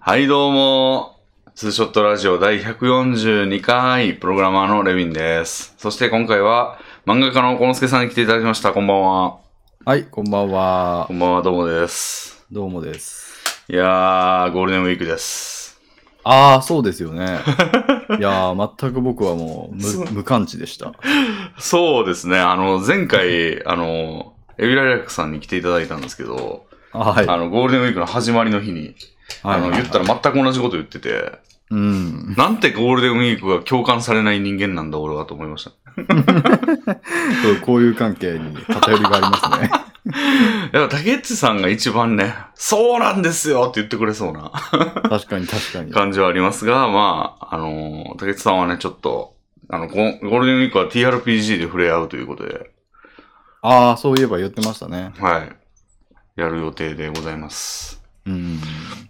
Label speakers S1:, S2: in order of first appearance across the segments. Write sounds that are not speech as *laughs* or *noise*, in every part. S1: はい、どうも。ツーショットラジオ第142回、プログラマーのレヴィンです。そして今回は、漫画家のコノスケさんに来ていただきました。こんばんは。
S2: はい、こんばんは
S1: こ。んばんは、どうもです。
S2: どうもです。
S1: いやー、ゴールデンウィークです。
S2: ああ、そうですよ
S1: *laughs*
S2: ね。いやー、全く僕はもう
S1: そう
S2: 無無感知でした。
S1: そうですね、あの、前回、あの、エビラリラックさんに来ていただいたんですけど、
S2: はい。
S1: あの、ゴールデンウィークの始まりの日に、
S2: は
S1: あ
S2: い
S1: の、言ったら全く同じこと言ってて、
S2: うん。
S1: なんてゴールデンウィークが共感されない人間なんだ、俺はと思いました。
S2: そうこういう関係に偏りがありますね。
S1: *laughs* やっぱ竹内さんが一番ね、そうなんですよって言ってくれそうな
S2: 確かに確かに。
S1: 感じはありますが、まあ、あのー竹内さんはね、ちょっと、あの、ゴゴールデンウィークは TRPG で触れ合うということで、
S2: ああ、そういえば言ってましたね。
S1: はい。やる予定でございます。
S2: うん。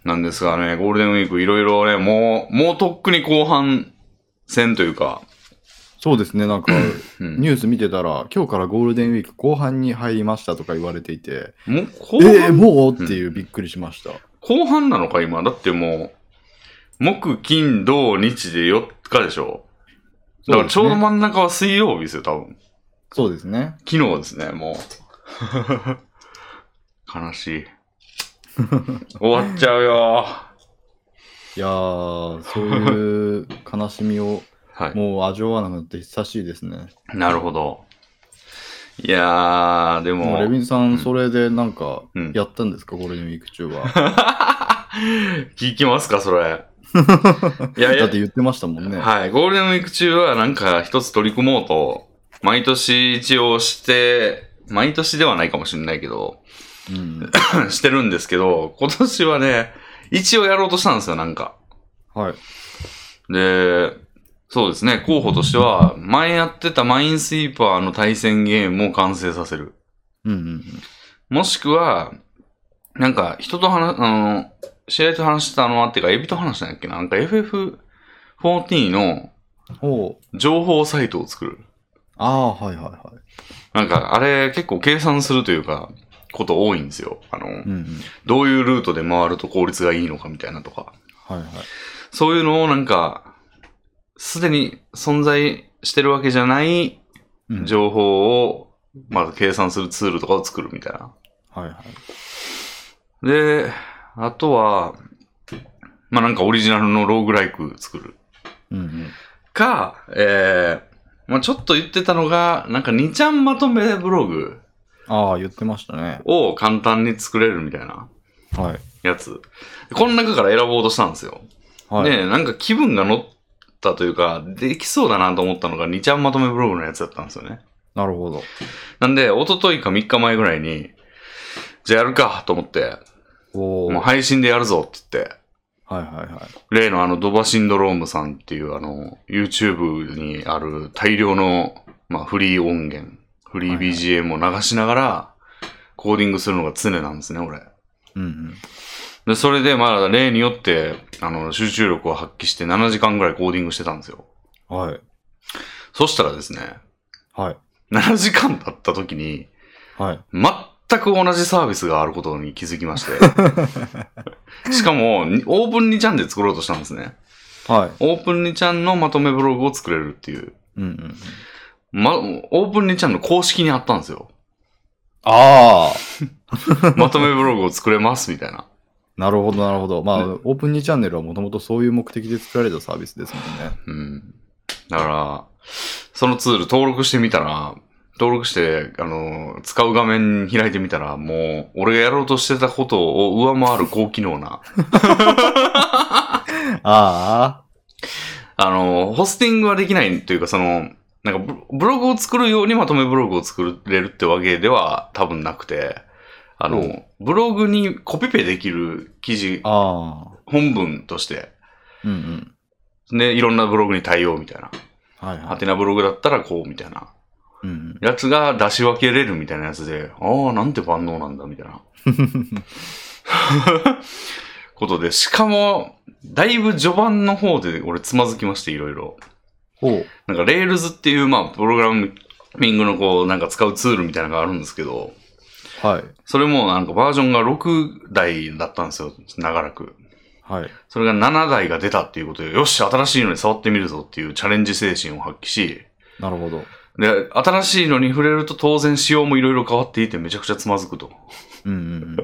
S1: なんですがね、ゴールデンウィークいろいろね、もう、もうとっくに後半戦というか、
S2: そうですね、なんか、
S1: うん
S2: ニュース見てたら、今日からゴールデンウィーク後半に入りましたとか言われていて、
S1: もう後半、
S2: えー、もうっていうびっくりしました。
S1: 後半なのか今。だってもう、木、金、土、日で4日でしょ。だからちょうど真ん中は水曜日ですよ、多分。
S2: そうですね。
S1: 昨日ですね、もう。 *laughs* 悲しい。終わっちゃうよ。
S2: いやー、そういう悲しみを
S1: はい。
S2: もう味わわなくなって久しいですね。
S1: なるほど。いやー、で
S2: でもレ
S1: も
S2: ビ、ンさ
S1: うん
S2: ん、それでなんか
S1: うん、
S2: やったんですか、ゴールデンウィーク中は。
S1: 聞きますか、そ
S2: *laughs*
S1: れ。 *laughs* いやい
S2: だ
S1: や
S2: って、言ってましたもんね。
S1: はい。ゴールデンウィーク中はなんか一つ取り組もうと、毎年一応して、毎年ではないかもしれないけど、 *clears throat*
S2: うん、
S1: してるんですけど、今年はね、一応やろうとしたんですよ、なんか。
S2: はい。
S1: で、そうですね、候補としては、前やってたマインスイーパーの対戦ゲームを完成させる。
S2: うんうん
S1: もしくは、なんか、人と話、あの、試合と話してたのは、ってか、エビと話したんやっけな、なんか FF14 の
S2: うん。ほう。
S1: 情報サイトを作る。
S2: ああー、はいはいは
S1: なんか、あれ、結構計算するというか、こと多いんですよ。あの、
S2: い。うんうん。
S1: どういうルートで回ると効率がいいのかみたいなとか。
S2: はいはい。
S1: そういうのをなんか、すでに存在してるわけじゃない
S2: うん
S1: 情報を、まあ、計算するツールとかを作るみたいな。
S2: はいはい。
S1: で、あとは、まあ、なんかオリジナルのローグライク作る。
S2: うんうん。
S1: か、えー、まあ、ちょっと言ってたのが、なんか2ちゃんまとめブログ
S2: ああ、言ってましたね。
S1: を簡単に作れるみたいな
S2: はい。
S1: やつ。この中から選ぼうとしたんですよ。
S2: はい。
S1: で、なんか気分が乗ったというか、できそうだなと思ったのが2ちゃんまとめブログのやつだったんですよね。
S2: なるほど。
S1: なんで、一昨日か3日前ぐらいに、じゃあやるかと思って、
S2: おお。
S1: もう
S2: はい
S1: 配信でやるぞって言って、
S2: はいはい。
S1: 例のあのドバシンドロームさんっていうあの、YouTube にある大量の、まあ、フリー音源、フリー
S2: はいはい
S1: BGM を流しながら、コーディングするのが常なんですね、俺。
S2: うんうん。
S1: で、それでまあ、例によって、あの、集中力を発揮して7時間ぐらいコーディングしてたんですよ。
S2: はい。
S1: そしたらですね、
S2: はい。
S1: 7時間経った時に、
S2: はい。
S1: 全く同じサービスがあることに気づきまして。しかも、にオープン2ちゃんで作ろうとしたんですね。
S2: はい。
S1: オープン2ちゃんのまとめブログを作れるっていう。
S2: うんうん。
S1: ま、オープン2ちゃんの公式にあったんですよ。
S2: ああ。
S1: まとめブログを作れます、みたいな。
S2: なるほど、なるほど。まあ、
S1: ね
S2: オープン2チャンネルはもともとそういう目的で作られたサービスですもんね。
S1: うん。だから、そのツール登録してみたら、登録して、あの、使う画面開いてみたら、もう、俺がやろうとしてたことを上回る高機能な、 *laughs*
S2: あ
S1: あの、ホスティングはできないというか、その、なんかブロブログを作るようにまとめブログを作れるってわけでは多分なくて、あの、
S2: う
S1: ブログにコピペできる記事
S2: あ。、ああ。
S1: 本文として、
S2: うんうん。
S1: で、いろんなブログに対応みたいな。
S2: はいは
S1: ハ
S2: い。
S1: テナブログだったらこうみたいな。
S2: うんうん。
S1: やつが出し分けれるみたいなやつで、ああ、なんて万能なんだみたいな。ことで、しかも、だいぶ序盤の方で俺つまずきまして、いろいろ。
S2: ほう。
S1: なんか、レールズっていう、まあ、プログラミングのこう、なんか使うツールみたいなのがあるんですけど、
S2: はい。
S1: それもなんかバージョンが6台だったんですよ、長らく。
S2: はい。
S1: それが7台が出たっていうことで、よし、新しいのに触ってみるぞっていうチャレンジ精神を発揮し、
S2: なるほど。
S1: で、新しいのに触れると当然仕様もいろいろ変わっていてめちゃくちゃつまずくと。
S2: うんうんうん。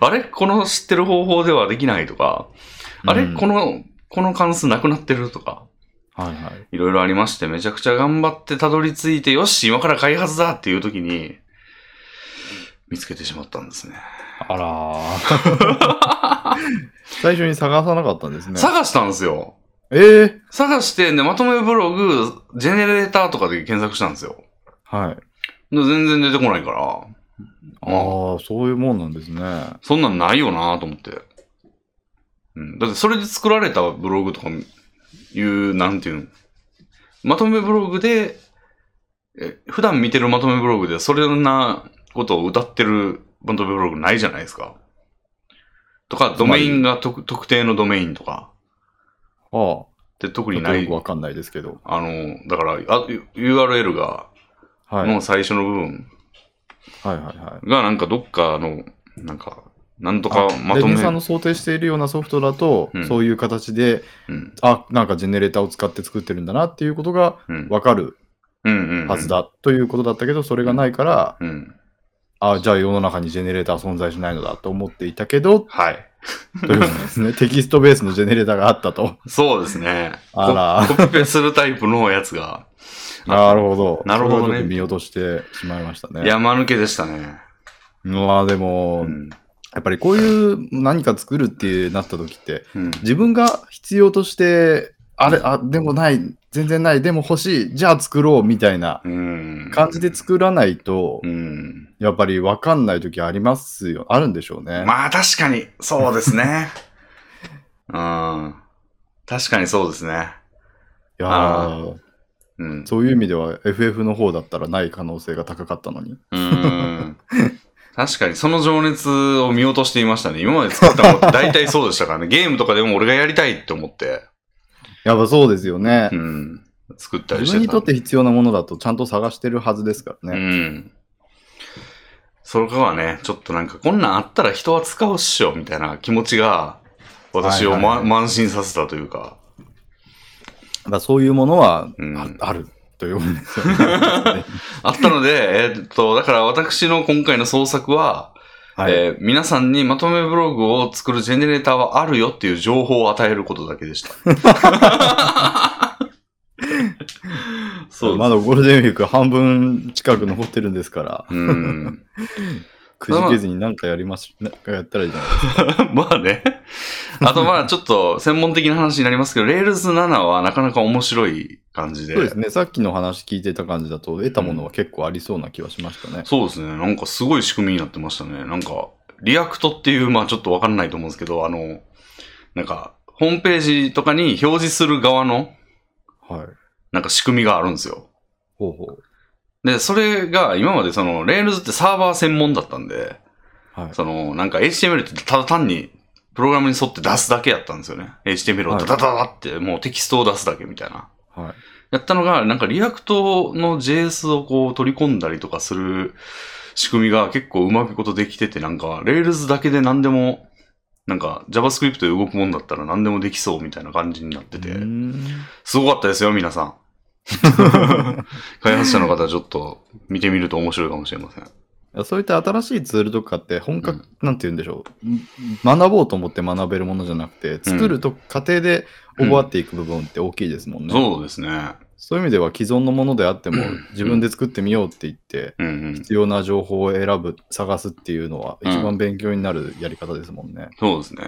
S1: あれこの知ってる方法ではできないとか、あれ、
S2: うん
S1: この、この関数なくなってるとか、
S2: はいはい。
S1: いろいろありまして、めちゃくちゃ頑張ってたどり着いて、よし、今から開発だっていう時に、見つけてしまったんですね。
S2: あらー。 *laughs* 最初に探さなかったんですね。
S1: 探したんですよ。
S2: えー、
S1: 探して、で、まとめブログ、ジェネレーターとかで検索したんですよ。
S2: はい。
S1: で全然出てこないから、
S2: ああ、そういうもんなんですね。は
S1: そんなんないよなと思って。うん。だってそれで作られたブログとかいう、なんていうん。まとめブログで、え普段見てるまとめブログでそれなことを歌ってるまとめブログないじゃないですか。とか、ドメインが特特定のドメインとか
S2: あ。ちょ
S1: って特に
S2: っと
S1: な
S2: よ
S1: い
S2: く。わかんないですけど。
S1: あの、だからあ U- URL が、
S2: はい。はい
S1: の最初の部分
S2: はいはい。
S1: がなんかどっかの、なんか、なんとか
S2: あ
S1: ま
S2: レ
S1: と
S2: ビ
S1: め
S2: ン。さんの想定しているようなソフトだと、
S1: うん
S2: そういう形で、
S1: うん。
S2: あ、なんかジェネレーターを使って作ってるんだなっていうことが
S1: うん。
S2: わかる
S1: うんうん。
S2: はず。だ、ということだったけど、それがないから、
S1: うん。
S2: あ、じゃあ世の中にジェネレーター存在しないのだと思っていたけど、
S1: はい。
S2: ということです
S1: *laughs*
S2: ね。テキストベースのジェネレーターがあったと。
S1: そうですね。
S2: あら
S1: ココピペするタイプのやつが、
S2: *laughs* なるほど。
S1: なるほどね
S2: それはちょっと見落としてしまいましたね。
S1: 山抜けでしたね。
S2: まあでも、
S1: うん。
S2: やっぱりこういう何か作るってなった時って、
S1: うん
S2: 自分が必要として、あれ、あ、でもない、全然ない、でも欲しい、じゃあ作ろうみたいな
S1: うん。
S2: 感じで作らないと、
S1: うん。
S2: やっぱり分かんない時ありますよ。あるんでしょうね。
S1: まあ確かに、そうです
S2: *laughs*
S1: ね。うん。確かにそうですね。
S2: いや
S1: あ
S2: ー
S1: うん。
S2: そういう意味では FF の方だったらない可能性が高かったのに。
S1: うん。確かにその情熱を見落としていましたね。今まで作ったもの大体そうでしたからね。ゲームとかでも俺がやりたいって思って、
S2: やっぱそうですよね
S1: う。ん。作ったりし
S2: 自
S1: てた
S2: 分
S1: んで。
S2: にとって必要なものだとちゃんと探してるはずですから
S1: う
S2: ね。
S1: ん。それかはね、ちょっとなんか、こんなんあったら人は使うっしょ、みたいな気持ちが、私を、
S2: はい
S1: ま
S2: はい
S1: 慢心させたというか。
S2: だからそういうものは
S1: うん
S2: ああるということです
S1: *laughs*
S2: よね。は
S1: あったので、えーっと、だから私の今回の創作は、
S2: い。
S1: えー皆さんにまとめブログを作るジェネレーターはあるよっていう情報を与えることだけで
S2: *laughs*
S1: した。そうで
S2: まだゴールデンウィーク半分近く残ってるんですから、
S1: す。うん。 *laughs*
S2: くじけずに何かやります、なんかやったらいいじゃないですか。
S1: まあね。あとまあちょっと専門的な話になりますけど、Rails7 はなかなか面白い感じで。
S2: そうですね。さっきの話聞いてた感じだと、得たものは結構ありそうな気はしましたね。
S1: そうですね。なんかすごい仕組みになってましたね。なんか、リアクトっていう、まあちょっとわかんないと思うんですけど、あの、なんか、ホームページとかに表示する側の、
S2: はい。
S1: なんか仕組みがあるんですよ。
S2: ほうほう。
S1: で、それが今までその、Rails ってサーバー専門だったんで、
S2: はい。
S1: その、なんか HTML ってただ単に、プログラムに沿って出すだけやったんですよね。HTML をダダダダって、もうテキストを出すだけみたいな。
S2: はい。
S1: やったのが、なんかリアクトの JS をこう取り込んだりとかする仕組みが結構うまくことできてて、なんか Rails だけで何でも、なんか JavaScript で動くもんだったら何でもできそうみたいな感じになってて
S2: う、ーん
S1: すごかったですよ、皆さん。開発者の方ちょっと見てみると面白いかもしれません。
S2: いやそういった新しいツールとかって本格、なんて言うんでしょう学ぼうと思って学べるものじゃなくて作ると過程で覚わっていく部分って大きいですもんね、
S1: そうですね。
S2: そういう意味では既存のものであっても自分で作ってみようって言って
S1: うんうん。
S2: 必要な情報を選ぶ探すっていうのは
S1: うん
S2: 一番勉強になるやり方ですもんね、
S1: そうですね。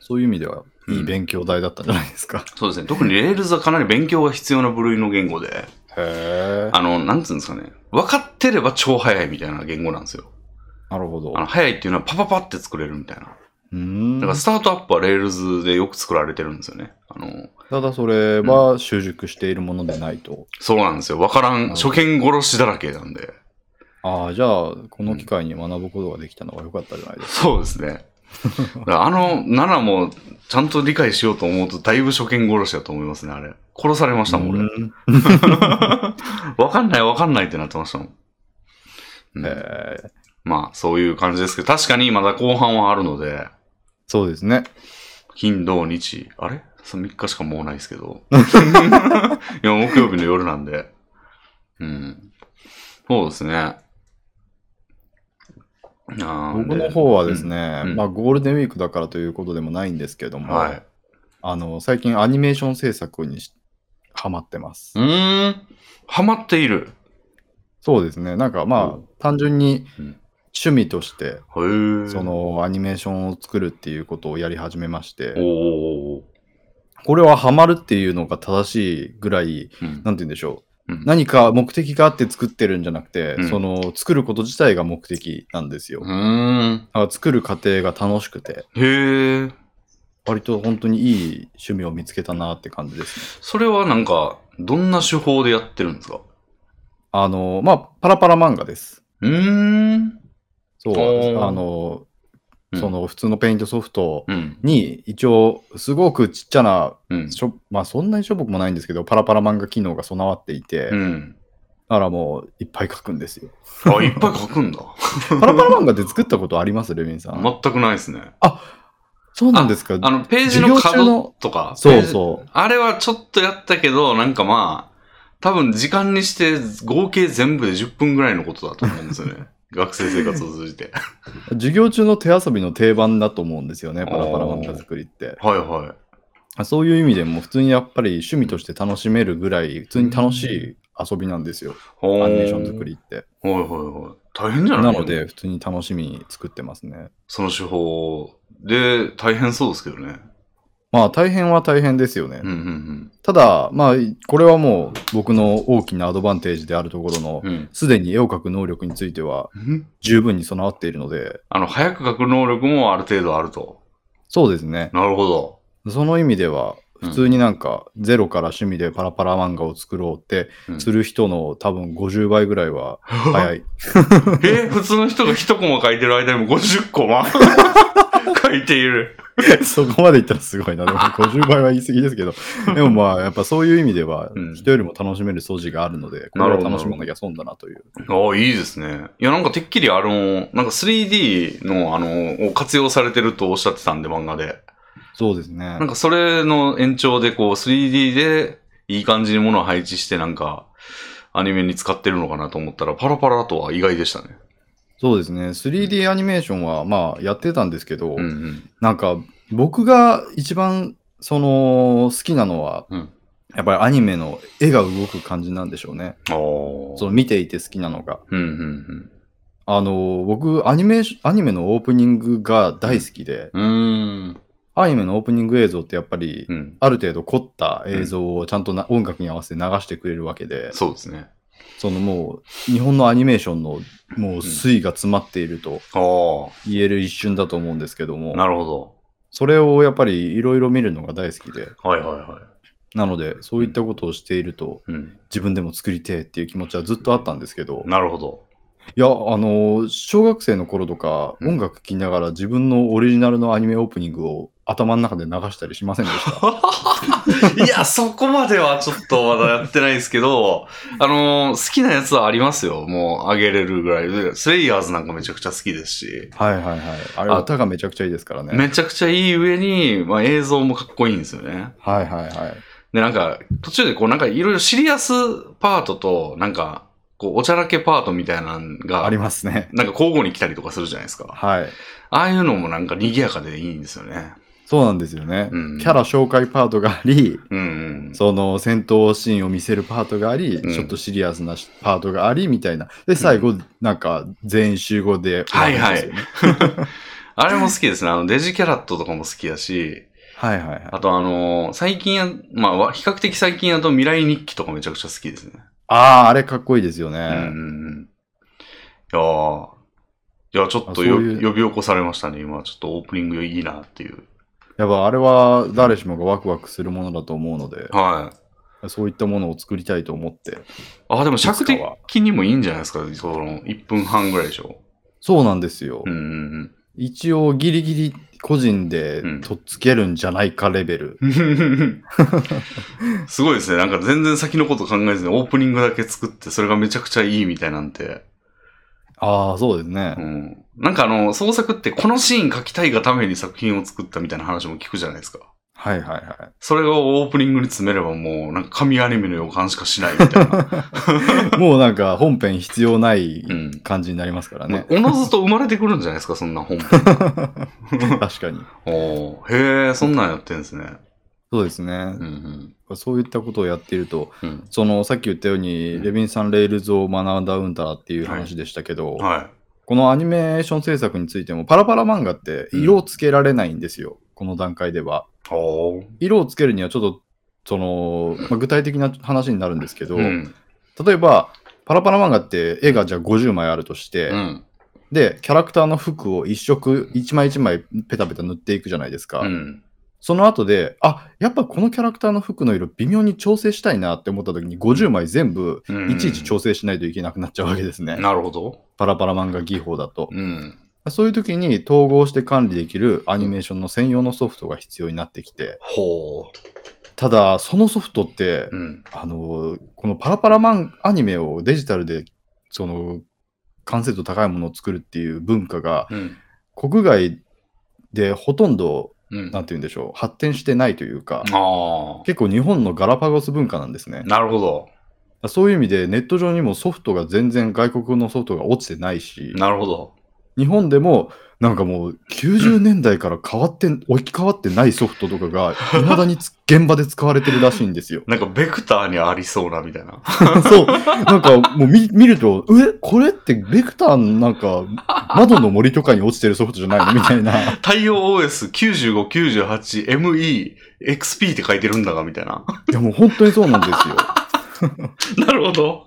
S2: そういう意味では
S1: うん
S2: いい勉強代だったんじゃないですか、
S1: そうですね。特に Rails はかなり勉強が必要な部類の言語で、
S2: へえ
S1: あの、なんつうんですかね。分かってれば超早いみたいな言語なんですよ。
S2: なるほど
S1: あの、早いっていうのはパパパって作れるみたいな。
S2: うーん
S1: だからスタートアップは Rails でよく作られてるんですよね。あの、
S2: ただそれは習熟しているものでないと、
S1: そうなんですよ。わからん、
S2: る
S1: 初見殺しだらけなんで。
S2: ああじゃあこの機会に学ぶことができたのが良かったじゃないですか
S1: そうですね。だからあの7もちゃんと理解しようと思うとだいぶ初見殺しだと思いますね、あれ。殺されましたもん、俺。
S2: うん
S1: わかんないわかんないってなってましたもん。うん
S2: えー
S1: まあ、そういう感じですけど、確かにまだ後半はあるので、
S2: そうですね。
S1: 金、土、日、あれ ?3 日しかもうないですけど。 *laughs* いや、木曜日の夜なんで。うん。そうですね。あー
S2: 僕の方はです。ね、
S1: うんうん
S2: まあ、ゴールデンウィークだからということでもないんですけど
S1: で
S2: も、
S1: はい。
S2: あの最近アニメーション制作にしハマってます
S1: う。ーん。ハマっている。
S2: そうですね、なんか
S1: う
S2: まあ、単純に
S1: うん
S2: 趣味として、
S1: へえ。
S2: そ。のアニメーションを作るっていうことをやり始めまし
S1: おーお
S2: て、
S1: ーお
S2: これはハマるっていうのが正しいぐらい、
S1: ー。うん
S2: なんて言うんでしょう、
S1: うん
S2: 何か目的があって作ってるんじゃなくて、
S1: うん
S2: その作ること自体が目的なんですよ。
S1: うーん。
S2: だから作る過程が楽しくて、
S1: へえ。
S2: 割と本当にいい趣味を見つけたなって感じですね。
S1: それはなんか、どんな手法でやってるんですか
S2: あの、まあ、パラパラ漫画です。
S1: うーん。
S2: そう
S1: おー
S2: あの、
S1: うん
S2: その普通のペイントソフト
S1: うん。
S2: に、一応、すごくちっちゃな、
S1: うん。
S2: しょまあ、そんなにしょぼくもないんですけど、パラパラ漫画機能が備わっていて、
S1: うん。
S2: だからもう、いっぱい書くんですよ。
S1: あ、いっぱい書くんだ。
S2: パラパラ漫画って作ったことありますレミンさん。
S1: 全くないですね。
S2: そうなんですか
S1: あの、ページの
S2: 授業中
S1: 角
S2: の
S1: とか。
S2: そうそう
S1: ページあれはちょっとやったけど、なんかまあ、多分時間にして合計全部で10分ぐらいのことだと思うんですよね。学生生活を通じて。
S2: 授業中の手遊びの定番だと思うんですよね、パラパラ漫画作りって。
S1: はいはい。
S2: あそういう意味でも、普通にやっぱり趣味として楽しめるぐらい、普通に楽しい遊びなんですよ、
S1: ほ
S2: アニメーション作。りって。
S1: はいはいはい。大変じゃない
S2: なので、普通に楽しみに作ってますね。
S1: その手法で大変そうですけどね。
S2: まあ、大変は大変ですよね。
S1: うんうん
S2: ただ、まあ、これはもう僕の大きなアドバンテージであるところの
S1: う、ん。
S2: すでに絵を描く能力については
S1: うん。
S2: 十分に備わっているので、
S1: あの、早く書く能力もある程度あると。
S2: そうですね。
S1: なるほど。
S2: その意味では、普通になんか、ゼロから趣味でパラパラ漫画を作ろうって
S1: うん
S2: する人の多分50倍ぐらいは早い。
S1: *laughs* え普通の人が一コマ書いてる間にも50コマ *laughs* 書いている。
S2: *laughs* そこまでいったらすごいな。でも50倍は言い過ぎです
S1: *laughs*
S2: けど、でもまあ、やっぱそういう意味では
S1: うん、
S2: 人よりも楽しめる素地があるので、こ
S1: な
S2: れは
S1: るほど
S2: 楽しまなきゃ損だなという。
S1: ああ、いいですね。いや、なんかてっきりあの、なんか 3D のあの、を活用されてるとおっしゃってたんで、漫画で。
S2: そうですね
S1: なん。かそれの延長で、こう、3D でいい感じに物を配置して、なんか、アニメに使ってるのかなと思ったら、パラパラとは意外でしたね。
S2: そうですね。3D アニメーションはまあやってたんですけど、
S1: うんうん。
S2: なんか僕が一番その好きなのは、
S1: うん
S2: やっぱりアニメの絵が動く感じなんでしょうね。
S1: ああ。
S2: その見ていて好きなのが。
S1: うんうん
S2: あの、僕アニメーション、アニメのオープニングが大好きで、
S1: うん。うーん。
S2: アニメのオープニング映像ってやっぱり、
S1: うん。
S2: ある程度凝った映像をちゃんとな、音楽に合わせて流してくれるわけで、
S1: そうですね。
S2: そのもう日本のアニメーションのもう粋が詰まっていると
S1: ああ。
S2: 言える一瞬だと思うんですけども、
S1: なるほど。
S2: それをやっぱりいろいろ見るのが大好きで、
S1: はいはいは
S2: なのでそういったことをしていると、
S1: い。うん。
S2: 自分でも作りてえっていう気持ちはずっとあったんですけど、
S1: なるほど。
S2: いや、あの、小学生の頃とか、
S1: うん
S2: 音楽聴きながら自分のオリジナルのアニメオープニングを頭の中で流したりしませんでした。
S1: *laughs* いや、そこまではちょっとまだやってないですけど、あのー好きなやつはありますよ。もう、あげれるぐらいで。スレイヤーズなんかめちゃくちゃ好きですし。
S2: はいはいはい。あれ、
S1: あ
S2: 歌がめちゃくちゃいいですからね。
S1: めちゃくちゃいい上に、まあ、映像もかっこいいんですよね。
S2: はいはいはい。
S1: で、なんか、途中でこう、なんかいろいろシリアスパートと、なんか、こう、おちゃらけパートみたいなのが、
S2: ありますね。
S1: なんか交互に来たりとかするじゃないですか。
S2: はい。
S1: ああいうのもなんか賑やかでいいんですよね。
S2: そうなんですよね。
S1: うん
S2: キャラ紹介パートがあり、
S1: うんうん。
S2: その戦闘シーンを見せるパートがあり、
S1: うん
S2: ちょっとシリアスなパートがありみたいな。で、最後、なんか全員集合で終わるんですよね、
S1: あれも好きですね。あの、デジキャラットとかも好きだし、
S2: はいはいはい。
S1: あとあのー最近や、まあわ、比較的最近やと未来日記とかめちゃくちゃ好きですね。
S2: ああ、あれかっこいいですよね。
S1: うんうんうん。いやーいや、ちょっ
S2: あ
S1: と
S2: そう
S1: よ
S2: いう
S1: 呼び起こされましたね、今。ちょっとオープニングいいなっていう。
S2: やっぱあれは誰しもがワクワクするものだと思うので、
S1: はい。
S2: そういったものを作りたいと思って。
S1: あ、でも尺
S2: いつかは
S1: 的にもいいんじゃないですか、その、1分半ぐらいでしょ。
S2: そうなんですよ。
S1: うんうん
S2: 一応ギリギリ個人で
S1: うん
S2: とっつけるんじゃないかレベル。
S1: うん。 *laughs* すごいですね。なんか全然先のこと考えずにオープニングだけ作って、それがめちゃくちゃいいみたいなんて。
S2: ああ、そうですね。
S1: うん。なんかあの、創作ってこのシーン描きたいがために作品を作ったみたいな話も聞くじゃないですか。
S2: はいはいは
S1: それをオープニングに詰めればもう、なんか神アニメの予感しかしないみたいな。 *laughs*
S2: い。もうなんか本編必要ない
S1: うん。
S2: 感じになりますから
S1: もう
S2: ね。
S1: おのずと生まれてくるんじゃないですか、そんな本編。
S2: 確かに。
S1: おーへえ、そんなんやってんですね。
S2: そうですね
S1: う。ん
S2: そういったことをやっていると、
S1: うん。
S2: そのさっき言ったように、
S1: うん
S2: レヴィンさんレールズを学んだうんだっていう話でしたけど、
S1: うん。は
S2: このアニメーション制作についてもパラパラ漫画って色をつけられないんですよ、この段階では。
S1: い。おー
S2: 色をつけるにはちょっとその、まあ具体的な話になるんですけど、
S1: うん。
S2: 例えばパラパラ漫画って絵がじゃあ50枚あるとして、
S1: うん。
S2: でキャラクターの服を一色一枚一枚ペタペタ塗っていくじゃないですか、
S1: うん。
S2: その後であやっぱこのキャラクターの服の色微妙に調整したいなって思った時に50枚全部
S1: うん
S2: いちいち調整しないといけなくなっちゃうわけですね、
S1: なるほど。
S2: パラパラ漫画技法だと、
S1: うん。
S2: そういう時に統合して管理できるアニメーションの専用のソフトが必要になってきて、
S1: ほ
S2: ただそのソフトって、
S1: う。うん。
S2: あのこのパラパラマンアニメをデジタルでその完成度高いものを作るっていう文化が
S1: うん。
S2: 国外でほとんど
S1: うん。
S2: なん
S1: あ
S2: て言うんでしょう発展してないというか、
S1: あ
S2: 結構日本のガラパゴス文化なんですね
S1: ー。。なるほど。
S2: そういう意味でネット上にもソフトが全然外国のソフトが落ちてないし、
S1: なるほど。。
S2: 日本でもなんかもう90年代から変わって、置き換わってないソフトとかが、いまだにつ現場で使われてるらしいんですよ
S1: *laughs* なんかベクターにありそうなみたいな。
S2: そう。なんかもう見見ると、え、これってベクターのなんか窓の森とかに落ちてるソフトじゃないのみたいな。
S1: 太陽 OS95、98、ME、XP って書いてるんだが、みたい
S2: *laughs*
S1: な。
S2: いやもう本当にそうなんですよ。
S1: なるほど。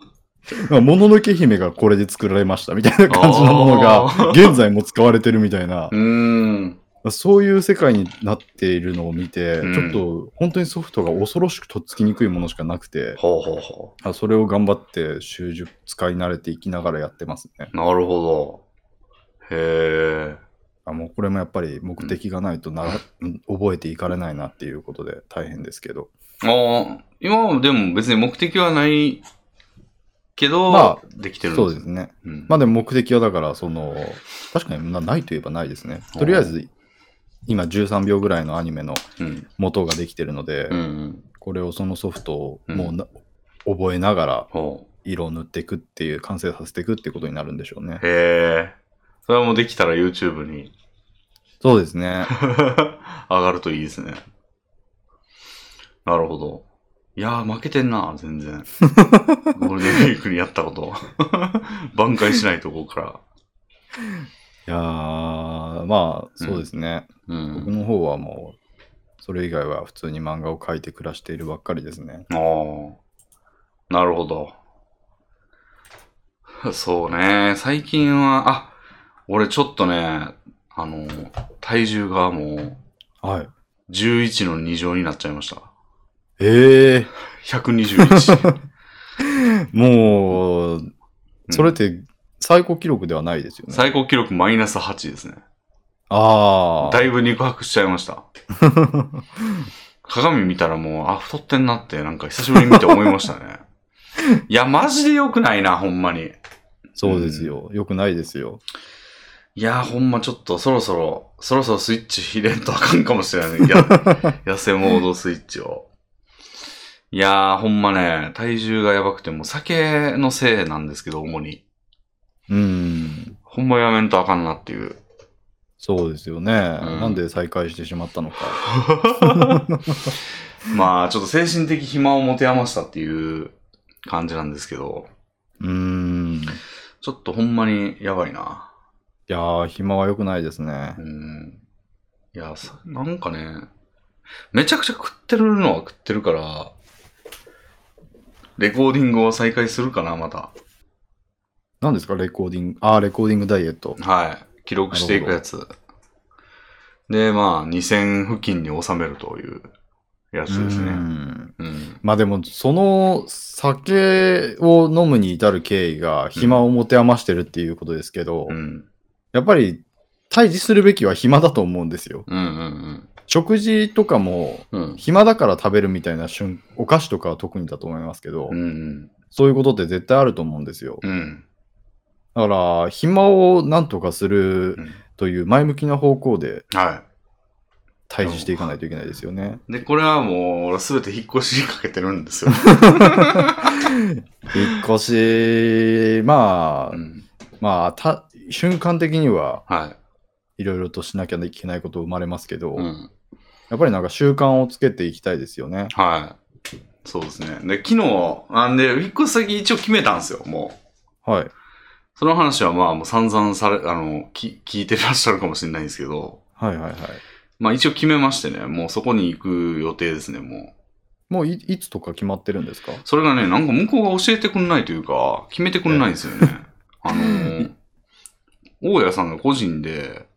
S2: なんかもののけ姫がこれで作られましたみたいな感じのもの
S1: あ
S2: が、現在も使われてるみたいな
S1: う。ーん。
S2: そういう世界になっているのを見て、
S1: うん
S2: ちょっと本当にソフトが恐ろしくとっつきにくいものしかなくて、
S1: ほうほうほ
S2: あそれを頑張って習熟使い慣れていきながらやってますね。
S1: う。なるほど。へえ。
S2: あもうこれもやっぱり目的がないとなら、うん覚えていかれないなっていうことで大変ですけど。
S1: ああ、今はでも別に目的はないけど、
S2: まあ
S1: できてるん。
S2: そうですすね。
S1: うん
S2: まあでも目的はだから、その、確かになないといえばないですね。とりあえず、今13秒ぐらいのアニメの
S1: うん。
S2: 元ができてるので、
S1: うんうん。
S2: これをそのソフトをもうな、覚えながら
S1: ほ
S2: 色を塗っていくっていう完成させていくってことになるんでしょうね
S1: う。。へえ。それはもうできたら YouTube に
S2: そうですね。
S1: *laughs* 上がるといいですね。なるほど。いやー、負けてんな、全然。ゴールデンウィークにやったこと。 *laughs* 挽回しないと、ここか
S2: *laughs* いやーまあそうですね。
S1: ら。う
S2: 僕
S1: ん。
S2: の方はもうそれ以外は普通に漫画を描いて暮らしているばっかりですね。
S1: ああ。なるほど。そうね。最近は、あ、俺ちょっとね、あの、体重がも
S2: はい。
S1: う、11の2乗になっちゃいました。
S2: ええ
S1: 121。
S2: もうそれって最高記録ではないですよね。
S1: 最高記録マイナス8ですね。
S2: あ
S1: だいぶ肉薄しちゃいました。 *laughs*
S2: あ。
S1: 鏡見たらもう、あ、太ってんなって、なんか久しぶりに見て思いましたね。いや、マジで良くないな、ほんまに。
S2: そうですよ。よくないですよ。
S1: いや、ほんまちょっとそろそろ、そろそろスイッチ入れんとあかんかもしれない。いや *laughs* 痩せモードスイッチを。いやー、ほんまね、体重がやばくて、もう酒のせいなんですけど、主に。
S2: うん。
S1: ほんまやめんとあかんなっていう。
S2: そうですよね。なんで再開してしまったのか。
S1: まあ、ちょっと精神的暇を持て余したっていう感じなんですけど、
S2: うーん。い
S1: ちょっとほんまにやばいな。
S2: やー、暇は良くないですね
S1: う。ん。いや、さなんかね、めちゃくちゃ食ってるのは食ってるから、レコーディングを再開するかな、また。
S2: 何ですか、レコーディング。あーレコーディングダイエット。
S1: はい。記録していくやつ。で、まあ、2000付近に収めるというやつです
S2: う
S1: ね。
S2: ん
S1: うん。
S2: まあでも、その酒を飲むに至る経緯が暇を持て余してるっていうことですけど、
S1: うん。
S2: やっぱり対峙するべきは暇だと思うんですよ。
S1: うんうん
S2: 食事とかも
S1: うん。うん。
S2: 暇だから食べるみたいな瞬お菓子とかは特にだと思いますけど、
S1: うん。
S2: そういうことって絶対あると思うんですよ。
S1: うん。
S2: だから、暇をなんとかするという前向きな方向で
S1: は
S2: 対峙していかないといけないですよね。
S1: い。で、これはもう、俺すべて引っ越しにかけてるん *laughs* ですよ。
S2: 引っ越し、ま
S1: う
S2: あ、
S1: ん、
S2: まあ、た瞬間的には
S1: はい
S2: ろいろとしなきゃいけないこと生まれますけど、
S1: い。うん。
S2: やっぱりなんか習慣をつけていきたいですよね。
S1: はい。そうですね。で、昨日、なんで、引っ越し先一応決めたんですよ、もう。
S2: はい。
S1: その話はまあ、もう散々され、あの、き聞いてらっしゃるかもしれないんですけど、
S2: はいはいはい。
S1: まあ一応決めましてね、もうそこに行く予定ですね、もう。
S2: もういいつとか決まってるんですか
S1: それがね、なんか向こうが教えてくんないというか、決めてくんないんですよね。あのー、大家さんが個人で、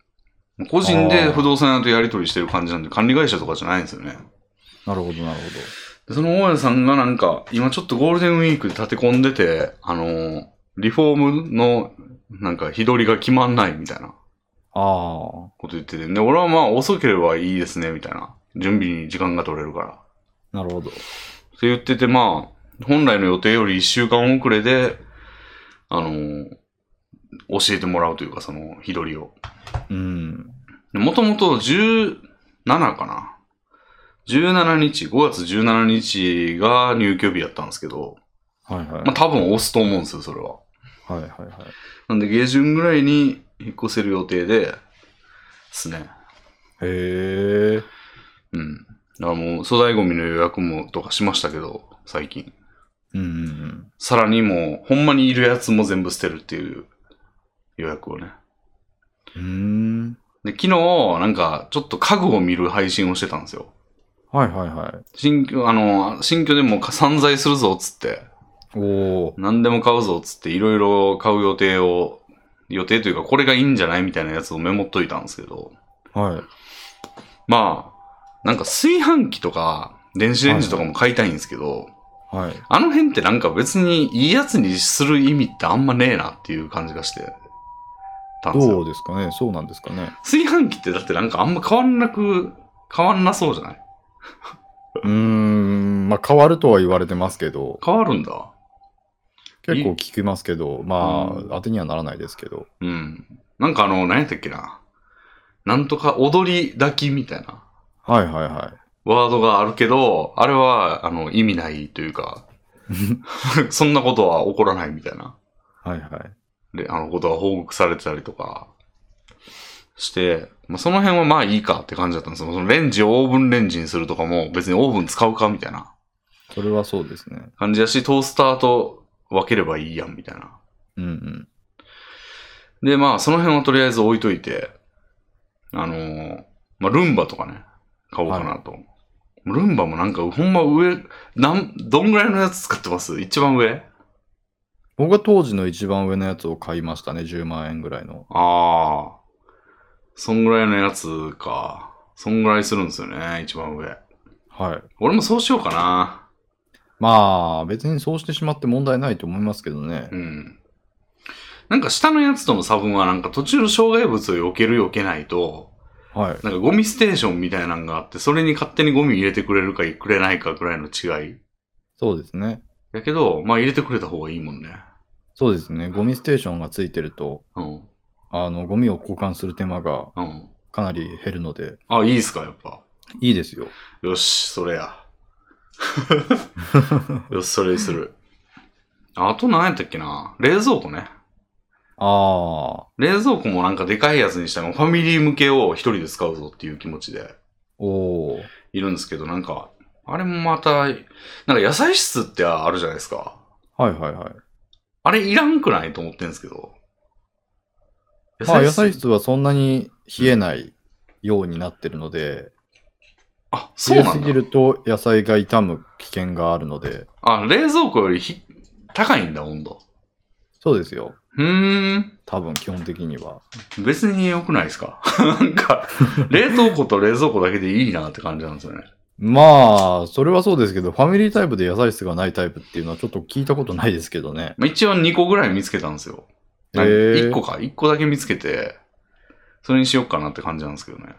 S1: 個人で不動産屋とやり取りしてる感じなんで、管理会社とかじゃないんですよね。
S2: なるほどなる
S1: でその大家さんがなんか、今ちょっとゴールデンウィークで立て込んでて、あのー、リフォームの、なんか、日取りが決まんないみたいな
S2: ほど。あ
S1: こと言ってて、で、俺はまあ遅ければいいですね、みたいな。準備に時間が取れるから。
S2: あ、なるほど。
S1: って言ってて、まあ、本来の予定より1週間遅れで、あのー教えてもらうというか、その、日取りを。
S2: うん。
S1: もともと17かな。17日、5月17日が入居日やったんですけど、
S2: はいはい。
S1: まあ多分押すと思うんですよ、それは。
S2: はいはいはい。
S1: なんで、下旬ぐらいに引っ越せる予定で、ですね。
S2: へえ。
S1: うん。だからもう、粗大ゴミの予約もとかしましたけど、最近。
S2: うんうんうん。
S1: さらにもう、ほんまにいるやつも全部捨てるっていう予約をね。
S2: うーん。
S1: で、昨日、なんか、ちょっと家具を見る配信をしてたんですよ。
S2: はいはいはい。
S1: 新居、あの、新居でも散財するぞっつって、
S2: おお。
S1: 何でも買うぞっつって、いろいろ買う予定を、予定というか、これがいいんじゃないみたいなやつをメモっといたんですけど、
S2: はい。
S1: まあ、なんか炊飯器とか、電子レンジとかも買いたいんですけど、
S2: はい。
S1: あの辺ってなんか別にいいやつにする意味ってあんまねえなっていう感じがしてたんですよ。
S2: どうですかねそうなんですかね。
S1: 炊飯器ってだってなんかあんま変わんなく、変わんなそうじゃないう
S2: ーん。まあ変わるとは言われてますけど、
S1: 変わるんだ。
S2: 結構聞きますけど、まあ
S1: うん
S2: 当てにはならないですけど。
S1: うん。なんかあの、何やったっけな。なんとか踊り抱きみたいな
S2: はいはいは
S1: ワードがあるけど、あれは、あの、意味ないというか、
S2: *laughs*
S1: そんなことは起こらないみたいな、
S2: い。はいはい。
S1: で、あの、ことが報告されてたりとか、して、まあ、その辺はまあいいかって感じだったんですよ。そのレンジをオーブンレンジにするとかも、別にオーブン使うかみたいな
S2: それはそうですね。
S1: 感じだし、トースターと分ければいいやんみたいな。
S2: うんうん。
S1: で、まあ、その辺はとりあえず置いといて、あのーまあ、ルンバとかね、買おうかなと。ルンバもなんか、ほんま上、なん、どんぐらいのやつ使ってます一番上
S2: 僕は当時の一番上のやつを買いましたね。10万円ぐらいの。
S1: ああ。そんぐらいのやつか。そんぐらいするんですよね、一番上。
S2: はい。
S1: 俺もそうしようかな。
S2: まあ別にそうしてしまって問題ないと思いますけどね
S1: う。ん。なんか下のやつとの差分はなんか途中の障害物を避ける避けないと、
S2: はい。
S1: なんかゴミステーションみたいなのがあって、それに勝手にゴミ入れてくれるかくれないかぐらいの違い。
S2: そうですね。
S1: やけど、まあ入れてくれた方がいいもんね。
S2: そうですね。ゴミステーションがついてると、
S1: うん。
S2: あの、ゴミを交換する手間が
S1: うん。
S2: かなり減るので、
S1: あ、いいっすか、やっぱ。
S2: いいですよ。
S1: よし、それや。よし、それにする。あと何やったっけな冷蔵庫ね。
S2: ああ、
S1: 冷蔵庫もなんかでかいやつにしたら、ファミリー向けを一人で使うぞっていう気持ちで
S2: おお、
S1: いるんですけど、なんか、あれもまた、なんか野菜室ってあるじゃないですか。
S2: はいはいはい。
S1: あれいらんくないと思ってんですけど。
S2: まあ、野菜室はそんなに冷えないようになってるので、
S1: あ、そう
S2: 冷え
S1: な
S2: す
S1: ん
S2: ぎ
S1: だ。
S2: ると野菜が傷む危険があるので、
S1: あ、冷蔵庫よりひ高いんだ、温度。
S2: そうですよ。
S1: うーん。
S2: 多分基本的には。
S1: 別に良くないですか *laughs* なんか、冷凍庫と冷蔵庫だけでいいなって感じなんですよね。
S2: まあ、それはそうですけど、ファミリータイプで野菜室がないタイプっていうのはちょっと聞いたことないですけどね。
S1: まあ、一応2個ぐらい見つけたんですよ。
S2: へ
S1: な
S2: ー
S1: 1個か。1個だけ見つけて、それにしよっかなって感じなんですけどね。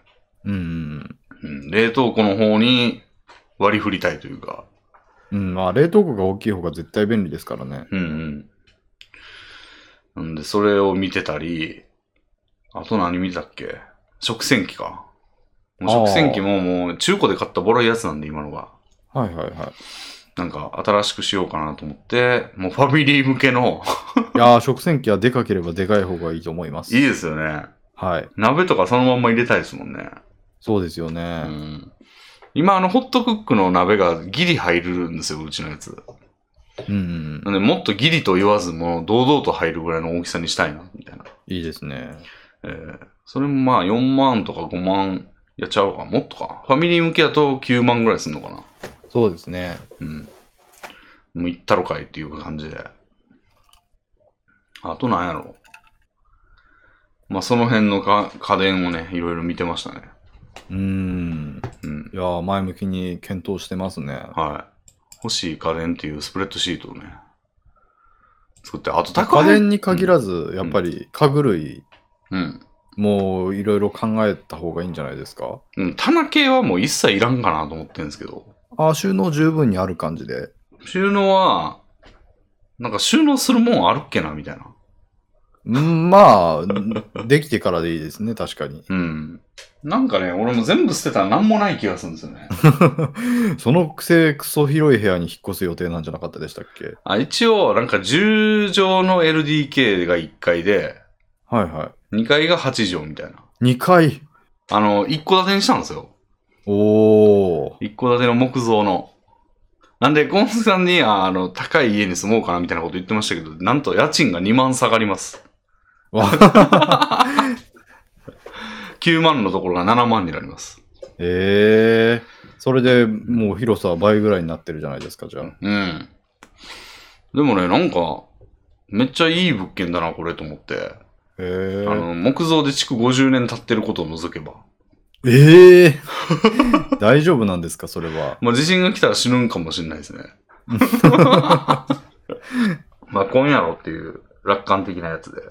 S2: うんうん
S1: うん。冷凍庫の方に割り振りたいというか。
S2: うん。うん、まあ、冷凍庫が大きい方が絶対便利ですからね。
S1: うんうん。んで、それを見てたり、あと何見てたっけ食洗機か。もう食洗機ももう中古で買ったボロいやつなんで、今のが。
S2: はいはいはい。
S1: なんか新しくしようかなと思って、もうファミリー向けの、
S2: いやー、食洗機はでかければでかい方がいいと思います。
S1: いいですよね。
S2: はい。
S1: 鍋とかそのまんま入れたいですもんね。
S2: そうですよね。
S1: うん今、あの、ホットクックの鍋がギリ入るんですよ、うちのやつ。
S2: うん、うん
S1: なんで、もっとギリと言わず、もう堂々と入るぐらいの大きさにしたいな、みたいな。
S2: いいですね。
S1: えーそれもまあ、4万とか5万、やっちゃうか、もっとか。ファミリー向けだと9万ぐらいすんのかな。
S2: そうですね。
S1: うん。もう行ったろかいっていう感じで。あとなんやろ。まあ、その辺のか家電をね、いろいろ見てましたね。
S2: うーん。
S1: うん。
S2: いやー、前向きに検討してますね。
S1: はい。欲しい家電っていうスプレッドシートをね、作って、あと宅
S2: 家
S1: 配
S2: 電に限らず、やっぱり家具類
S1: うん。
S2: もいろいろ考えた方がいいんじゃないですか。
S1: うん。棚系はもう一切いらんかなと思ってるんですけど、
S2: あー収納十分にある感じで。
S1: 収納は、なんか収納するもんあるっけなみたいな。
S2: うんまあ、 *laughs* できてからでいいですね、確かに。
S1: うん。なんかね、俺も全部捨てたら何もない気がするんですよね。
S2: そのくせ、クソ広い部屋に引っ越す予定なんじゃなかったでしたっけ
S1: *laughs* あ一応、なんか10畳の LDK が1階で、
S2: はいは
S1: 2階が8畳みたいな。
S2: い。2階。
S1: あの、1戸建てにしたんですよ。
S2: おー。
S1: 一戸建ての木造の。なんで、ゴンスさんに、ああの、高い家に住もうかなみたいなこと言ってましたけど、なんと家賃が2万下がります。 *laughs*
S2: わ
S1: 9万のところが7万になります。
S2: ええそれでもう広さは倍ぐらいになってるじゃないですか、じゃあ。
S1: うん。でもね、なんか、めっちゃいい物件だな、これと思って。
S2: え
S1: あの、木造で築50年経ってることを除けば。
S2: えええ *laughs* 大丈夫なんですか、それは。
S1: まあ、地震が来たら死ぬんかもしれない
S2: *laughs*
S1: ですね。まあ、今夜ろっていう楽観的なやつで。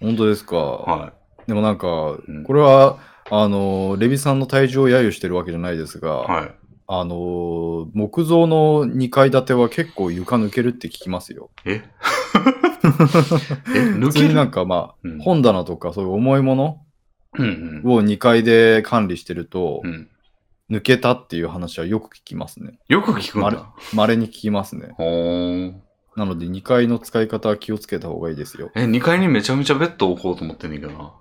S2: 本当ですか。
S1: は
S2: でもなんか、
S1: うん
S2: これは、あの、レビさんの体重を揶揄してるわけじゃないですが、
S1: い。はい。
S2: あの、木造の2階建ては結構床抜けるって聞きますよ。
S1: え *laughs* え抜
S2: 普
S1: け
S2: 通に
S1: る
S2: なんかまあ、
S1: うん
S2: 本棚とかそういう重いもの
S1: うん
S2: を2階で管理してると
S1: う、ん。うん。
S2: 抜けたっていう話はよく聞きますね。
S1: よく聞くん
S2: まれ
S1: だ。
S2: 稀に聞きますね。
S1: ほーん。。
S2: なので2階の使い方は気をつけた方がいいですよ
S1: え、2階にめちゃめちゃベッド置こうと思ってんねんけどな。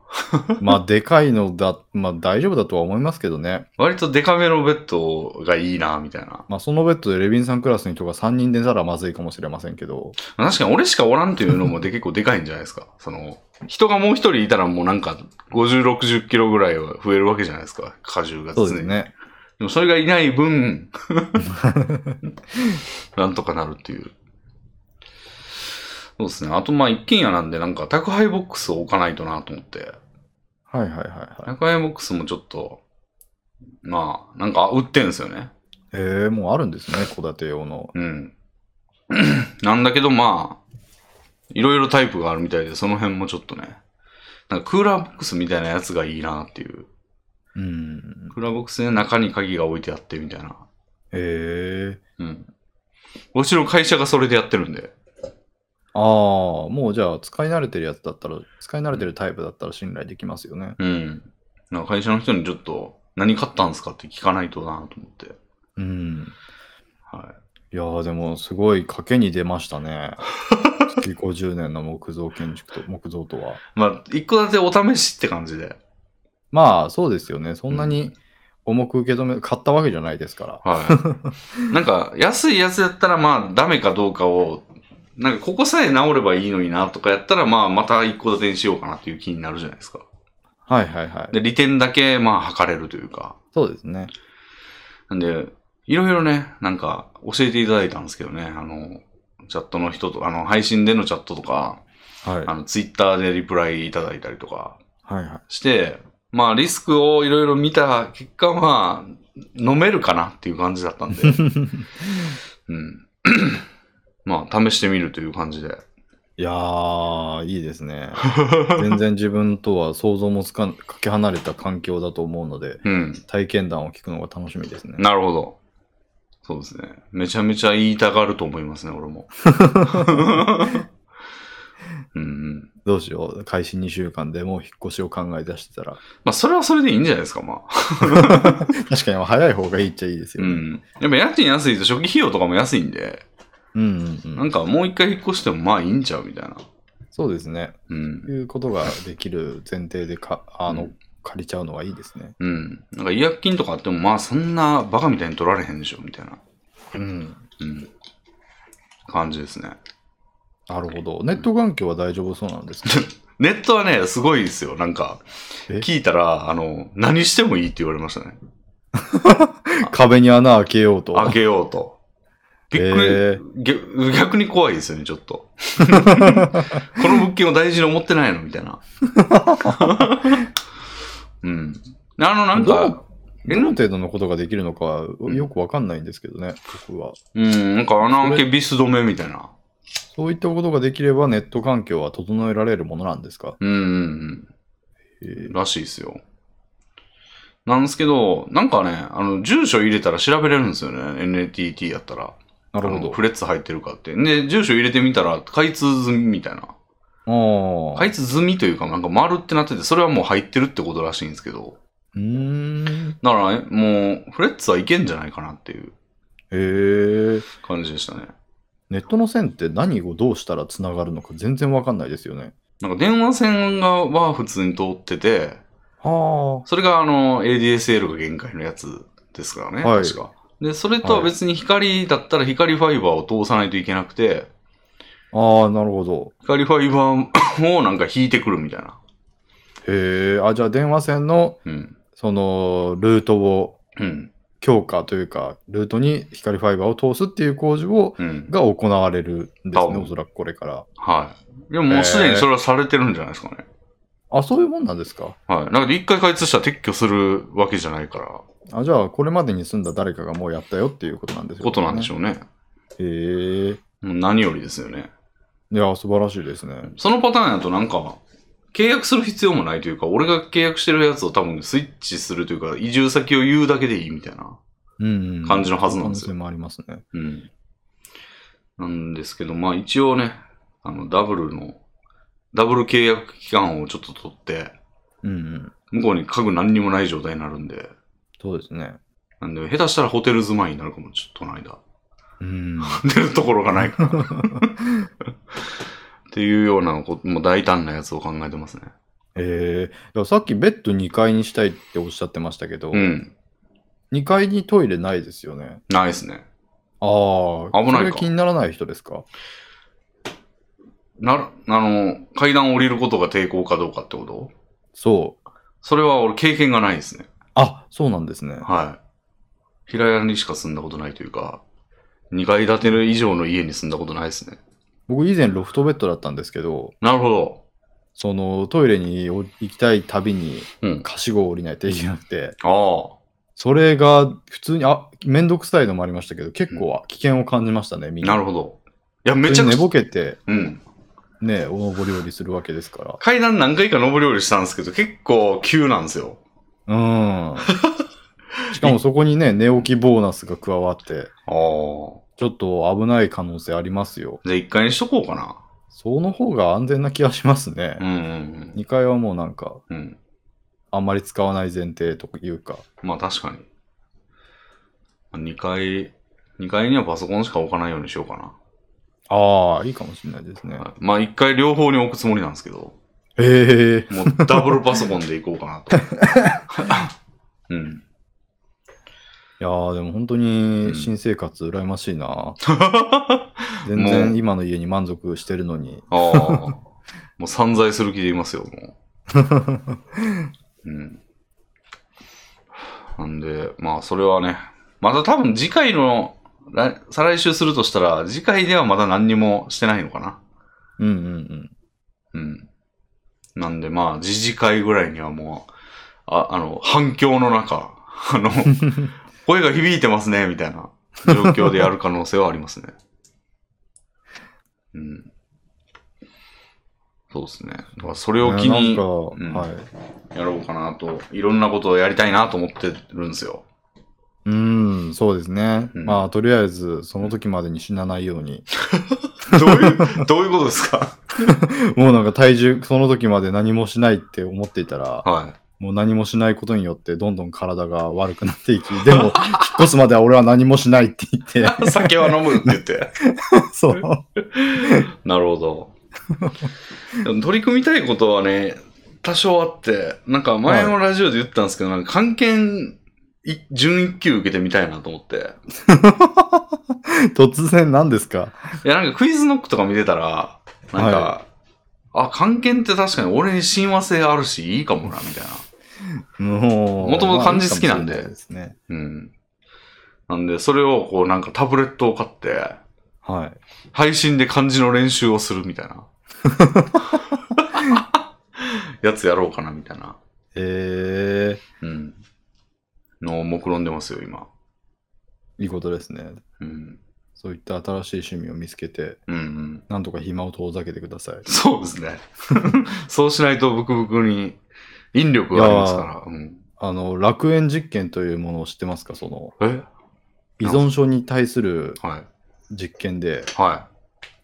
S2: まあ
S1: *laughs*
S2: でかいのだ、まあ大丈夫だとは思いますけどね。
S1: 割とデカめのベッドがいいな、みたいな。
S2: まあそのベッドでレビンさんクラスにとか3人出たらまずいかもしれませんけど。
S1: 確かに俺しかおらんっていうのもで結構でかいんじゃないですか。 *laughs* その、人がもう一人いたらもうなんか50、60キロぐらいは増えるわけじゃないですか。荷重が常に。
S2: そうですね。
S1: でもそれがいない分、 *laughs* なんとかなるっていう。そうですね。あと、まあ、一軒家なんで、なんか宅配ボックスを置かないとなと思って。
S2: はいはいはいはい。
S1: 宅配ボックスもちょっと、まあ、なんか売ってんですよね。
S2: えー、もうあるんですね、戸建て用の。
S1: うん。 *clears throat* なんだけど、まあ、いろいろタイプがあるみたいで、その辺もちょっとね。なんかクーラーボックスみたいなやつがいいなっていう。
S2: うん。
S1: クーラーボックスで中に鍵が置いてあってみたいな。
S2: えー。
S1: うん。うちの会社がそれでやってるんで。
S2: ああ、もうじゃあ使い慣れてるやつだったら、使い慣れてるタイプだったら信頼できますよね。
S1: うん。なんか会社の人にちょっと、何買ったんですかって聞かないとなと思って。
S2: うん。
S1: はい
S2: やーでもすごい賭けに出ました *laughs* ね。築50年の木造建築と木造とは。
S1: い。まあ、一個だけお試しって感じで。
S2: まあそうですよね。そんなに重く受け止め、買ったわけじゃないですから。
S1: はい。 *laughs* なんか、安いやつやったら、まあ、ダメかどうかを、なんか、ここさえ治ればいいのになとかやったら、まあ、また一個建てにしようかなっていう気になるじゃないですか。
S2: はいはいはい。
S1: で、利点だけ、まあ、測れるというか。
S2: そうですね。
S1: なんで、いろいろね、なんか、教えていただいたんですけどね、あの、チャットの人と、あの、配信でのチャットとか、
S2: はい。
S1: あの、ツイッターでリプライいただいたりとか、
S2: はいは
S1: して、まあリスクをいろいろ見た結果、まあ、飲めるかなっていう感じだったんで。うん。 *coughs* まあ、試してみるという感じで。
S2: い。いやー、いいです *laughs* ね。全然自分とは想像もつかん、かけ離れた環境だと思うので、
S1: うん。
S2: 体験談を聞くのが楽しみですね。
S1: なるほど。そうですね。めちゃめちゃ言いたがると思いますね、俺も。うんうん
S2: どうしよう、開始2週間でもう引っ越しを考え出してたら、
S1: まあ、それはそれでいいんじゃないですか、まあ。
S2: 確かに早い方がいいっちゃいいです
S1: う
S2: よね。
S1: ん。やっぱ家賃安いと初期費用とかも安いんで、
S2: うん、うん、うん
S1: なんかもう一回引っ越してもまあいいんちゃうみたいな。
S2: そうですね。
S1: うん。
S2: いうことができる前提でか、あの、
S1: うん
S2: 借りちゃうのはいいですね。
S1: うん。なんか違約金とかあっても、まあそんなバカみたいに取られへんでしょ、みたいな。
S2: うん。
S1: うん。感じですね。
S2: なるほど。ネット環境は大丈夫そうなんですか
S1: ネットはね、すごいですよ。なんか、
S2: え
S1: 聞いたら、あの、何してもいいって言われましたね。
S2: *laughs* 壁に穴開けようと。
S1: 開けようと。びっ
S2: へ
S1: くり、逆逆に怖いですよね、ちょっと。 *laughs* この物件を大事に思ってないのみたいな。 *laughs* うん。であの、なん
S2: ど
S1: か
S2: の、どの程度のことができるのかはよくわかんないんですけどね、僕は。
S1: うん、なんか穴開けビス止めみたいな。
S2: そういったことができればネット環境は整えられるものなんですか
S1: うんうん、
S2: へ
S1: う
S2: ー
S1: ん。らしいですよ。なんですけど、なんかね、あの、住所入れたら調べれるんですよね。NTT やったら。
S2: なるほ
S1: あの
S2: ど
S1: フ。レッツ入ってるかって。で、住所入れてみたら、開通済みみたいな。
S2: ああ。
S1: 開通済みというか、なんか丸ってなってて、それはもう入ってるってことらしいんですけど。
S2: うーん。
S1: だからね、もう、フレッツはいけんじゃないかなっていう
S2: へえ。
S1: 感じでしたね。
S2: ネットの線って何をどうしたらつながるのか全然わかんないですよね。
S1: なんか電話線がは普通に通ってて、
S2: は
S1: それがあの、ADSL が限界のやつですからね、
S2: はい
S1: 確か。で、それとは別に光だったら光ファイバーを通さないといけなくて、
S2: あ。ああ、なるほど。
S1: 光ファイ *coughs* バーをなんか引いてくるみたいな。
S2: へえ。あ、じゃあ電話線の
S1: うん。
S2: そのルートを
S1: うん。
S2: 強化というか、ルートに光ファイバーを通すっていう工事を
S1: うん。
S2: が行われるんで
S1: 多
S2: すね、
S1: 分
S2: おそらくこれから。
S1: はい。でももうすでにそれはされてるんじゃないですかね。
S2: あ、そういうもんなんですか
S1: はい。なんか一回開通したら撤去するわけじゃないから、
S2: あじゃあ、これまでに住んだ誰かがもうやったよっていうことなんですよ、
S1: ことなんでし
S2: ょ
S1: ょうね。
S2: う。へえ
S1: もう何よりですよね。
S2: いや、素晴らしいですね。
S1: そのパターンだとなんか、契約する必要もないというか、俺が契約してるやつを多分スイッチするというか、移住先を言うだけでいいみたいな。
S2: うん、うん。
S1: 感じのはずなんですよ
S2: 可能性もありますね。
S1: うん。なんですけど、まあ一応ね、あの、ダブルの、ダブル契約期間をちょっと取って、
S2: うん、うん。
S1: 向こうに家具何にもない状態になるんで、
S2: そうですね。
S1: なんで、下手したらホテル住まいになるかも、ちょっとこの間。
S2: うん。
S1: 出るところがないから。っていうようなこと、もう大胆なやつを考えてますね。
S2: ええさっきベッド2階にしたいっておっしゃってましたけど、
S1: うん。
S2: 2階にトイレないですよね。
S1: ないですね。
S2: ああ、
S1: 危ないか
S2: それ気にならない人ですか
S1: なる、あの、階段を降りることが抵抗かどうかってこと
S2: そう。
S1: それは俺経験がないですね。
S2: あ、そうなんですね。
S1: はい。平屋にしか住んだことないというか、2階建て以上の家に住んだことないですね。
S2: 僕以前ロフトベッドだったんですけど、
S1: なるほど。
S2: そのトイレに行きたいたびに、
S1: うん。
S2: はしごを降りないといけなくて、
S1: ああ。
S2: それが普通に、あ、めんどくさいのもありましたけど、結構危険を感じましたね、みんな。
S1: なる
S2: ほ
S1: ほど。いや、めちゃく
S2: 寝
S1: ちゃ
S2: ぼ、けて、
S1: うん。
S2: ね、お登り降りするわけですか
S1: 階段何回か上り下りしたんですけど、結構急なんですよ。*laughs*
S2: ら。うん。しかもそこにね、寝起きボーナスが加わって、
S1: ああ。
S2: ちょっと危ない可能性ありますよ。
S1: じゃあ1階にしとこうかな。
S2: その方が安全な気がしますね
S1: う。んうん
S2: 2階はもうなんか、
S1: うん。うん。
S2: あんまり使わない前提というか。
S1: まあ確かに。2階、2階にはパソコンしか置かないようにしようかな。
S2: ああ、いいかもしれないですね。
S1: はいまあ1階両方に置くつもりなんですけど、
S2: へえ。
S1: もうダブルパソコンでいこうか
S2: *laughs*
S1: なと。うん。
S2: いやーでも本当
S1: うん
S2: に新生活羨ましい
S1: *laughs*
S2: な、全
S1: も
S2: 然今の家に満足してるのに。
S1: ああ。もう散財する気でいますよ、もう。うん。なんで、まあそれはね、また多分次回の、来再来週するとしたら、次回ではまだ何にもしてないのかな。
S2: うんうん
S1: う
S2: うん。
S1: ん。なんでまあ、自治会ぐらいにはもう、ああの、反響の中、あ
S2: *laughs*
S1: の、声が響いてますね、みたいな状況でやる可能性はありますね。うん。そうですね。だからそれを機
S2: なん
S1: に
S2: か、
S1: ん
S2: はい。
S1: やろうかなと、いろんなことをやりたいなと思ってるんですよ。
S2: うん、そうですね。
S1: うん
S2: まあ、とりあえず、その時までに死なないように。
S1: どういう、どういうことです
S2: *laughs*
S1: か
S2: もうなんか体重、その時まで何もしないって思っていたら、
S1: は
S2: もう何もしないことによって、どんどん体が悪くなっていき、 *laughs* でも、引っ越すまでは俺は何もしないって言
S1: *laughs*
S2: って、
S1: い。酒は飲むって言って。
S2: そう。
S1: なるほど。でも取り組みたいことはね、多少あって、なんか前のラジオで言ったんですけど、なんか関係準一級受けてみたいなと思って。
S2: 突然何ですか
S1: いや、なんかクイズノックとか見てたら、なんか、
S2: は
S1: あ、関係って確かに俺に親和性あるし、いいかもな、みたいな。
S2: もう。
S1: 元々漢字好きなんで
S2: まあいいかもしれないですね。
S1: うん。なんで、それをこうなんかタブレットを買って、
S2: はい。
S1: 配信で漢字の練習をするみたいな。やつやろうかな、みたいな。
S2: え
S1: うん。のを目論んでますよ、今。
S2: ー、いいことですね。
S1: うん。
S2: そういった新しい趣味を見つけて、
S1: うんうん。
S2: なんとか暇を遠ざけてください。
S1: そうですね。 *laughs* そうしないとブクブクに引力がありますから。うん、
S2: あの、楽園実験というものを知ってますかその、
S1: え
S2: 依存症に対する
S1: はい。
S2: 実験で、
S1: は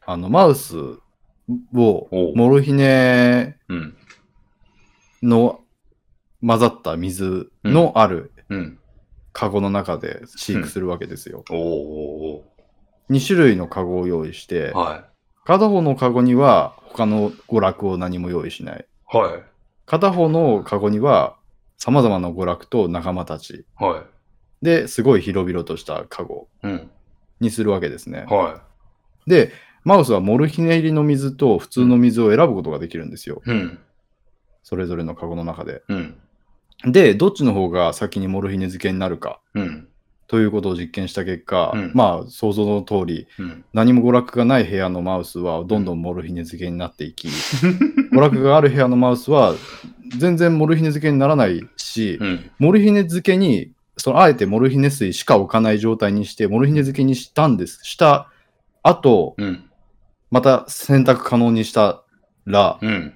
S2: あの、マウスを
S1: おう、
S2: モルヒネ
S1: い。うん。
S2: の混ざった水のある
S1: うん。
S2: カゴの中で飼育するわけですよ。
S1: おーおー
S2: 2種類のカゴを用意して
S1: おー。、は
S2: 片方のカゴには他の娯楽を何も用意しない。
S1: い。は
S2: 片方のカゴには様々な娯楽と仲間たち。
S1: い。は
S2: で、すごい広々としたカゴ
S1: い。うん。
S2: にするわけですね。
S1: は
S2: で、マウスはモルヒネ入りの水と普通の水を選ぶことができるんですよ。
S1: い。うん。
S2: それぞれのカゴの中で。
S1: うん。
S2: で、どっちの方が先にモルヒネ漬けになるか
S1: うん。
S2: ということを実験した結果、
S1: うん
S2: まあ想像の通り、
S1: うん。
S2: 何も娯楽がない部屋のマウスはどんどんモルヒネ漬けになってい
S1: *laughs*
S2: き、娯楽がある部屋のマウスは全然モルヒネ漬けにならないし、
S1: うん。
S2: モルヒネ漬けに、そのあえてモルヒネ水しか置かない状態にして、モルヒネ漬けにしたんです。した後、
S1: うん。
S2: また選択可能にしたら、
S1: うん。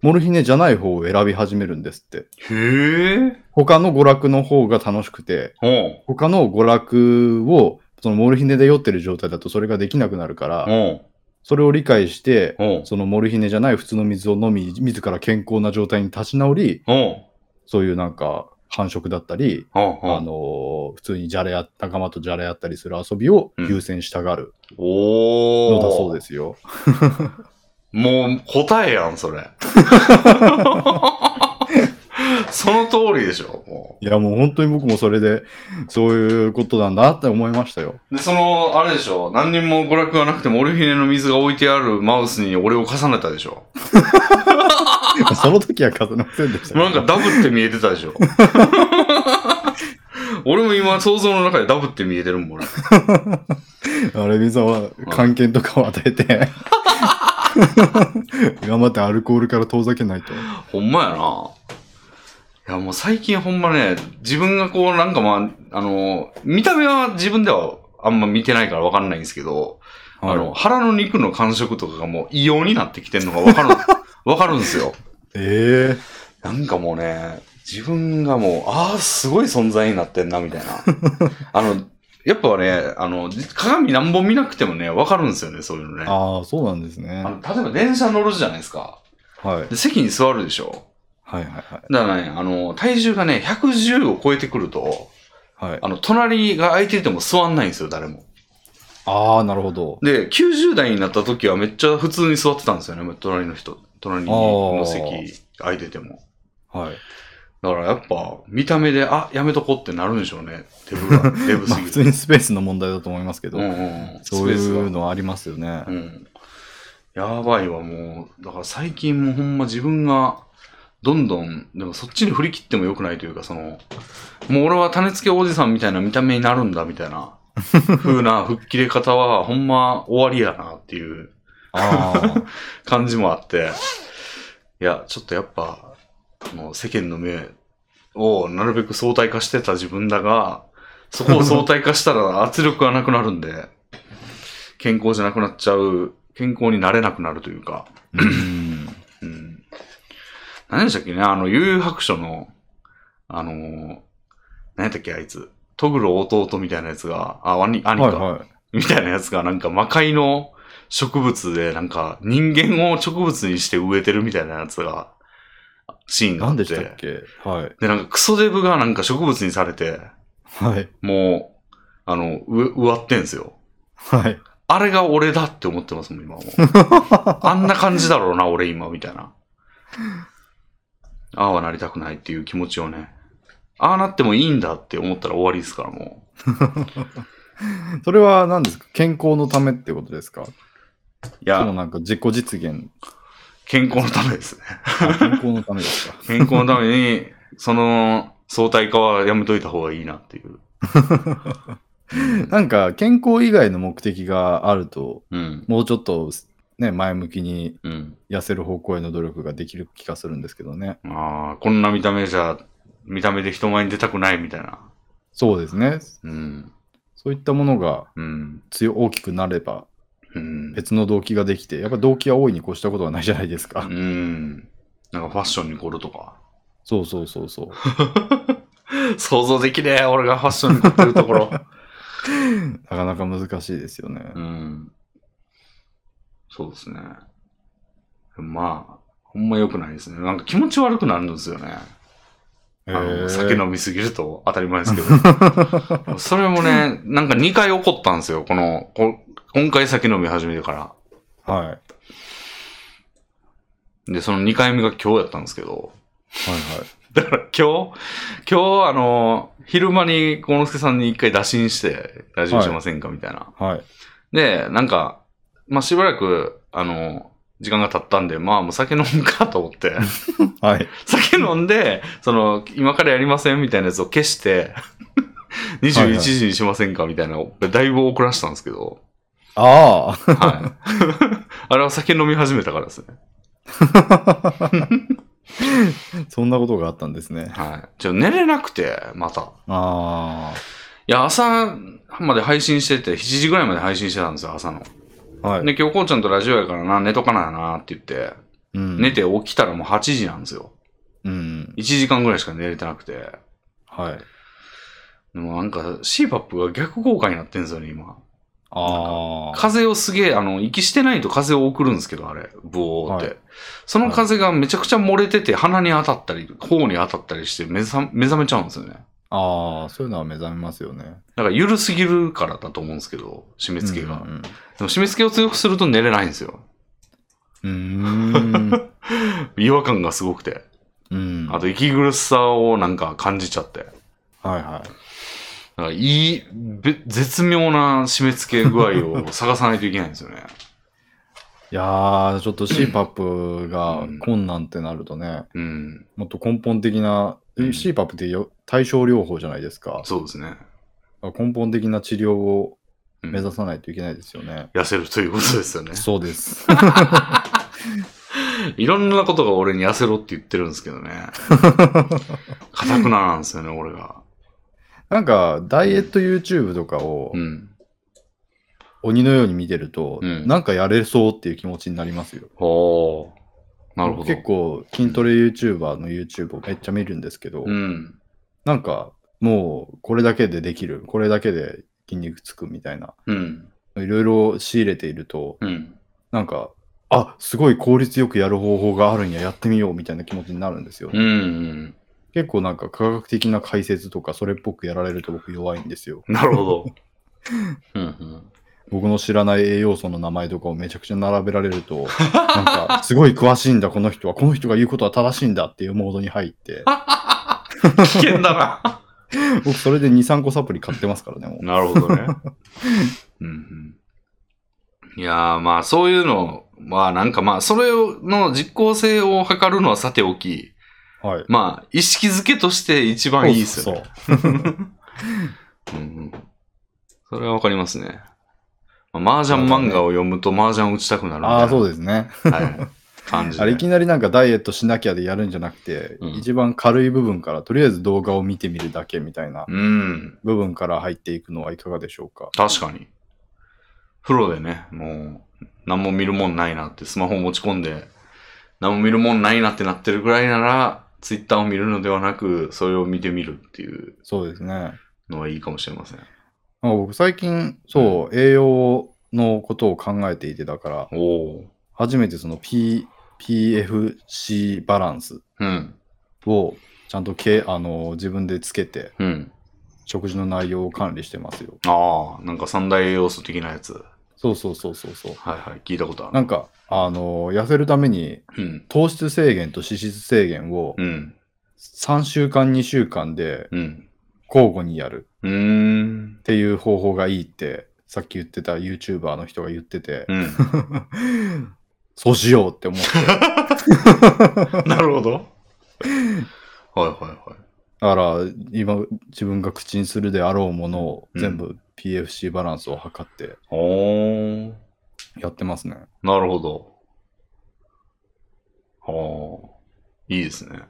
S2: モルヒネじゃない方を選び始めるんですって。
S1: へえ。
S2: 他の娯楽の方が楽しくて、
S1: おう。
S2: 他の娯楽をそのモルヒネで酔ってる状態だとそれができなくなるから、
S1: おう。
S2: それを理解して、
S1: おう。
S2: そのモルヒネじゃない普通の水を飲み、自ら健康な状態に立ち直り、
S1: おう。
S2: そういうなんか繁殖だったり、
S1: おう。
S2: あのー普通にじゃれあ仲間とじゃれ合ったりする遊びを
S1: うん
S2: 優先したがる
S1: お
S2: の
S1: お。
S2: だそうですよ。
S1: もう答えやん、それ。 *laughs* その通りでしょ、も
S2: いやもう本当に僕もそれでそういうことなんだって思いました
S1: *laughs*
S2: よ。
S1: う。で、その、あれでしょ、何人も娯楽がなくても、モルヒネの水が置いてあるマウスに俺を重ねたでしょ。
S2: その時は重ねませんでしたけど
S1: なんかダブって見えてたでしょ。 *laughs* 俺も今、想像の中でダブって見えてるもん、俺。
S2: あれ、みさんは、関係とかを与
S1: *laughs*
S2: えて、頑張ってアルコールから遠ざけないと。
S1: ほんまやな。いや、もう最近ほんまね、自分がこう、なんかまあ、あの、見た目は自分ではあんま見てないからわかんないんですけど、あの、腹の肉の感触とかがもう異様になってきてるのがわか *laughs* る、わかるんですよ。
S2: ええ
S1: なんかもうね、自分がもう、ああ、すごい存在になってんな、みたい *laughs* な。あの、やっぱね、あの、鏡何本見なくてもね、わかるんですよね、そういうのね。あ
S2: ああ、そうなんですね。はい。
S1: の例えば電車乗るじゃないですか。
S2: はい
S1: で席に座るでしょ。
S2: はいは
S1: だからね、あの、体重がね、110を超えてくると、
S2: い。はい、
S1: あの、隣が空いてても座んないんですよ、誰も。
S2: ああ、なるほど。
S1: で、90代になった時はめっちゃ普通に座ってたんですよね、隣の人。隣の
S2: あ
S1: 席
S2: ー
S1: 空いてても。
S2: はい。
S1: だからやっぱ、見た目で、あ、やめとこうってなるんでしょうね。デブが、デブ
S2: *laughs* ますあ、
S1: ぎ
S2: 普
S1: て
S2: 通。にスペースの問題だと思いますけど、
S1: うんうんん。
S2: そういう
S1: スペース
S2: のはありますよね
S1: が。。うん。やばいわ、もう。だから最近もうほんま自分が、どんどん、でもそっちに振り切っても良くないというか、その、もう俺は種付けおじさんみたいな見た目になるんだ、みたいな。風な吹っ切れ方は、ほんま終わりやなっていう。 *laughs*
S2: あ
S1: 感じもあって、いや、ちょっとやっぱ、あの世間の目をなるべく相対化してた自分だが、そこを相対化したら *laughs* 圧力がなくなるんで、健康じゃなくなっちゃう、健康になれなくなるというか、
S2: あ。うん。
S1: うん。何でしたっけね、あの、悠々白書の、あのー、何やったっけ、あいつ。トグロ弟みたいなやつが、あ、兄、兄か、
S2: はいは
S1: *laughs*
S2: い。
S1: みたいなやつが、なんか魔界の植物で、なんか人間を植物にして植えてるみたいなやつが、シーンがあ
S2: 何
S1: って。
S2: でしたっけはい。
S1: で、なんかクソデブがなんか植物にされて、
S2: はい。
S1: もう、あの、う、植わってんすよ。
S2: はい。
S1: あれが俺だって思ってますもん、今もう。
S2: *laughs*
S1: あんな感じだろうな、俺今、みたいな。ああはなりたくないっていう気持ちをね。ああなってもいいんだって思ったら終わりですから、も
S2: それは何ですか健康のためってことですか
S1: う。い
S2: でも
S1: や、
S2: なんか自己実現。
S1: 健康のためですね。
S2: あ健康のためですか
S1: 健康のために、その相対化はやめといた方がいいなっていう。うん
S2: なんか健康以外の目的があると、
S1: うん。
S2: もうちょっとね、前向きに
S1: うん。
S2: 痩せる方向への努力ができる気がするんですけどね。
S1: ああ、こんな見た目じゃ、見た目で人前に出たくないみたいな。
S2: そうですね。
S1: うん。
S2: そういったものが
S1: うん。
S2: 強大きくなれば
S1: うん。
S2: 別の動機ができて、やっぱ動機は大いに越したことはないじゃないですか。
S1: うん。なんかファッションに凝るとか。
S2: そうそうそうそう。
S1: *laughs* 想像できねえ、俺がファッションに凝ってるところ。
S2: なかなか難しいですよね。
S1: *laughs* うん。そうですね。まあ、ほんま良くないですね。なんか気持ち悪くなるんですよね。
S2: へ
S1: あ
S2: ー
S1: の酒飲みすぎると当たり前ですけ
S2: *laughs*
S1: ど。それもね、なんか2回起こったんですよ。この、こ今回酒飲み始めてか
S2: はい。はい
S1: ら。で、その2回目が今日やったんですけど。
S2: はい。
S1: だから今日、今日あの、昼間に幸之助さんに一回打診して、ラジオしませんか、みたいな。
S2: はい。
S1: で、なんか、まあ、しばらく、あの、時間が経ったんで、まあ、もう酒飲むかと思って、
S2: はい。
S1: 酒飲んで、その、今からやりませんみたいなやつを消
S2: *laughs*
S1: して、
S2: はいは
S1: 21
S2: い
S1: 時にしませんかみたいな、だいぶ遅らしたんですけど、
S2: あ *laughs*
S1: はい。あれは酒飲み始めたからですね。
S2: あ、 *laughs* そんなことがあったんですね。
S1: はい。ちょ、寝れなくて、また。
S2: あ
S1: いや、朝まで配信してて、7時ぐらいまで配信してたんですよ、朝の。
S2: あ、はい。
S1: で、今日こうちゃんとラジオやからな、寝とかなよなって言って、
S2: うん、
S1: 寝て起きたらもう8時なんですよ。
S2: うん。
S1: 1時間ぐらいしか寝れてなくて。
S2: はい。
S1: でもなんか CPAP が逆効果になってんですよね、今。
S2: ああ、
S1: 風をすげえ、あの、息してないと風を送るんですけど、あれ、ブオーって。
S2: は
S1: その風がめちゃくちゃ漏れてて、鼻に当たったり、頬に当たったりして目覚め、目覚めちゃうんですよね。
S2: ああ、そういうのは目覚めますよね。
S1: だから、緩すぎるからだと思うんですけど、締め付けが。
S2: うんうん
S1: でも、締め付けを強くすると寝れないんですよ。
S2: うん。うー *laughs* ん。
S1: 違和感がすごくて。
S2: うん。
S1: あと、息苦しさをなんか感じちゃって。だ
S2: はいはい。
S1: から、いい、べ絶妙な締め付け具合を探さないといけないんですよね。
S2: いやー、ちょっと CPAP が困難ってなるとね、
S1: うん。
S2: もっと根本的な、え
S1: うん
S2: CPAP ってよ対症療法じゃないですか。
S1: そうですね。
S2: 根本的な治療を
S1: うん
S2: 目指さないといけないですよね。
S1: 痩せるということですよね。
S2: そう
S1: *laughs*
S2: です。
S1: いろんなことが俺に痩せろって言ってるんですけ
S2: *laughs*
S1: どね。かたくななんですよね、俺が。
S2: なんか、ダイエット YouTube とかを
S1: うん。
S2: 鬼のように見てると、
S1: うん
S2: なんかやれそうっていう気持ちになりますよ。
S1: ほう。なるほど。
S2: 結。構、筋トレ YouTuber の YouTube をめっちゃ見るんですけど、
S1: うん。
S2: なんか、もう、これだけでできる、これだけで筋肉つくみたいな、
S1: うん。
S2: いろいろ仕入れていると、
S1: うん。
S2: なんか、あすごい効率よくやる方法があるんや、やってみようみたいな気持ちになるんですよね。
S1: うんうん。
S2: 結構なんか科学的な解説とかそれっぽくやられると僕弱いんですよ。
S1: なるほ
S2: *laughs*
S1: ど。うんうん。
S2: 僕の知らない栄養素の名前とかをめちゃくちゃ並べられる
S1: *laughs*
S2: と、なんかすごい詳しいんだこの人は、この人が言うことは正しいんだっていうモードに入って、
S1: 危険だな。
S2: 僕それで2、3個サプリ買ってますからね、もう。
S1: なるほど
S2: *laughs*
S1: ね。うんうん。いやーまあそういうの、まあなんかまあそれの実効性を図るのはさておき、
S2: はい。
S1: まあ意識づけとして一番いいですよね。
S2: そう
S1: うんうんそれはわかりますね。まあ、麻雀漫画を読むと麻雀打ちたくなるみたいな。
S2: ああ、そうですね。
S1: はい。感じで。
S2: あれいきなりなんかダイエットしなきゃでやるんじゃなくて、
S1: うん
S2: 一番軽い部分から、とりあえず動画を見てみるだけみたいな
S1: うん。
S2: 部分から入っていくのはいかがでしょうか。
S1: 確かに。風呂でね、もう、何も見るもんないなって、スマホを持ち込んで、何も見るもんないなってなってるぐらいなら、ツイッターを見るのではなく、それを見てみるっていう
S2: そうですね。
S1: のはいいかもしれません。
S2: あ僕最近、そう、栄養のことを考えていて、だから、
S1: おおー。
S2: 初めてその P PFC バランス
S1: うん。
S2: をちゃんとけあの自分でつけて、
S1: うん。
S2: 食事の内容を管理してますよ。
S1: ああ、なんか三大要素的なやつ。
S2: そうそうそうそうそう。
S1: はいはい、聞いたことあ
S2: な
S1: る。
S2: んか、あの、痩せるために
S1: うん。
S2: 糖質制限と脂質制限を
S1: うん。
S2: 3週間、2週間で
S1: うん。
S2: 交互にやる
S1: うーん
S2: っ。ていう方法がいいって、さっき言ってた YouTuber の人が言ってて、
S1: うん。
S2: そうしようって思って。だ
S1: なるほど。はいはいはい。
S2: から、今、自分が口にするであろうものを全
S1: う
S2: 部 PFC バランスを測って
S1: おー。
S2: やってますね。
S1: なるほど。はあ。いいですね。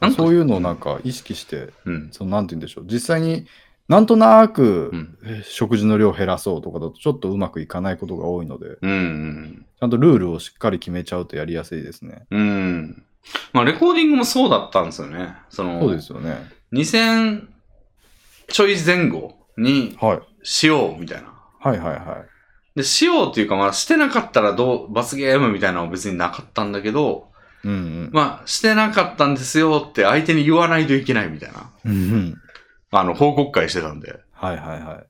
S1: なんか
S2: そういうのをなんか意識して、
S1: うん。
S2: そのなんて言うんでしょう、実際になんとなく、
S1: うん。
S2: えー食事の量を減らそうとかだとちょっとうまくいかないことが多いので、
S1: うんうん。
S2: ちゃんとルールをしっかり決めちゃうとやりやすいですね。
S1: うん。まあ、レコーディングもそうだったんですよね。その、
S2: そうですよね。
S1: 2000ちょい前後に
S2: はい。
S1: しようみたいな。
S2: はいはいは
S1: で、しようっていうか、まあ、してなかったらどう、罰ゲームみたいなのは別になかったんだけど、
S2: い。うん
S1: まあ、してなかったんですよって相手に言わないといけないみたいな、
S2: うん。うんうん。
S1: あの、報告会してたんで。
S2: はいはいはい。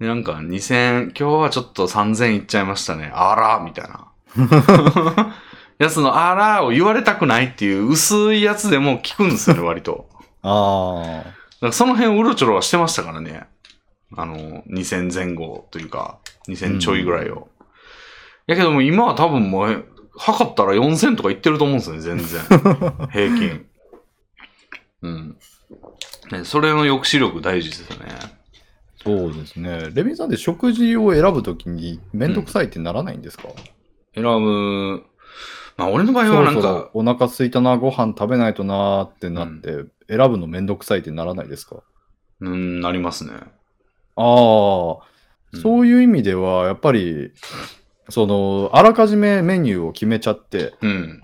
S1: でなんか、2000、今日はちょっと3000いっちゃいましたね。あら、みたいな。 *laughs* やつのあらを言われたくないっていう薄いやつでも聞くんですよね、割と。
S2: ああ。
S1: だからその辺うろちょろはしてましたからね。あの、2000前後というか、2000ちょいぐらいを。やけどもう今は多分もう、測ったら4000とかいってると思うんですよね、全然。 *laughs* 平均。うん。ね、それの抑止力大事ですよね。
S2: そうですね。レミさんって食事を選ぶときにめんどくさいってならないんですか、
S1: 選ぶ、まあ俺の場合
S2: そ
S1: は
S2: ろ
S1: なん
S2: そ
S1: か、
S2: ろお腹空いたな、ご飯食べないとなーってなって、選ぶのめんどくさいってならないですか
S1: うん、なりますね。
S2: ああ、そういう意味では、やっぱり、その、あらかじめメニューを決めちゃって、っ
S1: うん。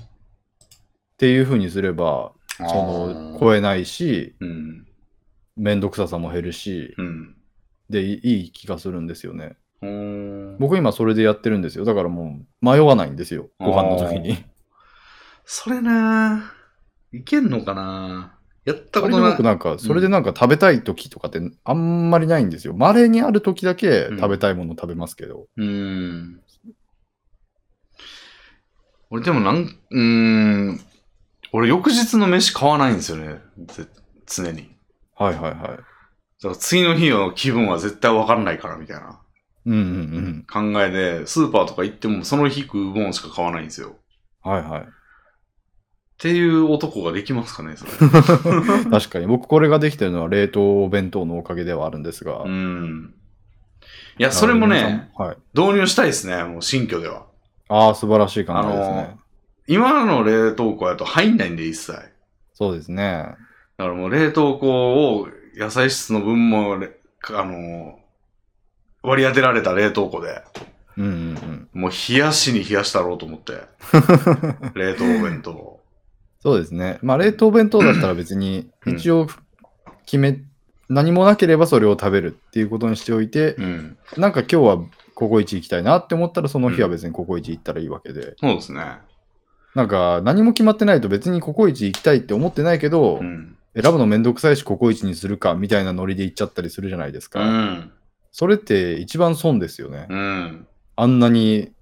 S2: ていうふうにすれば、
S1: そ
S2: その、、超えないし、
S1: うん。
S2: めんどくささも減るし、
S1: うん。
S2: で、いいい気がするんですよね。
S1: うーん
S2: 僕今それでやってるんですよ。だからもう、迷わないんですよ。ご飯の時に。
S1: それなぁ。いけんのかなぁ。やったこと
S2: 割と
S1: な
S2: 僕
S1: い。
S2: なんか、それでなんか食べたい時とかってあんまりないんですよ。稀にある時だけ食べたいもの食べますけど。
S1: うーん。俺でもなん、うーん。俺翌日の飯買わないんですよね。ぜ常に。
S2: はいはいはい。
S1: だから次の日の気分は絶対わかんないからみたいな
S2: うんうんうん。
S1: 考えで、スーパーとか行ってもその日食うもんしか買わないんですよ。っ
S2: はいはい。
S1: ていう男ができますかね、それ。
S2: 確かに。僕これができてるのは冷凍お弁当のおかげではあるんですが。
S1: うん。いや、それもね、、
S2: はい。
S1: 導入したいですね、もう新居では。
S2: ああ、素晴らしい考えですね。
S1: あの今の冷凍庫やと入んないんで、一切。だ
S2: そうですね。
S1: からもう冷凍庫を野菜室の分もれ、あのー割り当てられた冷凍庫で、
S2: うんうんうん。
S1: もう冷やしに冷やしたろうと思って。冷凍弁当を。
S2: そうですね。まあ、冷凍弁当だったら別に、
S1: うん
S2: 一応、決め、何もなければそれを食べるっていうことにしておいて、
S1: うん。
S2: なんか今日はココイチ行きたいなって思ったら、その日は別にココイチ行ったらいいわけで、
S1: そうですね。
S2: なんか何も決まってないと別にココイチ行きたいって思ってないけど、
S1: うん。
S2: 選ぶのめんどくさいしココイチにするかみたいなノリで行っちゃったりするじゃないです
S1: う
S2: か。
S1: ん。
S2: それって一番損ですよね。
S1: うん。
S2: あんなに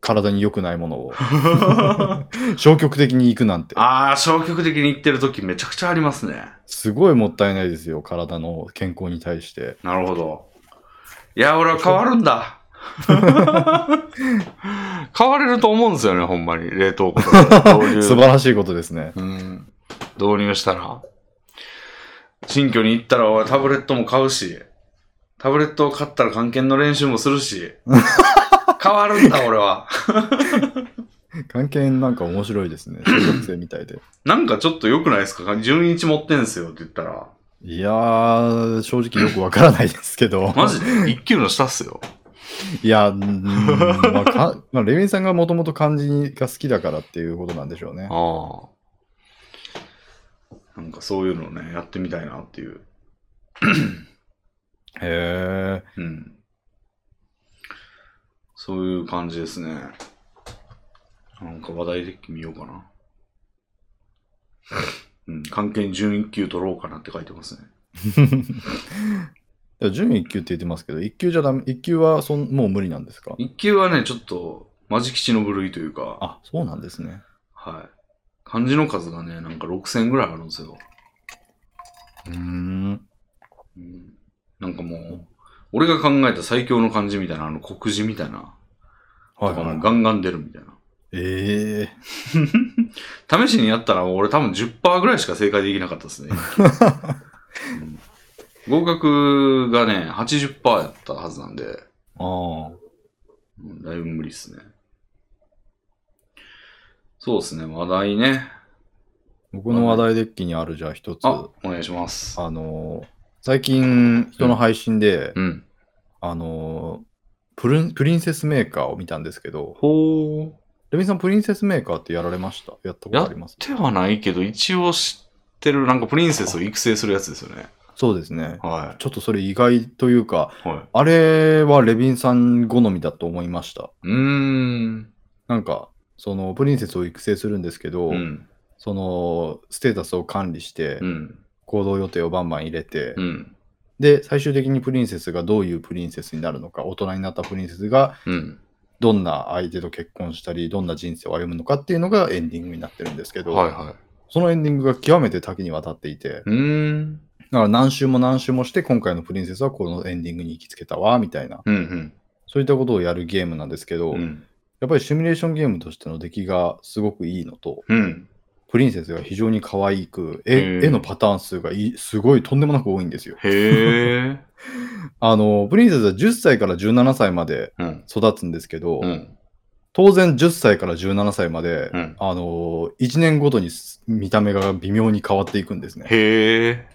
S2: 体に良くないもの
S1: *laughs*
S2: を消極的に行くなんて、
S1: ああ、消極的に言ってる時めちゃくちゃありますね。
S2: すごいもったいないですよ、体の健康に対して。
S1: なるほど。いや、俺は変わるんだ。 *laughs* 変われると思うんですよね、ほんまに。冷凍庫とか導入
S2: *laughs* 素晴らしいことですね。
S1: うん。導入したら。新居に行ったら、俺タブレットも買うし、タブレットを買ったら関係の練習もする
S2: *laughs*
S1: し、変わるんだ、俺は。
S2: 関係なんか面白いですね、小学生みたいで。
S1: なんかちょっと良くないですか ?12 日持ってんすよって言ったら。
S2: いやー、正直よくわからないですけど。
S1: マジ
S2: *laughs*
S1: で一級の下っすよ。
S2: いや、うーんまあか *laughs* まあ、レミンさんがもともと漢字が好きだからっていうことなんでしょうね。
S1: ああ。なんかそういうのをね、やってみたいなっていう。
S2: へえ。
S1: うん。そういう感じですね。なんか話題で見ようかな。 *laughs* うん、関係に準1級取ろうかなって書いてますね。
S2: でも準一級って言ってますけど、一級じゃダメ、一級はそんもう無理なんですか
S1: 1級はね、ちょっと、マジ吉の部類というか、
S2: あ、そうなんですね。
S1: はい。漢字の数がね、なんか6000ぐらいあるんですよ。
S2: うーん。
S1: うん、なんかもう、俺が考えた最強の漢字みたいな、あの、国字みたいな、と
S2: はい
S1: か
S2: はい
S1: もガンガン出るみたいな。
S2: ええ
S1: 試しにやったら俺多分10%ぐらいしか正解できなかった *laughs* ですね。うん合格がね、80%やったはずなんで、
S2: ああ。
S1: うんだいぶ無理っすね。そうですね、話題ね。
S2: 僕の話題デッキにあるじゃあ一つ、
S1: あ
S2: あ、
S1: お願いします。
S2: のー、最近人の配信で、
S1: うん。
S2: あのー、プリンプリンセスメーカーを見たんですけど、
S1: ほう。
S2: レミさん、プリンセスメーカーってやられましたやったことあります
S1: 手はないけど、一応知ってる、なんかプリンセスを育成するやつですよね。
S2: そうですね。
S1: は
S2: ちょっとそれ意外というか、
S1: い。はい。
S2: あれはレビンさん好みだと思いました。
S1: うーん。
S2: なんか、そのプリンセスを育成するんですけど、
S1: うん。
S2: そのステータスを管理して
S1: う、ん。
S2: 行動予定をバンバン入れて、
S1: うん。
S2: で、最終的にプリンセスがどういうプリンセスになるのか、大人になったプリンセスが
S1: うん。
S2: どんな相手と結婚したり、どんな人生を歩むのかっていうのがエンディングになってるんですけど、
S1: はいはい。
S2: そのエンディングが極めて多岐にわたっていて、
S1: うーん。
S2: だから何周も何周もして、今回のプリンセスはこのエンディングに行きつけたわ、みたいな、
S1: うんうん。
S2: そういったことをやるゲームなんですけど、
S1: うん
S2: やっぱりシミュレーションゲームとしての出来がすごくいいのと、
S1: うん。
S2: プリンセスが非常に可愛く、
S1: へ
S2: 絵
S1: ー
S2: 絵のパターン数がいいすごいとんでもなく多いんですよ。
S1: へえ。
S2: あの、プリンセスは10歳から17歳まで
S1: うん。
S2: 育つんですけど、
S1: うん。
S2: 当然10歳から17歳まで、
S1: うん
S2: あの、1年ごとに見た目が微妙に変わっていくんですね。
S1: へえ。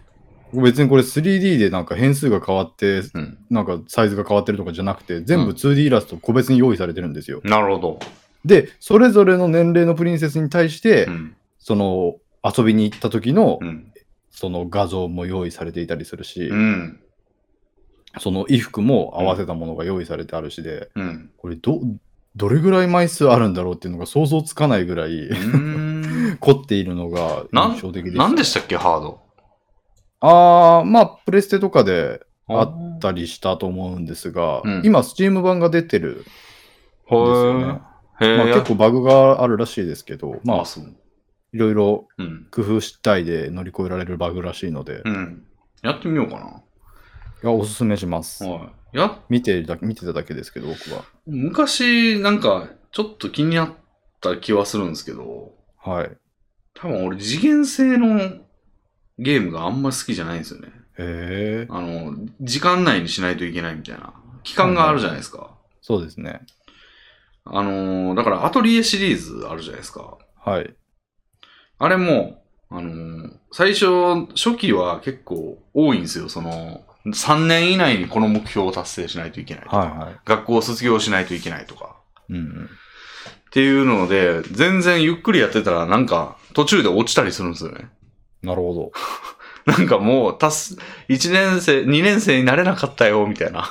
S2: 別にこれ 3D でなんか変数が変わって、
S1: うん。
S2: なんかサイズが変わってるとかじゃなくて、全部 2D イラスト個別に用意されてるんですよ。
S1: なるほど。
S2: で、それぞれの年齢のプリンセスに対して、
S1: うん。
S2: その遊びに行った時の、
S1: うん。
S2: その画像も用意されていたりするし、
S1: うん。
S2: その衣服も合わせたものが用意されてあるしで、
S1: うん。
S2: これど、どれぐらい枚数あるんだろうっていうのが想像つかないぐら
S1: う
S2: い
S1: *laughs*
S2: *laughs*
S1: ん。
S2: 凝っているのが
S1: な
S2: 印象的でした。
S1: なんでしたっけ、ハード。
S2: あー、まあ、プレステとかであっ
S1: った
S2: りしたと思うんですが、
S1: うん
S2: 今、スチーム版が出てるんです
S1: た
S2: よね。
S1: へえ。
S2: まあ、結構バグがあるらしいですけど、まあ
S1: あ、、そう。
S2: いろいろ
S1: うん。
S2: 工夫次第で乗り越えられるバグらしいので、い
S1: うん。やってみようか
S2: やおすすめします
S1: な。。はい。や、
S2: 見てるだ見てただけですけど、僕は。
S1: 昔、なんか、ちょっと気になった気はするんですけど、
S2: はい。
S1: 多分俺、次元性のゲームがあんま好きじゃないんですよね。
S2: へえ、
S1: あの、時間内にしないといけないみたいな。期間があるじゃないですか。
S2: そうですね。
S1: あのーだからアトリエシリーズあるじゃないですか。
S2: はい。
S1: あれも、あのー最初、初期は結構多いんですよ。その、3年以内にこの目標を達成しないといけないとか。
S2: はいは
S1: 学校を卒業しないといけないとか。
S2: い。うんうん。
S1: っていうので、全然ゆっくりやってたらなんか途中で落ちたりするんですよね。 *laughs*
S2: なるほど。
S1: なんかもう、たす、1年生、2年生になれなかったよ、みたいな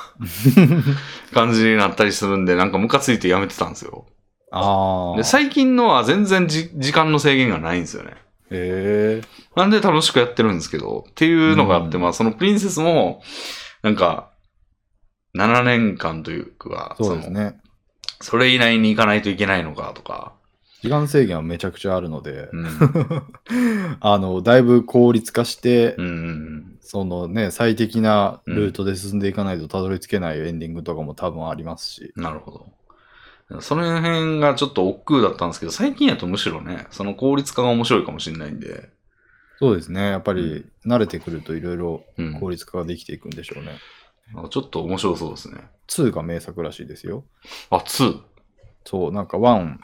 S1: 感じになったりするんで、なんかムカついてやめてたんですよ。
S2: ああ。
S1: で、最近のは全然じ時間の制限がないんですよね。
S2: へえ。
S1: なんで楽しくやってるんですけど、っていうのがあって、
S2: うん
S1: まあそのプリンセスも、なんか、7年間というか、
S2: そうです
S1: の
S2: ね。
S1: それ以内に行かないといけないのかとか、
S2: 時間制限はめちゃくちゃあるので、 *laughs*
S1: うん、
S2: あの、だいぶ効率化して、
S1: うんうん
S2: そのね、最適なルートで進んでいかないとたどり着けないエンディングとかも多分ありますし。
S1: うん、なるほど。その辺がちょっと億劫だったんですけど、最近やとむしろね、その効率化が面白いかもしれないんで、
S2: そうですね。やっぱ
S1: う
S2: り慣れてくるといろいろ
S1: うん、
S2: 効率化ができていくんでしょうね。
S1: なんかちょっと面白そうですね。
S2: 2が名作らしいですよ。
S1: あ、2。
S2: そう、なんか1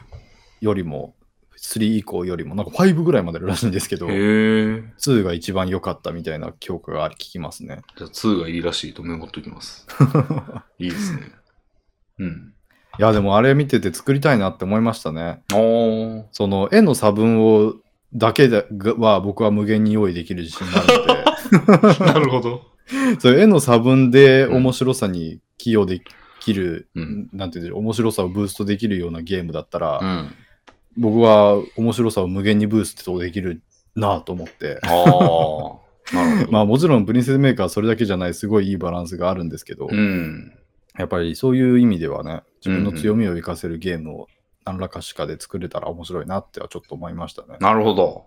S2: よりも、3以降よりも、なんか5ぐらいまであるらしいんですけど、
S1: へえ。
S2: 2が一番良かったみたいな評価が聞きますね。
S1: じゃあ2がいいらしいとメモっとき
S2: *laughs*
S1: ます。いいですね。うん。
S2: いや、でもあれ見てて作りたいなって思いましたね。
S1: おー。
S2: その絵の差分
S1: *laughs*
S2: をだけでがは僕は無限に用意できる自信があるので、
S1: なるほど。
S2: そう絵の差分で
S1: うん
S2: 面白さに寄与できる、
S1: うん
S2: なんていうんでしょう、面白さをブーストできるようなゲームだったら、
S1: うん。
S2: 僕は面白さを無限にブーストできるなぁと思って。
S1: ああ。なるほど。
S2: まあもちろんプリンセスメーカーはそれだけじゃないすごいいいバランスがあるんですけど、
S1: うん。
S2: やっぱりそういう意味ではね、自分の強みを生かせるゲームを何らかしかで作れたら面白いなってはちょっと思いましたね。
S1: なるほど。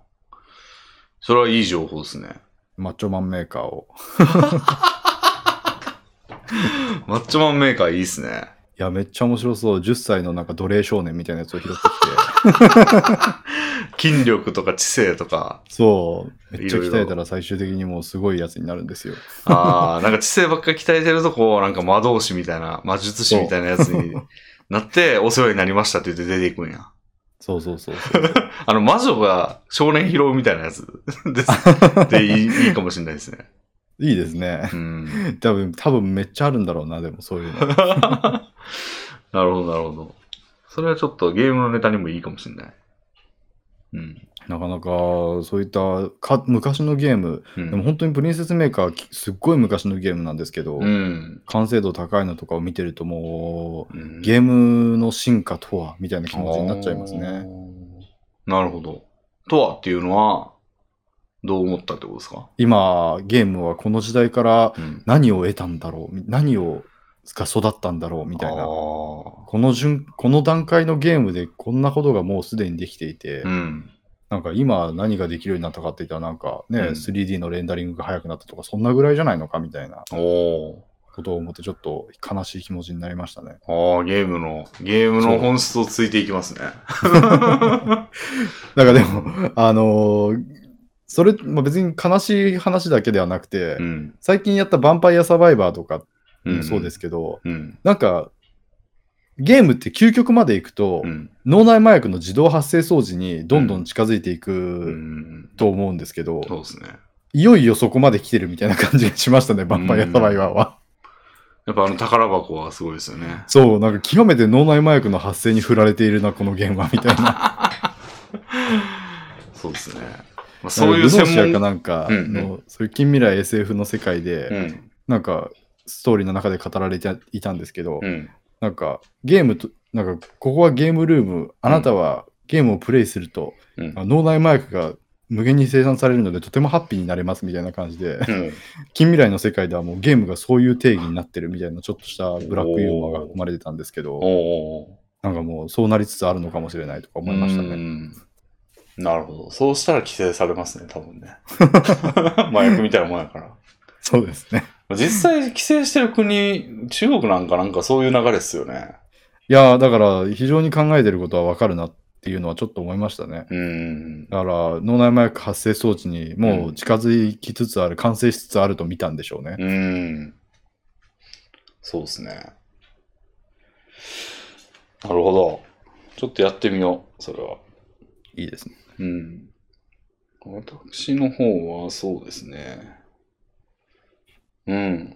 S1: それはいい情報ですね。
S2: マッチョマンメーカーを。
S1: マッチョマンメーカーいいっすね。
S2: いや、めっちゃ面白そう。10歳のなんか奴隷少年みたいなやつを拾ってきて、
S1: 筋力とか知性とか。
S2: そう、めっちゃ
S1: いろい
S2: 鍛
S1: ろ
S2: えたら最終的にもうすごいやつになるんですよ。 *laughs*
S1: ああ、なんか知性ばっかり鍛えてると、こう、なんか魔導士みたいな、魔術師みたいなやつになって、お世話になりましたって言って出ていくんや。
S2: そうそうそうそう。
S1: あの、魔女が少年拾うみたいなや
S2: *laughs*
S1: つです。でいい、いいかもしれないですね。
S2: いいですね。 *laughs*
S1: うん。
S2: 多分、多分めっちゃあるんだろうな、でもそういうの。
S1: なるほど、なるほど。それはちょっとゲームのネタにもいいかもしれない。うん。
S2: なかなかそういったか昔のゲーム、
S1: うん。
S2: でも本当にプリンセスメーカーきすっごい昔のゲームなんですけど、
S1: うん。
S2: 完成度高いのとかを見てるとも
S1: うん
S2: うゲームの進化とはみたいな気持ちになっちゃいます
S1: あ
S2: ね。
S1: ー。なるほど。とはっていうのは、どう思ったってことですか
S2: 今ゲームはこの時代から
S1: うん。
S2: 何を得たんだろうみ何をが育ったんだろうみたい
S1: あ
S2: なこ
S1: ー
S2: の順この段階のゲームでこんなことがもうすでにできていて、
S1: うん。
S2: なんか今何ができるようになったかって言ったらなんかね、
S1: うん
S2: 3D のレンダリングが早くなったとかそんなぐらいじゃないのかみたいな
S1: おお
S2: ことを思ってちょっと悲しい気持ちになりましたね。
S1: ー。ああ、ゲームの、ゲームの本質をついていきますね。
S2: なんかでも、あのーそれ、まあ、別に悲しい話だけではなくて、
S1: うん。
S2: 最近やったヴァンパイアサバイバーとか
S1: うん。。
S2: もそうですすけど、
S1: うん。
S2: なんか、ゲームって究極まで行くと、
S1: うん。
S2: 脳内麻薬の自動発生装置にどんどん近づいていく
S1: ん。
S2: と思うんですけど、
S1: そうですね。
S2: いよいよそこまで来てるみたいな感じがしましたね、ヴァンパイアサバイバーは。
S1: やっぱあの宝箱はすごいですよね。
S2: そう、なんか極めて脳内麻薬の発生に振られているな、このゲームは、みたいな。
S1: そうですね。まあ、 *laughs* そういう
S2: なんかルノーシア
S1: 専
S2: か
S1: 門
S2: なんか
S1: うん
S2: の、そういう近未来 SF の世界で、
S1: うん。
S2: なんかストーリーの中で語られていたんですけど、
S1: うん。
S2: なんかゲームとなんかここはゲームルームあなたはゲームをプレイすると、
S1: うん
S2: あ脳内麻薬が無限に生産されるのでとてもハッピーになれますみたいな感じで、 *laughs*
S1: うん。
S2: 近未来の世界ではもうゲームがそういう定義になってるみたいなちょっとしたブラックユーモアが含まれてたんですけ
S1: お
S2: ど
S1: おー。
S2: なんかもうそうなりつつあるのかもしれないとか思いましたね。
S1: ね。なるほど。そうしたら規制されますね、多分ね。 *laughs* 麻薬みたいなもんやから。
S2: そうですね。 *laughs*
S1: 実際、規制してる国、中国なんかなんかそういう流れですよね。
S2: いやーだから非常に考えてることはわかるなっていうのはちょっと思いましたね。
S1: うん。
S2: だから脳内麻薬発生装置にもう近づきつつある、完成しつつあると見たんでしょうね。
S1: うん。そうですね。なるほど。ちょっとやってみよう、それは。
S2: いいですね。
S1: うん。私の方はそうですね。うん。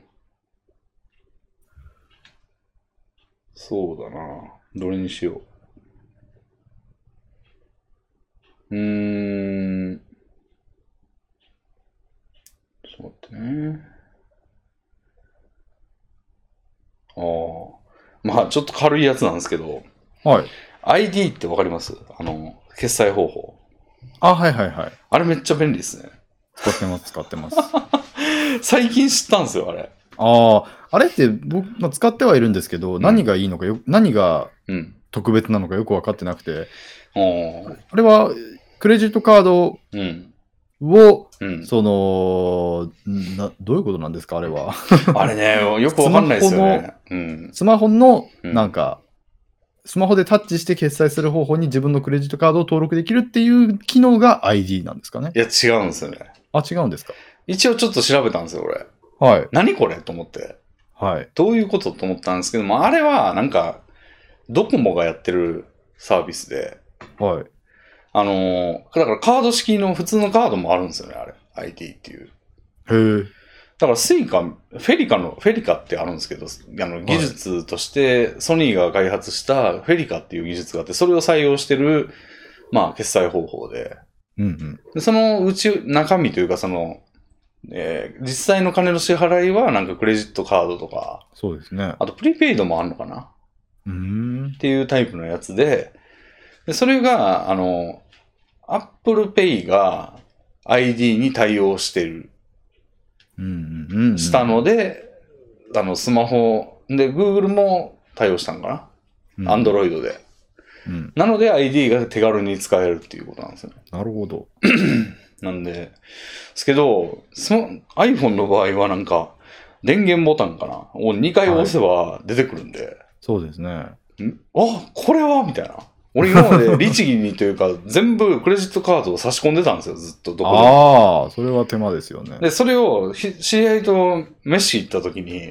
S1: そうだな。どれにしよう。うーん。ちょっと待ってね。ああ。まあ、ちょっと軽いやつなんですけど、
S2: はい。
S1: ID ってわかりますあの、決済方法。
S2: あ、はいはいはい。
S1: あれめっちゃ便利ですね。
S2: 使ってます、使ってます。あ
S1: 最近知ったんですよ、あれ。
S2: あ、あれって僕、まあ、使ってはいるんですけど、
S1: ん
S2: 何がいいのかよ、何が
S1: うん。
S2: 特別なのかよく分かってなくて、
S1: おー
S2: あれはクレジットカード
S1: うん。
S2: を、
S1: うん。
S2: そのな、どういうことなんですか、あれは。
S1: あれね、よくわかんないですよね。うん。
S2: スマホの、
S1: うん
S2: なんか、スマホでタッチして決済する方法に自分のクレジットカードを登録できるっていう機能が ID なんですかね。
S1: いや、違うんですよね。
S2: あ、違うんですか。
S1: 一応ちょっと調べたんですよ、俺。
S2: はい。
S1: 何これと思って。
S2: はい。
S1: どういうことと思ったんですけど、まあ、あれは、なんか、ドコモがやってるサービスで、
S2: はい。
S1: あのーだからカード式の普通のカードもあるんですよね、あれ。ID っていう。
S2: へえ。
S1: だからスイカ、フェリカの、フェリカってあるんですけど、あの技術としてソニーが開発したフェリカっていう技術があって、それを採用してる、まあ、決済方法で、
S2: うんうん。
S1: でそのうち中身というか、その、えー実際の金の支払いはなんかクレジットカードとか、
S2: そうですね。
S1: あとプリペイドもあるのかな
S2: うーん
S1: っ。ていうタイプのやつで、でそれが、あの、Apple Pay が ID に対応してる、
S2: うんうんうん。
S1: したので、あの、スマホで Google も対応したんか
S2: うん、
S1: な ?Android で。
S2: うん。
S1: なので ID が手軽に使えるっていうことなんですよね。
S2: なるほど。
S1: なんで、ですけど、スマ iPhone の場合はなんか、電源ボタンかなを2回押せば出てくるんで、
S2: そうですね。
S1: んあこれはみたいな。俺今ま
S2: *laughs*
S1: で律儀にというか、全部クレジットカードを差し込んでたんですよ、ずっとどこでも。
S2: ああ、それは手間ですよね。
S1: で、それをひ知り合いと飯行った時に、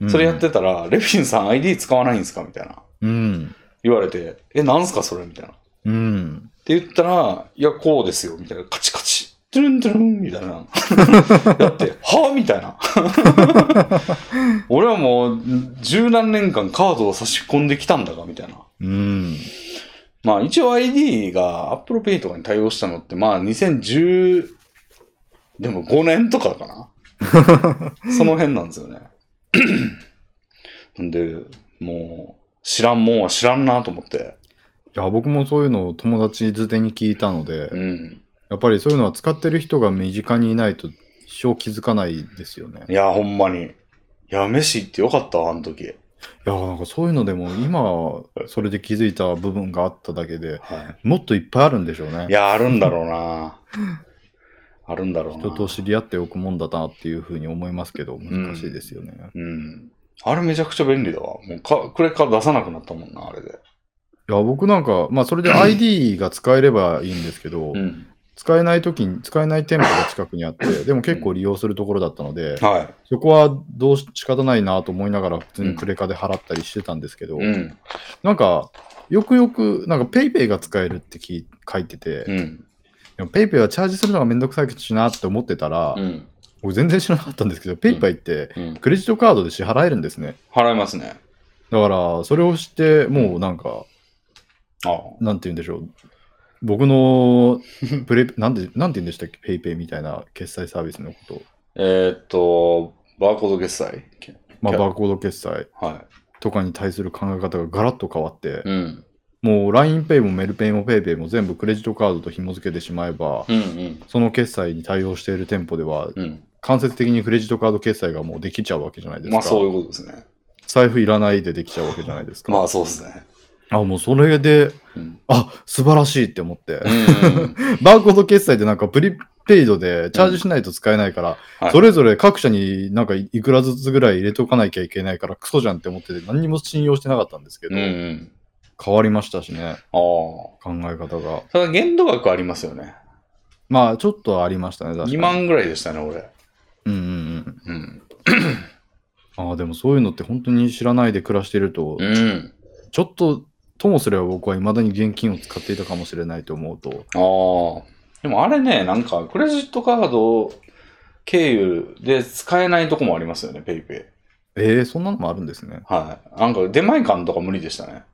S2: うん
S1: それやってたら、レフィンさん ID 使わないんですかみたいな。
S2: うん。
S1: 言われて、え、なんすかそれみたいな。っ
S2: うん。
S1: て言ったら、いや、こうですよ、みたいな。カチカチ。トゥルントゥルンみたいな。 *laughs* やって、はみたいな。 *laughs* 俺はもう、十何年間カードを差し込んできたんだが、みたいな。
S2: うん。
S1: まあ一応 ID が Apple Pay とかに対応したのってまあ2010でも5年とかかなその辺なんですよね。 *clears throat* なんで、もう知らんもんは知らんなと思って。
S2: いや、僕もそういうのを友達づてに聞いたので、
S1: うん。
S2: やっぱりそういうのは使ってる人が身近にいないと一生気づかないですよね。
S1: いや、ほんまに。いや、飯行ってよかったわ、あの時。
S2: いや、なんかそういうのでも今、それで気づいた部分があっただけで
S1: は
S2: もっといっぱいあるんでしょうね
S1: い、い。や、あるんだろう *laughs* な。あるんだろうな。
S2: 人と知り合っておくもんだなっていうふうに思いますけど、難しいですよね。
S1: うん。あれめちゃくちゃ便利だわ。もうか、クレカ出さなくなったもんな、あれで。
S2: いや、僕なんか、まあそれで ID が使えればいいんですけど、
S1: ん。
S2: 使えない時に、使えない店舗が近くにあって、でも結構利用するところだったので、
S1: は
S2: そこはどうし仕方ないなと思いながら普通にクレカで払ったりしてたんですけど、
S1: い。うん。
S2: なんか、よくよく、なんか PayPay ペイペイが使えるってき書いてて、
S1: うん。
S2: でも PayPay ペイペイはチャージするのがめんどくさいしなって思ってたら、
S1: うん。
S2: 僕全然知らなかったんですけど、PayPay ペイペイって
S1: うん。
S2: クレジットカードで支払えるんですね。
S1: 払いますね。
S2: だから、それをして、もうなんか、
S1: あ
S2: なんて言うんでしょう。僕のプレなんて、なんて言うんでしたっけ、PayPay ペイみたいな決済サービスのこと。
S1: えーっと、バーコード決済
S2: まあ、
S1: キャ
S2: バーコード決済
S1: は
S2: とかに対する考え方がガラッと変わって
S1: い。、うん。
S2: もう LINEPay もメルペイも PayPay も全部クレジットカードと紐付けてしまえば、
S1: うんうん。
S2: その決済に対応している店舗では、
S1: うん。
S2: 間接的にクレジットカード決済がもうできちゃうわけじゃないですか。
S1: まあそういうことですね。
S2: 財布いらないでできちゃうわけじゃないですか。
S1: まあそうですね。
S2: あ、もうそれで、
S1: うん。
S2: あ、素晴らしいって思って。
S1: うん
S2: バーコード決済ってなんかプリペイドでチャージしないと使えないから、
S1: はい
S2: それぞれ各社になんかいくらずつぐらい入れとかなきゃいけないからクソじゃんって思ってて何にも信用してなかったんですけ
S1: う
S2: ど、
S1: んうん。
S2: 変わりましたしね、
S1: ああ。
S2: 考え方が。
S1: ただ限度額ありますよね。
S2: まあちょっとありましたね、確かに。
S1: 2万ぐらいでしたね、俺。
S2: うんうんうん。
S1: うん。
S2: ああ、でもそういうのって本当に知らないで暮らしてると、
S1: うん。
S2: ちょっと、ともすれば僕は未だに現金を使っていたかもしれないと思うと、
S1: ああ。でもあれね、なんかクレジットカード経由で使えないとこもありますよね、ペイペイ。
S2: えー、そんなのもあるんですね。
S1: はい。なんか出前館とか無理でしたね。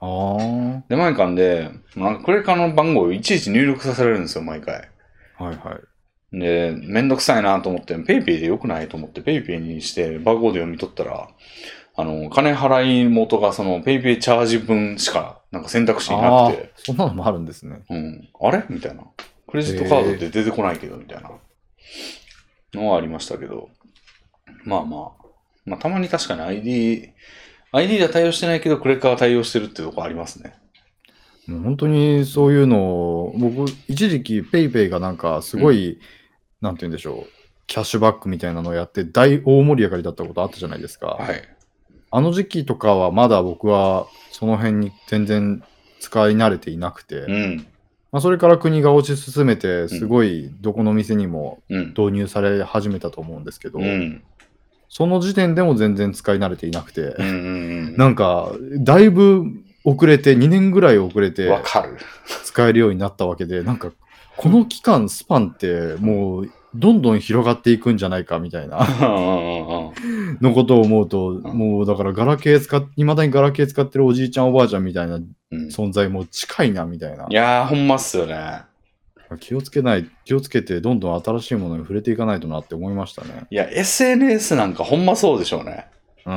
S2: ああ、
S1: 出前館で、なんかクレカの番号をいちいち入力させられるんですよ、毎回。
S2: はいはい。
S1: で、めんどくさいなと思って、ペイペイでよくないと思って、ペイペイにして、バーコード読み取ったら、あの、金払い元がその、ペイペイチャージ分しか、なんか選択肢にな
S2: ああ
S1: く
S2: ー
S1: て、、
S2: そんなのもあるんですね。
S1: うん、あれみたいな。クレジットカードって出てこないけど、みたいな。のはありましたけど、まあまあ、まあたまに確かに ID、ID が対応してないけど、クレカが対応してるってとこありますね。
S2: もう本当にそういうのを、僕、一時期 PayPay ペイペイがなんかすごい、なんて言うんでしょう、キャッシュバックみたいなのをやって大大盛り上がりだったことあったじゃないですか。
S1: はい。
S2: あの時期とかはまだ僕はその辺に全然使い慣れていなくて、
S1: うん、
S2: まあ、それから国が推し進めて、すごいどこの店にも
S1: うん、
S2: 導入され始めたと思うんですけど、
S1: うん、うん、
S2: その時点でも全然使い慣れていなくて、
S1: うんうん
S2: なんか、だいぶ遅れて、2年ぐらい遅れ
S1: うん。わ
S2: て
S1: かる。
S2: 使えるようになったわけで、なんか、この期間、スパンって、もう、どんどん広がっていくんじゃないかみたいな
S1: うんうんうんうん。
S2: のことを思うと、もうだからガラケー使っ、いまだにガラケー使ってるおじいちゃんおばあちゃんみたいな
S1: うん。
S2: 存在も近いなみたいない
S1: やー、ほんまっすよね。
S2: 気をつけない、気をつけて、どんどん新しいものに触れていかないとなって思いましたね。
S1: いや、SNS なんかほんまそうでしょうね。
S2: うん。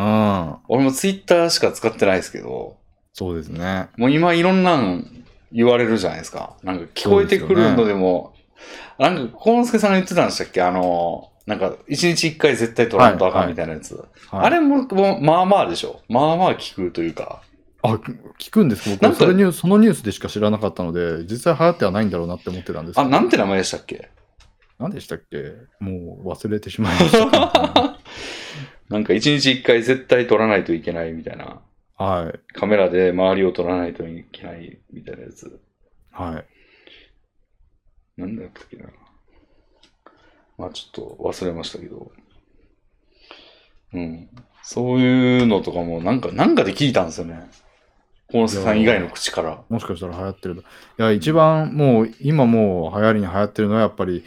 S1: 俺も Twitter しか使ってないですけど、
S2: そうですね。
S1: もう今いろんなん言われるじゃないですか。なんか聞こえてくるのでも、なんか、幸之助さんが言ってたんでしたっけあの、なんか、一日一回絶対取らんとあかんみたいなやつ。
S2: はい
S1: あれも、もうまあまあでしょ。まあまあ聞くというか。
S2: あ聞くんです僕
S1: なん
S2: は
S1: か
S2: それニュースそのニュースでしか知らなかったので、実際流行ってはないんだろうなって思ってたんですけ
S1: あ、
S2: ど
S1: なんて名前でしたっけ
S2: 何でしたっけもう忘れてしまいま
S1: *laughs*
S2: した。
S1: なんか、一日一回絶対取らないといけないみたいな。
S2: はい。
S1: カメラで周りを撮らないといけないみたいなやつ。
S2: はい。
S1: なんだったっけな。まあちょっと忘れましたけど。うん。そういうのとかも、なんか、なんかで聞いたんですよね。コ之助さん以外の口から。
S2: もしかしたら流行ってると。いや、一番もう、今もう流行りに流行ってるのはやっぱり、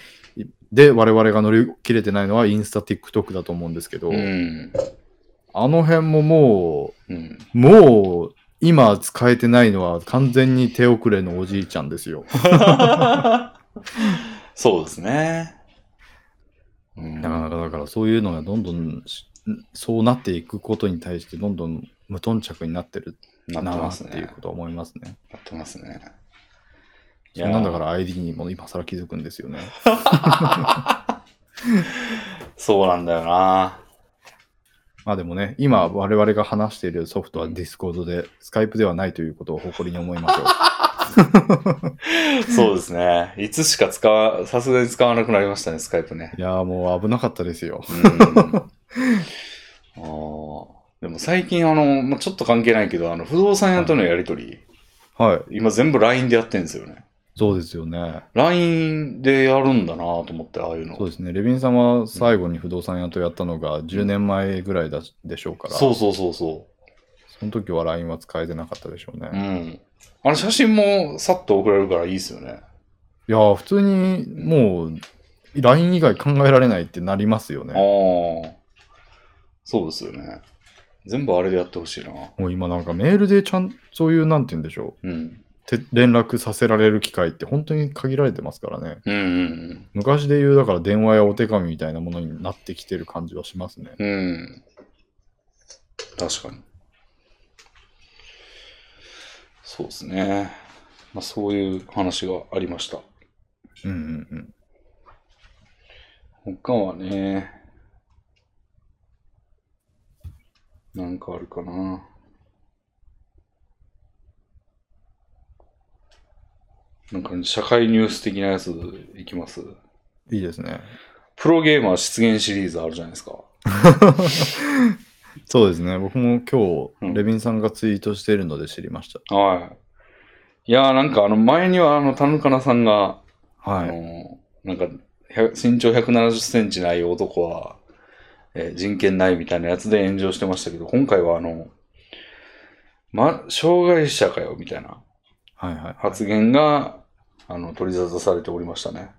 S2: で、我々が乗り切れてないのはインスタ、TikTok だと思うんですけど、
S1: うん。
S2: あの辺もも
S1: うん。
S2: う、もう、今使えてないのは完全に手遅れのおじいちゃんですよ。
S1: そうですね。うん
S2: なかなかだからそういうのがどんどんしそうなっていくことに対してどんどん無頓着になってる
S1: な
S2: な
S1: って
S2: あ
S1: ま
S2: っ
S1: す
S2: て
S1: ね。
S2: いうことは思いますね。
S1: なってますね。い
S2: そ
S1: や
S2: んなんだから ID にも今更気づくんですよね。
S1: そうなんだよな。
S2: まあでもね、今我々が話しているソフトは Discord で、Skype ではないということを誇りに思い
S1: *laughs*
S2: ましょう。
S1: そうですね。いつしか使わ、さすがに使わなくなりましたね、スカイプね。
S2: いやーもう危なかったですよ。
S1: うん *laughs* あーでも最近、あの、まあ、ちょっと関係ないけど、あの、不動産屋とのやりとり、
S2: はい、
S1: 今全部 LINE でやってるんですよね。
S2: そうですよね。
S1: LINE でやるんだなと思って、ああいうの。
S2: そうですね。レビンさんは最後に不動産屋とやったのが10年前ぐらいだでしょうから、
S1: そうそうそうそ
S2: その時は LINE は使えてなかったでしょうね。
S1: う。うん。あの、写真もさっと送れるからいいですよね。
S2: いやー、普通にもう、LINE 以外考えられないってなりますよ
S1: あ
S2: ね。
S1: あ。そうですよね。全部あれでやってほしいな。
S2: もう今なんかメールでちゃん、そういう、なんて言うんでしょ
S1: うん。
S2: う、て連絡させられる機会って本当に限られてますからね。
S1: うんうん
S2: 昔で言う、だから電話やお手紙みたいなものになってきてる感じはしますね。
S1: うん。うん。確かに。そうですね。まあ、そういう話がありました。
S2: うんうんうん。
S1: 他はね、なんかあるかな。なんか、社会ニュース的なやついきます。
S2: いいですね。
S1: プロゲーマー出現シリーズあるじゃないですか。
S2: そうですね。僕も今
S1: う
S2: 日、
S1: ん
S2: レビンさんがツイートしてるので知りまし
S1: はい。いやーなんかあの前にはあの田中なさんが、
S2: た。
S1: あ
S2: はい。
S1: のなんか100身長170センチない男は、えー人権ないみたいなやつで炎上してましたけど、今回はあの、ま、障害者かよみたいな
S2: はいはい。
S1: 発言が、あの、取り沙汰されておりましたね。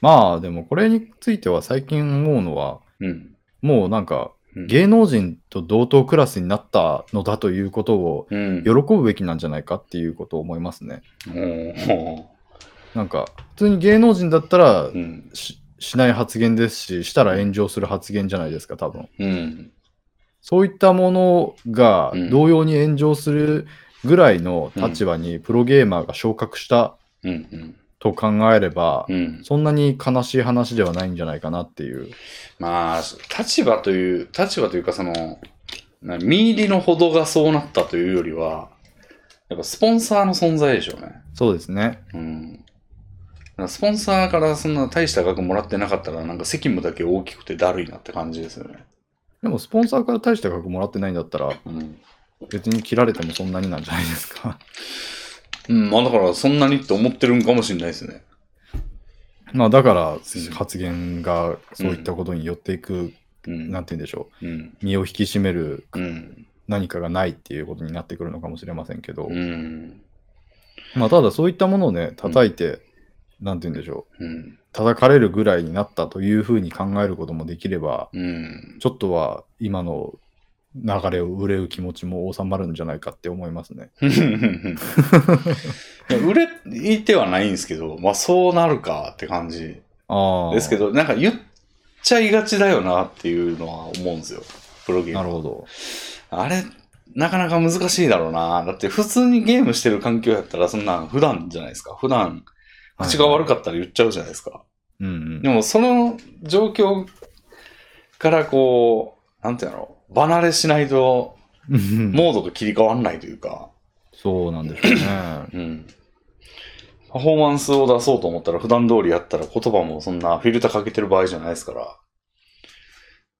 S2: まあ、でもこれについては最近思うのは、
S1: うん。
S2: もうなんか、
S1: うん
S2: 芸能人と同等クラスになったのだということを
S1: うん。
S2: 喜ぶべきなんじゃないかっていうことを思いますね。
S1: も
S2: なんか、普通に芸能人だったら
S1: ううん。
S2: ししない発言ですし、したら炎上する発言じゃないですか、多分。
S1: うん。
S2: そういったものが
S1: うん
S2: 同様に炎上するぐらいの立場にプロゲーマーが昇格した
S1: うん。うん。
S2: と考えれば、
S1: うん。
S2: そんなに悲しい話ではないんじゃないかなっていう。
S1: まあ、立場という、立場というか、その、な身入りのほどがそうなったというよりは、やっぱスポンサーの存在でしょうね。
S2: そうですね。
S1: うん。だからスポンサーからそんな大した額もらってなかったら、なんか責務だけ大きくてだるいなって感じですよね。
S2: でも、スポンサーから大した額もらってないんだったら、
S1: うん。
S2: 別に切られてもそんなになんじゃないですか。 *laughs*
S1: うん、まあだから、そんなにって思ってるんかもしれないですね。
S2: まあだから発言がそういったことによっていく、
S1: うん。
S2: なんて言うんでしょ
S1: うん。
S2: う、身を引き締める
S1: うん。
S2: 何かがないっていうことになってくるのかもしれませんけど、
S1: うん。
S2: まあただそういったものをね、叩いて、なんて言うんでしょう、
S1: うん。
S2: 叩かれるぐらいになったというふうに考えることもできれば、
S1: うん。
S2: ちょっとは今の流れを憂う気持ちも収まるんじゃないかって思いますね。
S1: いや売れいてはないんですけど、まあそうなるかって感じ
S2: ああ。
S1: ですけど、なんか言っちゃいがちだよなっていうのは思うんですよ。プロゲーム
S2: な
S1: は
S2: るほど。
S1: あれ、なかなか難しいだろうな。だって普通にゲームしてる環境やったら、そんなん普段じゃないですか。普段、口が悪
S2: か
S1: かったら言っちゃうじゃないですか。
S2: うんうん。
S1: でも、その状況からこう、なんていうの、離れしないと、モ
S2: も
S1: ードが切り替わんないというか、
S2: そうなんでしょ
S1: *laughs*
S2: うね。
S1: うん。パフォーマンスを出そうと思ったら、普段通りやったら言葉もそんなフィルターかけてる場合じゃないですから、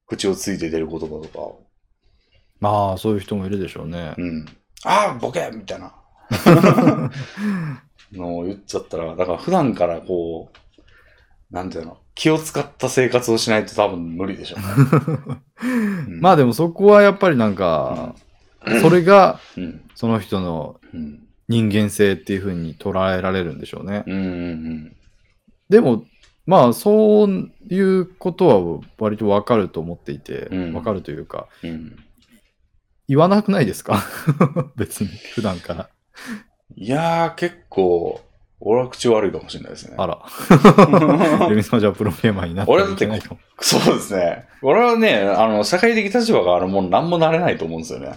S1: 口をついて出る言葉とかを
S2: まあ、そういう人もいるでしょうね。
S1: うん。ああ、ボケみたいな。 *laughs* のを言っちゃったら、だから普段からこう、なんていうの、気を使った生活をしないと多分無理でしょうね。 *laughs* ん
S2: まあでもそこはやっぱりなんか、それが
S1: うん。
S2: その人の
S1: うん。
S2: 人間性っていうふうに捉えられるんでしょうね。
S1: うん。うん
S2: でも、まあそういうことは割とわかると思っていて、
S1: うん
S2: わかるというか、
S1: うん。うん。
S2: 言わなくないですか *laughs* 別に、普段から。
S1: いやー、結構、俺は口悪いかもしれないですね。
S2: あら、
S1: *laughs*
S2: レミさんはじゃあプロゲーマーになって
S1: 俺だって
S2: いけないかも。
S1: そうですね。俺はね、あの、社会的立場があるもん何もなれないと思うんです *laughs* よね。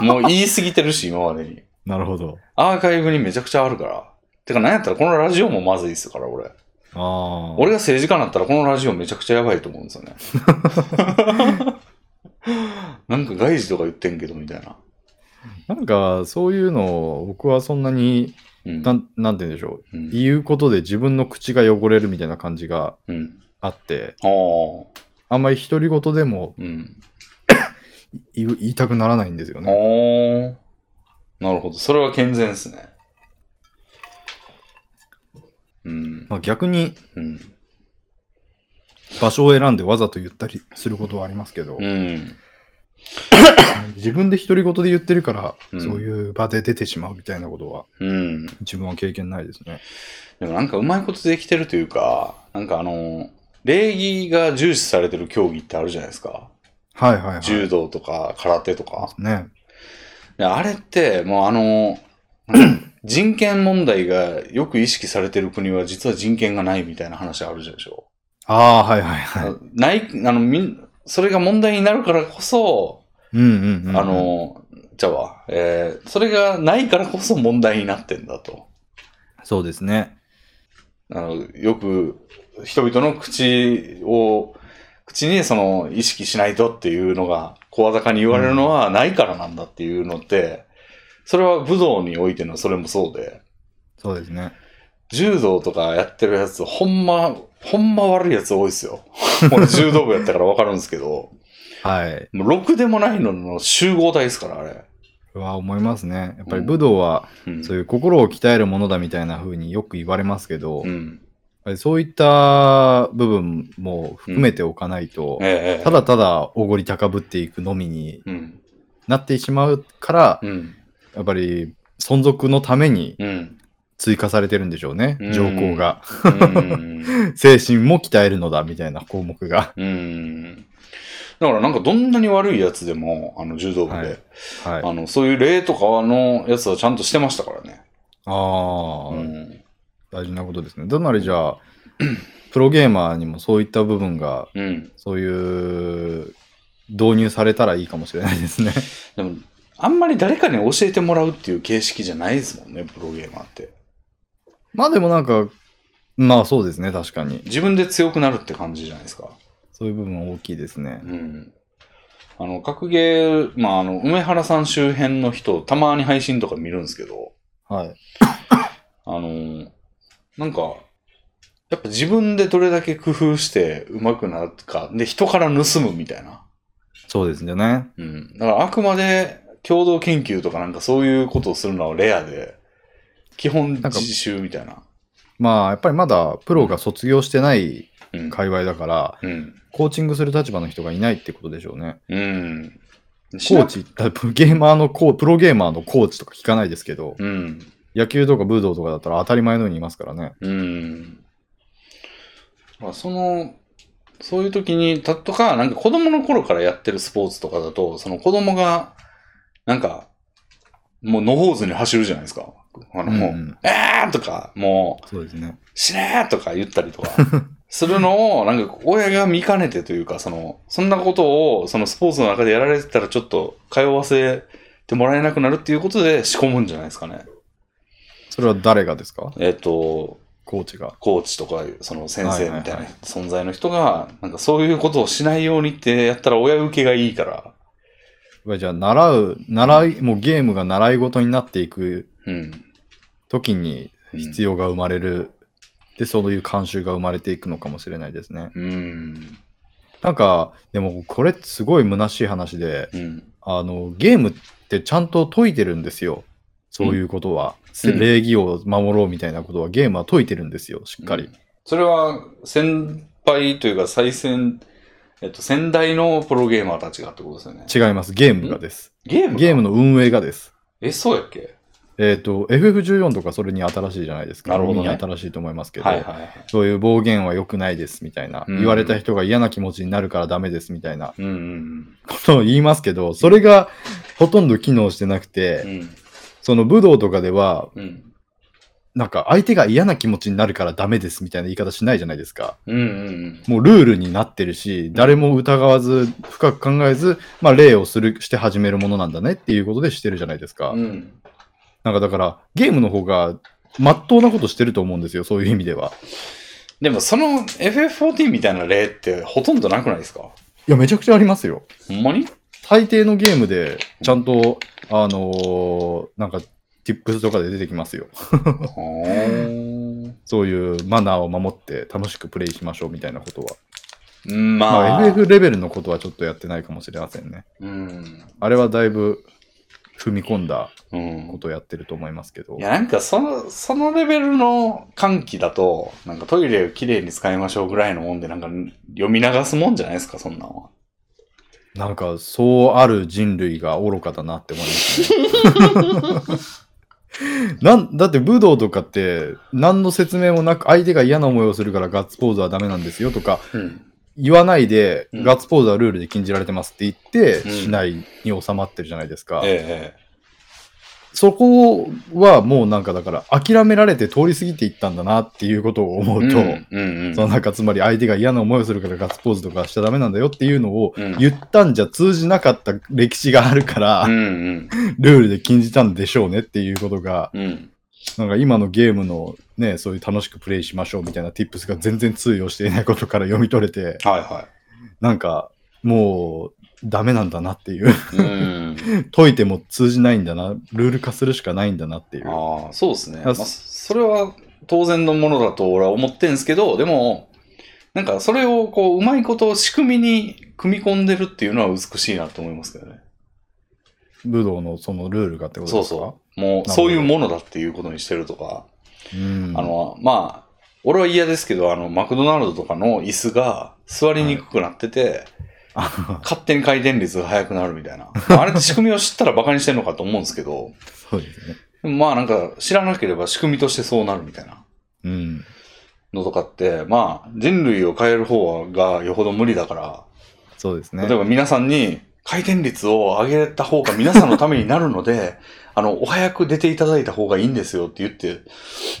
S1: もう言い過ぎてるし、今までに。
S2: なるほど。
S1: アーカイブにめちゃくちゃあるから。てか、なんやったらこのラジオもまずいですから、俺。
S2: ああ。
S1: 俺が政治家になったらこのラジオめちゃくちゃやばいと思うんですよね。なんか外事とか言ってんけどみたいな。
S2: なんかそういうのを僕はそんなに、
S1: うん。
S2: なんなんて言うんでしょう。
S1: うん。
S2: 言うことで自分の口が汚れるみたいな感じが
S1: うん。
S2: あって、
S1: ああ。
S2: あんまり独り言でも
S1: うん。
S2: 言う言いたくならないんですよ
S1: あ
S2: ね。
S1: あ。なるほど。それは健全ですね。うん。
S2: まあ、逆に
S1: うん。
S2: 場所を選んでわざと言ったりすることはありますけど、
S1: うん。
S2: 自分で独り言で言ってるから、
S1: うん
S2: そういう場で出てしまうみたいなことは
S1: うん。
S2: 自分は経験ないですね。
S1: でもなんかうまいことできてるというか、なんかあの、礼儀が重視されてる競技ってあるじゃないですか。
S2: はいはいはい。
S1: 柔道とか空手とか。
S2: ね。
S1: であれって、もうあの、 *coughs* 人権問題がよく意識されてる国は実は人権がないみたいな話あるでしょ。
S2: ああ、はいはいはい。
S1: ない、あの、みん、それが問題になるからこそ、
S2: *laughs* うんうんうん。
S1: あ、の、じゃあわ、えーそれがないからこそ問題になってんだと。
S2: そうですね。
S1: あの、よく人々の口を、口にその意識しないとっていうのが声高に言われるのはないからなんだっていうのって、それは武道においてのそれもそうで、
S2: そうですね。
S1: 柔道とかやってるやつ、ほんま、ほんま悪いやつ多いですよ。 *laughs* 俺柔道部やったからわかるんですけど、
S2: はい。
S1: もうろくでもないのの集合体ですから、あれ。
S2: これは思いますね。やっぱり武道は
S1: うん。
S2: そういう心を鍛えるものだみたいな風によく言われますけど、
S1: うん。
S2: やっぱりそういった部分も含めておかないと、
S1: ええええ
S2: ただただおごり高ぶっていくのみに
S1: うん。
S2: なってしまうから、
S1: うん。
S2: やっぱり存続のために
S1: うん。
S2: 追加されてるんでしょうね、
S1: うん
S2: 条項が。
S1: うん。
S2: 精神も鍛えるのだみたいな項目が。
S1: うん。だからなんかどんなに悪いやつでも、あの柔道部で、
S2: はいはい、あ
S1: あの、そういう礼とかのやつはちゃんとしてましたからね。
S2: あー、
S1: うん。
S2: 大事なことですね。どなりじゃあ、プロゲーマーにもそういった部分が、
S1: うん。
S2: そういう導入されたらいいかもしれないですね。 *laughs*
S1: でも、あんまり誰かに教えてもらうっていう形式じゃないですもんね、プロゲーマーって。
S2: まあでもなんか、まあそうですね、確かに。
S1: 自分で強くなるって感じじゃないですか。
S2: そういう部分は大きいですね
S1: う。ん。あの、格ゲー、まあ、あの、梅原さん周辺の人、たまに配信とか見るんですけど、
S2: はい。
S1: あの、なんか、やっぱ自分でどれだけ工夫して上手くなるか、で、人から盗むみたいな。
S2: そうですよね。
S1: うん。だから、あくまで共同研究とかなんかそういうことをするのはレアで、基本
S2: なんか
S1: 自習みたいな。
S2: まあ、やっぱりまだプロが卒業してない
S1: うん。
S2: 界隈だから、
S1: うん。
S2: コーチングする立場の人がいないってことでしょうね。
S1: うん。
S2: コーチ、だゲーマーのコー、プロゲーマーのコーチとか聞かないですけど、
S1: うん。
S2: 野球とか武道とかだったら当たり前のようにいますからね。
S1: うん。まあ、その、そういう時に、たとか、なんか子供の頃からやってるスポーツとかだと、その子供が、なんか、もう野放図に走るじゃないですか。あの、もう、
S2: うん
S1: えーとか、もう、
S2: そうですね。
S1: 死ねーとか言ったりとか、 *laughs* するのを、なんか親が見かねてというか、その、そんなことを、そのスポーツの中でやられてたらちょっと通わせてもらえなくなるっていうことで仕込むんじゃないですかね。
S2: それは誰がですか
S1: えっ、と、
S2: コーチが。
S1: コーチとか、その先生みたい
S2: はいはい
S1: な存在の人が、なんかそういうことをしないようにってやったら親受けがいいから、
S2: じゃあ、習う、習い、もうゲームが習い事になっていく
S1: うん。
S2: 時に必
S1: 要。
S2: 要が生まれる。で、そういう慣習が生まれていくのかもしれないですね。
S1: うん。
S2: なんか、でもこれすごい虚しい話で、
S1: うん。
S2: あの、ゲームってちゃんと解いてるんですよ。そういうことは。
S1: うん
S2: 礼儀を守ろうみたいなことはゲームは解いてるんですよ、しっかり。
S1: それは先輩というか最先、えっと、先代のプロゲーマーたちがってことですよね。
S2: 違います、ゲームがです。
S1: ゲーム
S2: ゲーム
S1: の。
S2: の運営がです。
S1: え、そうやっけ
S2: えっ、と、FF14 とかそれに新しいじゃないですか。
S1: なるほどね
S2: 耳に新しいと思いますけど、
S1: はいはいはい。
S2: そういう暴言は良くないですみたいな、
S1: うん
S2: 言われた人が嫌な気持ちになるからダメですみたいな *laughs*
S1: うんうん
S2: ことを言いますけど、それがほとんど機能してなく
S1: う
S2: て、
S1: ん。うん
S2: その武道とかでは、
S1: うん。
S2: なんか相手が嫌な気持ちになるからダメですみたいな言い方しないじゃないですか。
S1: うんうん
S2: もうルールになってるし、誰も疑わず、深く考えず、まあ礼をする、して始めるものなんだねっていうことでしてるじゃないですか。
S1: うん。うん。
S2: なんかだから、ゲームの方が、真っ当なことしてると思うんですよ、そういう意味では。
S1: でもその FF14 みたいな例ってほとんどなくないですか
S2: いや、めちゃくちゃありますよ。
S1: ほんまに
S2: 大抵のゲームで、ちゃんと、あのーなんか、tips とかで出てきますよ。
S1: あー
S2: そういうマナーを守って楽しくプレイしましょうみたいなことは。
S1: ま
S2: ま
S1: あ、
S2: あ、FF レベルのことはちょっとやってないかもしれませんね。
S1: うん。
S2: あれはだいぶ踏み込んだ
S1: うん
S2: こ。とをやってると思いますけど
S1: い。や、なんかその、そのレベルの歓喜だと、なんかトイレをきれいに使いましょうぐらいのもんで、なんか読み流すもんじゃないですか、そんなんは。
S2: なんか、そうある人類が愚かだなって思います
S1: *laughs*
S2: ね。なんだって武道とかって何の説明もなく相手が嫌な思いをするからガッツポーズはダメなんですよとか
S1: うん。
S2: 言わないで、
S1: うん
S2: ガッツポーズはルールで禁じられてますって言って、
S1: うん
S2: しないに収まってるじゃないですか、
S1: ええ
S2: そこはもうなんかだから諦められて通り過ぎていったんだなっていうことを思
S1: ええ。
S2: うと、
S1: うんうんうん。
S2: そのなんかつまり相手が嫌な思いをするからガッツポーズとかしちゃダメなんだよっていうのを
S1: うん
S2: 言ったんじゃ通じなかった歴史があるから、
S1: うんうん。
S2: ルールで禁じたんでしょうねっていうことが
S1: うん。
S2: なんか今のゲームのねそういう楽しくプレイしましょうみたいな tips が全然通用していないことから読み取れて
S1: はいは
S2: なんかもうダメなんだなっていう
S1: い。 *laughs* うん。
S2: 解いても通じないんだなルール化するしかないんだなっていう
S1: ああ、そうですね。
S2: あ
S1: まあ、そそれは当然のものだと俺は思ってんすけど、でも、なんかそれをこう、うまいことを仕組みに組み込んでるっていうのは美しいなと思いますけどね。
S2: 武道のそのルールがってこと
S1: そ
S2: で
S1: う
S2: すか
S1: そう。もう、そういうものだっていうことにしてるとか、
S2: うん
S1: あの、まあ、俺は嫌ですけど、あの、マクドナルドとかの椅子が座りにくくなってて、
S2: あ
S1: 勝手に回転率が速くなるみたい
S2: *laughs*
S1: な。あれって仕組みを知ったらバカにしてるのかと思うんですけど、
S2: そうですね
S1: でもまあなんか知らなければ仕組みとしてそうなるみたいな
S2: うん
S1: のとかって、まあ人類を変える方がよほど無理だから、
S2: そうですね
S1: 例えば皆さんに回転率を上げた方が皆さんのためになるの
S2: *laughs*
S1: で、あの、お早く出ていただいた方がいいんですよって言って、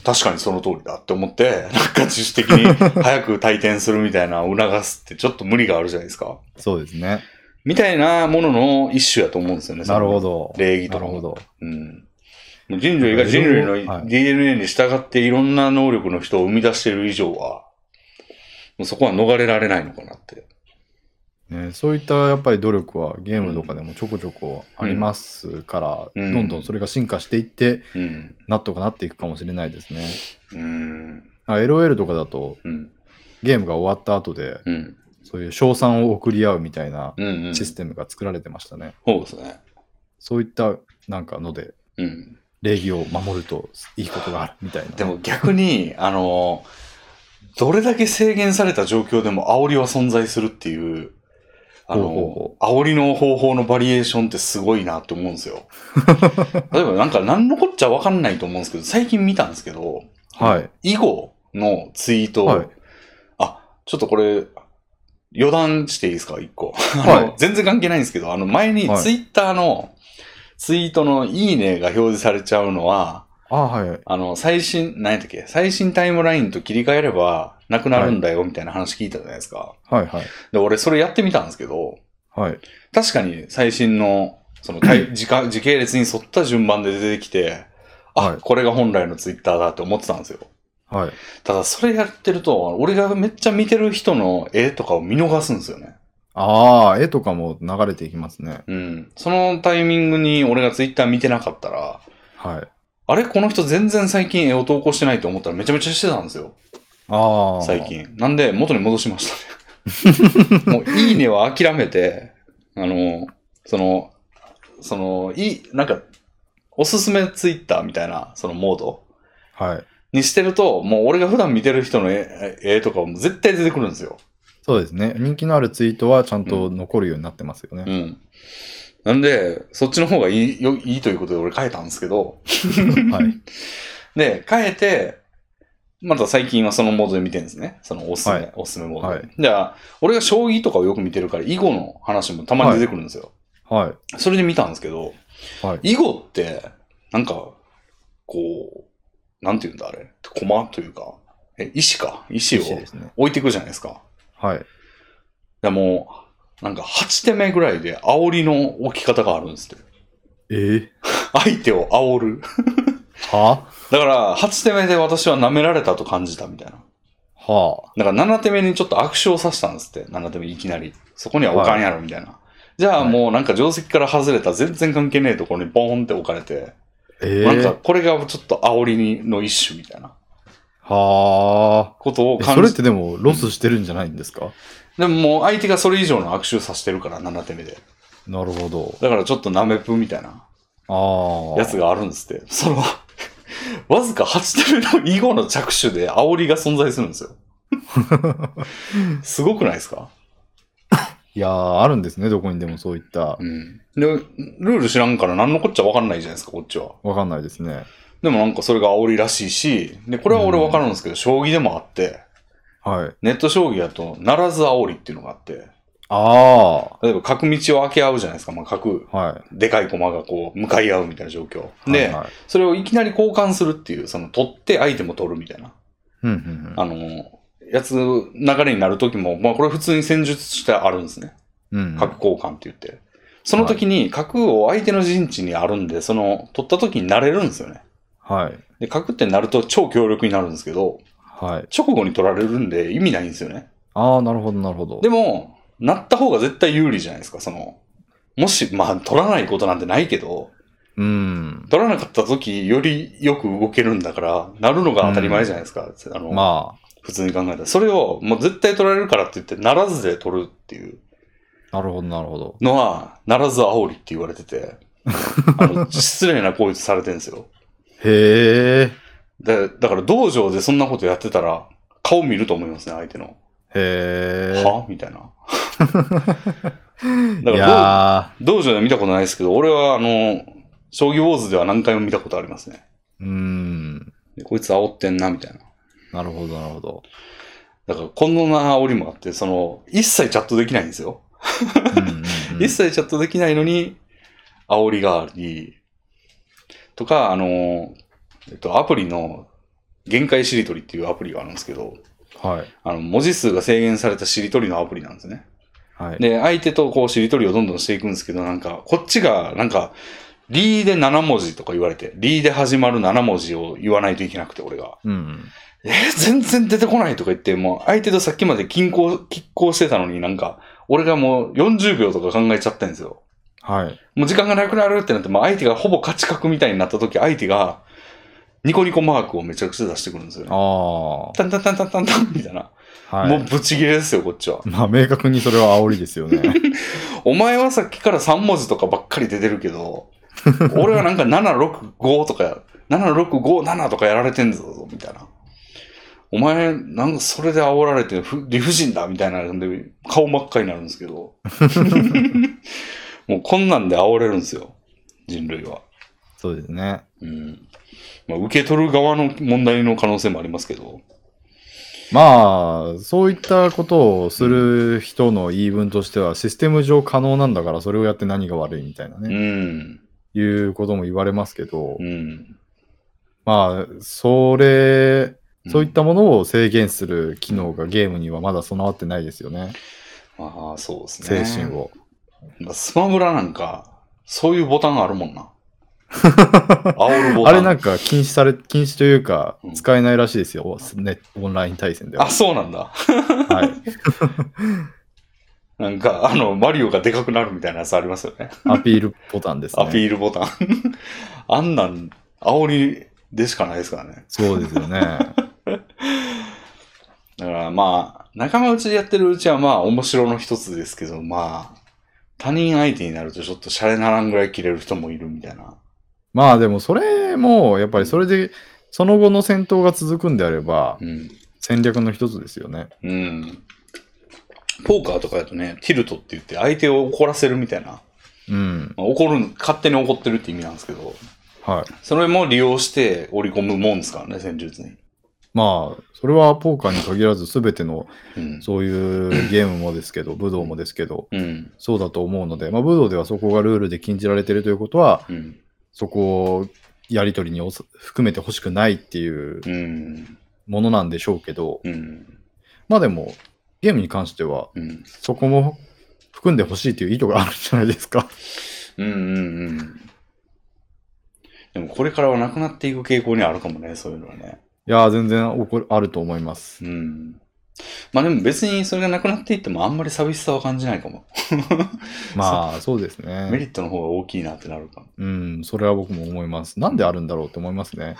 S1: 確かにその通りだって思って、なんか自主的
S2: *laughs*
S1: に早く退店するみたいなのを促すってちょっと無理があるじゃないですか。
S2: そうですね
S1: みたいなものの一種やと思うんですよね。
S2: なるほ
S1: ど。
S2: ど
S1: 礼儀
S2: な
S1: と
S2: る
S1: かも
S2: ほど
S1: うん。もう人類が人類
S2: は
S1: の
S2: い
S1: DNA に従っていろんな能力の人を生み出している以上は、もうそこは逃れられないのかなって。
S2: ね、そういったやっぱり努力はゲームとかでもちょこちょこありますから、
S1: うん
S2: どんどんそれが進化していって、
S1: うん。
S2: なんとかなっていくかもしれないですね。
S1: うん。
S2: あ LOL とかだと
S1: うん。
S2: ゲームが終わった後で、
S1: うん。
S2: そういう賞賛を送り合うみたいな
S1: うん、うん。
S2: システムが作られてましたね。
S1: そうですね。
S2: そういったなんかので、
S1: うん。
S2: 礼儀を守るといいことがあるみたいな。
S1: でも逆に、あの、どれだけ制限された状況でも煽りは存在するっていう、あの、
S2: ほうほ
S1: 煽りの方法のバリエーションってすごいなって思うんです
S2: *laughs*
S1: よ。例えばなんか何のこっちゃわかんないと思うんですけど、最近見たんですけど、
S2: はい。
S1: 以後のツイートを、
S2: はい
S1: あ、ちょっとこれ、余談していいですか、一個。 *laughs*
S2: は
S1: あの
S2: い。
S1: 全然関係ないんですけど、あの、前に
S2: はい
S1: ツイッターのツイートのいいねが表示されちゃうのは、
S2: あはい。
S1: あの、最新、何やったっけ最新タイムラインと切り替えればなくなるんだよ、みたいな話聞いたじゃないですか。
S2: はいはい。
S1: で、俺それやってみたんですけど、
S2: はい。
S1: 確かに最新の、そのタイ時間、時系列に沿った順番で出てきて、あ、
S2: はい
S1: これが本来のツイッターだって思ってたんですよ。
S2: はい。
S1: ただ、それやってると、俺がめっちゃ見てる人の絵とかを見逃すんですよね。
S2: ああ、絵とかも流れていきますね。
S1: うん。そのタイミングに俺がツイッター見てなかったら、
S2: はい。
S1: あれこの人全然最近絵を投稿してないと思ったらめちゃめちゃしてたんですよ。
S2: ああ。
S1: 最。近。なんで、元に戻しま
S2: *laughs*
S1: したね。もう、いいねは諦めて、あの、その、その、いい、なんか、おすすめツイッターみたいな、そのモード
S2: はい。
S1: にしてると、もう俺が普段見てる人の絵絵とかも絶対出てくるんですよ。
S2: そうですね。人気のあるツイートはちゃんと残るようになってますよね。
S1: うん。なんで、そっちの方がいい、よいいということで俺変えたんですけど、
S2: はい。
S1: で、変えて、また最近はそのモードで見てるんですね。そのおすすめ、
S2: はい
S1: おすすめモード。
S2: はい
S1: じゃあ、俺が将棋とかをよく見てるから、囲碁の話もたまに出てくるんですよ。 *laughs*
S2: はい。
S1: それで見たんですけど、
S2: はい
S1: 囲碁って、なんか、こう、なんて言うんだあれ、駒というか、え、石か、石を
S2: 石ですね。
S1: 置いていくじゃないですか。
S2: はい。
S1: でもう、なんか8手目ぐらいで煽りの置き方があるんですって。
S2: えー、
S1: 相手を煽る。
S2: は
S1: だから、8手目で私は舐められたと感じたみたいな。
S2: は
S1: だから7手目にちょっと悪手を指したんですって。7手目いきなり。そこには置かんやろみたいな。じゃあもうなんか定石から外れた全然関係ねえところにボーンって置かれて。
S2: あ。え
S1: なんか
S2: ー、
S1: これがちょっと煽りの一種みたいな
S2: はあ。
S1: ことを
S2: え
S1: 感じ
S2: それってでもロスしてるんじゃないんですか、
S1: でももう相手がそれ以上の悪手を指してるから7手目で
S2: なるほど。
S1: だからちょっとなめぷみたいな
S2: ああ。
S1: やつがあるんですってその *laughs* わずか8手目の囲碁の着手で煽りが存在するんですよすごくないですか
S2: いやー、あるんですね、どこにでもそういった
S1: う。んでルール知らんから何のこっちゃ分かんないじゃないですかこっちは
S2: わかんないですね。
S1: でもなんかそれが煽りらしいしでこれは俺分かるんですけど、将棋でもあって
S2: はい。
S1: ネット将棋だとならず煽りっていうのがあって
S2: あ
S1: 例えば角道を開け合うじゃないですか、まあ、角
S2: あ。はい。
S1: でかい駒がこう向かい合うみたいな状況
S2: はい
S1: で、
S2: はい
S1: それをいきなり交換するっていうその取って相手も取るみたいな
S2: うんうん
S1: あのやつ流れになる時も、まあ、これ普通に戦術としてあるんですね
S2: うん。うん
S1: 角交換って言ってその時に角を相手の陣地にあるんでその取った時になれるんですよね
S2: はい。
S1: で角ってなると超強力になるんですけど
S2: はい。
S1: 直後に取られるんで意味ないんですよね
S2: ああ、なるほど、なるほど。
S1: でもなった方が絶対有利じゃないですかそのもしまあ取らないことなんてないけど
S2: うん。
S1: 取らなかった時よりよく動けるんだから、なるのが当たり前じゃないですか。あの
S2: ま
S1: 普通に考えたら。それをもう絶対取られるからって言って、ならずで取るっていう
S2: あ、なるほど、なるほど。
S1: のは、ならず煽りって言われてて、あ
S2: *laughs*
S1: の失礼な行為とされてるんですよ
S2: へえ。
S1: で。だから道場でそんなことやってたら、顔見ると思いますね、相手の。
S2: へえ。
S1: はみたいな。だ
S2: い
S1: から
S2: や
S1: 道道場では見たことないですけど、俺はあの、将棋ウォーズでは何回も見たことありますね。
S2: ー、うん。
S1: でこいつ煽ってんな、みたいな。
S2: なるほど、なるほど。
S1: だから、このな煽りもあって、その、一切チャットできないんですよ。
S2: うんうんうん
S1: *laughs* 一切チャットできないのに、煽りがあり、とか、あの、えっと、アプリの、限界しりとりっていうアプリがあるんですけど、
S2: はい。
S1: あの、文字数が制限されたしりとりのアプリなんですね。
S2: はい。
S1: で、相手とこう、しりとりをどんどんしていくんですけど、なんか、こっちが、なんか、リーで7文字とか言われて、リーで始まる7文字を言わないといけなくて、俺が。
S2: うん。
S1: えー全然出てこないとか言って、もう相手とさっきまで均衡、拮抗してたのになんか、俺がもう40秒とか考えちゃったんですよ。
S2: はい。
S1: もう時間がなくなるってなって、もう相手がほぼ勝ち確みたいになった時、相手がニコニコマークをめちゃくちゃ出してくるんですよね。
S2: ああ。は
S1: タンタンタンタンタンタンみたいな。もう
S2: い。
S1: ブチギレですよ、こっちは。
S2: まあ、明確にそれは煽りです
S1: *laughs*
S2: よね。
S1: お前はさっきから3文字とかばっかり出てるけど、俺はなんか765とか、76557とかやられてんぞ、みたいな。お前、なんかそれで煽られてふ理不尽だ、みたいなんで、顔真っ赤になるんですけど。 *laughs* もうこんなんで煽れるんですよ、人類は。
S2: そうですね。
S1: うん。まあ、受け取る側の問題の可能性もありますけど。
S2: まあ、そういったことをする人の言い分としては、システム上可能なんだから、それをやって何が悪いみたいな
S1: う
S2: ね、
S1: ん。
S2: いうことも言われますけど、
S1: うん。
S2: まあ、それ、そういっ
S1: ん。
S2: たものを制限する機能がゲームにはまだ備わってないですよね、
S1: まあ、そうです
S2: 精
S1: ね。
S2: 神。を。
S1: スマブラなんか、そういうボタンあるもん
S2: *laughs*
S1: な。煽るボタ
S2: あ
S1: ン。
S2: れなんか禁止され、禁止というか
S1: う、ん
S2: 使えないらしいですよ、ね、オンライン対戦では。
S1: あ、そうなんだ。
S2: はい、
S1: なんか、あの、マリオがでかくなるみたいなやつありますよね。
S2: アピールボタンですね。
S1: アピールボタン。 *laughs* あんなん、煽りでしかないですからね。
S2: そうですよね。
S1: だからまあ、仲間内でやってるうちはまあ、面白の一つですけど、まあ、他人相手になるとちょっとシャレならんぐらい切れる人もいるみたいな。
S2: まあでもそれも、やっぱりそれで、その後の戦闘が続くんであれば、
S1: うん。
S2: 戦略の一つですよね。
S1: うん。ポーカーとかだとね、ティルトって言って相手を怒らせるみたいな。
S2: うん。
S1: まあ、怒る、勝手に怒ってるって意味なんですけど、
S2: はい。
S1: それも利用して織り込むもんですからね、戦術に。
S2: まあ、それはポーカーに限らず、全ての
S1: うん。
S2: そういうゲームもですけど、 *laughs* 武道もですけど、
S1: うん。
S2: そうだと思うので、まあ、武道ではそこがルールで禁じられてるということは、
S1: うん。
S2: そこをやり取りにおそ含めてほしくないっていう
S1: うん。
S2: ものなんでしょうけど、
S1: うん。
S2: まあでも、ゲームに関しては、
S1: うん。
S2: そこも含んでほしいという意図があるんじゃないですか。 *laughs*
S1: うんうんうん。でもこれからはなくなっていく傾向にあるかもね、そういうのはね。
S2: いやー、全然起こるあると思います。
S1: うん。まあでも別にそれがなくなっていってもあんまり寂しさは感じないかも。
S2: まあ、そうです
S1: メリ
S2: ね。
S1: ットの方が大きいなってなるかも。
S2: うん、それは僕も思います。なんであるんだろうと思いますね。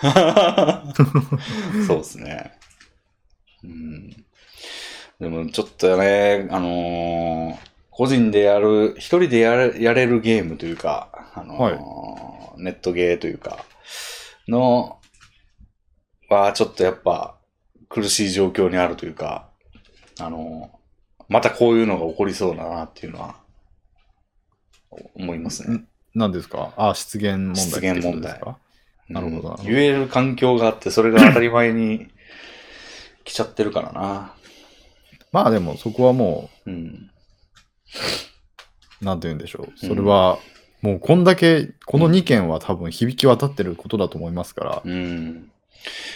S1: そうですね。うん。でもちょっとね、あのー個人でやる、一人でやれやれるゲームというか、あのーネットゲーというか、の、はちょっとやっぱ苦しい状況にあるというか、あのーまたこういうのが起こりそうだなっていうのは、思いますね。
S2: 何ですかあ、失言問題
S1: 失言問題
S2: ってことですかなるほどなるほど
S1: 言える環境があって、それが当たり前に来ちゃってるからな。
S2: まあでも、そこはも
S1: うん。
S2: う、なんて言うんでしょう。
S1: うん
S2: それは、もうこんだけ、この2件は多分響き渡ってることだと思いますから、
S1: うん。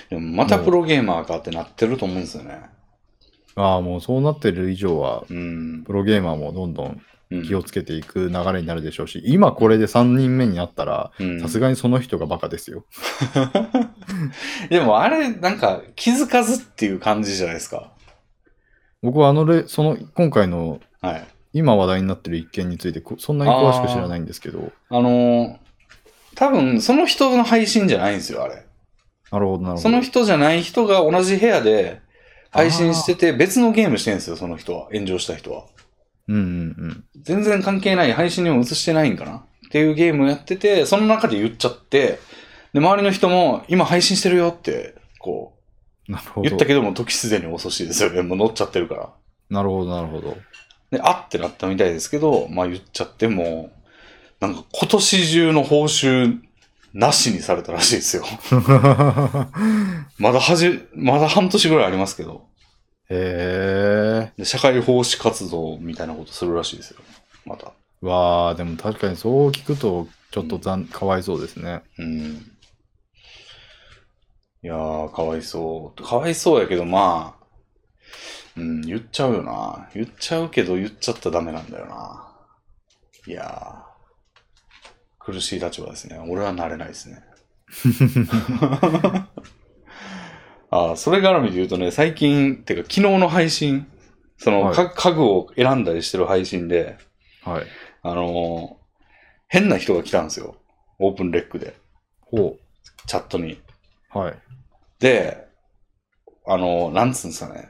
S1: でもまたプロゲーマーかってなってると思うんですよね。
S2: ああ、もうそうなってる以上は、
S1: うん。
S2: プロゲーマーもどんどん
S1: うん
S2: 気をつけていく流れになるでしょうし、今これで3人目になったら、
S1: うん
S2: さすがにその人がバカですよ。
S1: でもあれ、なんか気づかずっていう感じじゃないですか。
S2: 僕はあのれ、その、今回の
S1: はい。
S2: 今話題になってる一件についてこそんなに詳しく知らないんですけど、
S1: あのー多分その人の配信じゃないんですよ、あれ。
S2: なるほど、なるほど。
S1: その人じゃない人が同じ部屋で配信してて、別のゲームしてるんですよ、その人は。炎上した人は。
S2: うんうん
S1: 全然関係ない、配信にも映してないんかなっていうゲームをやってて、その中で言っちゃって、で、周りの人も、今配信してるよって、こ
S2: うん。なる
S1: う、
S2: ほど。
S1: 言ったけども、時すでに遅しですよね。もう乗っちゃってるから。
S2: なるほど、なるほど。
S1: で、あってなったみたいですけど、まあ言っちゃっても、なんか今年中の報酬、なしにされたらしいですよ。 *laughs* まだはじ、まだ半年ぐらいありますけど、
S2: へえ。
S1: で社会奉仕活動みたいなことするらしいですよ。また。
S2: わあ、でも確かにそう聞くと、ちょっと残、かわいそうですね。
S1: うん。いやー、かわいそう。かわいそうやけど、まあ、うん、言っちゃうよな。言っちゃうけど、言っちゃったらダメなんだよな。いやー、苦しい立場ですね。俺はなれない
S2: *laughs*
S1: ですね。あーそれ絡みで言うとね、最近、てか昨日の配信、その、
S2: はい
S1: か家具を選んだりしてる配信で、
S2: はい。
S1: あのー変な人が来たんですよ。オープンレックで。
S2: ほ
S1: チャットに。
S2: う。はい。
S1: で、あの、なんつうんですかね。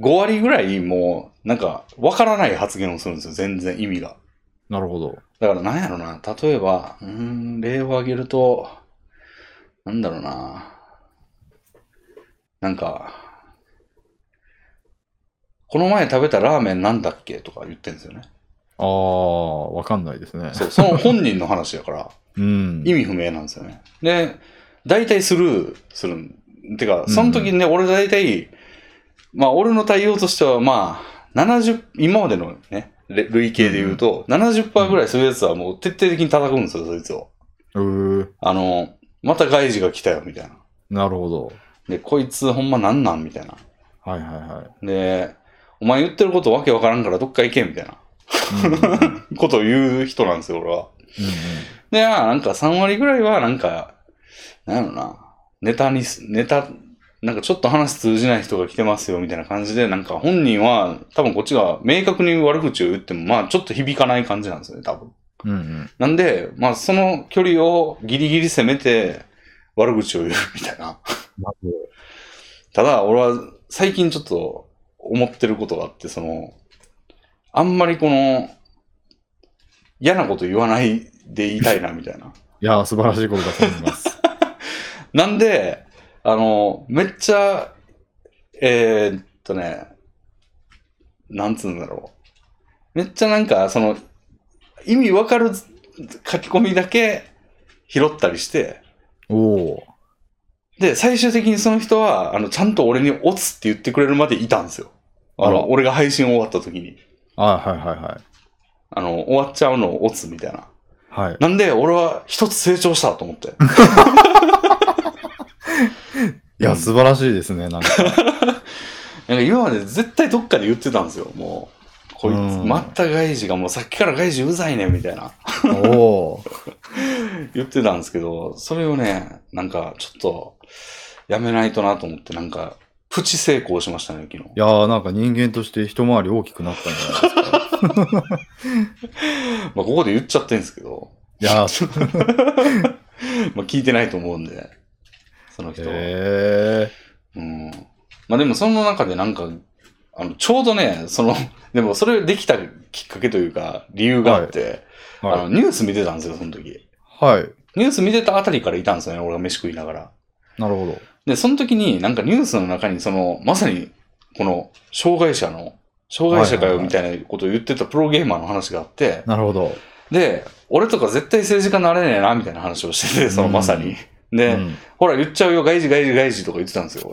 S1: 5割ぐらいもう、なんか、わからない発言をするんですよ。全然意味が。
S2: なるほど。
S1: だから、なんやろな。例えば、うーん、例を挙げると、なんだろうな。なんか、この前食べたラーメンなんだっけとか言ってんですよね。
S2: ああ、わかんないですね。
S1: そう、その本人の話だから。
S2: うん。
S1: 意味不明なんですよね。で、大体スルーするん。てか、その時にね、俺大体、まあ、俺の対応としては、まあ、70、今までのね、れ累計で言うと、70%ぐらいそういうやつはもう徹底的に叩くんですよ、そいつを。
S2: うー、
S1: あの、また外事が来たよ、みたいな。
S2: なるほど。
S1: で、こいつほんまなんなんみたいな。
S2: はいはいはい。
S1: で、お前言ってることわけわからんからどっか行け、みたいな
S2: うんうんうんうんうん
S1: ことを言う人なんですよ、俺は。で、あーなんか3割ぐらいは、なんか、なんやろな、ネタにす、ネタ、なんかちょっと話通じない人が来てますよみたいな感じで、なんか本人は多分こっちが明確に悪口を言っても、まあちょっと響かない感じなんですよね、多分。
S2: うんうん
S1: なんで、まあその距離をギリギリ攻めて悪口を言う *laughs* みたいな。
S2: なるほど
S1: ただ、俺は最近ちょっと思ってることがあって、その、あんまりこの、嫌なこと言わないでいたいなみたいな。
S2: いやー、素晴らしいことだと思い
S1: *laughs*
S2: ます。
S1: なんで、あの、めっちゃ、えーっとね、なんつうんだろう。めっちゃなんか、その、意味わかる書き込みだけ拾ったりして、
S2: おお
S1: で、最終的にその人は、あの、ちゃんと俺に落つって言ってくれるまでいたんですよ。あ
S2: あ
S1: の、
S2: ら
S1: 俺が配信終わった時に。
S2: ー。あーはいはいは
S1: あの、終わっちゃうのを落つみたいな。
S2: い。はい。
S1: なんで、俺は一つ成長したと思って。
S2: いや、素晴らしいですね、なんか。
S1: なんか今まで絶対どっかで言ってたんですよ、もう。こいつ、
S2: うん
S1: また外事がもうさっきから外事うざいね、みたいな。
S2: おお
S1: 言ってたんですけど、それをね、なんかちょっと、やめないとなと思って、なんか、プチ成功しましたね、昨日
S2: い。やー、なんか人間として一回り大きくなったんじゃないです
S1: ま
S2: か。
S1: あ、ここで言っちゃってんですけど、
S2: いやー、
S1: *laughs* まあ、聞いてないと思うんで、 *laughs* その人は。
S2: へえ
S1: うん。まあ、でもその中でなんか、あの、ちょうどね、その、でもそれできたきっかけというか、理由があって、
S2: ー。
S1: あ
S2: は
S1: の
S2: い。
S1: ニュース見てたんですよ、その時。
S2: はい。
S1: ニュース見てたあたりからいたんですよね、俺が飯食いながら。
S2: なるほど。
S1: で、その時になんかニュースの中に、その、まさに、この、障害者の、障害者か
S2: はい
S1: よ
S2: はいはい
S1: みたいなことを言ってたプロゲーマーの話があって、
S2: なるほど。
S1: で、俺とか絶対政治家になれねえな、みたいな話をしてて、その
S2: うん
S1: まさに。で、
S2: うん
S1: ほら言っちゃうよ、外事外事外事とか言ってたんですよ、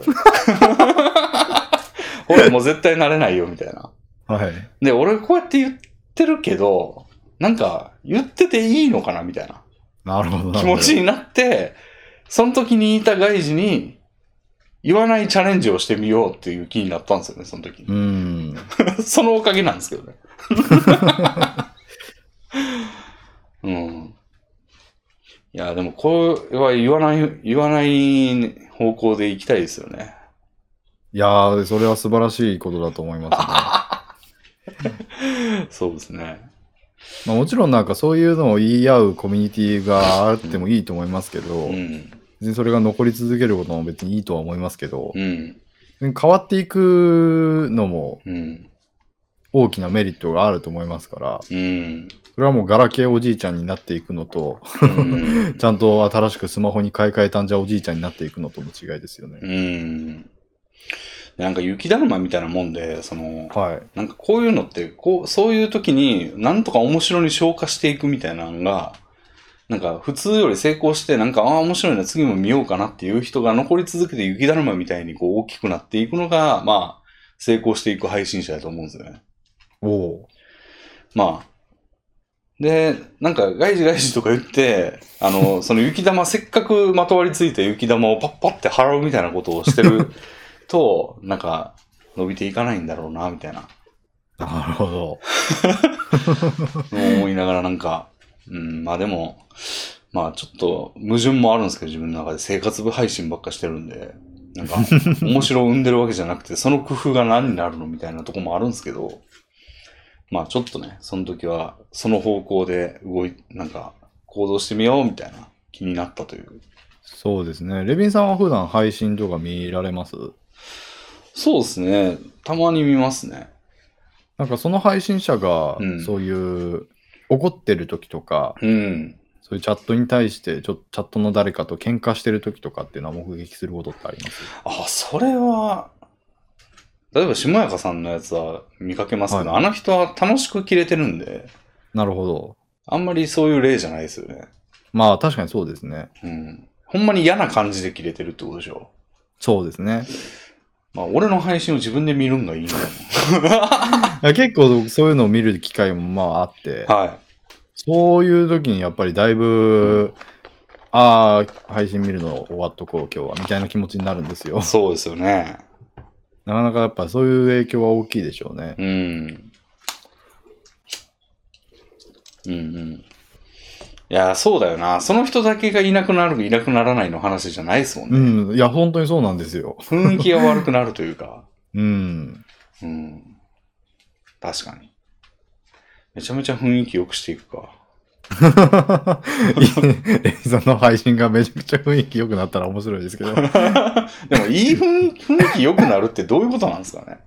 S1: 俺。 *laughs* ほらもう絶対なれないよ、みたいな。
S2: はい。
S1: で、俺こうやって言ってるけど、なんか、言ってていいのかな、みたいな。
S2: なるほど。
S1: 気持ちになって、その時にいた外事に、言わないチャレンジをしてみようっていう気になったんですよね、その時に
S2: う。ん。
S1: *laughs* そのおかげなんですけどね。うん。いや、でもこれは言わない、言わない方向で行きたいですよね。
S2: いやー、それは素晴らしいことだと思いますね。
S1: *laughs* そうですね。
S2: まあ、もちろんなんかそういうのを言い合うコミュニティがあってもいいと思いますけど、
S1: うん。
S2: 別にそれが残り続けることも別にいいとは思いますけど、
S1: うん。
S2: 変わっていくのも
S1: うん。
S2: 大きなメリットがあると思いますから、
S1: うん。
S2: それはもうガラケーおじいちゃんになっていく
S1: *laughs*
S2: のと、
S1: うん
S2: ちゃんと新しくスマホに買い替えたんじゃおじいちゃんになっていくのとの違いですよね。
S1: うん。なんか雪だるまみたいなもんで、その、
S2: はい。
S1: なんかこういうのって、こう、そういう時に、なんとか面白に消化していくみたいなのが、なんか普通より成功して、なんか、ああ、面白いな、次も見ようかなっていう人が残り続けて雪だるまみたいにこう大きくなっていくのが、まあ、成功していく配信者だと思うんですよね。
S2: おお
S1: まあ。で、なんか、外事外事とか言って、あの、その雪玉、せっかくまとわりついた雪玉をパッパって払うみたいなことをしてると、なんか、伸びていかないんだろうな、みたいな。
S2: ー。なるほど。
S1: 思いながらなんか、うん、まあでも、まあちょっと矛盾もあるんですけど、自分の中で生活部配信ばっかしてるんで、なん *laughs* か、面白を生んでるわけじゃなくて、その工夫が何になるのみたいなとこもあるんですけど、まあちょっとね、その時は、その方向で動い、なんか、行動してみようみたいな気になったという。
S2: そうですね。レビンさんは普段配信とか見られます
S1: そうですね、たまに見ますね。
S2: なんかその配信者が
S1: うん
S2: そういう怒ってる時とか、
S1: うん。
S2: そういうチャットに対してちょチャットの誰かと喧嘩してる時とかっていうのは目撃することってあります
S1: あ、それは、例えば、下やかさんのやつは見かけますけど、
S2: は
S1: あの人は楽しく切れてるんで、
S2: なるほど。
S1: あんまりそういう例じゃないですよね。
S2: まあ確かにそうですね。
S1: うん。ほんまに嫌な感じで切れてるってことでしょ。
S2: そうですね。
S1: まあ、俺の配信を自分で見るんがいいのよ。
S2: いや結構そういうのを見る機会もまああって、
S1: は
S2: そういう時にやっぱりだいぶ、ああ、配信見るの終わっとこう今日は、みたいな気持ちになるんですよ
S1: い。。そうですよね。
S2: なかなかやっぱそういう影響は大きいでしょうね。
S1: うん。うんうん。いや、そうだよな。その人だけがいなくなる、いなくならないの話じゃないですもん
S2: *laughs*
S1: ね。
S2: うん、いや、本当にそうなんですよ。
S1: 雰囲気が悪くなるというか。 *laughs*
S2: うん。
S1: うん。確かに。めちゃめちゃ雰囲気良くしていくか。
S2: レイさんの配信がめちゃくちゃ雰囲気良くなったら面白いですけど。
S1: でも、いい雰囲気雰囲気良くなるってどういうことなんですかね。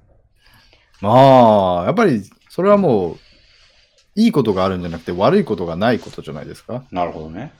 S2: まあ、やっぱりそれはもう、いいことがあるんじゃなくて悪いことがないことじゃないですか。
S1: なるほどね。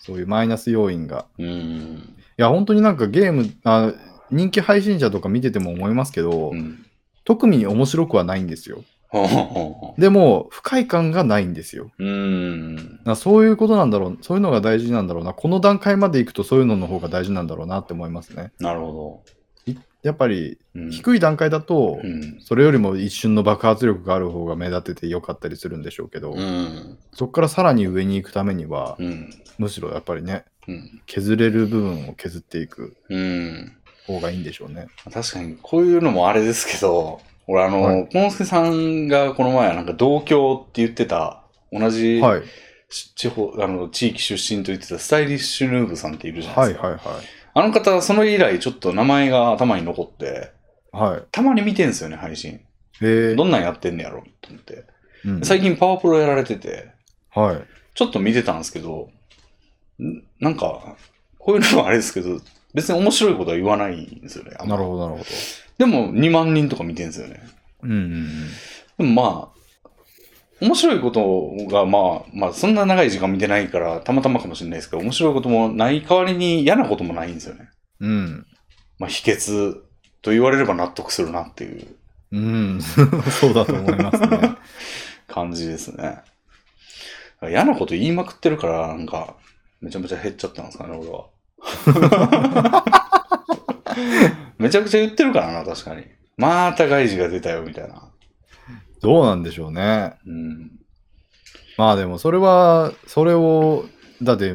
S2: そういうマイナス要因が。
S1: うん。
S2: いや、本当になんかゲーム、あ人気配信者とか見てても思いますけど、
S1: うん。
S2: 特に面白くはないんですよ。
S1: ほうほうほ
S2: でも、不快感がないんですよ。
S1: う。うん
S2: だ。からそういうことなんだろう、そういうのが大事なんだろうな、この段階まで行くとそういうのの方が大事なんだろうなって思いますね。
S1: なるほ
S2: いやっぱり、
S1: ど。うん。
S2: 低い段階だと、
S1: うん。
S2: それよりも一瞬の爆発力がある方が目立ってて良かったりするんでしょうけど、
S1: うん。
S2: そこからさらに上に行くためには、
S1: うん。
S2: むしろやっぱりね、
S1: うん。
S2: 削れる部分を削っていく
S1: うん。
S2: 方がいいんでしょうね。
S1: 確かに、こういうのもあれですけど、俺あ
S2: は
S1: の、コンスケさんがこの前なんか同郷って言ってた、同じ
S2: はい、
S1: し地方、あの、地域出身と言ってたスタイリッシュヌーブさんっているじゃないで
S2: はい
S1: すか。
S2: はいはい。
S1: あの方、その以来ちょっと名前が頭に残って、
S2: はい。
S1: たまに見てんすよね、配信。
S2: えー
S1: どんなんやってんねやろと思って。
S2: うん
S1: 最近パワープロやられてて、
S2: はい。
S1: ちょっと見てたんですけど、んなんか、こういうのはあれですけど、別に面白いことは言わないんですよね。あんま
S2: なるほどなるほど。
S1: でも2万人とか見てんですよね。
S2: うんうんうん。
S1: でもまあ、面白いことがまあ、まあそんな長い時間見てないから、たまたまかもしれないですけど、面白いこともない代わりに嫌なこともないんですよね。
S2: うん。
S1: まあ秘訣と言われれば納得するなっていう
S2: うん、 *laughs* そうだと思いますね。
S1: 感じですね。嫌なこと言いまくってるから、なんか、めちゃめちゃ減っちゃったんですかね、俺は。めちゃくちゃ言ってるからな、確かに。また外事が出たよ、みたいな。
S2: どうなんでしょうね。
S1: うん。
S2: まあでもそれは、それを、だって、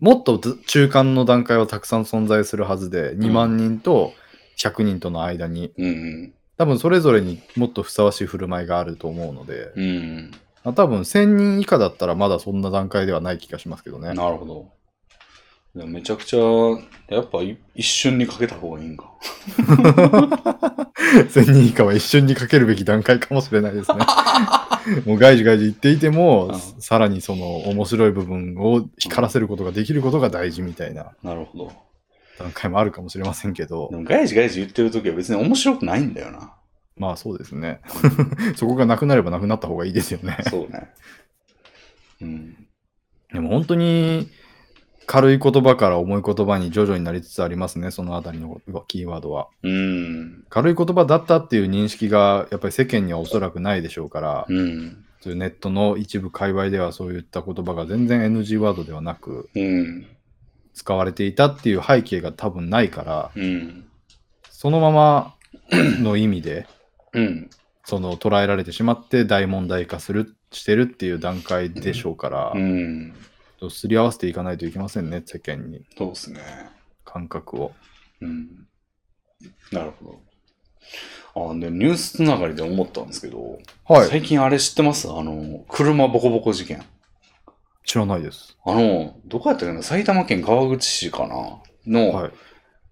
S2: もっとず中間の段階はたくさん存在するはずで、2万人と100人との間に、
S1: うんうん。
S2: 多分それぞれにもっとふさわしい振る舞いがあると思うので、
S1: うん。
S2: まあ多分1000人以下だったらまだそんな段階ではない気がしますけどね。
S1: なるほど。でもめちゃくちゃ、やっぱい一瞬にかけた方がいいんか。
S2: *laughs* 1000人以下は一瞬にかけるべき段階かもしれないですね。もう外事外事言っていても、
S1: う
S2: さらにその面白い部分を光らせることができることが大事みたいな
S1: なるほど。
S2: 段階もあるかもしれませんけど
S1: で、も外事外事言ってる時は別に面白くないんだよな。
S2: まあそうですね。 *laughs* そこがなくなればなくなった方がいいですよね。
S1: そうね。うん。
S2: でも本当に軽い言葉から重い言葉に徐々になりつつありますね、そのあたりのキーワードは。
S1: うん。
S2: 軽い言葉だったっていう認識がやっぱり世間にはおそらくないでしょうから、
S1: うん。
S2: そういうネットの一部界隈ではそういった言葉が全然 NG ワードではなく
S1: うん。
S2: 使われていたっていう背景が多分ないから、
S1: うん。
S2: そのまま *clears throat* の意味で
S1: うん。
S2: その捉えられてしまって大問題化するしてるっていう段階でしょうから、
S1: うん。
S2: とすり合わせていかないといけませんね、世間に
S1: そうですね。
S2: 感覚を。
S1: うん。なるほど。あ、で、ニュースつながりで思ったんですけど、
S2: はい。
S1: 最近あれ知ってますあの、車ボコボコ事件。
S2: 知らないです。
S1: あの、どこやったっけな埼玉県川口市かなの、
S2: はい。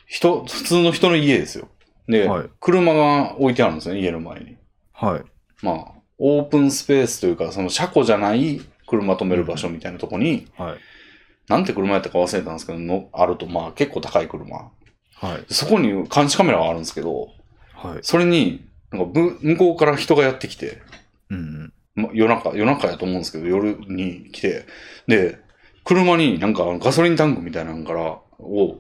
S1: 人、普通の人の家ですよ。で、
S2: はい
S1: 車が置いてあるんですよね、家の前に。
S2: はい。
S1: まあ、オープンスペースというか、その車庫じゃない車止める場所みたいなとこに、
S2: はい。
S1: なんて車やったか忘れたんですけど、のあると、まあ結構高い車。
S2: はい。
S1: そこに監視カメラがあるんですけど、
S2: はい。
S1: それに、なんかぶ向こうから人がやってきて、
S2: うん
S1: ま、夜中、夜中やと思うんですけど、夜に来て、で、車になんかガソリンタンクみたいなのから、を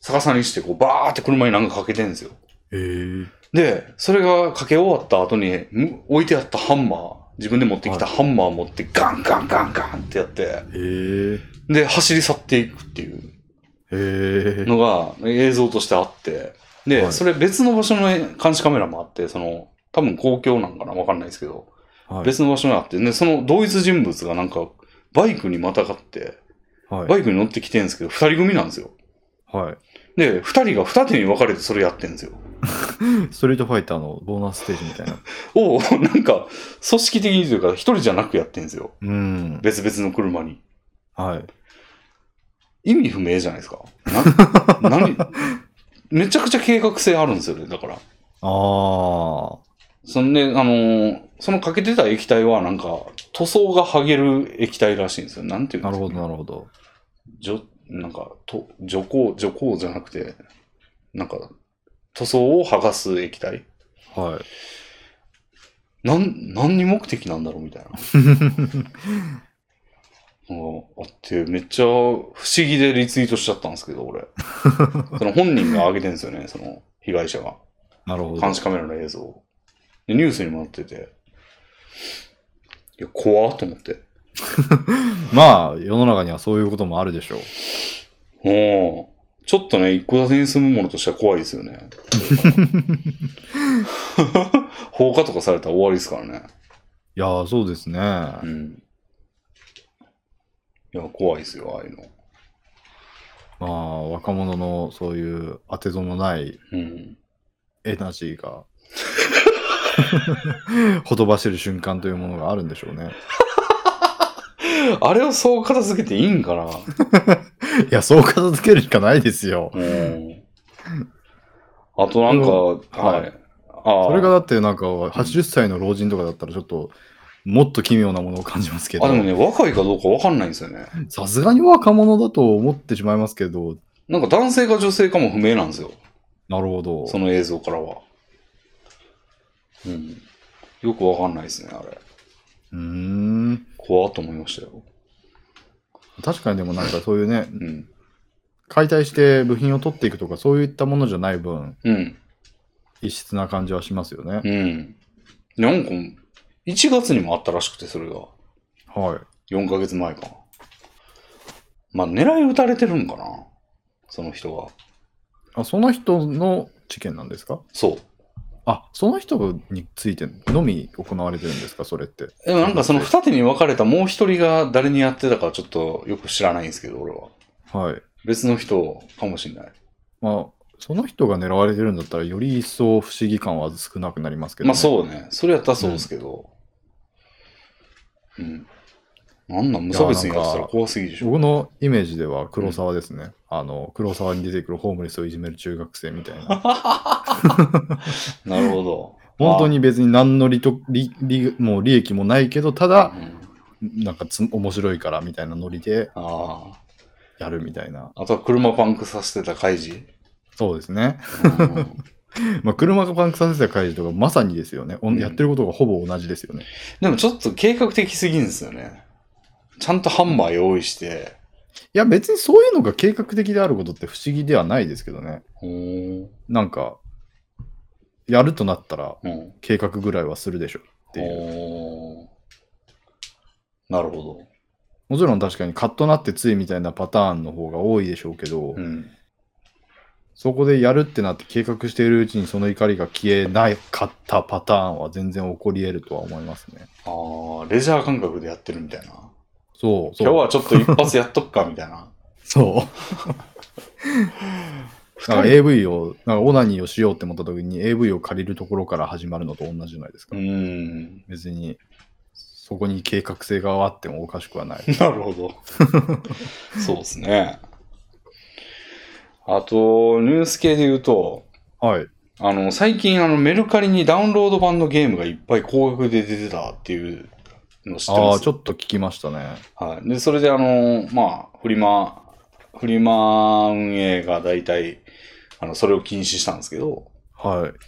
S1: 逆さにして、こう、バーって車になんかかけてんですよ。
S2: うん。へえ。
S1: で、それがかけ終わった後に、む置いてあったハンマー、自分で持ってきたハンマーを持ってガンガンガンガンってやって、
S2: へえ。
S1: で、走り去っていくっていう
S2: へえ。
S1: のが映像としてあって、で、
S2: はい
S1: それ別の場所の監視カメラもあって、その、多分公共なんかなわかんないですけど、
S2: はい。
S1: 別の場所にあって、ね、その同一人物がなんか、バイクにまたがって、
S2: はい。
S1: バイクに乗ってきてるんですけど、二人組なんですよ。
S2: はい。
S1: で、二人が二手に分かれてそれやってんですよ。
S2: ストリートファイターのボーナスステージみたいな。
S1: を、 *laughs* なんか、組織的にというか、一人じゃなくやってんですよ。
S2: うん。
S1: 別々の車に。
S2: はい。
S1: 意味不明じゃないですか。な何 *laughs* めちゃくちゃ計画性あるんですよね、だから。
S2: ああ。は
S1: そんで、あのーそのかけてた液体は、なんか、塗装が剥げる液体らしいんですよ。なんていうん
S2: な
S1: です
S2: る
S1: か、
S2: ほど、なるほど。
S1: じょなんかと除光除光じゃなくてなんか塗装を剥がす液体
S2: はい。
S1: なん何に目的なんだろうみたい
S2: *laughs*
S1: なのがあってめっちゃ不思議でリツイートしちゃったんですけど俺その本人が上げてるんですよねその被害者が
S2: なるほど。
S1: 監視カメラの映像をでニュースにもなってていや怖っと思って
S2: まあ、世の中にはそういうこともあるでしょう。
S1: もうちょっとね一戸建てに住むものとしては怖いですよ *laughs* ね放火とかされたら終わりですからね
S2: いやー、そうですね。
S1: うんいや怖いですよああいうの
S2: まあ、若者のそういう当てぞのない
S1: うん
S2: エナジーが、 *laughs* ほとばしる瞬間というものがあるんでしょうね。
S1: あれをそう片付けていいんかな
S2: いや、そう片付けるしかないですよ。
S1: うんあとなんか、はい、
S2: はい
S1: ああ
S2: それがだってなんか、80歳の老人とかだったらちょっと、もっと奇妙なものを感じますけど
S1: あで、もね若いかどうかわかんないんですよね
S2: さすがに若者だと思ってしまいますけど、
S1: なんか男性か女性かも不明なんですよ
S2: なるほど。
S1: その映像からはうんよくわかんないですねあれ
S2: うーん。
S1: 怖っと思いましたよ
S2: 確かにでもなんかそういうね、
S1: うん
S2: 解体して部品を取っていくとか、そういったものじゃない分、
S1: うん
S2: 異質な感じはしますよね。
S1: うんなんか1月にもあったらしくてそれが
S2: はい。
S1: 4ヶ月前かまあ狙い撃たれてるんかなその人が
S2: あその人の事件なんですか
S1: そう
S2: あその人についてのみ行われてるんですか、それって。
S1: でもなんかその二手に分かれたもう一人が誰にやってたかちょっとよく知らないんですけど俺は
S2: はい。
S1: 別の人かもしれない
S2: まあ、その人が狙われてるんだったら、より一層不思議感は少なくなりますけど、
S1: まあそうねそれやったらそうですけどうん、なんなん無差別にやってたら怖すぎでしょ
S2: 僕のイメージでは黒沢ですね。あの、黒沢に出てくるホームレスをいじめる中学生みたいな。
S1: なるほど
S2: *laughs* 本当に別に何の利と利利もう利益もないけど、た
S1: あ、
S2: だ
S1: うん
S2: なんかつ面白いからみたいなノリで
S1: ああ
S2: やるみたいな。
S1: あとは車パンクさせてたカイジ。
S2: そうですね。 *laughs*
S1: うん
S2: まあ、車がパンクさせた会社とか、まさにですよね、おん
S1: うん
S2: やってることがほぼ同じですよね。
S1: でもちょっと計画的すぎんですよね。ちゃんとハンマー用意して。
S2: いや、別にそういうのが計画的であることって不思議ではないですけどね。
S1: うん。
S2: なんか、やるとなったら
S1: うん。
S2: 計画ぐらいはするでしょっていう。
S1: おーなるほど。
S2: もちろん確かにカッとなってついみたいなパターンの方が多いでしょうけど、
S1: うん。
S2: そこでやるってなって計画しているうちにその怒りが消えなかったパターンは全然起こり得るとは思いますね。
S1: ああ、レジャー感覚でやってるみたいな。
S2: そう、そう。
S1: 今日はちょっと一発やっとくかみたいな。
S2: そう。 *laughs* なんか AV を、なんかオナニーをしようって思った時に AV を借りるところから始まるのと同じじゃないです
S1: *laughs* う
S2: か。
S1: ん。
S2: 別に、そこに計画性があってもおかしくは
S1: *laughs*
S2: ない。
S1: なるほど。
S2: *laughs*
S1: そうですね。あと、ニュース系で言うと、
S2: はい。
S1: あの、最近、あの、メルカリにダウンロード版のゲームがいっぱい高額で出てたっていうの知って
S2: あ
S1: ま
S2: あ、
S1: す
S2: ちょっと聞きましたね。
S1: はい。で、それで、あの、まあ、フリマ、フリマ運営が大体、あの、それを禁止したんですけど、
S2: はい。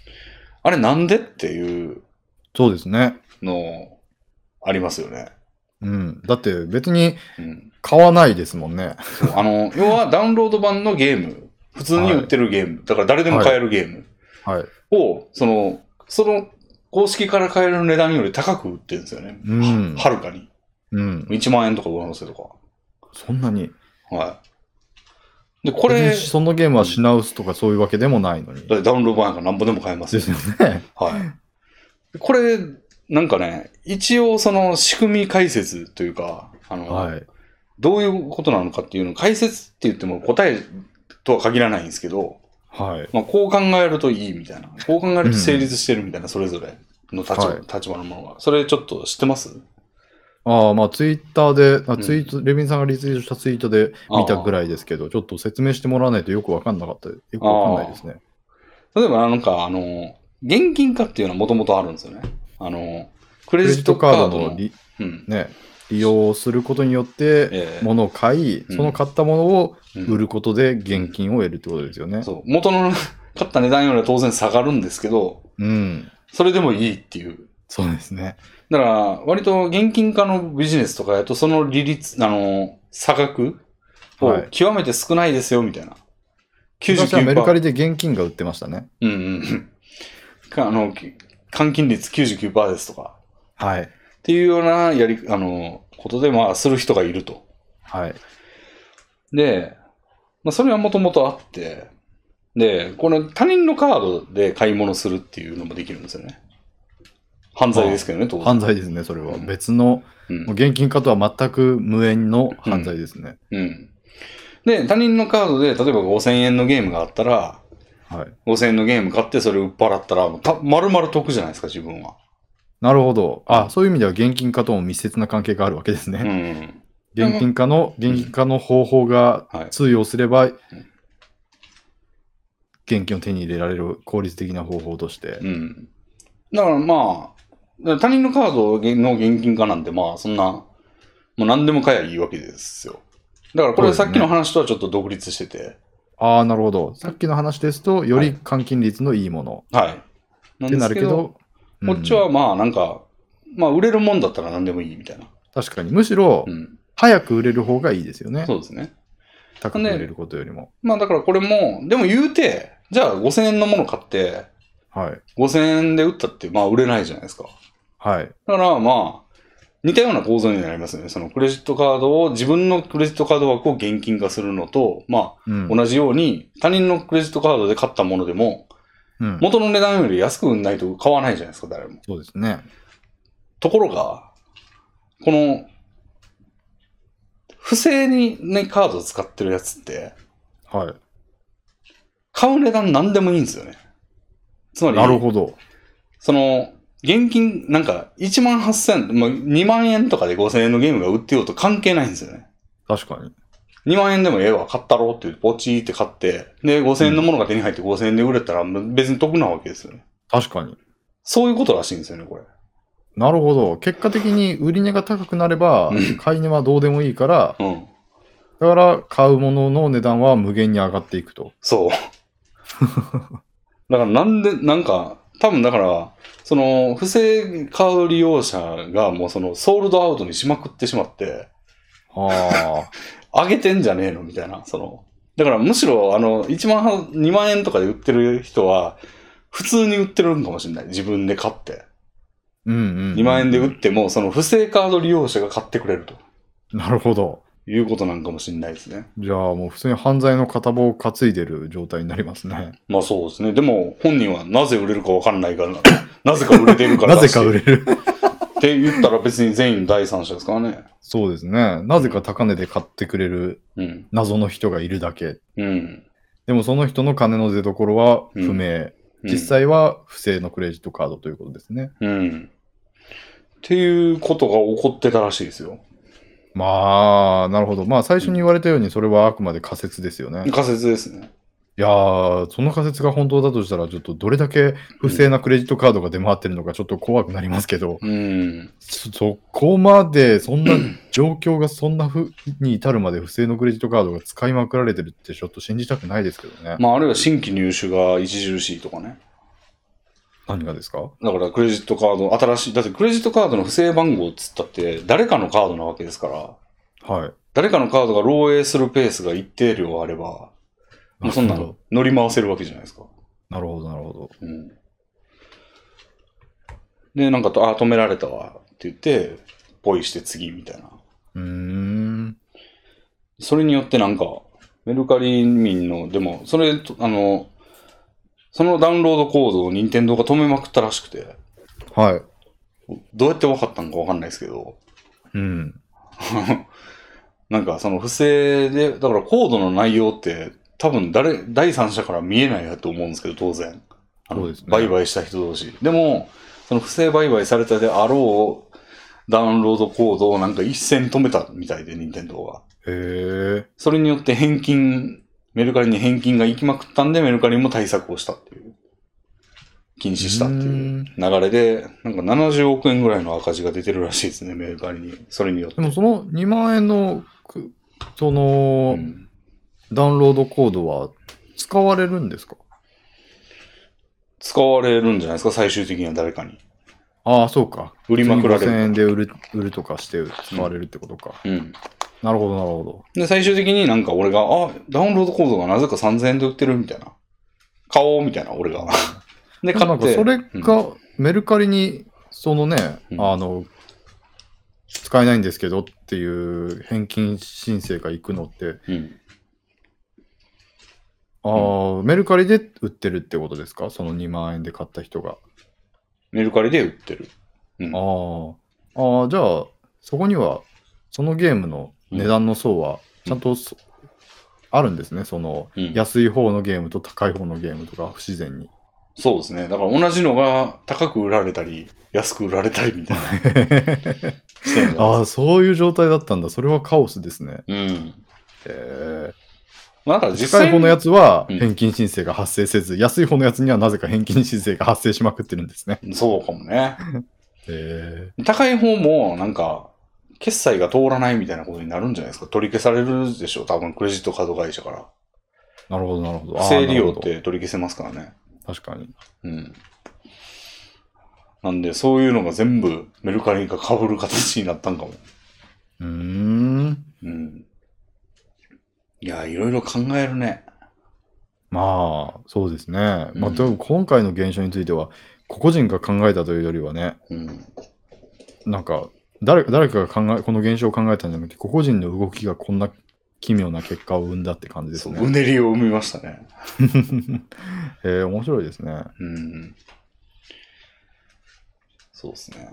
S1: あれなんでっていう
S2: そうですね。
S1: の、ありますよね。
S2: うん。だって別に
S1: うん。
S2: 買わないですもんね。
S1: そうあの、要はダウンロード版のゲーム、普通に売ってるゲーム、だから誰でも買えるゲーム
S2: はい。
S1: を、その、その、公式から買える値段より高く売ってるんですよね。
S2: うん
S1: ははるかに。
S2: うん。
S1: 1万円とか上乗せとか。
S2: そんなに。
S1: はで、これ、
S2: 別にそのゲームは品薄とかそういうわけでもないのに。
S1: だってダウンロード版やから何本でも買えます
S2: で
S1: よ
S2: すよね。
S1: はい。これ、なんかね、一応その仕組み解説というか、 *laughs* あの、
S2: はい。
S1: どういうことなのかっていうの、解説って言っても答えとは限らないんですけど、
S2: はい。
S1: まあ、こう考えるといいみたいな、こう考えると成立してるみたいな、それぞれの立場,、
S2: はい
S1: 立場のものが。それちょっと知ってます
S2: ああ、まあツイッターで、あ
S1: ん
S2: ツイート、レビンさんがリツイートしたツイートで見たぐらいですけど、ちょっと説明してもらわないとよくわかんなかった。よくわかんないですね。
S1: 例えばなんか、あの、現金化っていうのはもともとあるんですよね。あの、ク
S2: ク
S1: レ
S2: レ
S1: ジ
S2: ジ
S1: ッ
S2: ッ
S1: ト
S2: ト
S1: カ
S2: カ
S1: ード
S2: ード
S1: の、
S2: の利,、
S1: うん、
S2: ね、利用することによって、
S1: ええ
S2: 物を買い、
S1: うん
S2: その買ったものを
S1: うん
S2: 売ることで現金を得るってことですよね。
S1: そう元の買った値段よりは当然下がるんですけど、
S2: うん。
S1: それでもいいっていう。
S2: そうですね。
S1: だから、割と現金化のビジネスとかやと、その利率、あの、差額を
S2: はい
S1: 極めて少ないですよ、みたいな。
S2: 昔はメルカ
S1: 99%。
S2: リで現金が売ってましたね。
S1: うんうん。かあの、き換金率99%ですとか。
S2: はい。
S1: っていうようなやり、あの、ことで、まあ、する人がいると。
S2: はい。
S1: で、まあ、それはもともとあって、で、この他人のカードで買い物するっていうのもできるんですよね。犯罪ですけどね、当然。
S2: 犯罪ですね、それは。
S1: うん
S2: 別の、
S1: うん
S2: もう現金化とは全く無縁の犯罪ですね。
S1: うん。で、他人のカードで、例えば5000円のゲームがあったら、
S2: はい。
S1: 5000円のゲーム買ってそれを売っ払ったら、もうた丸々得じゃないですか、自分は。
S2: なるほど。あ、そういう意味では現金化とも密接な関係があるわけです
S1: う
S2: ね。
S1: ん。
S2: 現金化の、現金化の方法が
S1: はい。
S2: 通用すれば、現金を手に入れられる効率的な方法として。
S1: うん。だからまあ、他人のカードの現金化なんて、まあ、そんな、もう何でも買えばいいわけですよ。だからこれ
S2: そ
S1: さ
S2: うですね
S1: っきの話とはちょっと独立してて、
S2: ああ、なるほど。さっきの話ですと、より換金率のいいもの
S1: はい。な
S2: って
S1: んで
S2: な
S1: す
S2: る
S1: け
S2: け
S1: ど、
S2: ど、うん
S1: こっちはまあなんか、まあ売れるもんだったら何でもいいみたいな。
S2: 確かに、むしろ
S1: うん。
S2: 早く売れる方がいいですよね。
S1: そうですね。
S2: 高く売れることよりも。
S1: まあだからこれも、でも言うて、じゃあ5000円のもの買って、
S2: はい。
S1: 5000円で売ったって、まあ売れないじゃないですか。
S2: はい。
S1: だからまあ、似たような構造になりますよね。そのクレジットカードを、自分のクレジットカード枠を現金化するのと、まあ
S2: うん。
S1: 同じように、他人のクレジットカードで買ったものでも、
S2: うん
S1: 元の値段より安く売んないと買わないじゃないですか、誰も。
S2: そうですね。
S1: ところが、この、不正にね、カードを使ってるやつって、
S2: は
S1: 買う値段何でもいいんですよね。つま
S2: い。
S1: り、
S2: なるほど。
S1: その、現金、なんか、1万8000、まあ、2万円とかで5000円のゲームが売ってようと関係ないんですよね。
S2: 確かに。
S1: 2万円でもええわ、買ったろうって言って、ポチーって買って、で、5000円のものが手に入って5000円で売れたら、別に得なわけですよね。
S2: 確かに。
S1: そういうことらしいんですよね、これ。
S2: なるほど。結果的に売り値が高くなれば
S1: うん、
S2: 買い値はどうでもいいから、
S1: うん。
S2: だから買うものの値段は無限に上がっていくと。
S1: そう。
S2: *laughs*
S1: だから、なんで、なんか、多分だから、その、不正カード利用者が、もうその、ソールドアウトにしまくってしまって、
S2: は
S1: *laughs*
S2: あ。
S1: 上げてんじゃねえのみたいな、その。だからむしろ、あの、1万半、2万円とかで売ってる人は、普通に売ってるんかもしれない。自分で買って。
S2: うんうんうん。
S1: 2万円で売っても、その不正カード利用者が買ってくれると
S2: なるほど。
S1: いうことなんかもしれないですね。
S2: じゃあもう普通に犯罪の片棒を担いでる状態になりますね。
S1: まあそうですね。でも、本人はなぜ売れるかわかんないから、なぜか売れてるから
S2: *laughs* な
S1: だ
S2: ぜ
S1: し
S2: か売れる。
S1: って言ったら別に全員第三者ですからね。
S2: そうですね。なぜか高値で買ってくれる
S1: うん。
S2: 謎の人がいるだけ。
S1: うん。
S2: でもその人の金の出所は不明。
S1: うん
S2: 実。際は不正のクレジットカードということですね。
S1: うん。っていうことが起こってたらしいですよ。
S2: まあ、なるほど。まあ最初に言われたようにそれはあくまで仮説ですよね。い
S1: 仮説ですね。
S2: やー、その仮説が本当だとしたらちょっとどれだけ不正なクレジットカードが出回ってるのかちょっと怖くなりますけど、
S1: うん。
S2: そそこまで、そんな状況がそんなふうに至るまで不正のクレジットカードが使いまくられてるってちょっと信じたくないですけどね。
S1: まあ、あるいは新規入手が著しいとかね。
S2: 何がですか
S1: だからクレジットカード、新しい、だってクレジットカードの不正番号っつったって、誰かのカードなわけですから、
S2: はい。
S1: 誰かのカードが漏洩するペースが一定量あれば、もうそんなの乗り回せるわけじゃないですか。
S2: なるほど、なるほど。
S1: うん。で、なんかと、あ、止められたわって言って、ポイして次みたいな。
S2: うーん。
S1: それによってなんか、メルカリ民の、でも、それ、とあの、そのダウンロードコードを任天堂が止めまくったらしくて、
S2: はい。
S1: どうやって分かったのか分かんないですけど、
S2: うん。
S1: なんかその不正で、だからコードの内容って多分誰、第三者から見えないやと思うんですけど、当然。あの
S2: そうですね
S1: 売買した人同士。でも、その不正売買されたであろうダウンロードコードをなんか一線止めたみたいで、任天堂が。
S2: へえ。
S1: それによって返金、メルカリに返金が行きまくったんで、メルカリも対策をしたっていう。禁止したっていう流れで、なんか70億円ぐらいの赤字が出てるらしいですね、メルカリに。それによって。
S2: でもその2万円のく、その、
S1: うん
S2: ダウンロードコードは使われるんですか
S1: 使われるんじゃないですか、最終的には誰かに。
S2: ああ、そうか。
S1: 売りまくられ
S2: 普通に5000
S1: る。
S2: 円で売る売るとかして使われるってことか。
S1: うん。
S2: なるほど、なるほど。
S1: で、最終的になんか俺が、あ、ダウンロードコードがなぜか3000円で売ってるみたいな。買おうみたいな、
S2: *laughs*
S1: 俺が。で、
S2: でも
S1: 買
S2: な
S1: っ
S2: んか
S1: て。
S2: それがメルカリに、そのね、
S1: うん
S2: あの、使えないんですけどっていう返金申請が行くのって、
S1: うん。
S2: ああ、メルカリで売ってるってことですかその2万円で買った人が。
S1: メルカリで売ってる。うん。
S2: ああ、ああ、じゃあ、そこには、そのゲームの値段の層は、ちゃんとそ、あるんですね、その、
S1: うん
S2: 安い方のゲームと高い方のゲームとか、不自然に。
S1: そうですね。だから同じのが高く売られたり、安く売られたりみたい
S2: *laughs*
S1: な。してるんじゃない
S2: ああ、そういう状態だったんだ。それはカオスですね。
S1: うん。
S2: へえ。
S1: まあだから実
S2: 高
S1: 際
S2: い方のやつは
S1: うん
S2: 返金申請が発生せず、安い方のやつにはなぜか返金申請が発生しまくってるんですね。
S1: そうかもね。
S2: へえ。
S1: 高い方もなんか、決済が通らないみたいなことになるんじゃないですか。取り消されるでしょ。多分クレジットカード会社から。
S2: なるほど、なるほど。
S1: 不
S2: ああ
S1: 正利用っ。
S2: なる
S1: て取り消せますからね。
S2: ほど確かに。
S1: うん。なんで、そういうのが全部メルカリが被る形になったんかも。
S2: うーん。
S1: うん。いや、いろいろ考えるね。
S2: まあ、そうですね。
S1: う
S2: まあ、
S1: ん
S2: でも今回の現象については、個々人が考えたというよりはね、
S1: うん。
S2: なんか、誰誰かが考え、この現象を考えたんじゃなくて、個々人の動きがこんな奇妙な結果を生んだって感じです
S1: そう、
S2: ね。
S1: うねりを生みましたね。
S2: えー、面白いですね。
S1: うん。そうですね。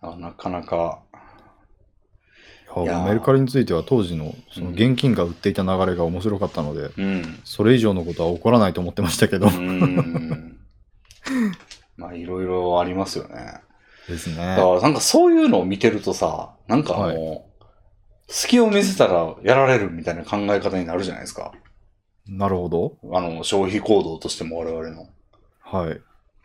S1: あなかなか、
S2: い
S1: いや
S2: や
S1: ー
S2: メルカリについては当時のその
S1: うん
S2: 現金が売っていた流れが面白かったので、
S1: うん。
S2: それ以上のことは起こらないと思ってましたけど
S1: う。ん。まあ、いろいろありますよね。
S2: です
S1: だ
S2: ね
S1: か。ら、なんかそういうのを見てるとさ、なんかもう、
S2: は
S1: 隙を見せたらやられるみたいな考え方になるじゃないですか。
S2: なるほど。
S1: あの、消費行動としても我々の。
S2: はい。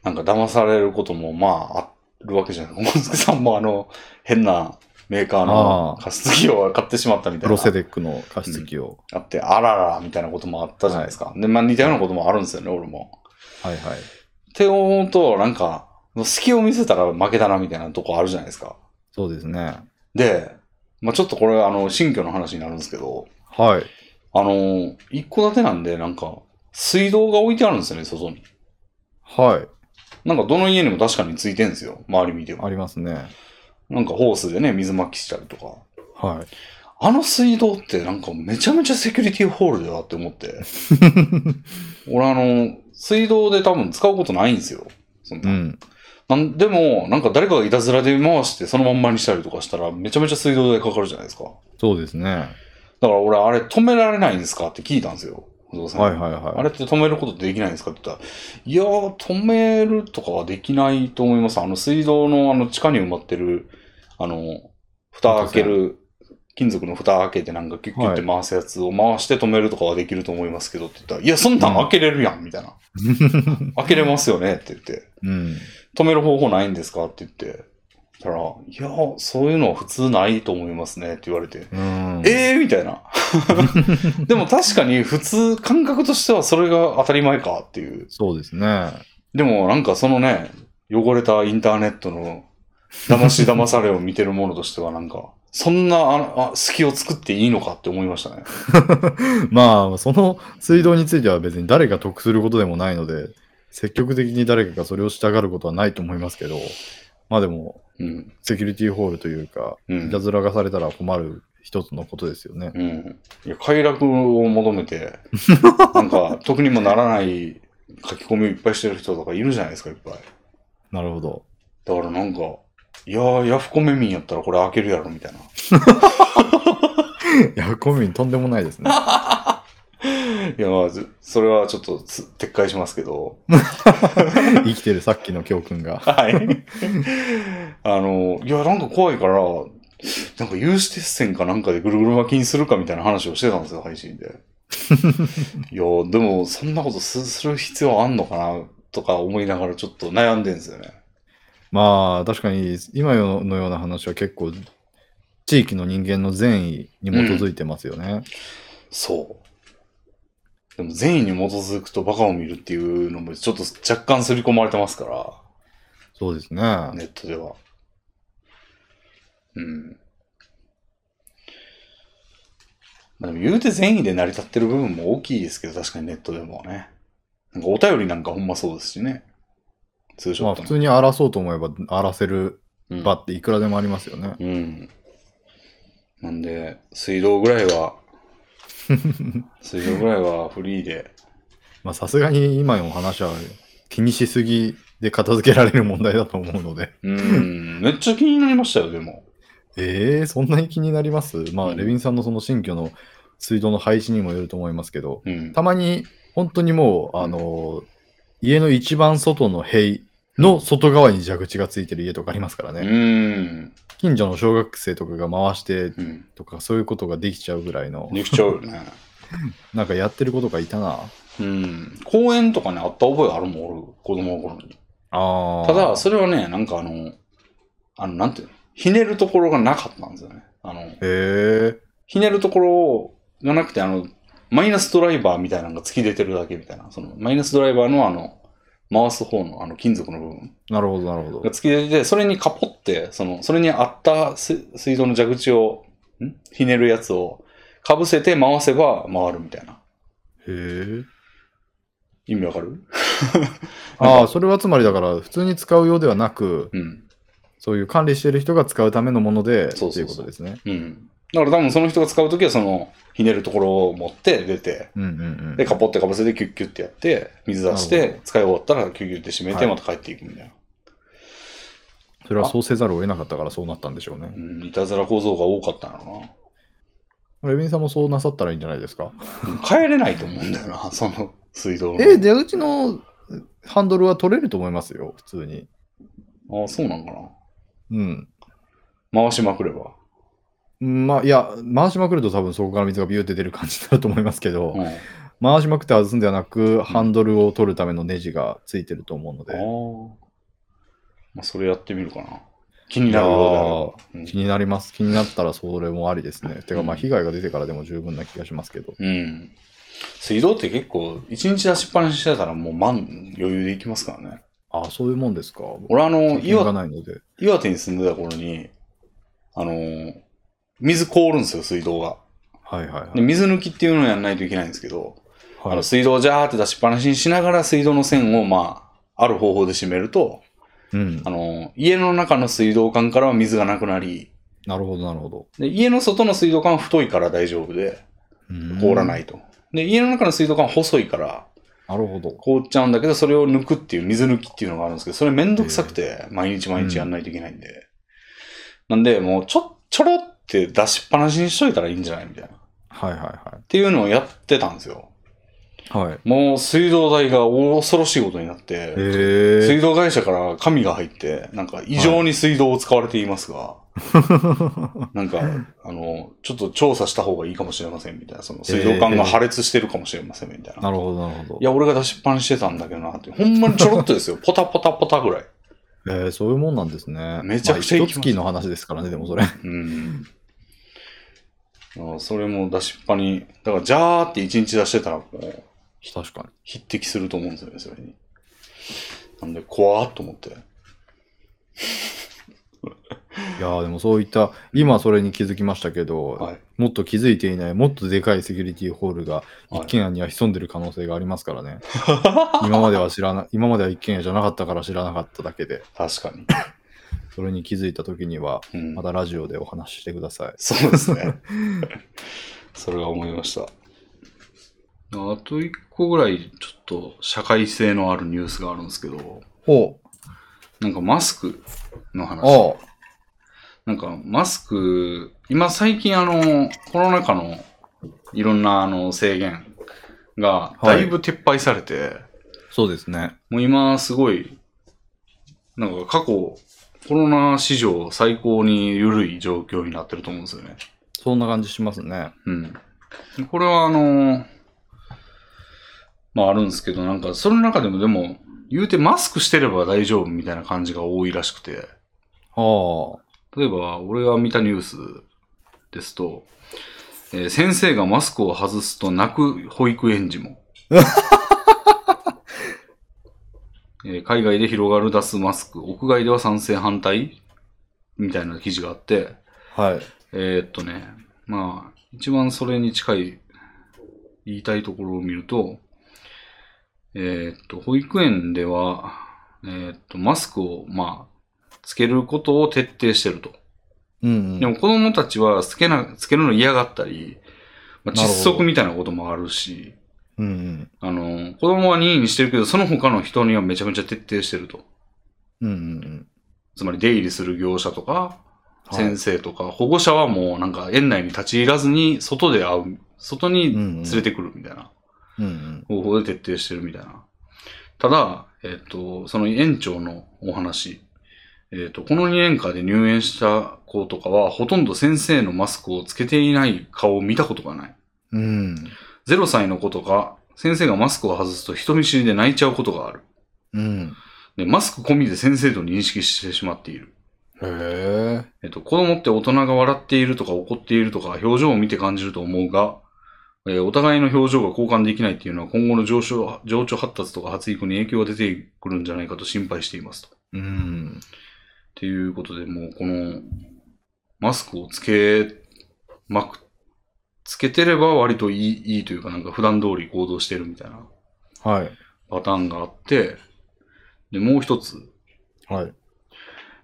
S1: なんか騙されることも、まあ、あるわけじゃない。 *laughs* 小松さんもあの、変なメーカーの
S2: あー
S1: 加湿器を買ってしまったみた
S2: プ
S1: いな
S2: ロ。セデックの加湿器を。
S1: あって、あららみたいなこともあったじゃないですか。で、まあ似たようなこともあるんですよね、俺も。
S2: はいはい。
S1: って思うと、なんか、隙を見せたら負けだなみたいなとこあるじゃないですか。
S2: そうですね。
S1: で、まあちょっとこれ、あの、新居の話になるんですけど、
S2: はい。
S1: あの、一戸建てなんで、なんか、水道が置いてあるんですよね、外に。
S2: はい。
S1: なんか、どの家にも確かについてんですよ、周り見ても。
S2: ありますね。
S1: なんか、ホースでね、水まきしたりとか。
S2: は
S1: あの水道ってなんかめちゃめちゃセキュリティホールだなって思って。俺あの、水道で多分使うことないんですよ。そん
S2: い。う
S1: な。
S2: ん。
S1: なんでも、なんか誰かがいたずらで回してそのまんまにしたりとかしたらめちゃめちゃ水道代かかるじゃないですか。
S2: そうですね。
S1: だから俺あれ止められないんですかって聞いたんですよ。不動産
S2: はいはいはい。
S1: あれって止めることできないんですかって言ったら、いやー、止めるとかはできないと思います。あの、水道のあの地下に埋まってる、あの、蓋開ける、金属の蓋開けてなんかキュッキュって回すやつを回して止めるとかはできると思いますけどって言ったら、いや、そんなん開けれるやんみたいな。開けれますよねって言って、
S2: うん。
S1: 止める方法ないんですかって言って、たら、いやー、そういうのは普通ないと思いますねって言われて、
S2: うん。
S1: ええー、みたいな。 *laughs* でも確かに普通、感覚としてはそれが当たり前かっていう。
S2: そうですね。
S1: でもなんかそのね、汚れたインターネットの騙し騙されを見てるものとしてはなんか、そんなああ隙を作っていいのかって思いましたね。
S2: まあ、その水道については別に誰が得することでもないので、積極的に誰かがそれをしたがることはないと思いますけど、まあでも、
S1: うん。
S2: セキュリティホールというか、
S1: う
S2: い
S1: ん
S2: た。ずらがされたら困る一つのことですよね。
S1: うん。いや、快楽を求めて、 *laughs* なんか、得にもならない書き込みをいっぱいしてる人とかいるじゃないですか、いっぱい。
S2: なるほど。
S1: だからなんか、いやー、ヤフコメ民やったらこれ開けるやろ、みたいな。
S2: いや、コンビニとんでもない
S1: *laughs*
S2: ですね。
S1: いや、まあ、ずそれはちょっとつ撤回しますけど。
S2: 生きてるさっきの教訓が。
S1: はい。 *laughs* あの、いや、なんか怖いから、なんか有刺鉄線かなんかでぐるぐる巻きにするかみたいな話をしてたんですよ、配信 *laughs* で。いや、でも、そんなことすする必要あんのかな、とか思いながらちょっと悩んでんですよね。
S2: まあ、確かに今のような話は結構、地域の人間の善意に基づいてますよね。
S1: そう。でも善意に基づくとバカを見るっていうのもちょっと若干刷り込まれてますか
S2: そうですね。
S1: ら、ネットでは。うん。まあ、でも言うて善意で成り立ってる部分も大きいですけど、確かにネットでもね。なんかお便りなんかほんまそうですしね。ツーシ
S2: ま
S1: ョ
S2: あ、
S1: ット
S2: 普
S1: の。
S2: 通に荒らそうと思えば荒らせる
S1: うん
S2: 場っていくらでもありますよね。
S1: うん。なんで、水道ぐらいは、水道ぐらいはフリーで。
S2: まあ、さすがに今のお話は気にしすぎで片付けられる問題だと思うので。 *laughs*
S1: うん、めっちゃ気になりましたよ、でも。
S2: ええそんなに気になりますま
S1: う
S2: あ、
S1: ん
S2: レビンさんのその新居の水道の配置にもよると思いますけど、
S1: うん。
S2: たまに本当にもう、あの、家の一番外の塀の外側に蛇口がついてる家とかありますから
S1: う
S2: ね。
S1: ん。
S2: 近所の小学生とかが回して
S1: うん。
S2: とか、そういうことができちゃうぐらいの、
S1: できちゃうよね。
S2: なんかやってることがいたな。
S1: うん。公園とかにあった覚えあるもん、俺、子供の頃に。
S2: ああ。
S1: ただ、、それはね、なんかあの、あの、なんていうのひねるところがなかったんですよね。あの、
S2: へえ、
S1: ひねるところがなくて、あの、マイナスドライバーみたいなのが突き出てるだけみたいな。その、マイナスドライバーのあの、回す方のあの金属の部分
S2: なるほど、なるほど
S1: が。突き出てて、それにカポって、その、それに合った水水道の蛇口を、んひねるやつを、かぶせて回せば回るみたいな。
S2: へえ。
S1: 意味わかる
S2: ああ、それはつまりだから、普通に使うようではなく、
S1: うん。
S2: そういう管理している人が使うためのもので、
S1: そう
S2: って
S1: そそう
S2: いううことですね。
S1: うん。だから多分その人が使うときはその、ひねるところを持って出て、
S2: うんうんうん。
S1: で、カポってかぶせてキュッキュッてやって、水出し
S2: なるほ
S1: て、使い終わったらキュッキュッて閉め
S2: は
S1: て、
S2: い
S1: また帰っていくみたいな。
S2: それはそうせざるを得なかったからそうなったんでしょうね
S1: う。ん、いたずら構造が多かったんだろ
S2: レビンさんもそうなさったらいいんじゃないですか。
S1: うな。帰れないと思うんだよな、 *laughs* その水道の。
S2: え、出口のハンドルは取れると思いますよ、普通に。
S1: ああ、そうなんかな。
S2: うん。
S1: 回しまくれば。
S2: まあ、いや、回しまくると多分そこから水がビューって出る感じになると思いますけど、
S1: うん。あ
S2: 回しまくって外すんではなく、ハンドルを取るためのネジがついてると思うの
S1: あ
S2: で、。
S1: まあ、それやってみるかな。気になるようだ
S2: 気になります。気になったらそれもありですね。てか、まあ、
S1: うん
S2: 被害が出てからでも十分な気がしますけど。
S1: うん。水道って結構、一日出しっぱなししてたらもう満、余裕でいきますからね。
S2: ああ、そういうもんですか。
S1: 俺あの、
S2: 経験
S1: 岩
S2: がないので。
S1: 岩手に住んでた頃に、あのー水凍るんですよ、水道が。
S2: はいはいは
S1: で
S2: い。
S1: 水抜きっていうのをやらないといけないんですけど、あ
S2: は
S1: の
S2: い、
S1: 水道をジャーって出しっぱなしにしながら水道の線を、まあ、ある方法で締めると、
S2: うん
S1: あ。のー家の中の水道管からは水がなくなり、
S2: なるほど、なるほど。。
S1: で家の外の水道管は太いから大丈夫で、凍らないいと。で、家の中の水道管は細いから、
S2: なるほど。
S1: 凍っちゃうんだけど、それを抜くっていう、水抜きっていうのがあるんですけど、それめんどくさくて、毎日毎日やんないといけないんで。なんで、もうちょ、ちょろって出しっぱなしにしといたらいいんじゃないみたいな。っ
S2: はいは
S1: ていうのをやってたんですよ。
S2: いはい。はい。
S1: もう水道代が恐ろしいことになって、
S2: へえ。
S1: 水道会社から紙が入って、なんか異常に水道を使われていますが、なんか、あの、ちょっと調査した方がいいかもしれませんみたいな、その水道管が破裂してるかもしれませんみたいな。
S2: なるほど、なるほど
S1: い。や、俺が出しっぱなししてたんだけどなって。ほんまにちょろっと *laughs* ですよ。ポタポタポタぐらい。
S2: えー、そういうもんなんですね。
S1: めちゃくちゃ
S2: ま
S1: 行きま
S2: あ、一
S1: す
S2: 月の話ですからね、でもそれ。 *laughs*
S1: うん。あそれも出しっぱに、だから、ジャーって一日出してたら、もう、
S2: 確かに。
S1: 匹敵すると思うんですよね、それに。なんで、怖ーっと思って。
S2: いやーでもそういった、今それに気づきましたけど、
S1: はい。
S2: もっと気づいていない、もっとでかいセキュリティホールが
S1: はい
S2: 一軒家には潜んでる可能性がありますから *laughs* ね。今までは知らな、今までは一軒家じゃなかったから知らなかっただけで。
S1: 確かに。
S2: それに気づいた時には、
S1: うん
S2: またラジオでお話ししてください。
S1: そうですね。それが思いました。あと一個ぐらい、ちょっと社会性のあるニュースがあるんですけど、
S2: ほう。
S1: なんかマスクの話。
S2: あ
S1: なんかマスク、今最近あの、コロナ禍のいろんなあの制限がだいぶ撤廃されて、
S2: あ、そうですね。
S1: もう今すごい、なんか過去、コロナ史上最高に緩い状況になってると思うんですよね。
S2: そんな感じしますね。
S1: うん。これはあの、まああるんですけど、なんかその中でもでも、言うてマスクしてれば大丈夫みたいな感じが多いらしくて、
S2: はあ。
S1: 例えば俺が見たニュースですと、えー先生がマスクを外すと泣く保育園児も。えー海外で広がる脱マスク、屋外では賛成反対みたいな記事があって、
S2: はい。
S1: えーっとね、まあ、一番それに近い言いたいところを見ると、えーっと、保育園では、えーっと、マスクを、まあ、つけることを徹底してると。
S2: うん、
S1: でも子供たちはつけな、つけるの嫌がったり、まあ、
S2: なる
S1: 窒
S2: ほど
S1: 息みたいなこともあるし、
S2: うん。うん
S1: あの、子供は任意にしてるけど、その他の人にはめちゃめちゃ徹底してると。
S2: うん。うんうん
S1: つまり出入りする業者とか、
S2: はい
S1: 先生とか、保護者はもうなんか園内に立ち入らずに外で会う、外に連れてくるみたいな
S2: うん。うん
S1: 方法で徹底してるみたいな。ただ、えっと、その園長のお話、えっと、この2年間で入園した子とかは、ほとんど先生のマスクをつけていない顔を見たことがない。
S2: うん。うん。
S1: 0歳の子とか、先生がマスクを外すと人見知りで泣いちゃうことがある。
S2: うん。
S1: で、マスク込みで先生と認識してしまっている。
S2: へえ。
S1: えっと、子供って大人が笑っているとか怒っているとか表情を見て感じると思うが、えーお互いの表情が交換できないっていうのは今後の上昇、情緒発達とか発育に影響が出てくるんじゃないかと心配していますと。っ
S2: うん。
S1: ていうことで、もうこの、マスクをつけまく、つけてれば割といい、いいというかなんか普段通り行動してるみたいな
S2: はい。
S1: パターンがあって、で、もう一つ、
S2: はい。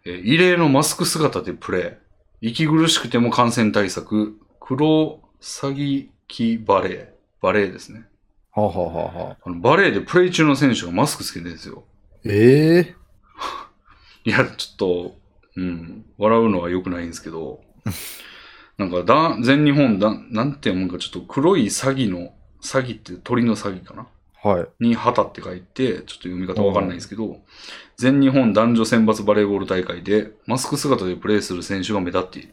S1: えー異例のマスク姿でプレイ。息苦しくても感染対策。黒詐欺機バレー。バレーですね。
S2: はあ、はあはあはあ、
S1: あのバレーでプレイ中の選手がマスクつけてるんですよ。
S2: ええ
S1: いや、ちょっと、うん、笑うのは良くないんですけど、 *laughs* なんかだ、全日本だ、なんて読むか、ちょっと黒い詐欺の、詐欺って鳥の詐欺かな
S2: はい。
S1: に旗って書いて、ちょっと読み方わかんないんですけど、全日本男女選抜バレーボール大会で、マスク姿でプレーする選手が目立っている。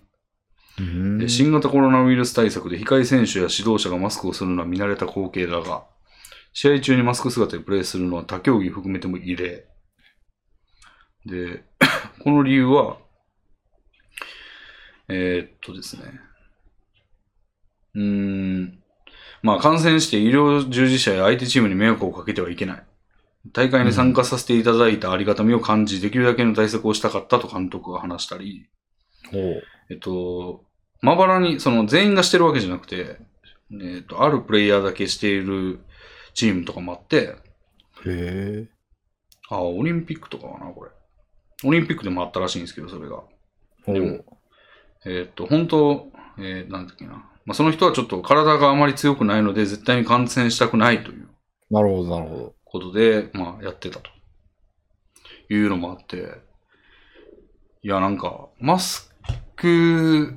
S2: うん
S1: で新型コロナウイルス対策で控え選手や指導者がマスクをするのは見慣れた光景だが、試合中にマスク姿でプレーするのは他競技含めても異例。で、 *coughs* この理由は、えーっとですね。うーん。まあ、感染して医療従事者や相手チームに迷惑をかけてはいけない。大会に参加させていただいたありがたみを感じ、できるだけの対策をしたかったと監督が話したり、
S2: ほう。
S1: えっと、まばらに、その全員がしてるわけじゃなくて、えっと、あるプレイヤーだけしているチームとかもあって、
S2: へえ。
S1: あ、オリンピックとかかな、これ。オリンピックでもあったらしいんですけど、それが。
S2: ほ
S1: で
S2: う
S1: も。えっと、本当、えーなんだっけな。まあ、その人はちょっと体があまり強くないので、絶対に感染したくないという
S2: なるほど、なるほど。
S1: ことで、まあ、やってたと。いうのもあって、いや、なんか、マスク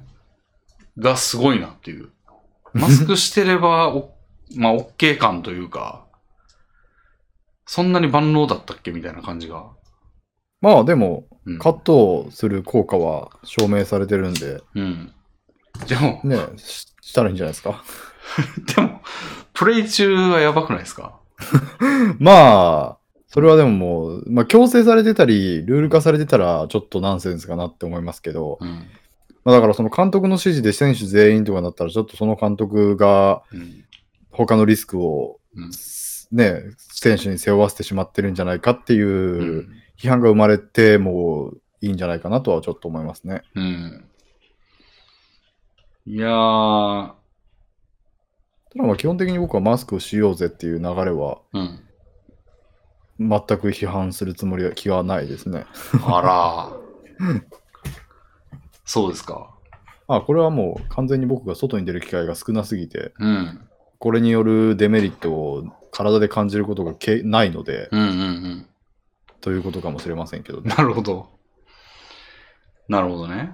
S1: がすごいなって
S2: *laughs*
S1: いう。マスクしてれば、おまあ、OK 感というか、そんなに万能だったっけみたいな感じが。
S2: まあでも、
S1: うん。
S2: カットする効果は証明されてるんで、
S1: うん、でも、 *laughs*
S2: ね、ししたらいいんじゃないですか。 *laughs*
S1: でも、プレイ中はやばくないですか
S2: まあ、それはでももう、まあ強制されてたり、ルール化されてたら、ちょっとナンセンスかなって思いますけど、
S1: うん。
S2: まあだからその監督の指示で選手全員とかになったら、ちょっとその監督が
S1: うん。
S2: 他のリスクを、
S1: うん
S2: ね、選手に背負わせてしまってるんじゃないかっていううん批判が生まれてもいいんじゃないかなとはちょっと思いますね。
S1: うん。いやー、
S2: ただまあ基本的に僕はマスクをしようぜっていう流れは
S1: うん。
S2: 全く批判するつもりは気はないですね。
S1: あら。そうですか。
S2: あ、これはもう完全に僕が外に出る機会が少なすぎて、
S1: うん。
S2: これによるデメリットを体で感じることがけないので、
S1: うんうんうん。
S2: ということかもしれませんけどね。
S1: なるほど。なるほどね。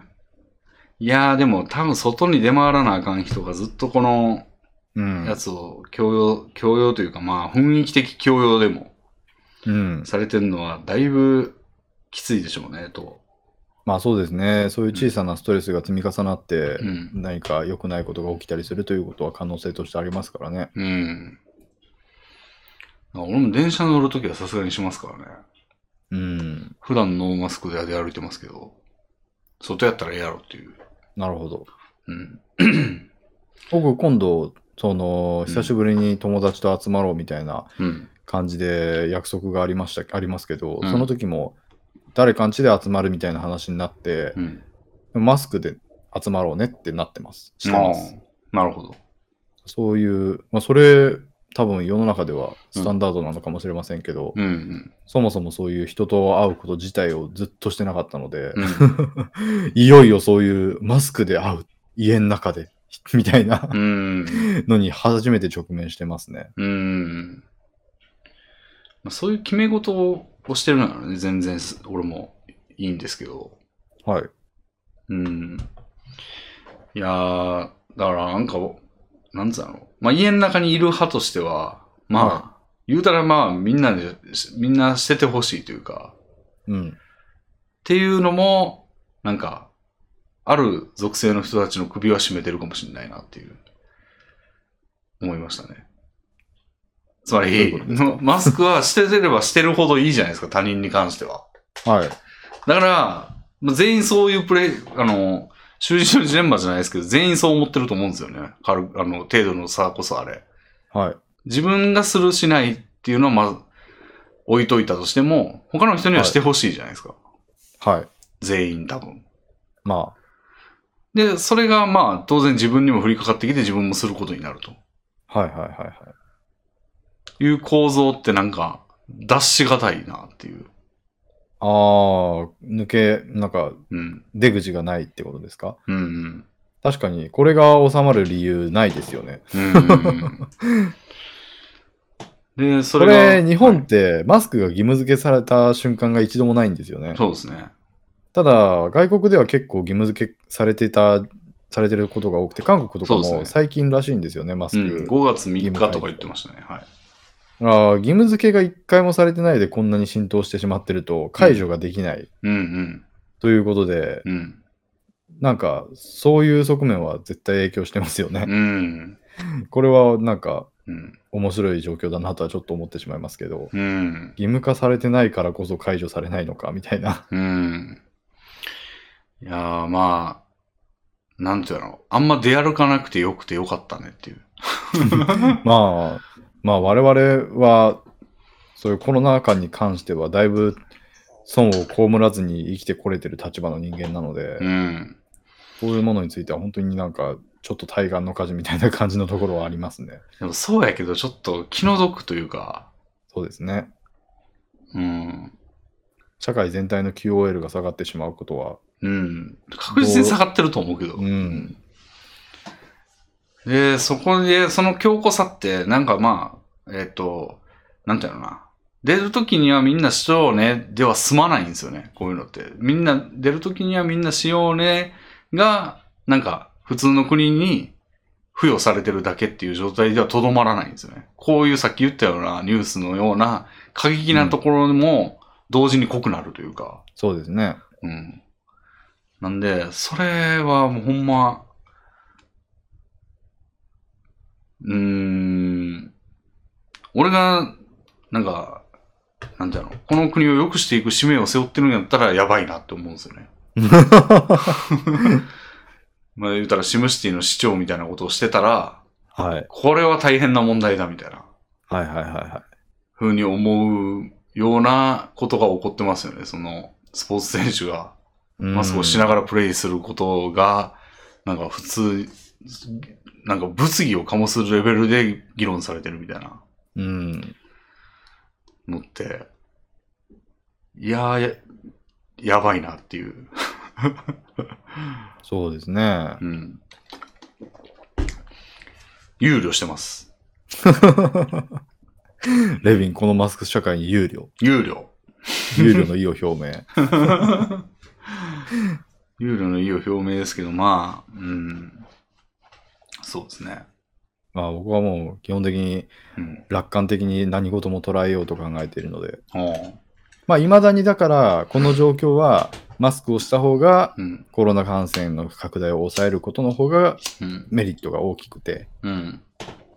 S1: いやーでも多分外に出回らなあかん人がずっとこの
S2: うん
S1: や。つを強要、強要というかまあ雰囲気的強要でも
S2: うん。
S1: されてるのはだいぶきついでしょうねと。
S2: まあそうですね。そういう小さなストレスが積み重なって
S1: う、ん。
S2: 何か良くないことが起きたりするということは可能性としてありますからね。
S1: うん。俺も電車乗るときはさすがにしますからね。
S2: うん。
S1: 普段ノーマスクで歩いてますけど、外やったらええやろっていう。
S2: なるほど。
S1: うん。
S2: 僕、今度、その、
S1: うん
S2: 久しぶりに友達と集まろうみたいな
S1: うん。
S2: 感じで約束がありました、ありますけど、
S1: うん
S2: その時も、誰かんちで集まるみたいな話になって、
S1: うん。
S2: マスクで集まろうねってなってます。してます。
S1: あー。なるほど。
S2: そういう、まあ、それ、多分世の中ではスタンダードなのかもしれませんけど、
S1: うんうん。
S2: そもそもそういう人と会うこと自体をずっとしてなかったので、
S1: うん
S2: いよいよそういうマスクで会う、家の中で、 *laughs* みたいな
S1: うん。
S2: のに初めて直面してますね。
S1: うん。まあ、そういう決め事をしてるならね、全然す俺もいいんですけど。
S2: はい。
S1: うん。いやー、だからなんか、なんつうの。まあ、家の中にいる派としては、まあ、
S2: は
S1: 言うたらまあ、みんなで、しみんなしててほしいというか、
S2: うん。
S1: っていうのも、なんか、ある属性の人たちの首は絞めてるかもしれないなっていう、思いましたね。つま
S2: どういう
S1: り
S2: こと、ですか
S1: のマスクはしてればしてるほどいいじゃないですか、他人に関しては。
S2: はい。
S1: だから、まあ全員そういうプレイ、あの、囚人のジレンマじゃないですけど、全員そう思ってると思うんですよね。軽くあの、程度の差こそあれ。
S2: はい。
S1: 自分がするしないっていうのは、まず、置いといたとしても、他の人にはしてほしいじゃないですか。
S2: はい。
S1: 全員多分。
S2: ま
S1: で、それがまあ当然自分にも降りかかってきて自分もすることになると
S2: あ、はいはいはいはい。
S1: いう構造ってなんか脱しがたいなっていう。
S2: あー、抜け、なんか、
S1: うん。
S2: 出口がないってことですか
S1: うんうん。
S2: 確かに、これが収まる理由ないですよね。
S1: うんうん *laughs* うん、で、そ
S2: こ
S1: れが。
S2: れ、日本
S1: は
S2: ってマスクが義務付けされた瞬間が一度もないんですよね
S1: い。そうですね。
S2: ただ、外国では結構義務付けされてた、されてることが多くて、韓国とか
S1: そうです
S2: も
S1: ね
S2: 最近らしいんですよね、マ
S1: う
S2: ス
S1: ん
S2: ク。。
S1: 5月3日とか言ってましたね。はい。
S2: あー義務付けが一回もされてないでこんなに浸透してしまってると、解除ができない
S1: うん
S2: ということで、
S1: うん。うん。
S2: なんか、そういう側面は絶対影響してますよね。
S1: うん。
S2: これはなんか、
S1: うん。
S2: 面白い状況だなとはちょっと思ってしまいますけど、
S1: うん。
S2: 義務化されてないからこそ解除されないのか、みたいな。 *laughs*
S1: うん。いやーまあ、なんていうの、あんま出歩かなくてよくてよかったねっていう。
S2: まあ、まあ我々は、そういうコロナ禍に関しては、だいぶ損を被らずに生きてこれてる立場の人間なので、
S1: うん。
S2: こういうものについては本当になんか、ちょっと対岸の火事みたいな感じのところはありますね。
S1: でもそうやけど、ちょっと気の毒というか、
S2: そうですね。
S1: うん。
S2: 社会全体の QOL が下がってしまうことは、
S1: うん。確実に下がってると思うけど。
S2: うん。
S1: で、そこで、その強固さって、なんかまあ、えっ、と、なんていうのかな。出るときにはみんなしようね、では済まないんですよね。こういうのって。みんな、出るときにはみんなしようね、が、なんか、普通の国に付与されてるだけっていう状態ではとどまらないんですよね。こういうさっき言ったようなニュースのような過激なところも同時に濃くなるというか。
S2: そうですね。
S1: うん。なんで、それはもうほんま、うーん、俺が、なんか、なんていうの、この国を良くしていく使命を背負ってるんやったらやばいなって思うんですよね。まあ言うたらシムシティの市長みたいなことをしてたら、
S2: はい。
S1: これは大変な問題だみたいな
S2: はいはいはいは
S1: 風に思うようなことが起こってますよね。その、スポーツ選手が
S2: い。うん
S1: マスクをしながらプレイすることが、なんか普通、なんか物議を醸すレベルで議論されてるみたいな
S2: うん。
S1: のって、いやー、ややばいなっていう。
S2: そうですね。
S1: うん。憂慮してます。
S2: レビン、このマスク社会に憂慮。
S1: 憂慮。
S2: 憂慮の意を
S1: *laughs*
S2: 表明。
S1: 憂慮の意を表明ですけど、まあ、うん。そうですね。
S2: まあ僕はもう基本的に
S1: うん。
S2: 楽観的に何事も捉えようと考えているので。
S1: おう
S2: まあ未だにだから、この状況はマスクをした方が
S1: うん。
S2: コロナ感染の拡大を抑えることの方が
S1: うん。
S2: メリットが大きくて。
S1: うん。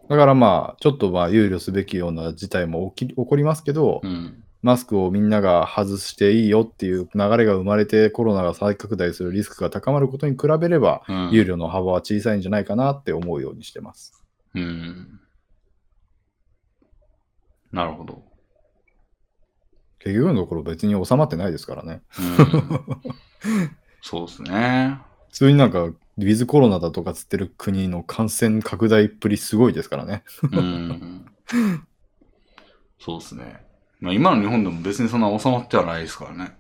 S2: だからまあ、ちょっとまあ、憂慮すべきような事態も起き起こりますけど、
S1: うん。
S2: マスクをみんなが外していいよっていう流れが生まれて、コロナが再拡大するリスクが高まることに比べれば、
S1: うん
S2: 憂慮の幅は小さいんじゃないかなって思うようにしてます。
S1: うん。なるほど。
S2: 結局のところ別に収まってないですからね。
S1: うん、 *laughs* そうですね。
S2: 普通になんか、ウィズコロナだとかつってる国の感染拡大っぷりすごいですからね。
S1: うん。そうですね。まあ、今の日本でも別にそんな収まってはないですからね。
S2: だか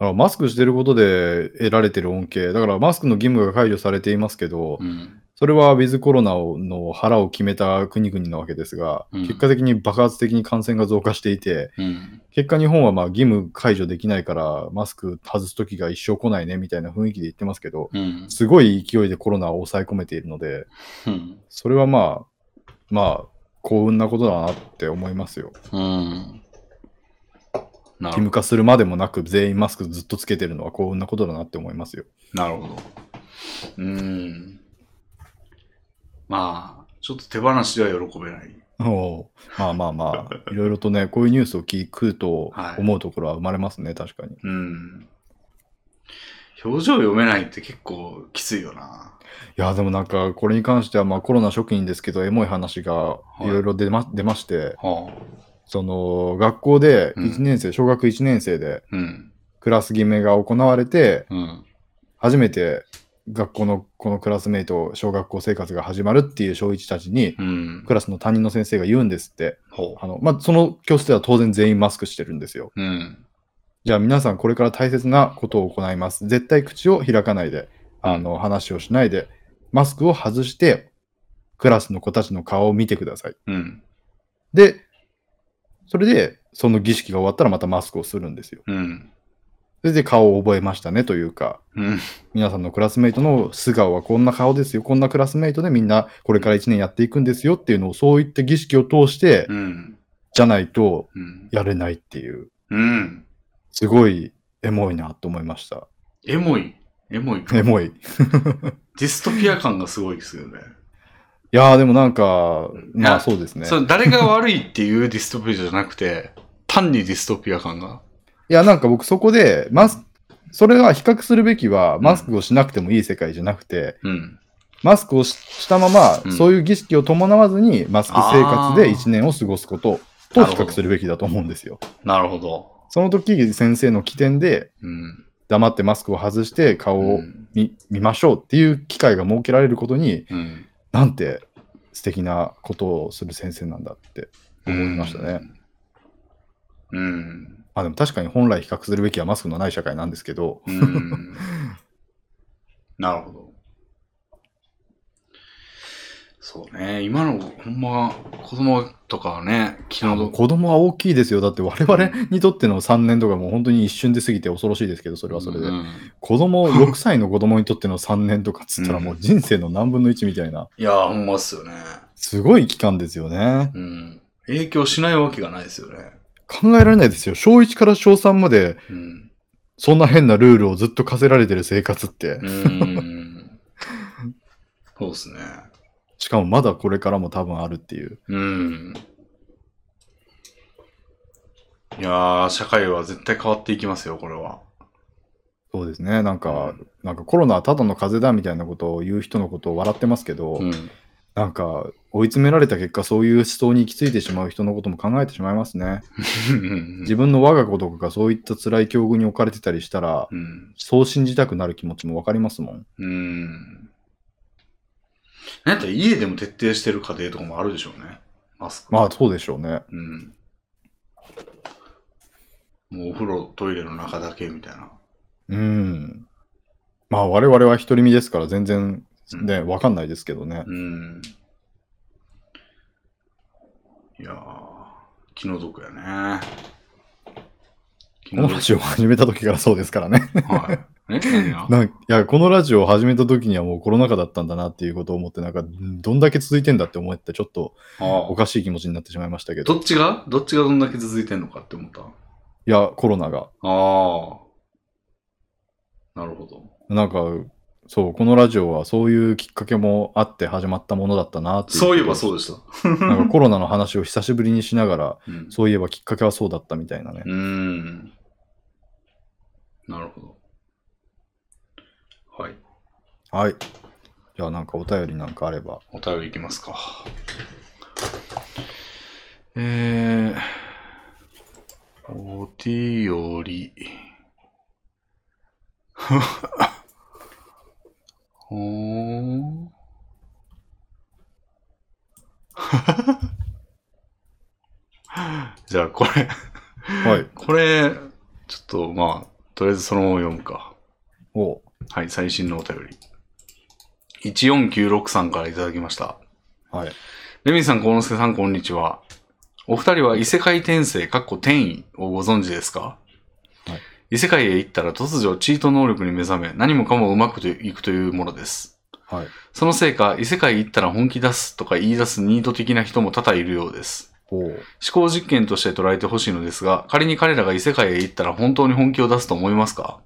S2: らマスクしてることで得られてる恩恵。だからマスクの義務が解除されていますけど、
S1: うん。
S2: それはウィズコロナの腹を決めた国々なわけですが、
S1: うん
S2: 結果的に爆発的に感染が増加していて、
S1: うん。
S2: 結果日本はまあ義務解除できないから、マスク外す時が一生来ないねみたいな雰囲気で言ってますけど、
S1: うん。
S2: すごい勢いでコロナを抑え込めているので、
S1: うん。
S2: それはまあ、まあ、幸運なことだなって思いますよ。
S1: うん。な
S2: 義
S1: るほ
S2: 務化するまでもなく、全員マスクずっとつけてるのは幸運なことだなって思いますよ。
S1: ど。なるほど。うん。まあ、ちょっと手放しでは喜べない。
S2: おうまあまあまあ、いろいろとね、こういうニュースを聞くと
S1: はい
S2: 思うところは生まれますね、確かに。
S1: うん。表情読めないって結構きついよな。
S2: いや、でもなんか、これに関しては、まあ、コロナ初期にですけど、エモい話が
S1: い
S2: いろいろ出ま出まして、
S1: はあ。
S2: その、学校で
S1: うん
S2: 1年生、小学1年生で
S1: うん。
S2: クラス決めが行われて、
S1: うん。
S2: 初めて学校のこのクラスメイト、小学校生活が始まるっていう小1たちに、
S1: うん。
S2: クラスの担任の先生が言うんですって。
S1: ほ
S2: あの、まあ、その教室では当然全員マスクしてるんですよ。
S1: う。うん。
S2: じゃあ皆さんこれから大切なことを行います。絶対口を開かないで、あの話をしないで、マスクを外して、クラスの子たちの顔を見てください。
S1: うん。
S2: で、それで、その儀式が終わったらまたマスクをするんですよ。
S1: うん。
S2: それで顔を覚えましたねというか、
S1: うん。
S2: 皆さんのクラスメイトの素顔はこんな顔ですよ。こんなクラスメイトでみんなこれから1年やっていくんですよっていうのをそういった儀式を通して
S1: う、ん。
S2: じゃないと
S1: うん。
S2: やれないっていう、
S1: うん。
S2: すごいエモいなと思い
S1: *laughs*
S2: ました。
S1: エモい。エモい。
S2: エモい。
S1: ディストピア感がすごいですよね。
S2: いやーでもなんか、ま
S1: や
S2: あそうですね。
S1: それ誰が悪いっていうディストピアじゃなくて、単にディストピア感が。
S2: いやなんか僕そこで、マスそれは比較するべきは、マスクをしなくてもいい世界じゃなくて、
S1: うん。
S2: マスクをししたまま、
S1: うん
S2: そういう儀式を伴わずに、マスク生活で1年を過ごすことと比較するべきだと思うんですよ。
S1: なるほど。
S2: その時、先生の起点で、
S1: うん。
S2: 黙ってマスクを外して顔
S1: う
S2: を
S1: ん。
S2: 見,、見ましょうっていう機会が設けられることに、
S1: うん。
S2: なんて素敵なことをする先生なんだって思いましたね。
S1: うん。
S2: まあでも確かに本来比較するべきはマスクのない社会なんですけど、
S1: うん。なるほど。そうね。今の、ほんま、子供とかはね、気の毒。
S2: 子供は大きいですよ。だって我々にとっての3年とかもう本当に一瞬で過ぎて恐ろしいですけど、それはそれで。
S1: うん
S2: 子供、6歳の子供にとっての3年とかっつったらもう人生の何分の1みたいな、
S1: いやー、ほんまっすよね。
S2: すごい期間ですよね。
S1: うん。影響しないわけがないですよね。
S2: 考えられないですよ。小1から小3まで
S1: うん。
S2: そんな変なルールをずっと課せられてる生活って
S1: う、ーん。そうですね。
S2: しかもまだこれからも多分あるっていう。
S1: うん。いやー、社会は絶対変わっていきますよ、これは。
S2: そうですね。なんか、なんかコロナはただの風邪だみたいなことを言う人のことを笑ってますけど、
S1: うん。
S2: なんか追い詰められた結果そういう思想に行き着いてしまう人のことも考えてしまいますね。自分の我が子とかがそういった辛い境遇に置かれてたりしたら、
S1: うん。
S2: そう信じたくなる気持ちもわかりますもん。
S1: うん。なんやったら家でも徹底してる家庭とかもあるでしょうね。マスク。
S2: まあそうでしょうね。
S1: うん。もうお風呂、トイレの中だけみたいな。
S2: うん。まあ、我々は独り身ですから、全然、
S1: うん
S2: ね、わかんないですけどね。
S1: うん。いやー、気の毒やね。気
S2: このラジオを始めた時からそうですからね。
S1: はい。え何が
S2: なんいや、このラジオを始めた時にはもうコロナ禍だったんだなっていうことを思って、なんか、どんだけ続いてんだって思って、ちょっと
S1: あ
S2: おかしい気持ちになってしまいましたけど、
S1: どっちがどっちがどんだけ続いてんのかって思った。あ
S2: いや、コロナが。
S1: あ。なるほど。
S2: なんか、そう、このラジオはそういうきっかけもあって始まったものだったなっていう。
S1: そういえばそうでした。
S2: なんかコロナの話を久しぶりにしながら、
S1: うん。
S2: そういえばきっかけはそうだったみたいなね
S1: う。ーん。なるほど。はい。
S2: はい。じゃあなんかお便りなんかあれば。
S1: お便りいきますか。えー、お手より。 *laughs* ほー。 *laughs* じゃあこれ、
S2: はい。
S1: これ、ちょっとまあ、とりあえずそのまま読むか。
S2: おう
S1: はい、最新のお便り。14963さんからいただきました。
S2: はい。
S1: レミさん、幸之助さん、こんにちは。お二人は異世界転生、かっこ転移をご存知ですか、
S2: はい
S1: 異世界へ行ったら突如チート能力に目覚め、何もかもうまくいくというものです。
S2: はい。
S1: そのせいか、異世界行ったら本気出すとか言い出すニート的な人も多々いるようです。
S2: おう
S1: 思考実験として捉えてほしいのですが、仮に彼らが異世界へ行ったら本当に本気を出すと思いますか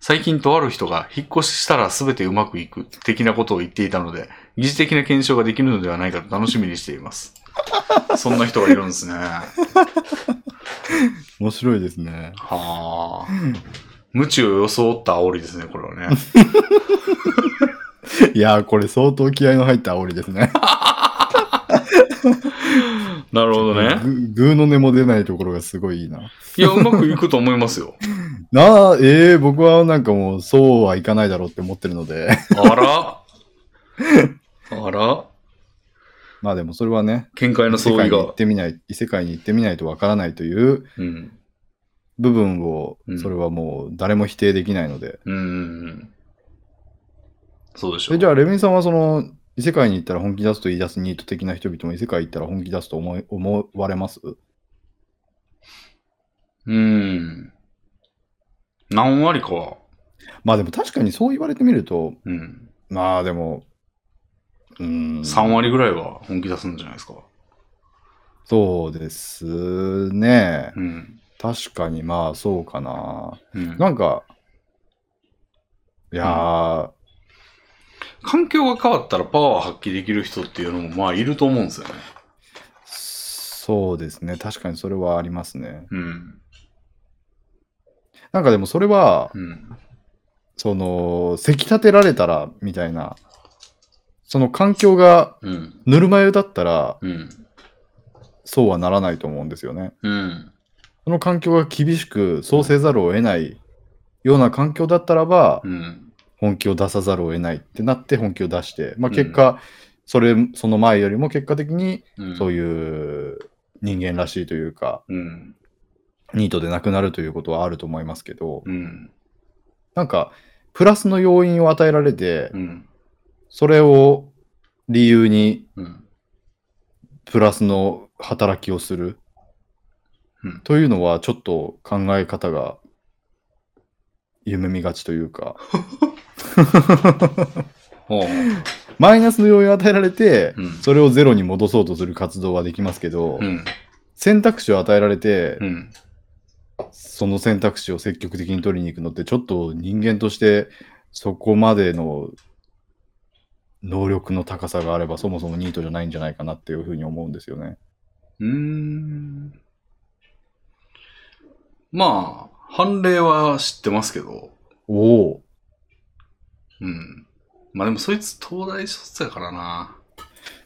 S1: 最近とある人が引っ越ししたら全てうまくいく的なことを言っていたので、疑似的な検証ができるのではないかと楽しみにしています。そんな人がいるんですね。は
S2: 面白いですね。
S1: あ。無知を装った煽りですね、これはね。
S2: いやー、これ相当気合の入った煽りですね。
S1: なるほどね。
S2: ぐぐーの根も出ないところがすごいいいな。
S1: いや、うまくいくと思いますよ。
S2: なあ、えー、僕はなんかもうそうはいかないだろうって思ってるので。 *laughs*
S1: あら。あら。
S2: まあでもそれはね、
S1: 見解の
S2: 異世
S1: 相違
S2: 界に行
S1: が
S2: っ。てみない、異世界に行ってみないとわからないという
S1: うん。
S2: 部分を
S1: うん、
S2: それはもう誰も否定できないので。
S1: うんうんうん。そうでしょ。
S2: えじゃあ、レミンさんはその、異世界に行ったら本気出すと言い出すニート的な人々も異世界行ったら本気出すと思い思われます
S1: うん。何割かは。
S2: まあでも確かにそう言われてみると、
S1: うん。
S2: まあでも、うーん。
S1: 3割ぐらいは本気出すんじゃないですか。
S2: そうですね。
S1: うん。
S2: 確かにまあそうかな。
S1: うん、
S2: なんか、いやー、
S1: 環境が変わったらパワー発揮できる人っていうのもまあいると思うんですよね。
S2: そうですね。確かにそれはありますね。
S1: うん。
S2: なんかでもそれは、
S1: うん。
S2: その、せき立てられたらみたいな、その環境が
S1: うん。
S2: ぬるま湯だったら、
S1: うん。
S2: そうはならないと思うんですよね。
S1: うん。
S2: その環境が厳しく、そうせざるを得ないような環境だったらば
S1: う、ん。
S2: 本気を出さざるを得ないってなって本気を出して、まあ結果、それ、その前よりも結果的に、
S1: うん。
S2: そう
S1: う。
S2: いう人間らしいというか、
S1: うん。
S2: ニートでなくなるということはあると思いますけど、
S1: うん。
S2: なんか、プラスの要因を与えられて
S1: う、ん。
S2: それを理由に
S1: うん。
S2: プラスの働きをする
S1: うん
S2: というのは、ちょっと考え方が夢見がちというか、
S1: おう
S2: マイナスの要因を与えられて
S1: うん、
S2: それをゼロに戻そうとする活動はできますけど
S1: う、ん。
S2: 選択肢を与えられて
S1: う、ん。
S2: その選択肢を積極的に取りに行くのって、ちょっと人間としてそこまでの能力の高さがあれば、そもそもニートじゃないんじゃないかなっていうふうに思うんですよね。
S1: うーん。まあ、判例は知ってますけど。
S2: おお。
S1: うん。まあでもそいつ東大卒やからな。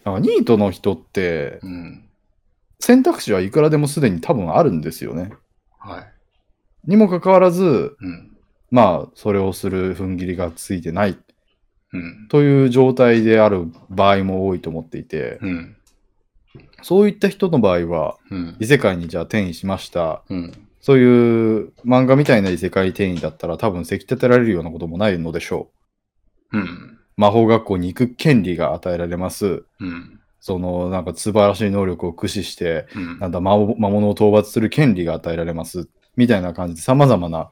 S2: なんかニートの人って、
S1: うん。
S2: 選択肢はいくらでもすでに多分あるんですよね。
S1: はい。
S2: にもかかわらず、
S1: うん。
S2: まあ、それをする踏ん切りがついてない
S1: うん。
S2: という状態である場合も多いと思っていて、
S1: うん。
S2: そういった人の場合は、
S1: うん
S2: 異。世界にじゃあ転移しました。
S1: うん。
S2: そういう漫画みたいな異世界転移だったら多分せき立てられるようなこともないのでしょ
S1: うん
S2: う。。魔法学校に行く権利が与えられます。
S1: うん。
S2: そのなんか素晴らしい能力を駆使して、
S1: うん
S2: なんだ魔物魔物を討伐する権利が与えられます。みたいな感じで様々な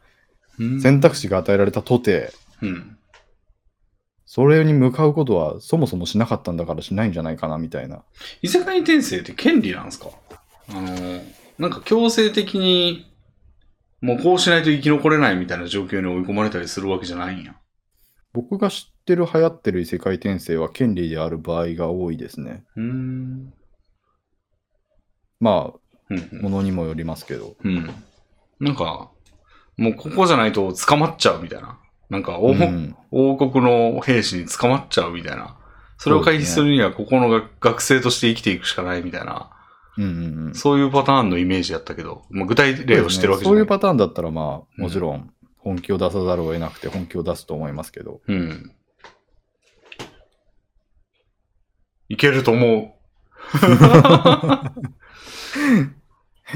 S1: うん。
S2: 選択肢が与えられたとて、
S1: うん。
S2: それに向かうことはそもそもしなかったんだからしないんじゃないかなみたいな。
S1: 異世界転生って権利なんですかあの、なんか強制的に、もうこうしないと生き残れないみたいな状況に追い込まれたりするわけじゃないんや。
S2: 僕が知ってる流行ってる異世界転生は権利である場合が多いですね。
S1: うーん。
S2: ま
S1: うん
S2: あ、ものにもよりますけど。
S1: うん。うん。なんか、もうここじゃないと捕まっちゃうみたいな。なんか王,、
S2: うん、
S1: 王国の兵士に捕まっちゃうみたいな。それを回避するには、ここのが学生として生きていくしかないみたいな。
S2: うんうんうん。
S1: そういうパターンのイメージやったけど、まあ、具体例をしてるわけじゃ
S2: そう
S1: ない。
S2: いうパターンだったら、まあ、もちろん本気を出さざるを得なくて本気を出すと思いますけど。
S1: うん。いけると思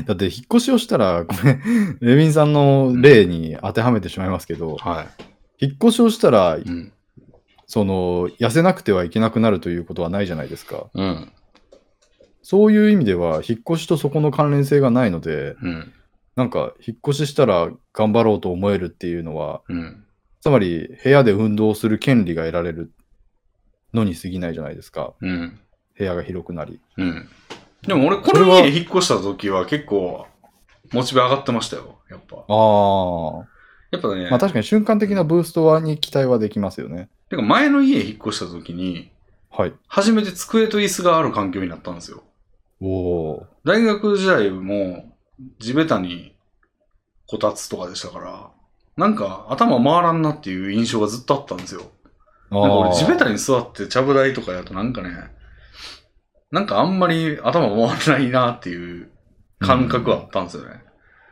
S2: だって、引っ越しをしたら、これ、レビンさんの例に当てはめてしまいますけど、
S1: う。は
S2: 引っ越しをしたら
S1: い。、うん。
S2: その、痩せなくてはいけなくなるということはないじゃないですか。
S1: うん。
S2: そういう意味では、引っ越しとそこの関連性がないので、
S1: うん。
S2: なんか、引っ越ししたら頑張ろうと思えるっていうのは、
S1: うん。
S2: つまり、部屋で運動する権利が得られるのに過ぎないじゃないですか。
S1: うん。
S2: 部屋が広くなり。
S1: うん。でも俺、この家に引っ越した時は結構、モチベ上がってましたよ。やっぱ。
S2: ああ。
S1: やっぱね、
S2: まあ確かに瞬間的なブーストはに期待はできますよね。
S1: てか前の家引っ越した時に、
S2: はい。
S1: 初めて机と椅子がある環境になったんですよ。
S2: おお
S1: 大学時代も、地べたに、こたつとかでしたから、なんか頭回らんなっていう印象がずっとあったんですよ。
S2: ー。
S1: なんか俺地べ
S2: あ
S1: たに座ってちゃぶ台とかやとなんかね、なんかあんまり頭回らないなっていう感覚はあったんですよね。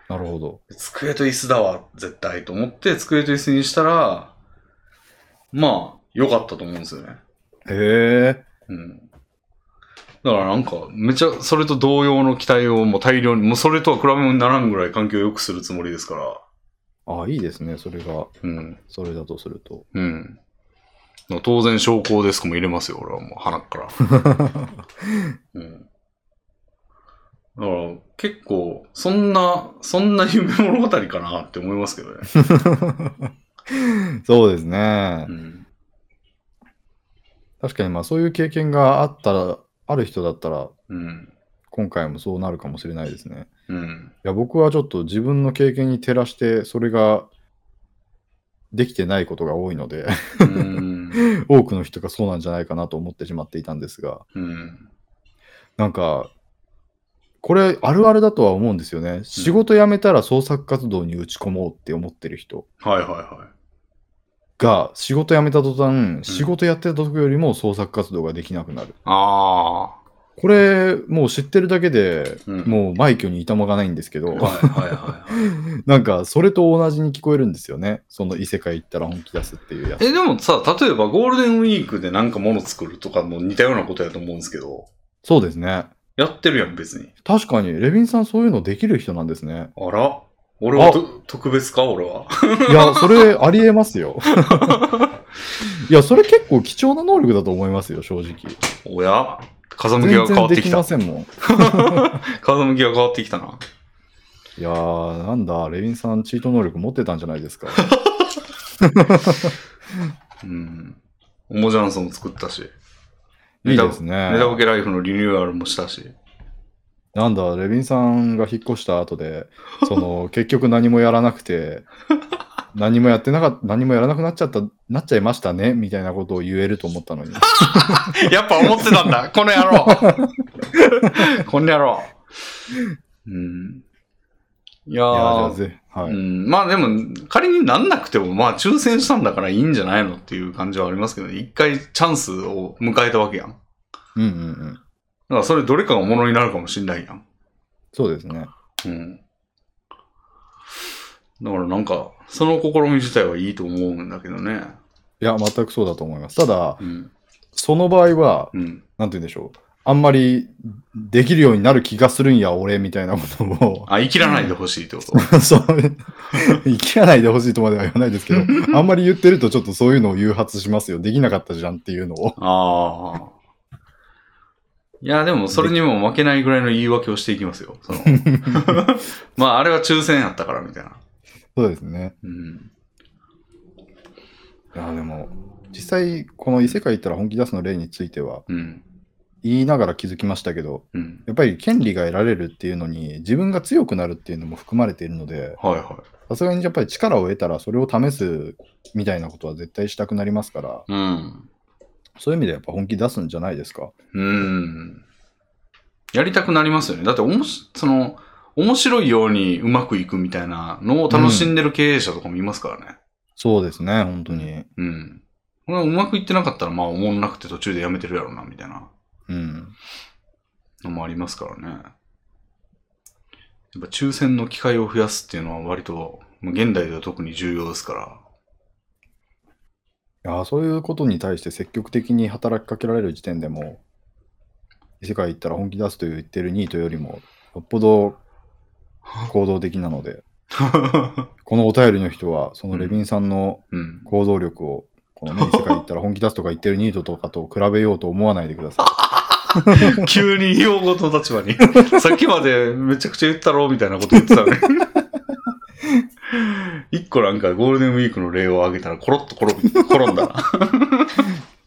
S2: ーなるほど。
S1: 机と椅子だわ、絶対と思って、机と椅子にしたら、まあ、良かったと思うんですよね。
S2: へえ。
S1: うん。だからなんか、めちゃ、それと同様の期待をもう大量に、もうそれとは比べ物にならんぐらい環境を良くするつもりですから。
S2: ああ、いいですね。それが、
S1: うん。
S2: それだとすると。
S1: うん。当然、昇降デスクも入れますよ、俺はもう、鼻から。うん。だから、結構、そんな、そんな夢物語かなって思いますけどね。
S2: そうですね
S1: う。ん。
S2: 確かにまあそういう経験があったら、ある人だったら、
S1: うん。
S2: 今回もそうなるかもしれないですね。
S1: うん。
S2: いや、僕はちょっと自分の経験に照らして、それが、できてないことが多いので、 *laughs*
S1: うん。
S2: 多くの人がそうなんじゃないかなと思ってしまっていたんですが、
S1: うん。
S2: なんか、これあるあるだとは思うんですよね。仕事辞めたら創作活動に打ち込もうって思ってる人
S1: はいはいは
S2: が、仕事辞めた途端、仕事やってた時よりも創作活動ができなくなる。
S1: い。ああ。
S2: これ、もう知ってるだけで、
S1: うん
S2: もう枚挙に痛まがないんですけど
S1: はい、はいはいはい。
S2: *laughs* なんか、それと同じに聞こえるんですよね。その異世界行ったら本気出すっていうやつ。
S1: え、でもさ、例えばゴールデンウィークでなんか物作るとかも似たようなことやと思うんですけど、
S2: そうですね。
S1: やってるやん、別に。
S2: 確かに、レビンさんそういうのできる人なんですね。
S1: あら俺は
S2: あ
S1: と特別か俺は。 *laughs*
S2: いや、それありえますよ。いや、それ結構貴重な能力だと思いますよ、正直。
S1: おや風向き
S2: 全
S1: が変わ
S2: 然
S1: って
S2: で
S1: き
S2: き
S1: た
S2: ま。せんもん。い
S1: 風向きが変わってきたな。
S2: やー、なんだ、レインさん、チート能力持ってたんじゃないですか。
S1: うん。おもじゃんソンも作ったし。
S2: いいですね
S1: ネ。タボケライフのリニューアルもしたし。 *laughs*
S2: なんだ、レビンさんが引っ越した後で、その、 *laughs* 結局何もやらなくて、何もやってなかった、何もやらなくなっちゃった、なっちゃいましたね、みたいなことを言えると思った
S1: *laughs*
S2: のに。
S1: やっぱ思ってたん
S2: *laughs*
S1: だ、この野郎。 *laughs* この野郎。うん。いや
S2: いやー、じゃあ
S1: ー
S2: ぜ、は
S1: う
S2: い。
S1: ん、まあでも、仮になんなくても、まあ抽選したんだからいいんじゃないのっていう感じはありますけど、一回チャンスを迎えたわけやん。だ
S2: うんうんうん。
S1: からそれどれかがものになるかもしんないやん。
S2: そうですね。
S1: うん。だからなんか、その試み自体はいいと思うんだけどね。
S2: いや、全くそうだと思います。ただ、
S1: うん。
S2: その場合は、
S1: うん。
S2: なんて言うんでしょう。あんまりできるようになる気がするんや、俺、みたいなことを、
S1: あ、生きらないでほしいってこと。
S2: *laughs* そう、生きらないでほしいとまでは言わない *laughs* ですけど、あんまり言ってるとちょっとそういうのを誘発しますよ。できなかったじゃんっていうのを。 *laughs*
S1: ああ。いや、でもそれにも負けないぐらいの言い訳をしていきますよ。そのまあ、あれは抽選やったからみたいな。
S2: そうですね。
S1: うん。
S2: いや、でも、実際、この異世界行ったら本気出すの例については、
S1: うん。
S2: 言いながら気づきましたけど、
S1: うん。
S2: やっぱり権利が得られるっていうのに、自分が強くなるっていうのも含まれているので、
S1: はいは
S2: さすがにやっぱり力を得たら、それを試すみたいなことは絶対したくなりますから、
S1: い。うん。
S2: そういう意味でやっぱ本気出すんじゃないですか。
S1: うん。やりたくなりますよね。だっておもし、その、面白いようにうまくいくみたいなのを楽しんでる経営者とかもいますからね。
S2: そうですね、本当に。
S1: うん。これはうまくいってなかったら、まあ、思んなくて途中でやめてるやろうな、みたいな
S2: うん。
S1: のもありますからね。やっぱ抽選の機会を増やすっていうのは割と、まあ現代では特に重要ですから。
S2: いやそういうことに対して積極的に働きかけられる時点でも、異世界行ったら本気出すと言ってるニートよりも、よっぽど行動的なので、このお便りの人は、そのレビンさんの
S1: *laughs* うん。
S2: 行動力を、この *laughs* ね、異世界行ったら本気出すとか言ってるニートとかと比べようと思わないでください。 *laughs*
S1: 急に用語の立場に。さっきまでめちゃくちゃ言ったろ、みたいなこと言ってた
S2: *laughs*
S1: のに。一個なんかゴールデンウィークの例を挙げたらコロッと転び転んだ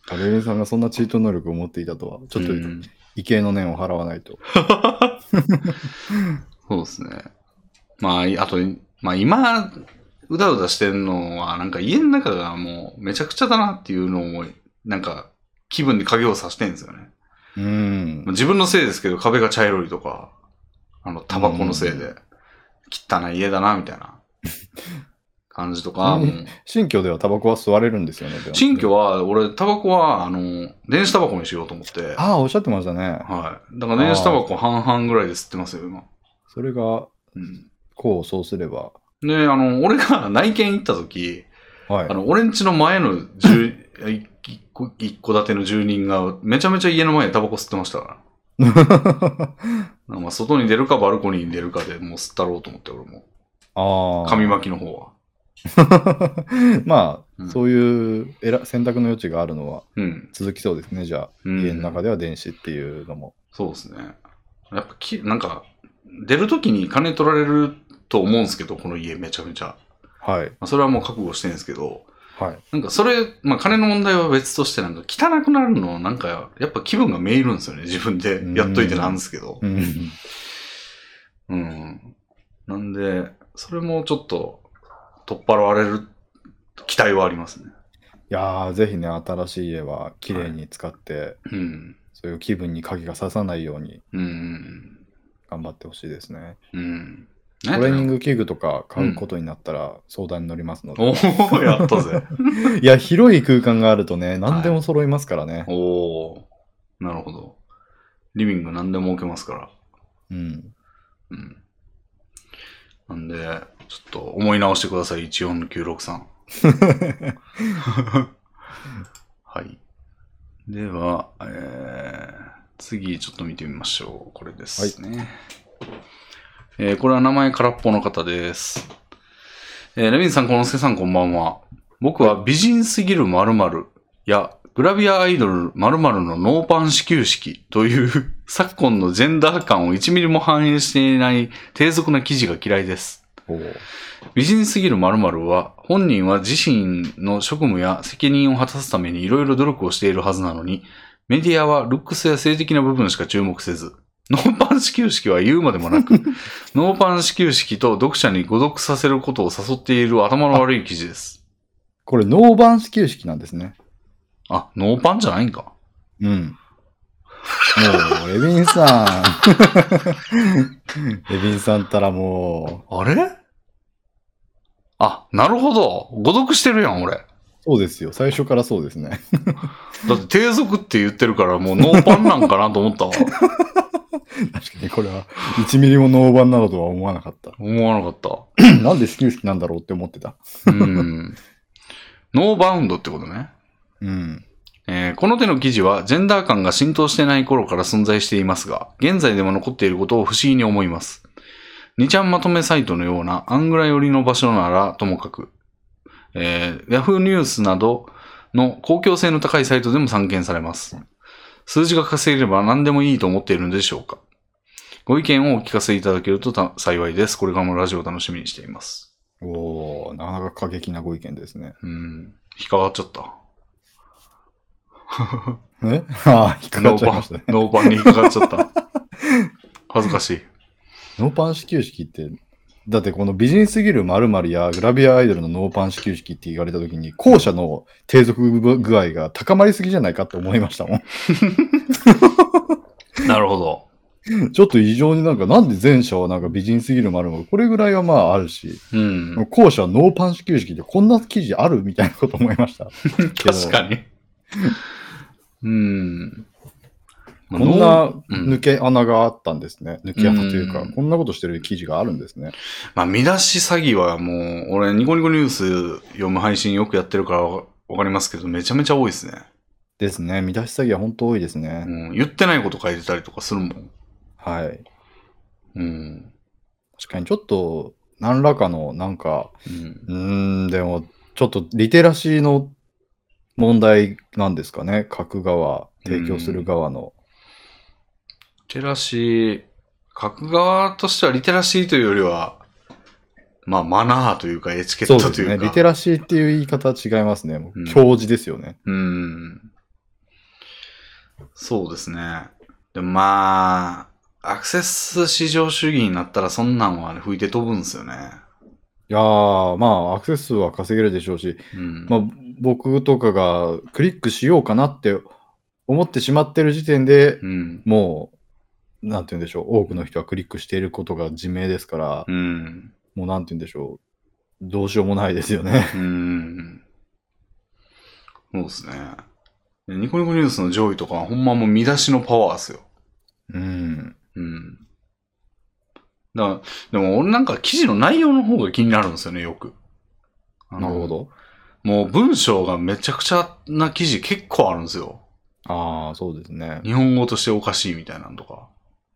S1: な。
S2: レビンさんがそんなチート能力を持っていたとは、 *laughs* ちょっと
S1: うん
S2: 畏敬の念を払わないと。
S1: そうですね。まあ、いあと、まあ今、うだうだしてんのは、なんか家の中がもうめちゃくちゃだなっていうのを、なんか気分で影をさしてんですよね。
S2: うん
S1: まあ。自分のせいですけど壁が茶色いとか、あの、タバコのせいで、汚い家だな、みたいな感じとか、
S2: うん
S1: もう
S2: 新居ではタバコは吸われるんですよね。でも
S1: 新居は、俺、タバコは、あの、電子タバコにしようと思って、
S2: ああ、おっしゃってましたね。
S1: はい。だから電子タバコ半々ぐらいで吸ってますよ、今。
S2: それが、
S1: うん
S2: こうそうすれば。
S1: で、あの、俺が内見行った時、
S2: はい
S1: あ。の、俺んちの前の住 *laughs* 一一戸一戸建ての住人が、めちゃめちゃ家の前でタバコ吸ってました
S2: *laughs*
S1: から。
S2: あ
S1: まあ、外に出るかバルコニーに出るかでもう吸ったろうと思って、俺も。
S2: あ。
S1: 紙巻きの方は。
S2: まあ、
S1: うん
S2: そういう選選択の余地があるのは
S1: うん。
S2: 続きそうですね。じゃあ、
S1: うん
S2: 家の中では電子っていうのも。
S1: そうですね。やっぱき、なんか、出る時に金取られると思うんですけど、この家めちゃめちゃ。
S2: はい。
S1: まあ、それはもう覚悟してるんですけど、
S2: はい。
S1: なんかそれ、まあ金の問題は別として、なんか汚くなるの、なんかやっぱ気分がめいるんですよね。自分でやっといてなんですけど
S2: う。ん。
S1: うん。なんで、それもちょっと取っ払われる期待はありますね。
S2: いやー、ぜひね、新しい家は綺麗に使って、
S1: うん。
S2: そういう気分に鍵が刺さないように
S1: うん。
S2: 頑張ってほしいですね。
S1: うん。
S2: トレーニン
S1: グ。
S2: グ器具とか買うことになったら相談に乗りますので。
S1: *laughs* おお、やったぜ。
S2: いや、広い空間があるとね、何でも揃いますからね。
S1: おおー。なるほど。リビング何でも置けますから。
S2: うん。
S1: うん。なんで、ちょっと思い直してください、14963。はい。では、えー、次ちょっと見てみましょう。これですね。えー、これは名前空っぽの方です。えー、レビンさん、このすけさん、こんばんは。僕は美人すぎる〇〇やグラビアアイドル〇〇のノーパン始球式という *laughs* 昨今のジェンダー感を1ミリも反映していない低俗な記事が嫌いです。
S2: おう
S1: 美人すぎる〇〇は本人は自身の職務や責任を果たすためにいろいろ努力をしているはずなのに、メディアはルックスや性的な部分しか注目せず、 *laughs* ノーパン始球式は言うまでもなく、ノーパン始球式と読者に誤読させることを誘っている頭の悪い記事です。
S2: これ、ノーバン始球式なんですね。
S1: あ、ノーパンじゃないんか。
S2: うん。もう、レビンさ *laughs* ん。レビンさんったらも
S1: あれあ、なるほど。誤読してるやん、俺。
S2: う、そうですよ。最初からそうですね。
S1: だって低俗って言ってるから、もうノーパンなんかなと思ったわ。
S2: 確かに、これは、1ミリもノーバンなどとは思わなかった。 *clears throat*
S1: 思わなかった。
S2: なんで始球式なんだろうって思ってた。
S1: うん。ノーバウンドってことね。
S2: うん。
S1: えーこの手の記事はジェンダー感が浸透してない頃から存在していますが、現在でも残っていることを不思議に思います。2ちゃんまとめサイトのようなアングラ寄りの場所ならともかく、えー、Yahoo ニュースなどの公共性の高いサイトでも散見されます。数字が稼げれば何でもいいと思っているのでしょうかご意見をお聞かせいただけるとた幸いです。これからもラジオを楽しみにしています。
S2: おおなかなか過激なご意見ですね。
S1: うん。引っかかっちゃった。
S2: え *laughs* ああ、引っかか
S1: ノー
S2: っちゃい
S1: パ
S2: ま
S1: ン
S2: したね、。
S1: ノーパンに引っかかっちゃった。 *laughs* 恥ずかしい。
S2: ノーパン始球式って、だってこの美人すぎる〇〇やグラビアアイドルのノーパン始球式って言われたときに、後者の低俗具合が高まりすぎじゃないかって思いましたも
S1: なるほど。
S2: ん。ちょっと異常になんか、なんで前者はなんか美人すぎる〇〇、これぐらいはまああるし、
S1: うん。
S2: 後者はノーパン始球式でこんな記事あるみたいなこと思いました。ど
S1: 確かに。うん。ま
S2: こ
S1: あ
S2: ん
S1: ノー
S2: な抜け穴があったんですね。抜け穴というか
S1: うん、
S2: こんなことしてる記事があるんですね。
S1: まあ、見出し詐欺はもう、俺、ニコニコニュース読む配信よくやってるからわわかりますけど、めちゃめちゃ多いですね。
S2: ですね。見出し詐欺は本当多いです
S1: う
S2: ね。
S1: ん。言ってないこと書いてたりとかするもん。
S2: はい。
S1: うん。
S2: 確かにちょっと、何らかのなんか、
S1: うん
S2: うーん、でも、ちょっとリテラシーの問題なんですかね。書く側、提供する側の。
S1: リテラシー、書く側としてはリテラシーというよりは、まあ、マナーというか、エチケッ
S2: そ
S1: ト
S2: うで
S1: と
S2: す
S1: い
S2: ね。
S1: うか。
S2: リテラシーっていう言い方は違いますね。もう
S1: うん
S2: 教授ですよね。
S1: うん。そうですね。でもまあ、アクセス至上主義になったらそんなんは、ね、吹いて飛ぶんですよね。
S2: いやー、まあ、アクセス数は稼げるでしょうし、
S1: うん。
S2: まあ、僕とかがクリックしようかなって思ってしまってる時点で
S1: うん。
S2: もう、なんて言うんでしょう、多くの人はクリックしていることが自明ですから、
S1: うん。
S2: もうなんて言うんでしょう、どうしようもないです
S1: *laughs*
S2: よね。
S1: うん。そうですね。でニコニコニュースの上位とかはほんまもう見出しのパワーっすよ。
S2: うん。
S1: うん。だから、でも俺なんか記事の内容の方が気になるんですよね、よく。あ
S2: なる
S1: の
S2: ほ。ど。
S1: もう文章がめちゃくちゃな記事結構あるんですよ。
S2: ああ、そうですね。
S1: 日本語としておかしいみたいなのとか。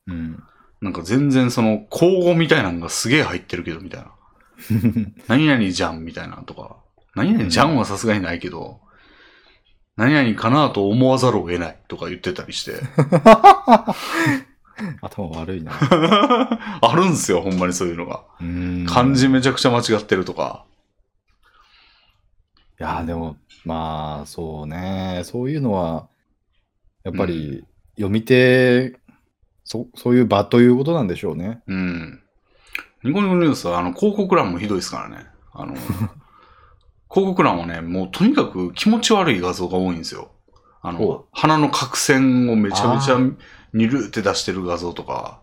S2: うん。
S1: なんか全然その、口語みたいなのがすげえ入ってるけど、みたい
S2: *laughs*
S1: な。何々じゃん、みたいなのとか。何々じゃんはさすがにないけど、何々かなと思わざるを得ないとか言ってたりして。 *laughs*
S2: 頭悪いな。
S1: あるんすよ、ほんまにそういうのが。
S2: うん
S1: 漢字
S2: い
S1: めちゃくちゃ間違ってるとか。
S2: やー、でも、まあ、そうね。そういうのは、やっぱり、読み手、そそういう場ということなんでしょうね。
S1: うん。ニコニコニュースは、あの、広告欄もひどいですからね。あ
S2: *laughs*
S1: の、広告欄はね、もうとにかく気持ち悪い画像が多いんですよ。あの
S2: ほ、
S1: 鼻の角栓をめちゃめち
S2: あ
S1: ゃにるって出してる画像とか、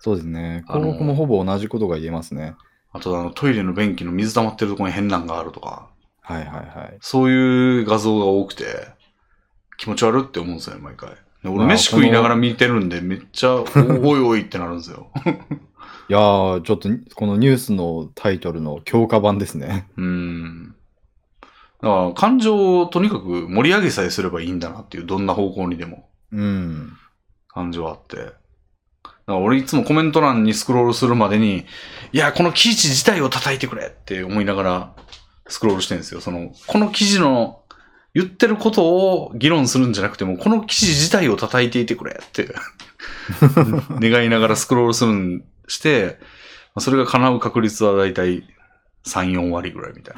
S2: そうですね。
S1: あの
S2: 項目もほぼ同じことが言えますね。
S1: あとあの、トイレの便器の水溜まってるところに変なんがあるとか、
S2: はいはいはい。
S1: そういう画像が多くて、気持ち悪って思うんですよね、毎回。で
S2: ま
S1: 俺、
S2: あ
S1: 飯食いながら見てるんで、めっち
S2: *laughs*
S1: ゃ、おおいおいってなるんですよ。
S2: いやー、ちょっとこのニュースのタイトルの強化版ですね。 *laughs*
S1: うん。だから、感情をとにかく盛り上げさえすればいいんだなっていう、どんな方向にでも
S2: うん。
S1: 感情はあって。だから俺いつもコメント欄にスクロールするまでに、いや、この記事自体を叩いてくれって思いながらスクロールしてるんですよ。その、この記事の言ってることを議論するんじゃなくても、この記事自体を叩いていてくれって
S2: *laughs*
S1: 願いながらスクロールするんして、まあそれが叶う確率はだいたい3、4割ぐらいみたい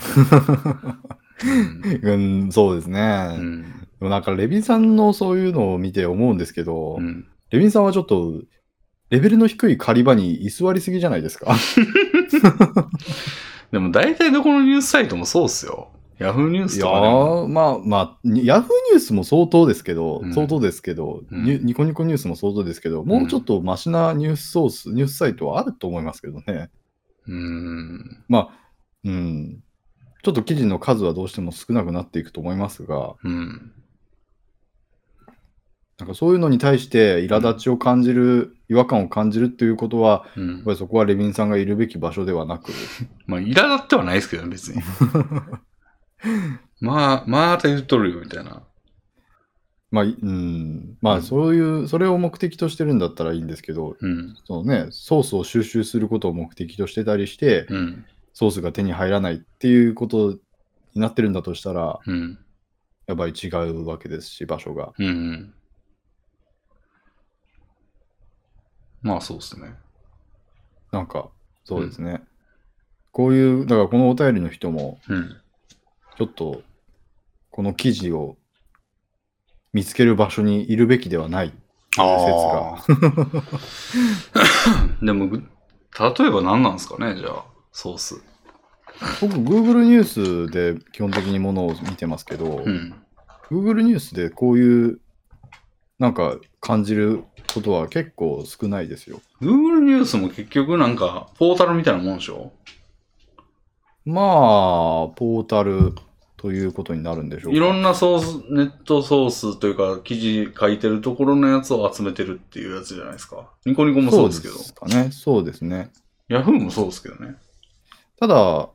S2: *laughs*
S1: な。
S2: うん、そうですね。
S1: う
S2: で
S1: ん。
S2: もなんか、レビンさんのそういうのを見て思うんですけど、
S1: うん。
S2: レビンさんはちょっと、レベルの低い狩り場に居座りすぎじゃないですか。
S1: でも大体どこのニュースサイトもそうっすよ。ヤフーニュー
S2: い
S1: ス
S2: や
S1: とかでも。
S2: ー、まあまあ、にヤフーニュースも相当ですけど、
S1: うん
S2: 相当ですけど、
S1: うん
S2: ニュニコニコニュースも相当ですけど、もうちょっとマシなニュースソース、ニュースサイトはあると思いますけどね。
S1: うーん。
S2: うん。ちょっと記事の数はどうしても少なくなっていくと思いますが、
S1: うん。
S2: なんかそういうのに対して苛立ちを感じる、違和感を感じるっていうことは、
S1: う
S2: や
S1: ん
S2: っぱ。りそこはレビンさんがいるべき場所ではなく、
S1: まあ、苛立ってはないですけ *laughs* どね、別に。まあ、また言っとるよ、みたいな。
S2: まあ、いうん、ま
S1: うん
S2: あ、そういう、それを目的としてるんだったらいいんですけど、
S1: うん。
S2: そのね、ソースを収集することを目的としてたりして、
S1: うん。
S2: ソースが手に入らないっていうことになってるんだとしたら、
S1: うん。
S2: やっぱり違うわけですし、場所が。
S1: うんうん。まあそうですね。
S2: なんか、そうですね。こういう、だからこのお便りの人も、
S1: うん。
S2: ちょっと、この記事を見つける場所にいるべきではない。
S1: あ *laughs* あ。でも、ぐ例えば何なんですかね、じゃあ、ソース。
S2: 僕、Google ニュースで基本的にものを見てますけど、
S1: うん。
S2: Google ニュースでこういう、なんか感じることは結構少ないですよ。
S1: Google ニュースも結局なんか、ポータルみたいなもんでしょ
S2: まあ、ポータルということになるんでしょうか
S1: いろんなソース、ネットソースというか、記事書いてるところのやつを集めてるっていうやつじゃないですか。ニコニコもそうですけど。
S2: かね。そうですね。
S1: ヤフーもそうですけどね。
S2: ただ、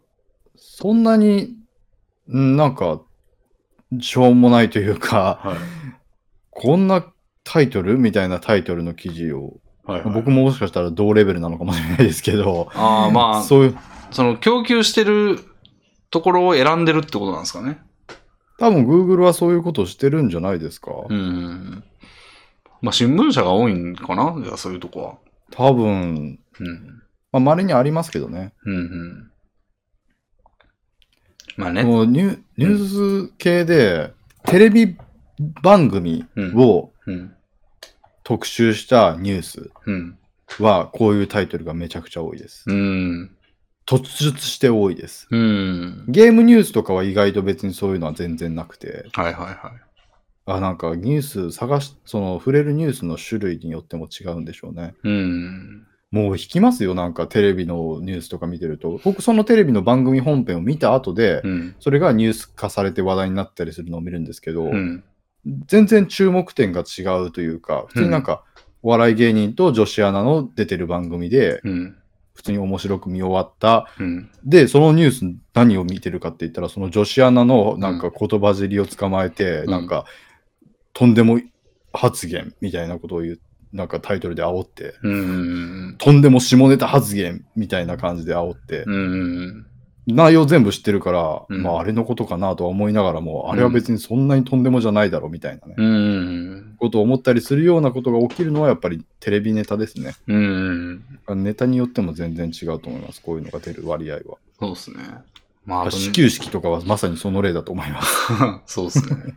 S2: そんなに、んなんか、しょうもないというか、
S1: はい。
S2: こんなタイトルみたいなタイトルの記事を、
S1: はい、はい。
S2: 僕ももしかしたら同レベルなのかもしれないですけど、
S1: ああ、まあ、そ
S2: そういう、
S1: の供給してるところを選んでるってことなんですかね。
S2: 多分 Google はそういうことをしてるんじゃないですか。
S1: うん。まあ、新聞社が多いんかなじゃあ、そういうとこは。
S2: 多分、
S1: うん。
S2: まあ、稀にありますけどね。
S1: うん、うん。まあね。
S2: もうニュニュース系で、テレビ番組を
S1: うん。
S2: 特集したニュース
S1: うん。
S2: は、こういうタイトルがめちゃくちゃ多いです。
S1: うん。
S2: 突出して多いです。
S1: うん。
S2: ゲームニュースとかは意外と別にそういうのは全然なくて、
S1: はいはいはい。
S2: あ、なんかニュース探し、その触れるニュースの種類によっても違うんでしょうね。
S1: うん。
S2: もう引きますよ、なんかテレビのニュースとか見てると。僕、そのテレビの番組本編を見た後で、
S1: うん。
S2: それがニュース化されて話題になったりするのを見るんですけど、
S1: うん。
S2: 全然注目点が違うというか、普通になんか、お笑い芸人と女子アナの出てる番組で、
S1: うん。
S2: 普通に面白く見終わった
S1: うん。
S2: で、そのニュース何を見てるかって言ったら、その女子アナのなんか言葉尻を捕まえて、
S1: うん
S2: なんか、とんでも発言みたいなことを言う、なんかタイトルで煽って、
S1: うん。
S2: とんでも下ネタ発言みたいな感じで煽って、
S1: うん。
S2: 内容全部知ってるから、
S1: うん
S2: まああれのことかなとは思いながらも、あれは別にそんなにとんでもじゃないだろうみたいなね、
S1: うん。
S2: ことを思ったりするようなことが起きるのはやっぱりテレビネタですね。
S1: うん。
S2: ネタによっても全然違うと思います、こういうのが出る割合は。
S1: そうですね。まあ、あとね
S2: 始球式とかはまさにその例だと思います。
S1: *laughs* そうですね。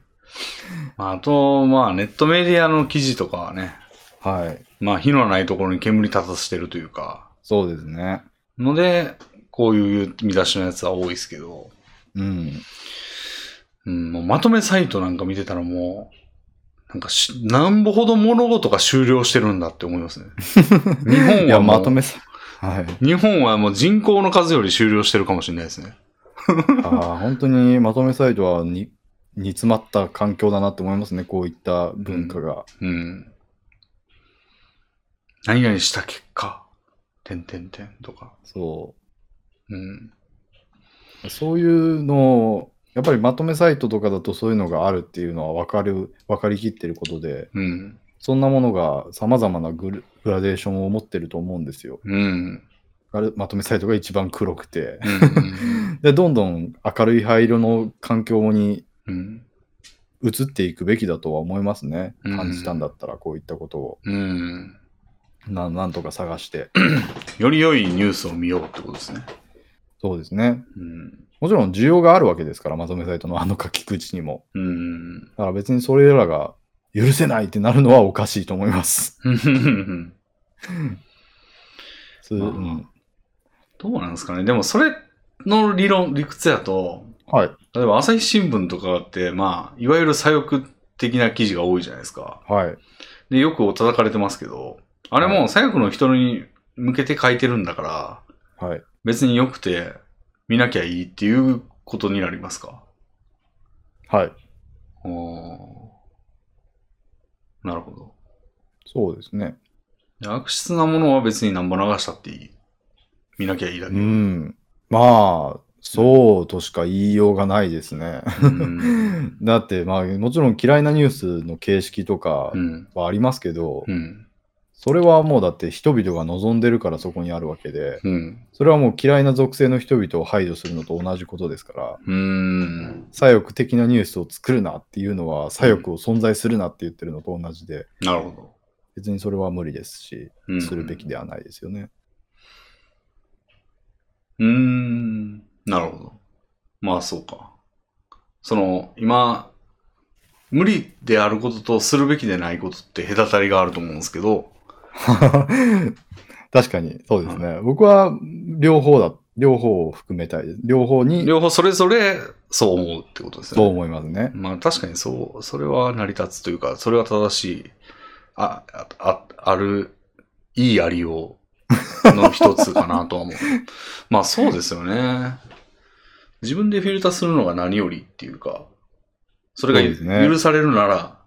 S1: まああと、まあ、ネットメディアの記事とかはね、
S2: はい。
S1: まあ、火のないところに煙立たしてるというか、
S2: そうですね。
S1: ので、こういう見出しのやつは多いですけど、
S2: うん。
S1: うん、もうまとめサイトなんか見てたらもう、なんかし、なんぼほど物事が終了してるんだって思いますね。日
S2: い
S1: 本
S2: や、
S1: はもう
S2: まとめさ。 *laughs* はい。
S1: 日本はもう人口の数より終了してるかもしれないですね。
S2: ああ、本当にまとめサイトはに煮詰まった環境だなって思いますね。こういった文化が。
S1: うん。何々した結果、てんてんてんとか。
S2: そ
S1: うん。
S2: う。そういうのを、やっぱりまとめサイトとかだとそういうのがあるっていうのは分かる、分かりきってることで、
S1: うん。
S2: そんなものが様々なグルグラデーションを持ってると思うんですよ。
S1: うん。
S2: あれまとめサイトが一番黒くて。 *laughs*
S1: うん。
S2: で、どんどん明るい灰色の環境に
S1: うん。
S2: 移っていくべきだとは思いますね。
S1: うん
S2: 感じたんだったら、こういったことを。
S1: うん。
S2: ななんとか探して。
S1: より良いニュースを見ようってことですね。
S2: そうですね。
S1: うん。
S2: もちろん需要があるわけですから、まとめサイトのあの書き口にも。
S1: うん。
S2: だから別にそれらが許せないってなるのはおかしいと思います。
S1: うん
S2: そう
S1: まあ
S2: うん、
S1: どうなんですかね。でもそれの理論、理屈やと、
S2: はい。
S1: 例えば朝日新聞とかって、まあ、いわゆる左翼的な記事が多いじゃないですか。
S2: はい。
S1: で、よく叩かれてますけど、あれも左翼の人に向けて書いてるんだから、
S2: はい。
S1: 別に良くて見なきゃいいっていうことになりますか。
S2: はい。
S1: おーなるほど
S2: そうですね。
S1: で。悪質なものは別に何ぼ流したっていい。見なきゃいいだけ。
S2: うん。まあ、そうとしか言いようがないですね。 *laughs*
S1: うん。
S2: だって、まあ、もちろん嫌いなニュースの形式とか
S1: うん。
S2: はありますけど、
S1: うん。
S2: それはもうだって人々が望んでるからそこにあるわけで、
S1: うん。
S2: それはもう嫌いな属性の人々を排除するのと同じことですから、
S1: うん。
S2: 左翼的なニュースを作るなっていうのは、左翼を存在するなって言ってるのと同じで、
S1: なるほ
S2: 別にそれは無理ですし、
S1: ど。うん
S2: するべきではないですよね。
S1: うーん、なるほど。まあそうか。その、今、無理であることとするべきでないことって隔たりがあると思うんですけど、
S2: 確かに、そうですね。僕は両方だ、両方を含めたいです。両方に
S1: 両方それぞれそう思うってことです
S2: そう
S1: ね。
S2: 思いますね。
S1: まあ確かにそう、それは成り立つというか、それは正しい、あ、あ、あある、いいありようの一つかなとは思う。 *laughs* まあそうですよね。自分でフィルターするのが何よりっていうか、それ
S2: そうです
S1: が
S2: ね
S1: 許されるなら、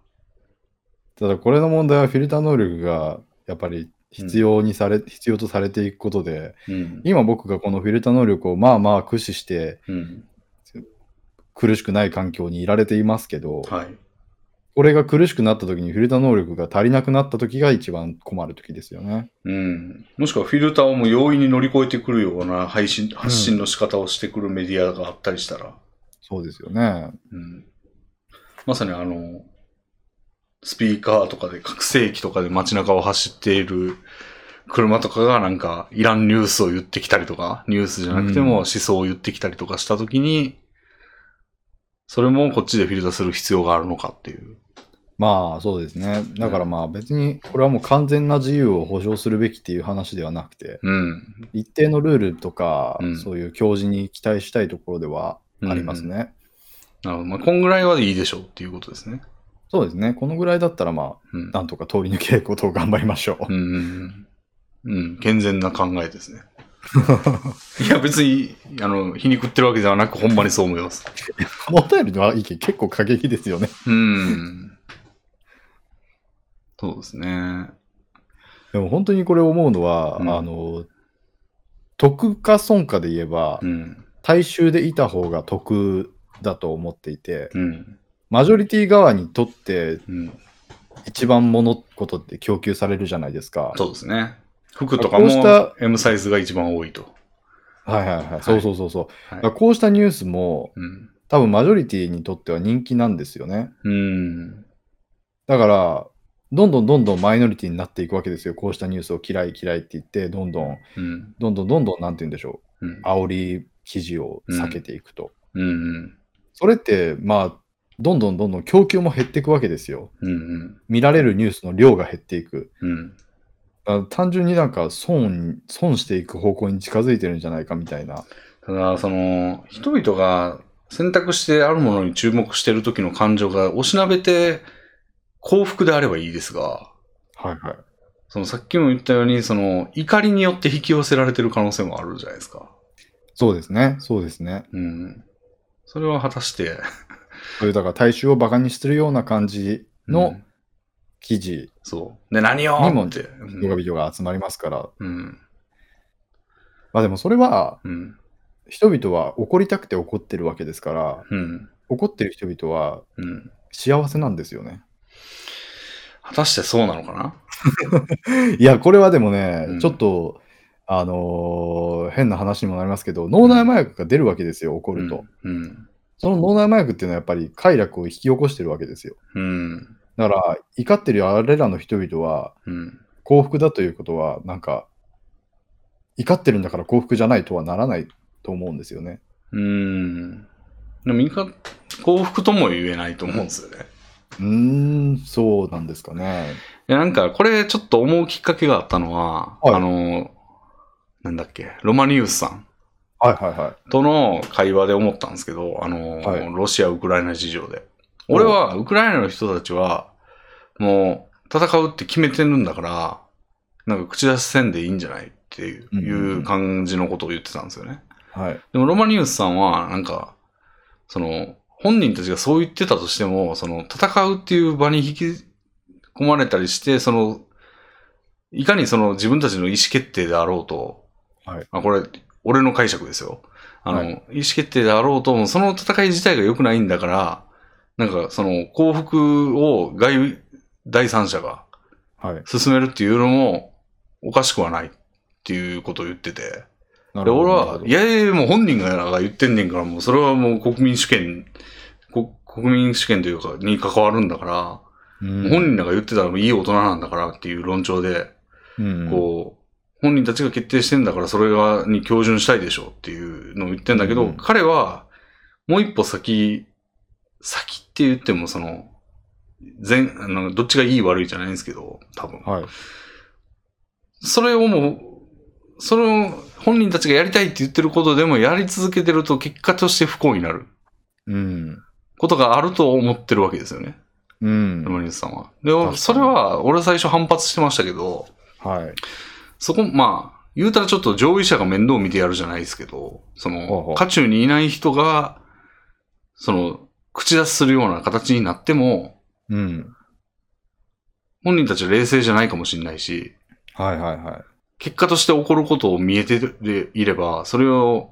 S2: ただこれの問題はフィルター能力がやっぱり必要にされ、必要とされていくことで、
S1: うん。
S2: 今僕がこのフィルター能力をまあまあ駆使して
S1: うん。
S2: 苦しくない環境にいられていますけど、
S1: はい。
S2: これが苦しくなった時にフィルター能力が足りなくなった時が一番困る時ですよね。
S1: うん。もしくはフィルターをもう容易に乗り越えてくるような配信、発信の仕方をしてくるメディアがあったりしたら、
S2: そうですよね。
S1: うん。まさにあの、スピーカーとかで、拡声器とかで街中を走っている車とかがなんか、いらんニュースを言ってきたりとか、ニュースじゃなくても思想を言ってきたりとかしたときに、それもこっちでフィルターする必要があるのかっていう。
S2: まあそうですね。だからまあ別にこれはもう完全な自由を保障するべきっていう話ではなくて、
S1: うん。
S2: 一定のルールとか、
S1: うん
S2: そういう教示に期待したいところではありますね。
S1: なるほど。まあ、こんぐらいはいいでしょうっていうことですね。
S2: そうですね。このぐらいだったらまあ
S1: うん。
S2: なんとか通り抜けることを頑張りましょう。 *laughs*
S1: うんうんうん。うん、健全な考えですね。いや、別に、あの、皮肉ってるわけではなく、ほんまにそう思います。
S2: このお便りの意見結構過激ですよね。
S1: うん。そうですね。
S2: でも本当にこれ思うのは、
S1: うん
S2: あの、得か損かで言えば
S1: う、ん。
S2: 大衆でいた方が得だと思っていて、
S1: うん。
S2: マジョリティ側にとって
S1: うん。
S2: 一番物事って供給されるじゃないですか。
S1: そうですね。服とか
S2: こうした
S1: も M サイズが一番多いと。
S2: はいはいはい。そうそうそうそう。
S1: はい
S2: だからこうしたニュースも
S1: うん。
S2: 多分マジョリティにとっては人気なんですよね。
S1: うん。
S2: だから、どんどんどんどんマイノリティになっていくわけですよ。こうしたニュースを嫌い嫌いって言って、どんどん
S1: うん。
S2: どんどんどんどん、なんて言うんでしょ
S1: うん
S2: う、。煽り記事を避けていくと。
S1: うん。
S2: それって、まあ、どんどんどんどん供給も減っていくわけですよ。
S1: うん。うん。
S2: 見られるニュースの量が減っていく。
S1: うん。
S2: あ単純になんか損、損していく方向に近づいてるんじゃないかみたいな。
S1: ただ、その、人々が選択してあるものに注目してる時の感情が、おしなべて幸福であればいいですが、
S2: はいはい。
S1: そのさっきも言ったように、その、怒りによって引き寄せられてる可能性もあるじゃないですか。
S2: そうですね。そうですね。
S1: うん。それは果たして、
S2: そういう、だから大衆をバカにしてるような感じ
S1: う
S2: の
S1: ん
S2: 記事、
S1: そう。で、何よ
S2: にも
S1: って。
S2: 人が人が集まりますから。
S1: うん。
S2: まあでもそれは、
S1: うん。
S2: 人々は怒りたくて怒ってるわけですから、
S1: うん。
S2: 怒ってる人々は
S1: うん。
S2: 幸せなんですよね。
S1: 果たしてそうなのかない
S2: や、これはでもね、
S1: うん
S2: ちょっと、あのー変な話にもなりますけど、脳内麻薬が出るわけですよ、怒ると。
S1: うん。
S2: その脳内麻薬っていうのはやっぱり快楽を引き起こしてるわけですよ。
S1: うん。
S2: だから、怒ってるあれらの人々は、
S1: うん。
S2: 幸福だということは、なんか、怒ってるんだから幸福じゃないとはならないと思うんですよね。
S1: うん。でも、いいか幸福とも言えないと思うんですよね。
S2: うーん、そうなんですかね。
S1: いや、なんか、これ、ちょっと思うきっかけがあったのは、
S2: はい
S1: あの、なんだっけ、ロマニウスさん
S2: はいはいは
S1: との会話で思ったんですけど、あの、
S2: はい
S1: ロシア、ウクライナ事情で。俺は、ウクライナの人たちは、もう、戦うって決めてるんだから、なんか、口出しせんでいいんじゃないっていう
S2: うんうんうん
S1: いう感じのことを言ってたんですよね。
S2: い。はい。
S1: でも、ロマニウスさんは、なんか、その、本人たちがそう言ってたとしても、その、戦うっていう場に引き込まれたりして、その、いかにその自分たちの意思決定であろうと、
S2: はい
S1: あこれ、俺の解釈ですよ。あの、
S2: はい
S1: 意思決定であろうとも、その戦い自体が良くないんだから、なんかその幸福を外、第三者が
S2: はい。
S1: 進めるっていうのもおかしくはないっていうことを言ってて。
S2: な
S1: で、
S2: るほ
S1: 俺
S2: どなる
S1: は
S2: ほ、ど
S1: いやいやいや、もう本人が言ってんねんから、もうそれはもう国民主権、こ国民主権というか、に関わるんだから、
S2: う
S1: 本
S2: ん
S1: 人らが言ってたらもういい大人なんだからっていう論調で、
S2: うん
S1: こう、本人たちが決定してんだから、それが、に標準したいでしょっていうのを言ってんだけど、
S2: うん
S1: 彼は、もう一歩先、先って言っても、その、全、あの、どっちがいい悪いじゃないんですけど、多分。
S2: はい。
S1: それをもう、その、本人たちがやりたいって言ってることでも、やり続けてると結果として不幸になる
S2: うん。
S1: ことがあると思ってるわけですよね、
S2: うん。
S1: 山西さんは。で
S2: か、に
S1: それは、俺は最初反発してましたけど、
S2: はい。
S1: そこ、まあ、言うたらちょっと上位者が面倒を見てやるじゃないですけど、そ
S2: ほうほ
S1: の
S2: う、
S1: 渦中にいない人が、その、口出しするような形になっても、
S2: うん。
S1: 本人たちは冷静じゃないかもしれないし、
S2: はいはいはい。
S1: 結果として起こることを見えていれば、それを、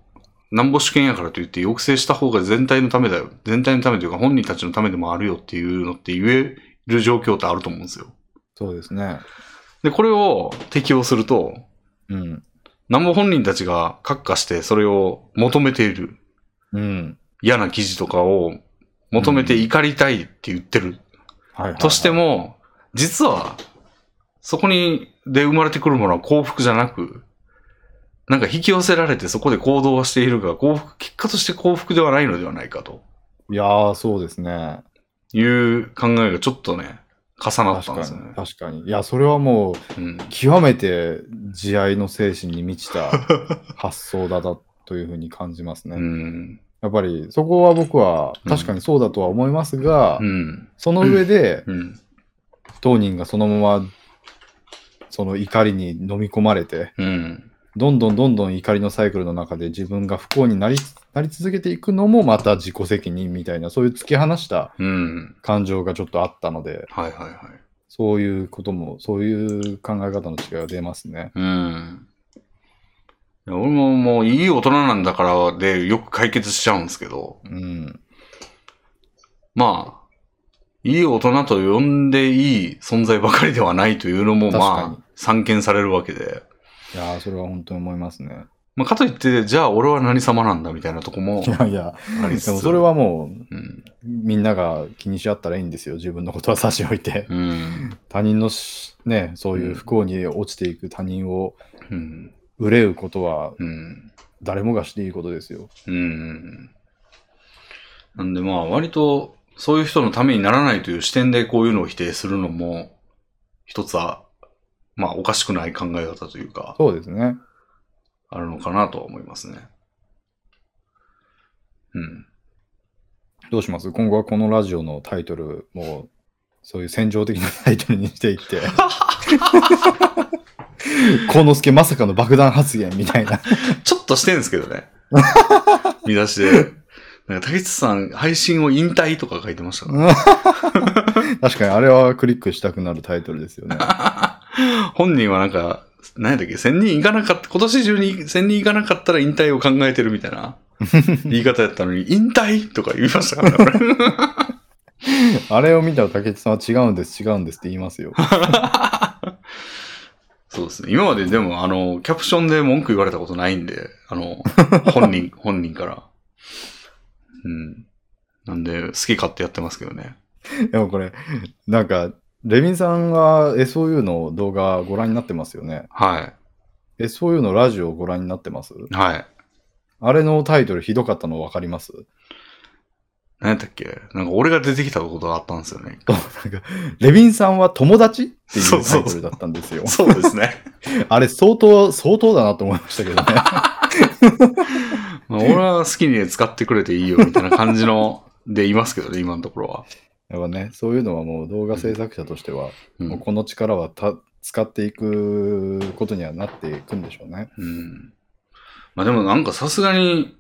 S1: なんぼ主権やからといって抑制した方が全体のためだよ。全体のためというか本人たちのためでもあるよっていうのって言える状況ってあると思うんですよ。
S2: そうですね。
S1: で、これを適用すると、
S2: うん。
S1: なんぼ本人たちが閣下してそれを求めている
S2: うん。
S1: 嫌な記事とかを求めて怒りたいって言ってる
S2: はいはい、はい。
S1: としても、実は、そこに、で生まれてくるものは幸福じゃなく、なんか引き寄せられてそこで行動はしているが、幸福、結果として幸福ではないのではないかと
S2: いやー、そうですね。
S1: いう考えがちょっとね、重なった
S2: 確か
S1: ん
S2: に
S1: ですよね。
S2: 確かに。いや、それはもう、
S1: うん。
S2: 極めて慈愛の精神に満
S1: *laughs*
S2: ちた発想だだというふうに感じますね。
S1: うん。
S2: やっぱり、そこは僕は確かにそうだとは思いますが、
S1: うん。
S2: その上で、
S1: うん。
S2: 当人がそのまま、その怒りに飲み込まれて、
S1: うん。
S2: どんどんどんどん怒りのサイクルの中で自分が不幸になりなり続けていくのもまた自己責任みたいな、そういう突き放した
S1: うん。
S2: 感情がちょっとあったので、
S1: はいはいはい。
S2: そういうことも、そういう考え方の違いが出ますね。
S1: うん。いや俺ももういい大人なんだからでよく解決しちゃうんですけど、
S2: うん。
S1: まあ、いい大人と呼んでいい存在ばかりではないというのも、
S2: 確かに
S1: まあ、散見されるわけで。
S2: いやー、それは本当に思いますね。
S1: まあ、かといって、じゃあ俺は何様なんだみたいなとこも
S2: いやいや、
S1: ありつつ。
S2: *laughs* でもそれ。はもう、
S1: うん。
S2: みんなが気にし合ったらいいんですよ。自分のことは差し置
S1: *laughs*
S2: いて。
S1: うん。
S2: 他人のし、ね、そういう不幸に落ちていく他人を
S1: うん。
S2: 憂うことは
S1: うん。
S2: 誰もがしていいことですよ。
S1: うん。なんでまあ、割と、そういう人のためにならないという視点でこういうのを否定するのも、一つは、まあ、おかしくない考え方というか、
S2: そうですね。
S1: あるのかなとは思いますね。うん。
S2: どうします今後はこのラジオのタイトルも、そういう戦場的なタイトルにしていって。幸之助まさかの爆弾発言みたいな。
S1: ちょっとしてんですけどね。見出しで。なんか、竹内さん、配信を引退とか書いてましたから
S2: 確かにあれはクリックしたくなるタイトルですよね。
S1: 本人はなんか、何やったっけ、1000人いかなかった、今年中に1000人いかなかったら引退を考えてるみたいな言い方やったのに、引退とか言いましたからね、俺
S2: あれを見たら竹内さんは違うんです、違うんですって言いますよ。
S1: そうですね。今まででも、あの、キャプションで文句言われたことないんで、あの、本人、本人から。うん。なんで、好き勝手やってますけどね。
S2: でもこれ、なんか、レミンさんは SOU の動画ご覧になってますよね。
S1: は
S2: SOU のラジオご覧になってます
S1: い。はい。
S2: あれのタイトルひどかったの分かります
S1: 何やったっけなんか俺が出てきたことがあったんですよね。
S2: レヴィンさんは友達ってい
S1: そううそ
S2: タ
S1: う
S2: イトルだったんで
S1: *laughs*
S2: すよ。
S1: そうですね。
S2: あれ相当、相当だなと思いましたけどね。 *laughs*
S1: まあ、俺は好きに使ってくれていいよみたいな感じの *laughs* でいますけどね、今のところは。
S2: やっぱね、そういうのはもう動画制作者としては、
S1: う。
S2: もうんこの力はた使っていくことにはなっていくんでしょうね。
S1: うんまあでもなんかさすがに、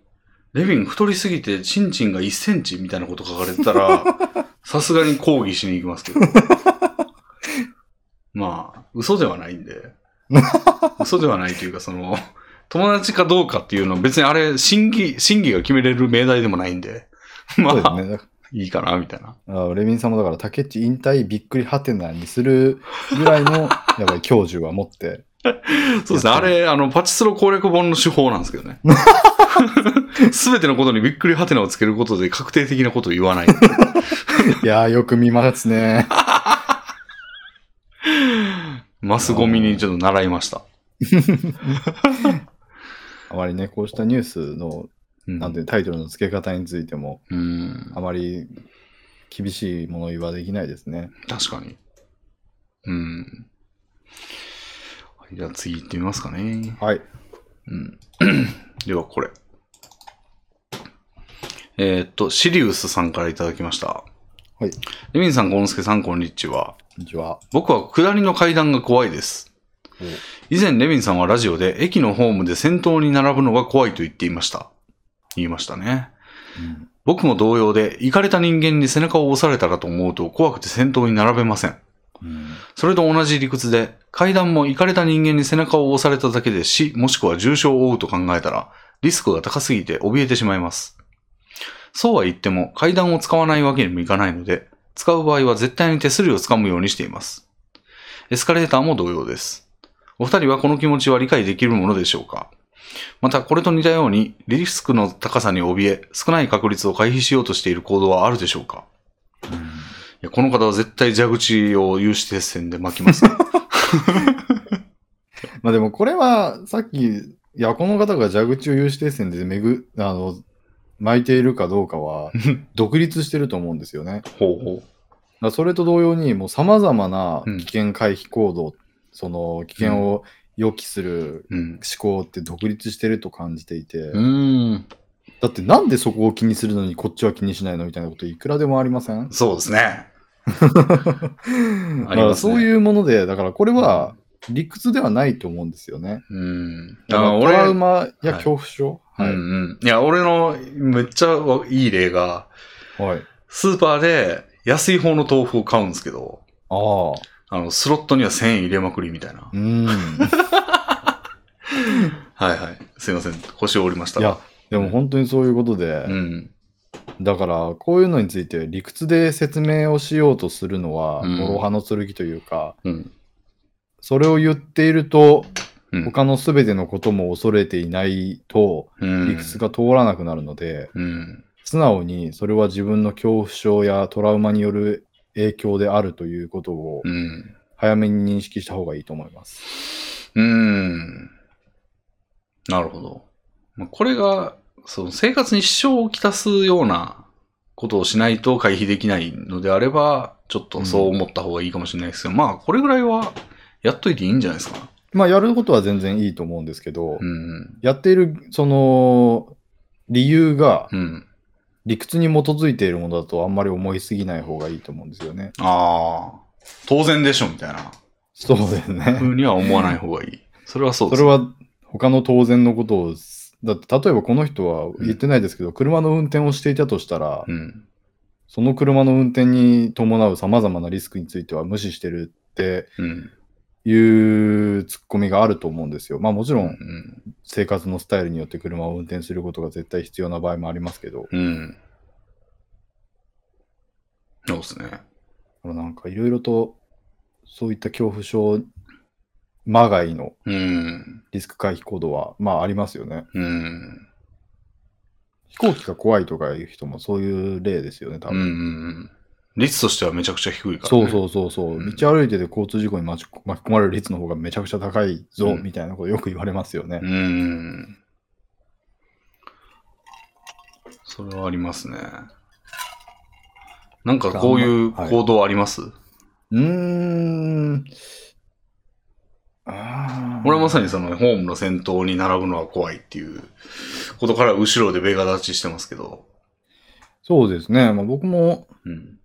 S1: レビン太りすぎて、チンチンが1センチみたいなこと書かれてた *laughs* ら、さすがに抗議しに行きますけど。 *laughs* *laughs* まあ、嘘ではないんで。嘘ではないというか、その、友達かどうかっていうのは別にあれ、審議、審議が決めれる命題でもないんで、 *laughs* ま
S2: そうです
S1: あ、
S2: ね。だか
S1: いいかな、みたいな。
S2: らあレミンさんもだから、竹内引退びっくりはてなにするぐらいの、やっぱり教授は持って、
S1: そうですね。
S2: や
S1: あ
S2: っぱ
S1: れ、あの、パチスロ攻略本の手法なんですけ
S2: *laughs*
S1: どね。すべてのことにびっくりハテナをつけることで確定的なことを言わない。
S2: いやー、よく見ますね。
S1: マスゴミにちょっと習いました。
S2: *laughs* あまりね、こうしたニュースの、
S1: うん
S2: なんていうタイトルの付け方についても、
S1: うん
S2: あ。まり厳しい物言いはできないですね。
S1: 確かに。うん。じゃあ次行ってみますかね。
S2: はい。
S1: うん、ではこれ。えーっと、シリウスさんからいただきました。
S2: はい。
S1: レミンさん、ゴンスケさん、こんにちは。
S2: こんにちは。
S1: 僕は下りの階段が怖いです。以前、レミンさんはラジオで、駅のホームで先頭に並ぶのが怖いと言っていました。言いましたね。
S2: うん
S1: 僕も同様で、行かれた人間に背中を押されたらと思うと怖くて先頭に並べません。
S2: うん
S1: それと同じ理屈で、階段も行かれた人間に背中を押されただけで死、もしくは重傷を負うと考えたら、リスクが高すぎて怯えてしまいます。そうは言っても、階段を使わないわけにもいかないので、使う場合は絶対に手すりを掴むようにしています。エスカレーターも同様です。お二人はこの気持ちは理解できるものでしょうかまた、これと似たように、リスクの高さに怯え、少ない確率を回避しようとしている行動はあるでしょうかいや、この方は絶対蛇口を有刺鉄線で巻きますね。
S2: まあでもこれはさっき、いや、この方が蛇口を有刺鉄線でめぐあの巻いているかどうか *laughs* は独立してると思うんですよね。だか
S1: ほうほう。
S2: らそれと同様に、もうさまざまな
S1: うん
S2: 危険回避行動、その危険を予期する
S1: うん。
S2: 思考って独立してると感じていて、
S1: うん。
S2: だってなんでそこを気にするのにこっちは気にしないのみたいなこといくらでもあり
S1: *laughs*
S2: ません
S1: そうですね。
S2: だからそういうもので、だからこれは理屈ではないと思うんですよね。
S1: うん。だ
S2: だ
S1: から
S2: か
S1: ら
S2: ト
S1: 俺、
S2: ラウマや
S1: はい
S2: 恐怖症、
S1: う
S2: はい
S1: んうん。いや、俺のめっちゃいい例が、
S2: はい。
S1: スーパーで安い方の豆腐を買うんですけど、
S2: ああ。
S1: あの、スロットには1000円入れまくりみたいな
S2: う。
S1: *laughs*
S2: ん。
S1: はいはい。すいません。腰を折りました。
S2: いや、でも本当にそういうことで、
S1: うん。
S2: だからこういうのについて理屈で説明をしようとするのは、
S1: うん
S2: 諸刃の剣というか、
S1: うん。
S2: それを言っていると、
S1: うん
S2: 他の全てのことも恐れていないと、
S1: うん。
S2: 理屈が通らなくなるので、
S1: うん。
S2: 素直にそれは自分の恐怖症やトラウマによる影響であるということを、
S1: うん。
S2: 早めに認識した方がいいと思います。
S1: うん。なるほど。まあ、これが、その生活に支障をきたすようなことをしないと回避できないのであれば、ちょっとそう思った方がいいかもしれないですけど、まあ、これぐらいはやっといていいんじゃないですか。
S2: まあ、やることは全然いいと思うんですけど、
S1: うん。
S2: やっている、その、理由が
S1: うん。
S2: 理屈に基づいているものだとあんまり思いすぎない方がいいと思うんですよね。
S1: ああ、当然でしょ、みたいな
S2: そうです
S1: ふ
S2: ね。
S1: うには思わない方がいい。それはそう
S2: そ
S1: で
S2: れ
S1: す。
S2: は他の当然のことを、だって例えばこの人は言ってないですけど、車の運転をしていたとしたら、
S1: うん。
S2: その車の運転に伴う様々なリスクについては無視してるって
S1: うん。
S2: いうツッコミがあると思うんですよ。まあもち
S1: う
S2: ろん
S1: ん。
S2: 生活のスタイルによって車を運転することが絶対必要な場合もありますけど、
S1: うん。そうですね。
S2: このなんかいろいろとそういった恐怖症まがいの
S1: うん。
S2: リスク回避行動はまあありますよね。
S1: うん。
S2: 飛行機が怖いとかいう人もそういう例ですよね、多
S1: うん
S2: 分。
S1: うんうん。率としてはめちゃくちゃ低いから、
S2: そう
S1: う。
S2: そうそうそう、
S1: うん
S2: 道歩いてて交通事故に巻き巻き込まれる率の方がめちゃくちゃ高いぞ、
S1: うん
S2: みたいなことよく言われますよね。
S1: うん。それはありますね。なんかこういう
S2: はい
S1: 行動あります、
S2: うーん。あー
S1: 俺はまさにそのホームの先頭に並ぶのは怖いっていうことから後ろでベガ立ちしてますけど。
S2: そうですね、まあ、僕も
S1: うん。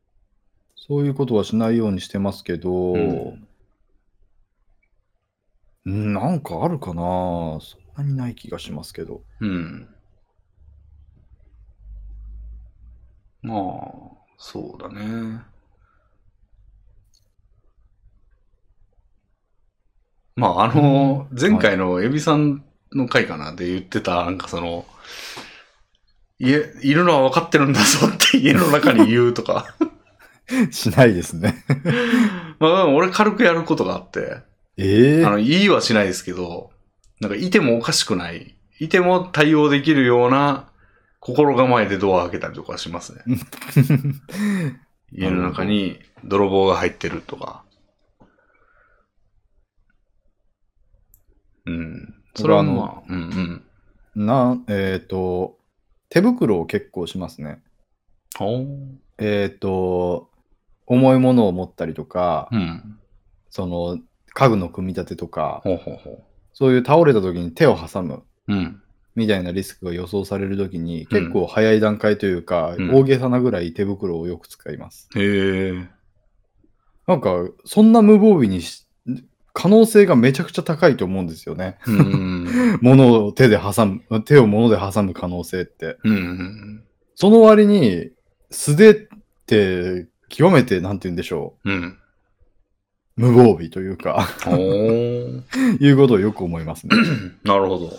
S2: そういうことはしないようにしてますけど、
S1: うん
S2: うんなんかあるかなそんなにない気がしますけど。 *laughs*
S1: うん。まあ、そうだね。まあ、あの、前回のエビさんの回かなで言ってた、なんかその、家、いるのは分かってるんだぞって家の中に言うとか。
S2: しないですね。 *laughs*
S1: まあまあ、俺軽くやることがあって、
S2: ええ
S1: あの、言いはしないですけど、なんかいてもおかしくない、いても対応できるような心構えでドア開けたりとかしますね。家の中に泥棒が入ってるとか。うん。それは
S2: 僕は
S1: まあ、うんうん。
S2: *laughs* なん、えっ、と、手袋を結構しますね。
S1: ほう。
S2: えっ、と、重いものを持ったりとか、
S1: うん。
S2: その、家具の組み立てとか、
S1: ほうほうほ
S2: そういう倒れた時に手を挟む
S1: う。うん。
S2: みたいなリスクが予想される時に、結構早い段階というか、
S1: うん
S2: 大げさなぐらい手袋をよく使います。
S1: へえ。
S2: なんか、そんな無防備にし可能性がめちゃくちゃ高いと思うんですよね。
S1: *laughs* うん。
S2: 物を手で挟む、手を物で挟む可能性って。
S1: うん。
S2: その割に、素手って、極めて、なんて言うんでしょ
S1: うん。
S2: う。無防備というか、 *laughs*
S1: ほう。
S2: いうことをよく思
S1: *laughs*
S2: いますね。
S1: なるほど。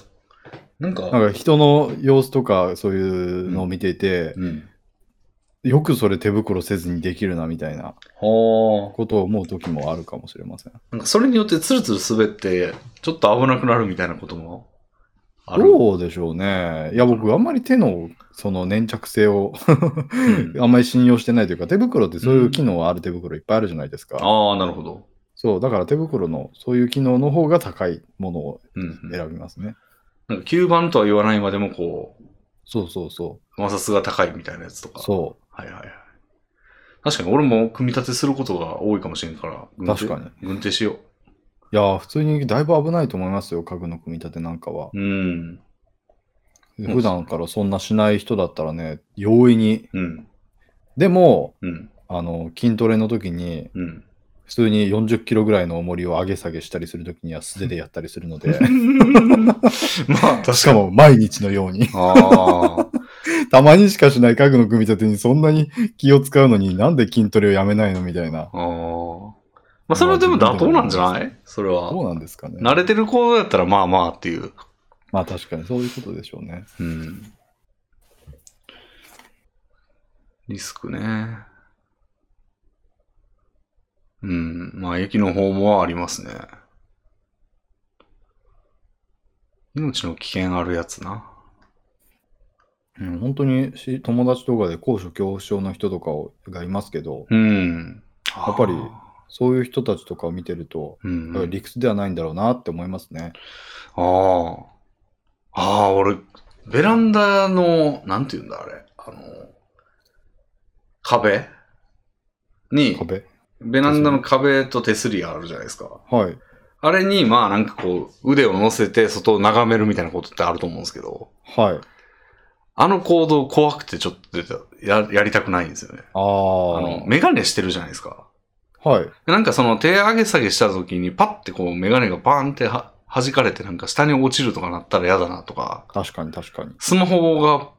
S1: なんか、
S2: なんか人の様子とか、そういうのを見ていて、
S1: うん。
S2: よくそれ手袋せずにできるな、みたいな
S1: はあ。
S2: ことを思う時もあるかもしれません。
S1: なんかそれによってツルツル滑って、ちょっと危なくなるみたいなこともある。
S2: どうでしょうね。いや、僕、あんまり手の、その粘着性を、
S1: うん
S2: あんまり信用してないというか、手袋ってそういう機能ある手袋いっぱいあるじゃないですか。
S1: ああ、なるほど。
S2: そう、だから手袋のそういう機能の方が高いものを
S1: うん、うん。
S2: 選びますね。
S1: なんか吸盤とは言わないまでもこう、
S2: そうそうそ
S1: 摩擦が高いみたいなやつと
S2: う。
S1: か。
S2: そ
S1: はいはいはい。確かに俺も組み立てすることが多いかもしれんから、軍手
S2: 確か
S1: 軍手しよ
S2: う。いやー、普通にだいぶ危ないと思いますよ、家具の組み立てなんかは。
S1: う。うん。ん
S2: 普段からそんなしない人だったらね、容易に。
S1: うん。
S2: でも、
S1: うん。
S2: あの、筋トレの時に、 *laughs*
S1: うん。
S2: 普通に40キロぐらいの重りを上げ下げしたりする時には素手でやったりするの
S1: *laughs*
S2: で、
S1: まあ、確かに。
S2: しかも毎日のように、
S1: ああ。
S2: たまにしかしない家具の組み立てにそんなに気を使うのになんで筋トレをやめないのみたいな。
S1: ああ。まあ、それはでも妥当なんじゃないそれ
S2: ど
S1: は。
S2: うなんですかね。
S1: 慣れてる子だったらまあまあっていう。
S2: まあ確かにそういうことでしょうね。
S1: うん。リスクね。うん。まあ、駅の方もありますね。命の危険あるやつな。
S2: うん、本当にし友達とかで高所恐怖症の人とかをがいますけど、
S1: うん。
S2: やっぱりそういう人たちとかを見てると、
S1: うん、
S2: やっぱり理屈ではないんだろうなって思いますね。
S1: ああ。ああ、俺、ベランダの、なんて言うんだ、あれ。あの、壁に、
S2: 壁。
S1: ベランダの壁と手すりがあるじゃないですか。
S2: はい。
S1: あれに、まあなんかこう、腕を乗せて外を眺めるみたいなことってあると思うんですけど、
S2: はい。
S1: あの行動怖くてちょっと出たややりたくないんですよね。
S2: あ
S1: あ
S2: あ。
S1: の、メガネしてるじゃないですか。
S2: はい。
S1: なんかその手上げ下げした時にパッてこうメガネがバーンっては弾かれてなんか下に落ちるとかなったら嫌だなとか、
S2: 確かに確かに。
S1: スマホが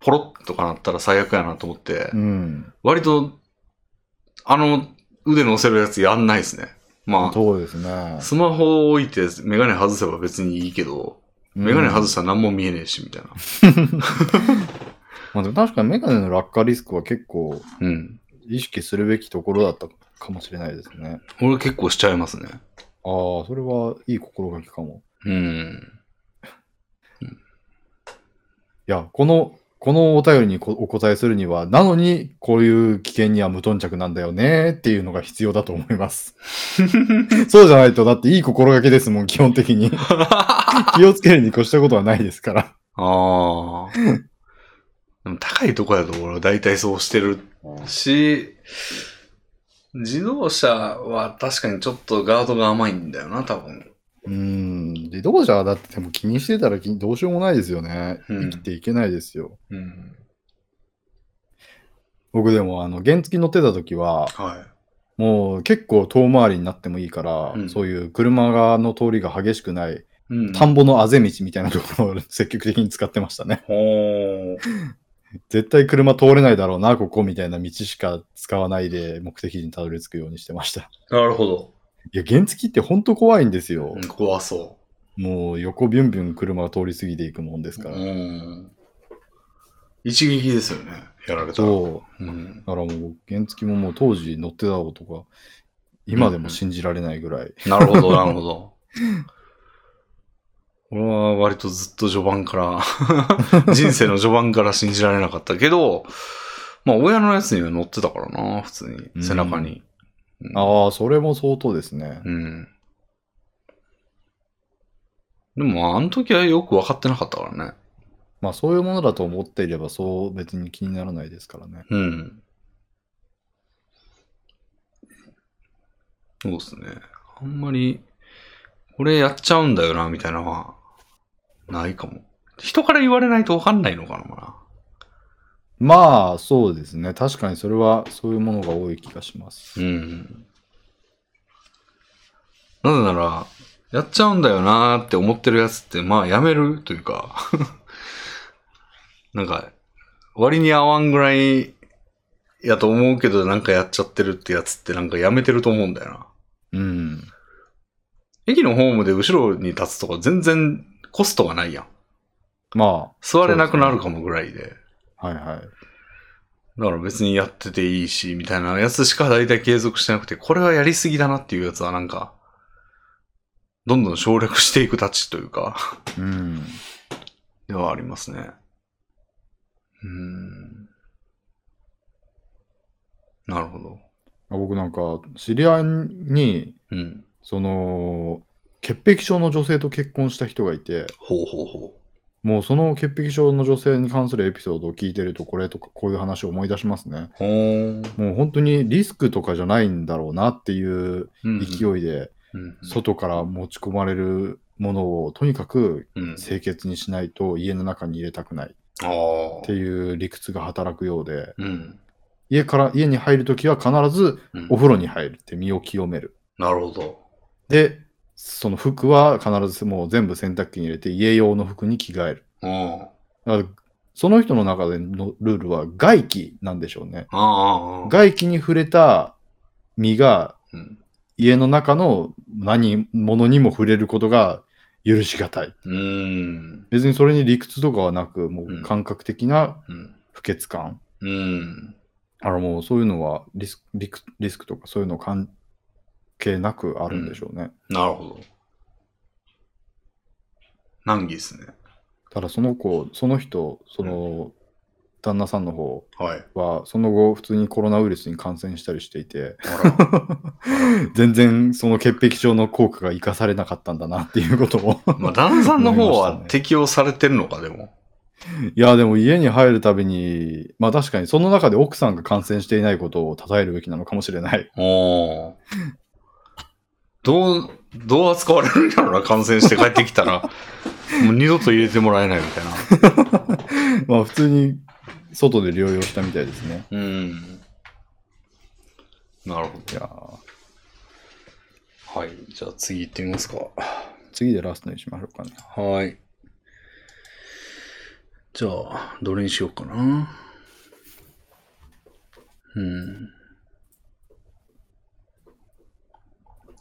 S1: ポロッとかなったら最悪やなと思って
S2: う、ん。
S1: 割と、あの腕乗せるやつやんないですね。まあ、
S2: そうですね。
S1: スマホを置いてメガネ外せば別にいいけど、メガネ外
S2: す。
S1: したら何も見えねえし、みたいな。
S2: まあ、でも確かにメガネの落下リスクは結構
S1: うん。
S2: 意識するべきところだったかもしれないですね。
S1: 俺結構しちゃいますね。
S2: ああ、それはいい心がけかも。
S1: うん。 *laughs*
S2: いや、この、このお便りにこお答えするには、なのに、こういう危険には無頓着なんだよねっていうのが必要だと思い *laughs* ます。そうじゃないと、だっていい心がけですもん、基本的 *laughs* に。気をつけるに越したことはないですから。
S1: ああ。でも高いとこやと俺は大体そうしてるし、自動車は確かにちょっとガードが甘いんだよな、多分。
S2: うーん、自動車はだってでも気にしてたら気にどうしようもないですよね。
S1: うん
S2: 生きていけないですよ。
S1: うん。
S2: 僕でも、あの、原付乗ってた時は、
S1: は
S2: もう結構遠回りになってもいいから、
S1: うん
S2: そういう車がの通りが激しくない、
S1: い。うん
S2: 田んぼのあぜ道みたいなところを積極的に使ってましたね。 *laughs*
S1: ほー
S2: 絶対車通れないだろうな、ここみたいな道しか使わないで目的地にたどり着くようにしてました。 *laughs*
S1: なるほど。
S2: いや、原付ってほんと怖いんですよ
S1: う。ん怖そ
S2: もう横ビュンビュン車が通り過ぎていくもんですから。
S1: うん。一撃ですよね、やられたら。
S2: そう。
S1: うん。
S2: だからもう原付ももう当時乗ってたことが今でも信じられないぐらい、
S1: なるほど、なるほど。俺は割とずっと序盤から、 *laughs* 人生の序盤から信じられなかったけど、まあ親のやつには乗ってたからな、普通
S2: うん
S1: に。背中に。うん
S2: ああそれも相当ですね、
S1: うん。でもまあ、あの時はよく分かってなかったからね。
S2: まあそういうものだと思っていればそう別に気にならないですからね
S1: うん。そうですね。あんまり、これやっちゃうんだよな、みたいなのは、ないかも。人から言われないと分かんないのかな。
S2: まあそうですね確かにそれはそういうものが多い気がします、
S1: うん。なぜなら、やっちゃうんだよなーって思ってるやつって、まあやめるというか、 *laughs* なんか、割に合わんぐらいやと思うけど、なんかやっちゃってるってやつって、なんかやめてると思うんだよな。
S2: うん、
S1: 駅のホームで後ろに立つとか全然コストがないやん。
S2: ま
S1: 座れなくなるかもぐらいで。
S2: あはいはい
S1: だから別にやってていいし、みたいなやつしか大体継続してなくて、これはやりすぎだなっていうやつはなんか、どんどん省略していくたちというか、 *laughs*
S2: うん
S1: ではありますね。うーん。なるほど。
S2: 僕なんか知り合いに
S1: うん。
S2: その潔癖症の女性と結婚した人がいて、
S1: ほうほうほ
S2: もうその潔癖症の女性に関するエピソードを聞いてると、これとかこういう話を思い出しますね。
S1: う。ほーん。
S2: もう本当にリスクとかじゃないんだろうなっていう
S1: うんうん
S2: 勢いで、
S1: うん
S2: 外から持ち込まれるものをとにかく
S1: うん。
S2: 清潔にしないと家の中に入れたくないっ
S1: ああ
S2: て。いう理屈が働くようで、
S1: うん。
S2: 家から家に入るときは必ず
S1: うん
S2: お風呂に入るって身を清める。
S1: なるほど。
S2: で、その服は必ずもう全部洗濯機に入れて家用の服に着替える。
S1: うん。あ
S2: だからその人の中でのルールは外気なんでしょうね。
S1: あああ。
S2: 外気に触れた身が
S1: うん。
S2: 家の中の何物にも触れることが許しがたい。
S1: うーん。
S2: 別にそれに理屈とかはなく、も
S1: う
S2: うん感覚的な
S1: うん。
S2: 不潔感。
S1: うん。
S2: あのもうそういうのはリスクリクリスクとかそういうの関係なくあるんでしょうね。
S1: なるほど。難儀ですね。
S2: ただその子、その人、その旦那さんの方
S1: はい。
S2: はその後普通にコロナウイルスに感染したりしていて、
S1: あら
S2: *laughs* 全然その潔癖症の効果が生かされなかったんだなっていうことも *laughs*
S1: まあ、旦那さんの方
S2: 思いました
S1: は
S2: ね
S1: 適用されてるのか、でも。
S2: いやでも家に入るたびにまあ確かにその中で奥さんが感染していないことを称えるべきなのかもしれない *laughs*
S1: おーどう、どう扱われるんだろうな、感染して帰ってきた
S2: *laughs*
S1: ら。もう二度と入れてもらえないみたいな。
S2: まあ普通に外で療養したみたいですね
S1: うん。なるほ
S2: いやー
S1: ど。はい。じゃあ次行ってみますか。
S2: 次でラストにしましょうかね
S1: はい。じゃあ、どれにしようかな。うん。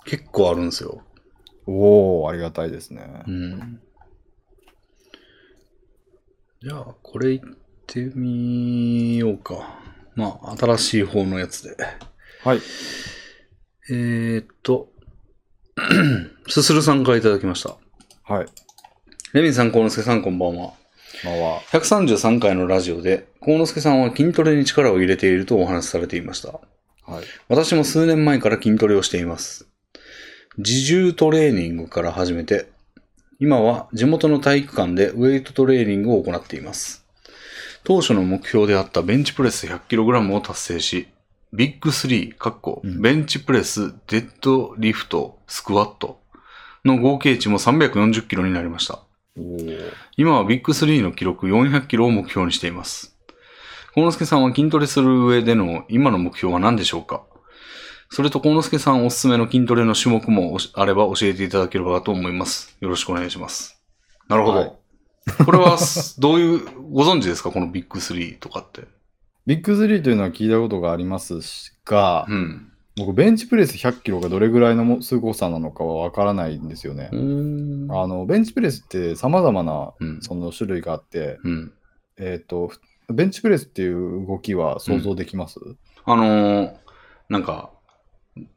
S1: 結構あるんですよ。
S2: おおありがたいですね
S1: うん。じゃあ、これいってみようか。まあ、新しい方のやつで。
S2: はい
S1: えー、っと、 *clears throat* すするさんからいただきました。
S2: はい
S1: レミンさん、コウノスケさん、こんばんは。
S2: まあは
S1: 133回のラジオで、幸之助さんは筋トレに力を入れているとお話しされていました。
S2: はい
S1: 私も数年前から筋トレをしています。自重トレーニングから始めて、今は地元の体育館でウェイトトレーニングを行っています。当初の目標であったベンチプレス 100kg を達成し、ビッグ3、かっこ
S2: うん
S1: ベンチプレス、デッドリフト、スクワットの合計値も 340kg になりました。
S2: おー
S1: 今はビッグ3の記録400キロを目標にしています。幸之助さんは筋トレする上での今の目標は何でしょうかそれと幸之助さんおすすめの筋トレの種目もおしあれば教えていただければと思います。よろしくお願いします。なるほど。
S2: はい
S1: これはす、どういう、ご存知ですかこのビッグ3とかって。
S2: ビッグ3というのは聞いたことがありますしが、
S1: うん。
S2: 僕、ベンチプレス100キロがどれぐらいのもすごさなのかはわからないんですよね
S1: う。ん。
S2: あの、ベンチプレスって様々な
S1: うん。
S2: その種類があって、
S1: うん。
S2: えっ、と、ベンチプレスっていう動きは想像できます、
S1: あのーなんか、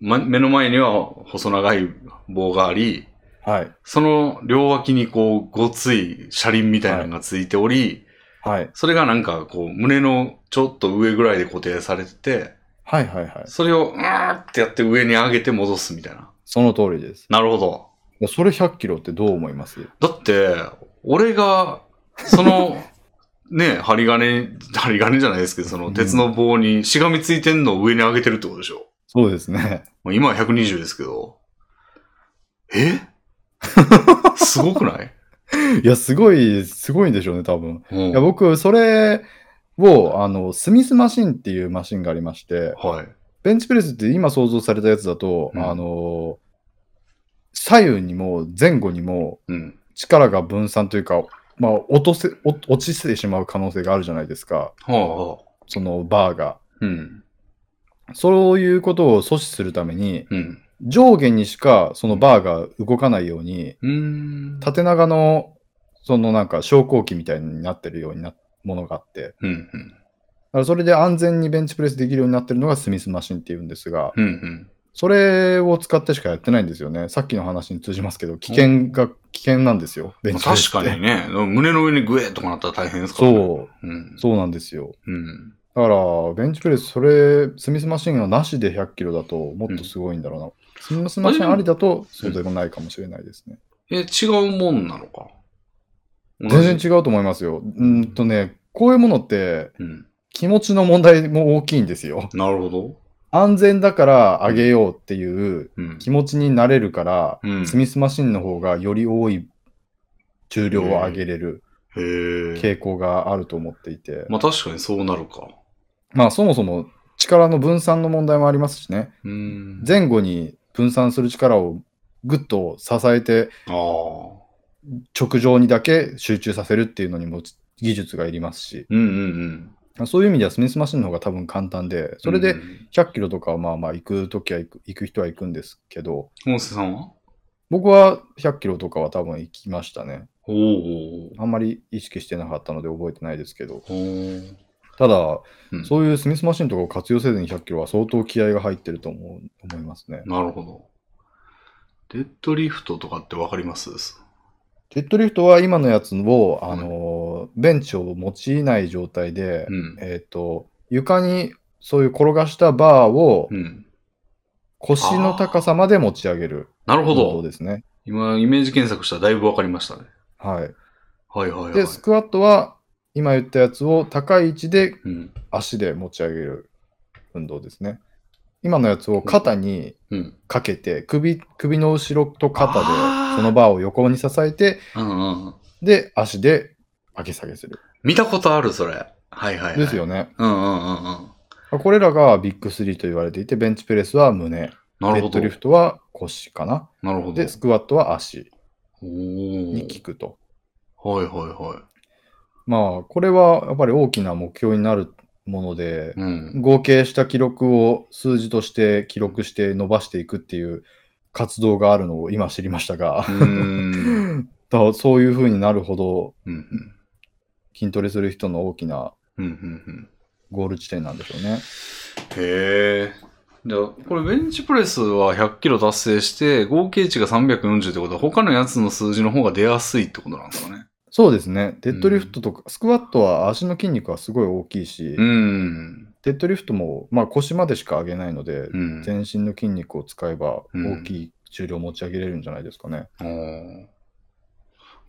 S1: ま、目の前には細長い棒があり、
S2: はい。
S1: その両脇にこう、ごつい車輪みたいなのがついており、
S2: はい。
S1: それがなんかこう、胸のちょっと上ぐらいで固定されてて、
S2: はいはいはい。
S1: それをうーってやって上に上げて戻すみたいな。
S2: その通りです。
S1: なるほど。
S2: それ100キロってどう思います
S1: だって、俺が、その、 *laughs* ね、針金、針金じゃないですけど、その鉄の棒にしがみついてんのを上に上げてるってことでしょ。
S2: そうですね。
S1: まあ今は120ですけど。えすごくない、
S2: いや、すごい、すごいんでしょうね、多分。
S1: うん
S2: いや、僕、それを、あの、スミスマシンっていうマシンがありまして、
S1: はい。
S2: ベンチプレスって今想像されたやつだと、
S1: うん
S2: あの、左右にも前後にも
S1: うん。
S2: 力が分散というか、まあ、落とせ、お落ちてしまう可能性があるじゃないですか。
S1: はあ、はあ。
S2: そのバーが。
S1: うん。
S2: そういうことを阻止するために、
S1: うん。
S2: 上下にしかそのバーが動かないように、
S1: うーん。
S2: 縦長の、そのなんか昇降機みたいになってるようにな、ものがあって、
S1: うん。うん。
S2: だからそれで安全にベンチプレスできるようになってるのがスミスマシンっていうんですが、
S1: うん。うん。
S2: それを使ってしかやってないんですよね。さっきの話に通じますけど、危険が、危険なんですよ、ベン
S1: まあ
S2: チプレス
S1: 確
S2: って。
S1: かにね、でも胸の上にグエーとかなったら大変ですからね。。
S2: そう
S1: ん
S2: う、。そうなんですよ。
S1: うん。
S2: だから、ベンチプレス、それ、スミスマシンがなしで100キロだと、もっとすごいんだろうな。スミスマシンありだと、そうでもないかもしれないですね。
S1: え、違うもんなのか
S2: 全
S1: 違
S2: 然違うと思いますよ。うーんとね、こういうものって、
S1: う。うん。
S2: 気持ちの問題も大きいんですよ。
S1: なるほど。
S2: 安全だから上げようっていう
S1: うん。
S2: 気持ちになれるから、
S1: うん。
S2: スミスマシンの方がより多い重量を上げれる
S1: へえ。
S2: 傾向があると思っていて、
S1: まあ確かにそうなるか。
S2: まあそもそも力の分散の問題もありますしね、
S1: うーん。
S2: 前後に分散する力をぐっと支えて
S1: ああ。
S2: 直上にだけ集中させるっていうのにも技術がいりますし、
S1: うんうん
S2: そういう意味ではスミスマシンの方が多分簡単で、
S1: うん。
S2: それ
S1: う
S2: で
S1: んうん、
S2: 100キロとかはまあまあ行くときは行く行く人は行くんですけど、
S1: 本瀬さんは
S2: 僕は100キロとかは多分行きましたね。
S1: おー
S2: あんまり意識してなかったので覚えてないですけど、
S1: おー。
S2: ただ、
S1: うん
S2: そういうスミスマシンとかを活用せずに100キロは相当気合が入ってると思う思いますね。
S1: なるほど。デッドリフトとかってわかります
S2: デッドリフトは今のやつを、あのーベンチを用いない状態で、
S1: うん。
S2: えっ、と、床にそういう転がしたバーを
S1: うん。
S2: 腰の高さまで持ち上げる
S1: なるほ
S2: こと
S1: ど。
S2: ですね。
S1: 今、イメージ検索したらだいぶわかりましたね。
S2: はい。
S1: はいはいはい
S2: で、。スクワットは今言ったやつを高い位置で
S1: うん。
S2: 足で持ち上げる運動ですね。今のやつを肩に
S1: うん。
S2: かけて、首首の後ろと肩で
S1: あー
S2: そのバーを横に支えて、
S1: うんうん。
S2: で、足で上げ下げする。
S1: 見たことある、それ。はいはい、はい。
S2: ですよね。
S1: うんうんうんうん。
S2: これらがビッグ3と言われていて、ベンチプレスは胸、
S1: な
S2: デ
S1: るほ
S2: ッ
S1: ど
S2: ドリ。フトは腰かな。
S1: なるほど
S2: で、。スクワットは足
S1: お
S2: に
S1: ー
S2: 効くと。
S1: はいはいは
S2: まあ、これはやっぱり大きな目標になるもので
S1: い。、うん。
S2: 合計した記録を数字として記録して伸ばしていくっていう活動があるのを今知りましたが
S1: う、
S2: *laughs*
S1: ーん。
S2: だからそういう風になるほど
S1: うんうん。
S2: 筋トレする人の大きな
S1: うんうんうん。
S2: ゴール地点なんでしょうね。
S1: へえ。じゃあ、これベンチプレスは100キロ達成して、合計値が340ってことは、他のやつの数字の方が出やすいってことなんですかね。
S2: そうですね。デッドリフトとか、スクワットは足の筋肉はすごい大きいし、
S1: うん。
S2: デッドリフトも、まあ、腰までしか上げないので、
S1: うん。
S2: 全身の筋肉を使えば
S1: うん
S2: 大きい重量を持ち上げれるんじゃないですかね。
S1: おー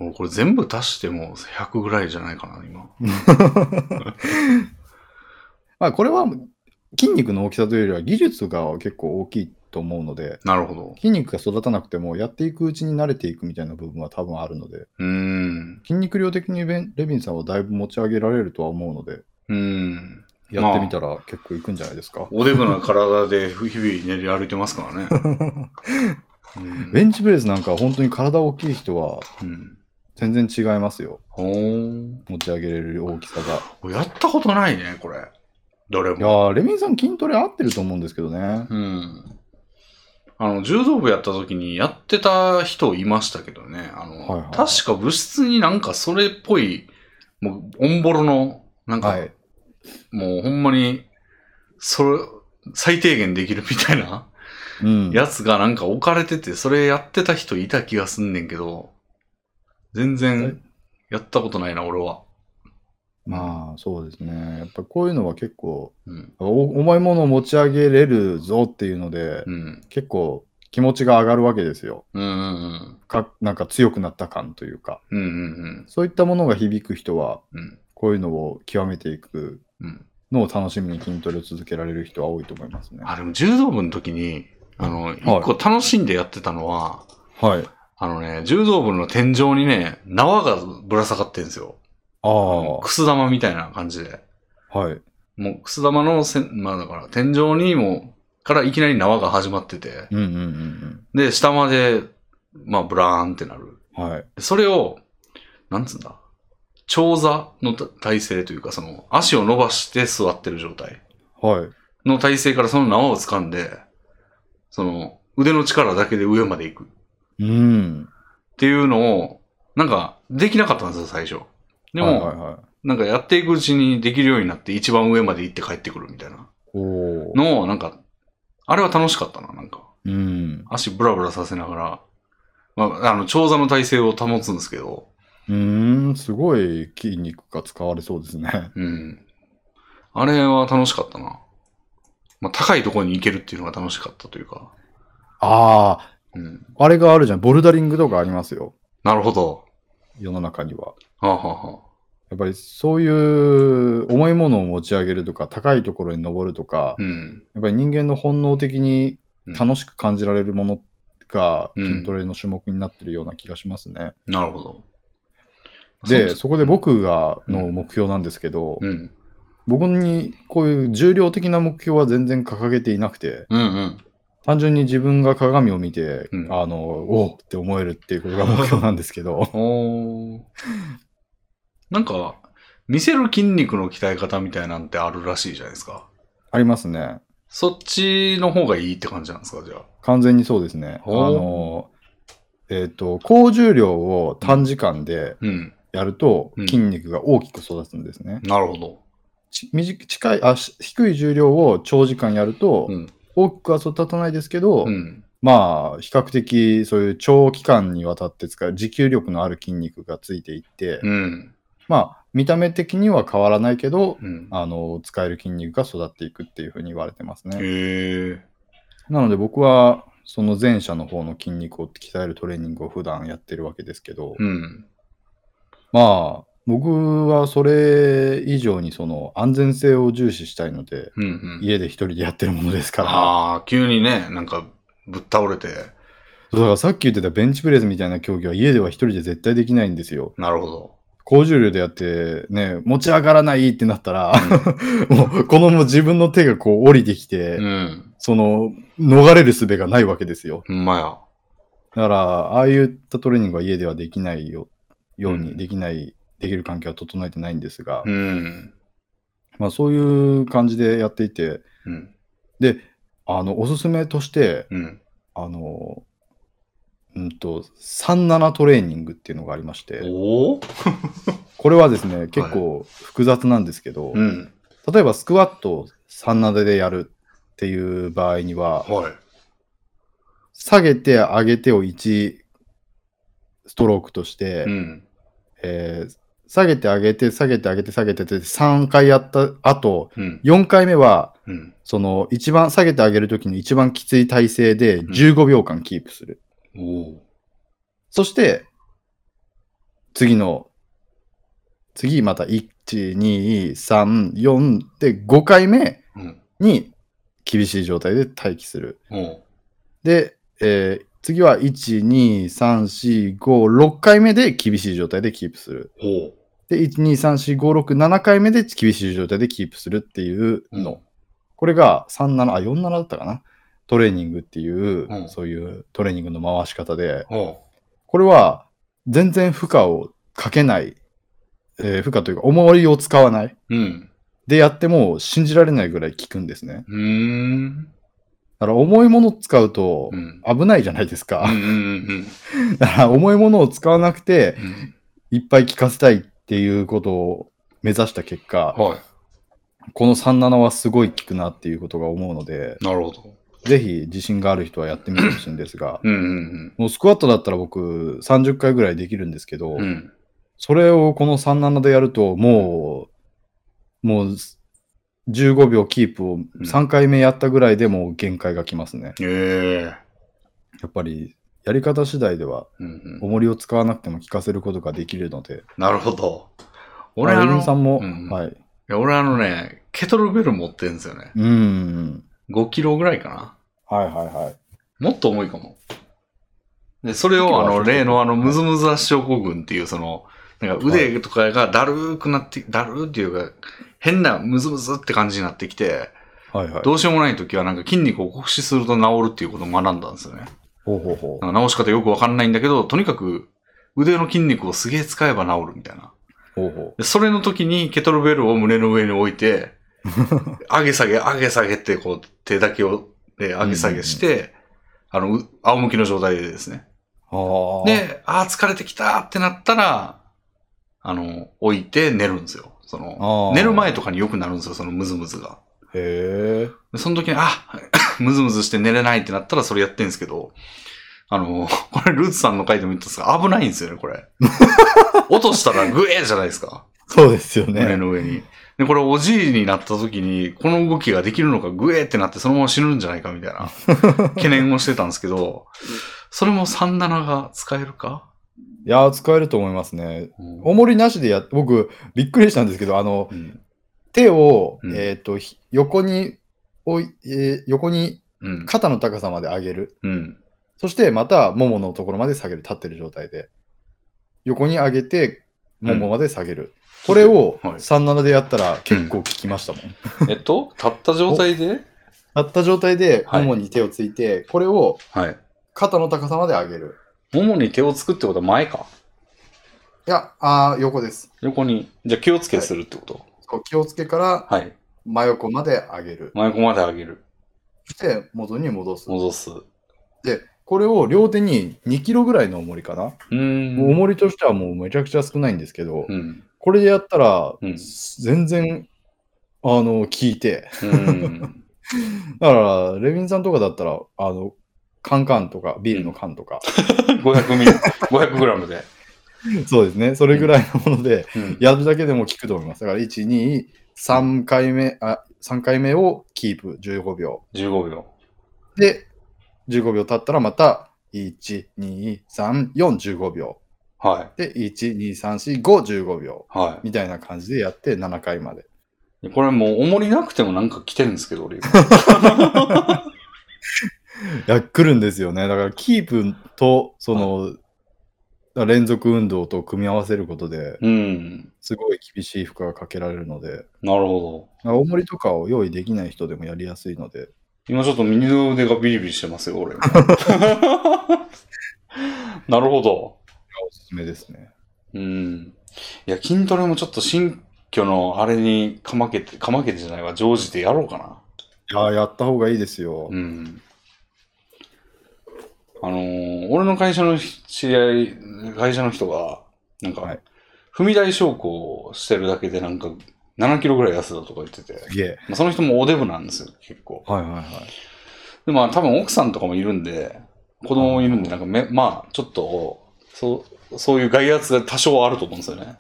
S1: 俺これ全部足しても100ぐらいじゃないかな、今。
S2: まあこれは筋肉の大きさというよりは技術が結構大きいと思うので、
S1: なるほど。
S2: 筋肉が育たなくてもやっていくうちに慣れていくみたいな部分は多分あるので、
S1: うーん。
S2: 筋肉量的にベンレビンさんはだいぶ持ち上げられるとは思うので、
S1: うん。
S2: やってみたら結構いくんじゃないですか。
S1: おでぶな体で日々練り歩いてますからね。
S2: *laughs*
S1: うん
S2: ベンチプレスなんかは本当に体大きい人は
S1: うん。
S2: 全然違いますよ。
S1: ほーん
S2: 持ち上げれる大きさが。
S1: やったことないね、これ。どれ
S2: いや
S1: も。
S2: ーレミンさん筋トレ合ってると思うんですけどね。
S1: うん。あの、柔道部やった時にやってた人いましたけどね。あの、
S2: はいはい
S1: 確か部室になんかそれっぽい、もう、オンボロの、なんか、
S2: はい。
S1: もうほんまに、それ、最低限できるみたいな
S2: うん。
S1: やつがなんか置かれてて、それやってた人いた気がすんねんけど、全然やったことないな、俺は。
S2: まあそうですね。やっぱこういうのは結構、
S1: うん。
S2: お重いものを持ち上げれるぞっていうので、
S1: うん。
S2: 結構気持ちが上がるわけですよ。
S1: うんうん
S2: かなんか強くなった感というか、
S1: うん。うんうん
S2: そういったものが響く人は、
S1: うん。うん。
S2: こういうのを極めていく
S1: うん。
S2: のを楽しみに筋トレを続けられる人は多いと思いますね。
S1: あ、でも柔道部の時に、あの、一個楽しんでやってたのは、
S2: はい。
S1: あのね、柔道部の天井にね、縄がぶら下がってんですよ。
S2: ああ、
S1: くす玉みたいな感じで。
S2: はい。
S1: もう、くす玉のせん、まあだから、天井にも、からいきなり縄が始まってて、
S2: うんうんうん
S1: で、下まで、まあ、ブラーンってなる。
S2: うん。はい。
S1: それを、なんつうんだ、長座のた体勢というか、その、足を伸ばして座ってる状態
S2: はい。
S1: の体勢からその縄を掴んで、その、腕の力だけで上まで行く。
S2: うん。
S1: っていうのを、なんか、できなかったんですよ、最初。でも、
S2: はいはいはい、
S1: なんかやっていくうちにできるようになって、一番上まで行って帰ってくるみたいな
S2: おー
S1: のを、なんか、あれは楽しかったな、なんか。
S2: うん。
S1: 足ブラブラさせながら、まあ、あの、長座の体勢を保つんですけど、
S2: うーん、すごい筋肉が使われそうですね。
S1: うん。あれは楽しかったな。まあ、高いところに行けるっていうのが楽しかったというか。
S2: *laughs* あ
S1: うん。
S2: あ、あれがあるじゃん。ボルダリングとかありますよ。
S1: なるほど。
S2: 世の中には。
S1: はあ、はあは
S2: やっぱりそういう重いものを持ち上げるとか、高いところに登るとか
S1: あ、、うん。
S2: やっぱり人間の本能的に
S1: うん
S2: 楽しく感じられるものが
S1: うん
S2: 筋トレの種目になってるような気がしますね。
S1: なるほど。
S2: で、
S1: う
S2: そこで、僕がの目標なんですけど、
S1: うん。
S2: 僕にこういう重量的な目標は全然掲げていなくて、
S1: うんうん。
S2: 単純に自分が鏡を見て、
S1: うん、
S2: あの、おうって思えるっていうことが目標なんですけど *laughs*
S1: おーなんか、見せる筋肉の鍛え方みたいなんてあるらしいじゃないですか。
S2: ありますね。
S1: そっちの方がいいって感じなんですか、じゃあ。
S2: 完全にそうですね。あ
S1: ほう
S2: の、えっ、と、高重量を短時間で
S1: うん。
S2: やると
S1: うん
S2: 筋肉が大きく育つんですね。
S1: なるほど。
S2: ち短い近いあし低い重量を長時間やると、
S1: うん。
S2: 大きくは育たないですけど、
S1: うん。
S2: まあ比較的そういう長期間にわたって使う持久力のある筋肉がついていって、
S1: うん。
S2: まあ見た目的には変わらないけど、
S1: うん。
S2: あの使える筋肉が育っていくっていうふうに言われてます
S1: へ
S2: ね。
S1: え。
S2: なので僕はその前者の方の筋肉を鍛えるトレーニングを普段やってるわけですけど、
S1: うん。
S2: まあ僕はそれ以上にその安全性を重視したいので、
S1: うん。うん。
S2: 家で一人でやってるものですから。
S1: ああ、急にね、なんか、ぶっ倒れて。
S2: そうだからさっき言ってたベンチプレスみたいな競技は家では一人で絶対できないんですよ。
S1: なるほど。
S2: 高重量でやってね、持ち上がらないってなったら、 *laughs* もうこのもう自分の手がこう降りてきて、
S1: うん。
S2: その逃れる術がないわけですよ。
S1: ほんまや。
S2: だから、ああいったトレーニングは家ではできないよように、
S1: うん
S2: できない、できる環境は整えてないんですが、
S1: うん。
S2: まあそういう感じでやっていて、
S1: うん。
S2: あの、おすすめとして、
S1: うん。
S2: あの、うんと、37トレーニングっていうのがありまして、
S1: おお
S2: これはですね、結構複雑なんですけど、
S1: うん。
S2: 例えばスクワットを3なででやるっていう場合には、
S1: はい。
S2: 下げて上げてを1ストロークとして、
S1: うん。
S2: えー下げて上げて下げて上げて下げてって3回やった後、
S1: うん。
S2: 4回目は、
S1: うん。
S2: その一番下げて上げる時の一番きつい体勢で15秒間キープする。
S1: おお
S2: そして、次の、次また1、2、3、4で5回目
S1: うん。
S2: に厳しい状態で待機する。
S1: おう
S2: で、えー次は1、2、3、4、5、6回目で厳しい状態でキープする。
S1: おう
S2: で、1、2、3、4、5、6、7回目で厳しい状態でキープするっていうの。
S1: うん
S2: これが3、7、あ、4、7だったかな。トレーニングっていう、
S1: うん
S2: そういうトレーニングの回し方で、
S1: おう
S2: これは全然負荷をかけない、えー負荷というか重りを使わない
S1: うん。
S2: でやっても信じられないぐらい効くんですね。
S1: うーん。
S2: だから重いもの使うと
S1: うん。
S2: 危ないじゃないですか。
S1: うんうん
S2: だから重いものを使わなくて
S1: うんうん。
S2: いっぱい効かせたいっていうことを目指した結果、
S1: は
S2: この37はすごい効くなっていうことが思うので、
S1: い。なるほど。
S2: ぜひ自信がある人はやってみてほしいんですが、
S1: うんうん
S2: もうスクワットだったら僕30回ぐらいできるんですけど、
S1: うん。うん。
S2: それをこの37でやるともう、もう15秒キープを3回目やったぐらいでもう限界がきますね。
S1: ええ。
S2: やっぱりやり方次第では
S1: うんうん。
S2: 重りを使わなくても効かせることができるので、
S1: なるほど。俺
S2: あ
S1: あ
S2: ゆみ
S1: の、
S2: さんも、
S1: うん
S2: はい。
S1: いや俺あのね、ケトルベル持ってんですよね。
S2: うーん。
S1: 5キロぐらいかな。
S2: はいはいはい。
S1: もっと重いかも。で、それを、あの、例のあの、ムズムズ圧症候群っていう、その、なんか腕とかがだるーくなって、だるーっていうか、変なムズムズって感じになってきて、
S2: はいはい。
S1: どうしようもない時はなんか筋肉を酷使すると治るっていうことを学んだんですよね。
S2: ほうほうほう。
S1: なんか治し方よくわかんないんだけど、とにかく腕の筋肉をすげえ使えば治るみたいな。
S2: ほうほ
S1: でそれの時にケトルベルを胸の上に置いて、上げ下げ、上げ下げって、こう、手だけを、で上げ下げして、あの、う仰向きの状態でですね。
S2: う。ああ。
S1: で、ああ、疲れてきたってなったら、あの、置いて寝るんですよ。その
S2: あ、ー
S1: 寝る前とかによくなるんですよ、そのムズムズが。
S2: へえ。
S1: でその時に、あ *laughs* ムズムズして寝れないってなったらそれやってんですけど、あの、これルーツさんの回でも言ったんですが、危ないんですよね、これ。落としたらグエーじゃないですか。
S2: そうですよ
S1: 胸
S2: ね。
S1: の上に。で、これおじいになった時に、この動きができるのか、グエーってなってそのまま死ぬんじゃないかみたい *laughs* な、懸念をしてたんですけど、それも37が使えるか、
S2: いやー、使えると思いますね。
S1: うん
S2: 重りなしでやっ僕、びっくりしたんですけど、あの、
S1: うん
S2: 手を、
S1: うん
S2: えっ、と、ひ横に、おいえー横に
S1: うん。
S2: 肩の高さまで上げる。
S1: うん。
S2: そして、また、もものところまで下げる。立ってる状態で。横に上げて、ももまで下げる。これを
S1: はい
S2: 37でやったら結構効きましたもん。
S1: えっと、立った状態で
S2: 立った状態で、
S1: はい
S2: ももに手をついて、これを
S1: はい。
S2: 肩の高さまで上げる。
S1: ももに手をつくってことは前か。
S2: いや、あー横です。
S1: 横に。じゃあ気をつけするってこと
S2: こう気をつけから
S1: はい。
S2: 真横まで上げる。
S1: 真横まで上げる。
S2: で、元に戻す。
S1: 戻す。う
S2: で、これを両手に2キロぐらいの重りかな。
S1: ーん。
S2: もう重りとしてはもうめちゃくちゃ少ないんですけど、
S1: うん。
S2: これでやったら
S1: うん、
S2: 全然、あの、効いて。
S1: うん。 *laughs*
S2: だから、レヴィンさんとかだったら、あの、カンカンとか、ビールの缶とか、
S1: 500ミリ、500グラムで。
S2: そうですね、それぐらいのもので、
S1: うん
S2: やるだけでも効くと思います。だから、1、2、3回目、あ、3回目をキープ、15秒。
S1: 15秒。
S2: で、15秒経ったらまた、1、2、3、4、15秒。
S1: は
S2: で、1、2、3、4、5、15秒。
S1: い。はい。
S2: みたいな感じでやって、7回まで。
S1: これもう重りなくてもなんか来てるんですけど、
S2: *laughs*
S1: 俺今。
S2: いや、来るんですよね。だから、キープと、その、だから連続運動と組み合わせることで、
S1: うん。
S2: すごい厳しい負荷がかけられるので、
S1: なるほど。
S2: 大盛りとかを用意できない人でもやりやすいので、
S1: 今ちょっと右の腕がビリビリしてますよ、俺。 *laughs* なるほど。
S2: おすすめですね。
S1: うん。いや、筋トレもちょっと新居のあれにかまけて、かまけてじゃないわ、常時でやろうかな。
S2: いやー、やった方がいいですよ
S1: う。ん。あのー俺の会社の知り合い、会社の人が、なんか、
S2: はい
S1: 踏み台昇降をしてるだけでなんか、7キロぐらい痩せたとか言ってて、
S2: すげえ。
S1: まあ、その人もおデブなんですよ、結構。
S2: はいはいはい。
S1: で、まあ多分奥さんとかもいるんで、子供もいるんで、なんかめ、まあちょっと、そう、そういう外圧が多少あると思うんですよね。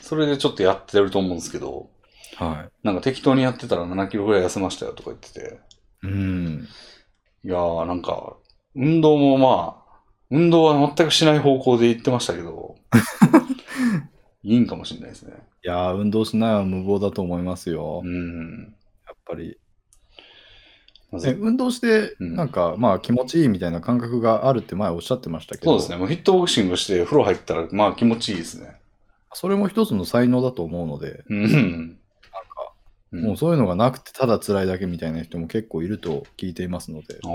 S1: それでちょっとやってると思うんですけど、
S2: は
S1: なんか適当にやってたら7キロぐらい痩せましたよとか言ってて、
S2: い。うん。
S1: いやーなんか、運動もまあ、運動は全くしない方向で言ってましたけど、いいんかもしれないですね。
S2: いやー、運動しないは無謀だと思いますよ。
S1: う
S2: や
S1: ん。
S2: っぱり。
S1: まず
S2: え、運動して、
S1: うん
S2: なんか、まあ気持ちいいみたいな感覚があるって前おっしゃってましたけ
S1: そう
S2: ど、
S1: ですね。もうヒットボクシングして風呂入ったら、まあ気持ちいいですね。
S2: それも一つの才能だと思うので、
S1: うん。うん
S2: もうそういうのがなくて、ただ辛いだけみたいな人も結構いると聞いていますので、
S1: ああ。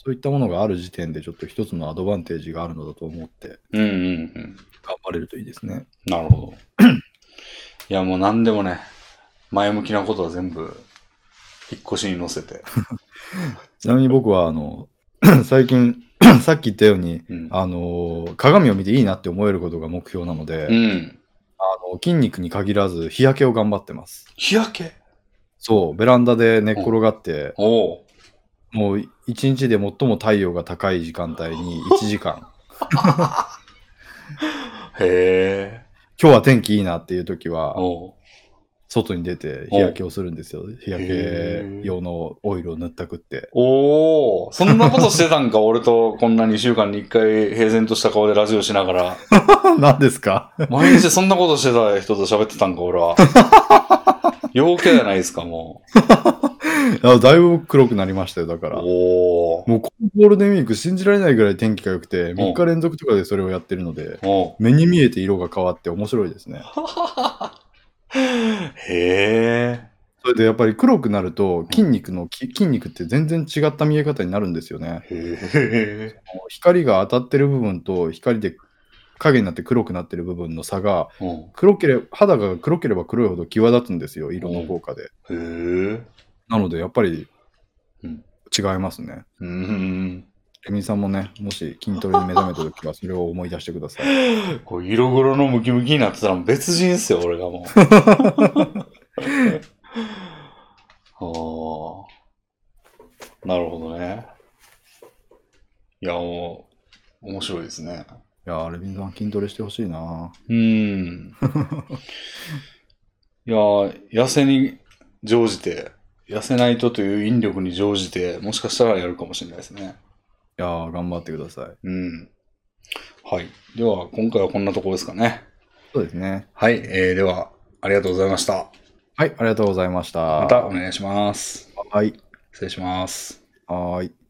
S2: そういったものがある時点で、ちょっと一つのアドバンテージがあるのだと思って、
S1: うんうんうん。
S2: 頑張れるといいですね。
S1: *clears throat* なるほど。いや、もう何でもね、前向きなことは全部、引っ越しに乗せて。
S2: ちなみに僕は、あの、 *clears throat* 最近、 *clears throat* さっき言ったように、
S1: うん。
S2: あの、鏡を見ていいなって思えることが目標なので、
S1: うん。
S2: あの筋肉に限らず日焼けを頑張ってます。
S1: 日焼け
S2: そう、ベランダで寝っ転がって、
S1: おお。
S2: もう一日で最も太陽が高い時間帯に1時間、 *laughs*
S1: へえ。
S2: 今日は天気いいなっていう時は、
S1: おう
S2: 外に出て日焼けをするんですよ。日焼け
S1: へえ
S2: 用のオイルを塗ったくって。
S1: おお。そんなことしてた *laughs* んか、俺とこんな2週間に1回平然とした顔でラジオしながら。
S2: *laughs* 何ですか
S1: 毎日そんなことしてた人と喋ってたんか、俺 *laughs* は。陽気じゃないですか、も
S2: あだいぶ黒くなりましたよ、だか
S1: う。
S2: ら。
S1: おお。
S2: もうこのゴールデンウィーク信じられないぐらい天気が良くて、3日連続とかでそれをやってるので、
S1: おう
S2: 目に見えて色が変わって面白いですね。
S1: へえ。
S2: それでやっぱり黒くなると筋肉のき、筋肉って全然違った見え方になるんですよね。
S1: へえ。
S2: もう光が当たってる部分と光で影になって黒くなってる部分の差が
S1: うん
S2: 黒ければ肌が黒ければ黒いほど際立つんですよ色の効果で、
S1: へえ。
S2: なのでやっぱり
S1: うん
S2: 違いますね
S1: うん。
S2: レミさんもねもし筋トレに目覚めた時はそれを思い出してください
S1: こう色黒のムキムキになってたらもう別人っすよ、俺が *laughs* もう。おーなるほどね。いや、もう、面白いですね。
S2: いやーレミさん筋トレしてほしいな
S1: うーん。いや、痩せに乗じて、痩せないとという引力に乗じて、もしかしたらやるかもしれないですね。
S2: いやー頑張ってください
S1: うん。はい。では、今回はこんなところですかね。
S2: そうですね
S1: はい、えーでは、ありがとうございました。
S2: はいありがとうございました
S1: またお願いします。
S2: はい
S1: 失礼します。
S2: はーい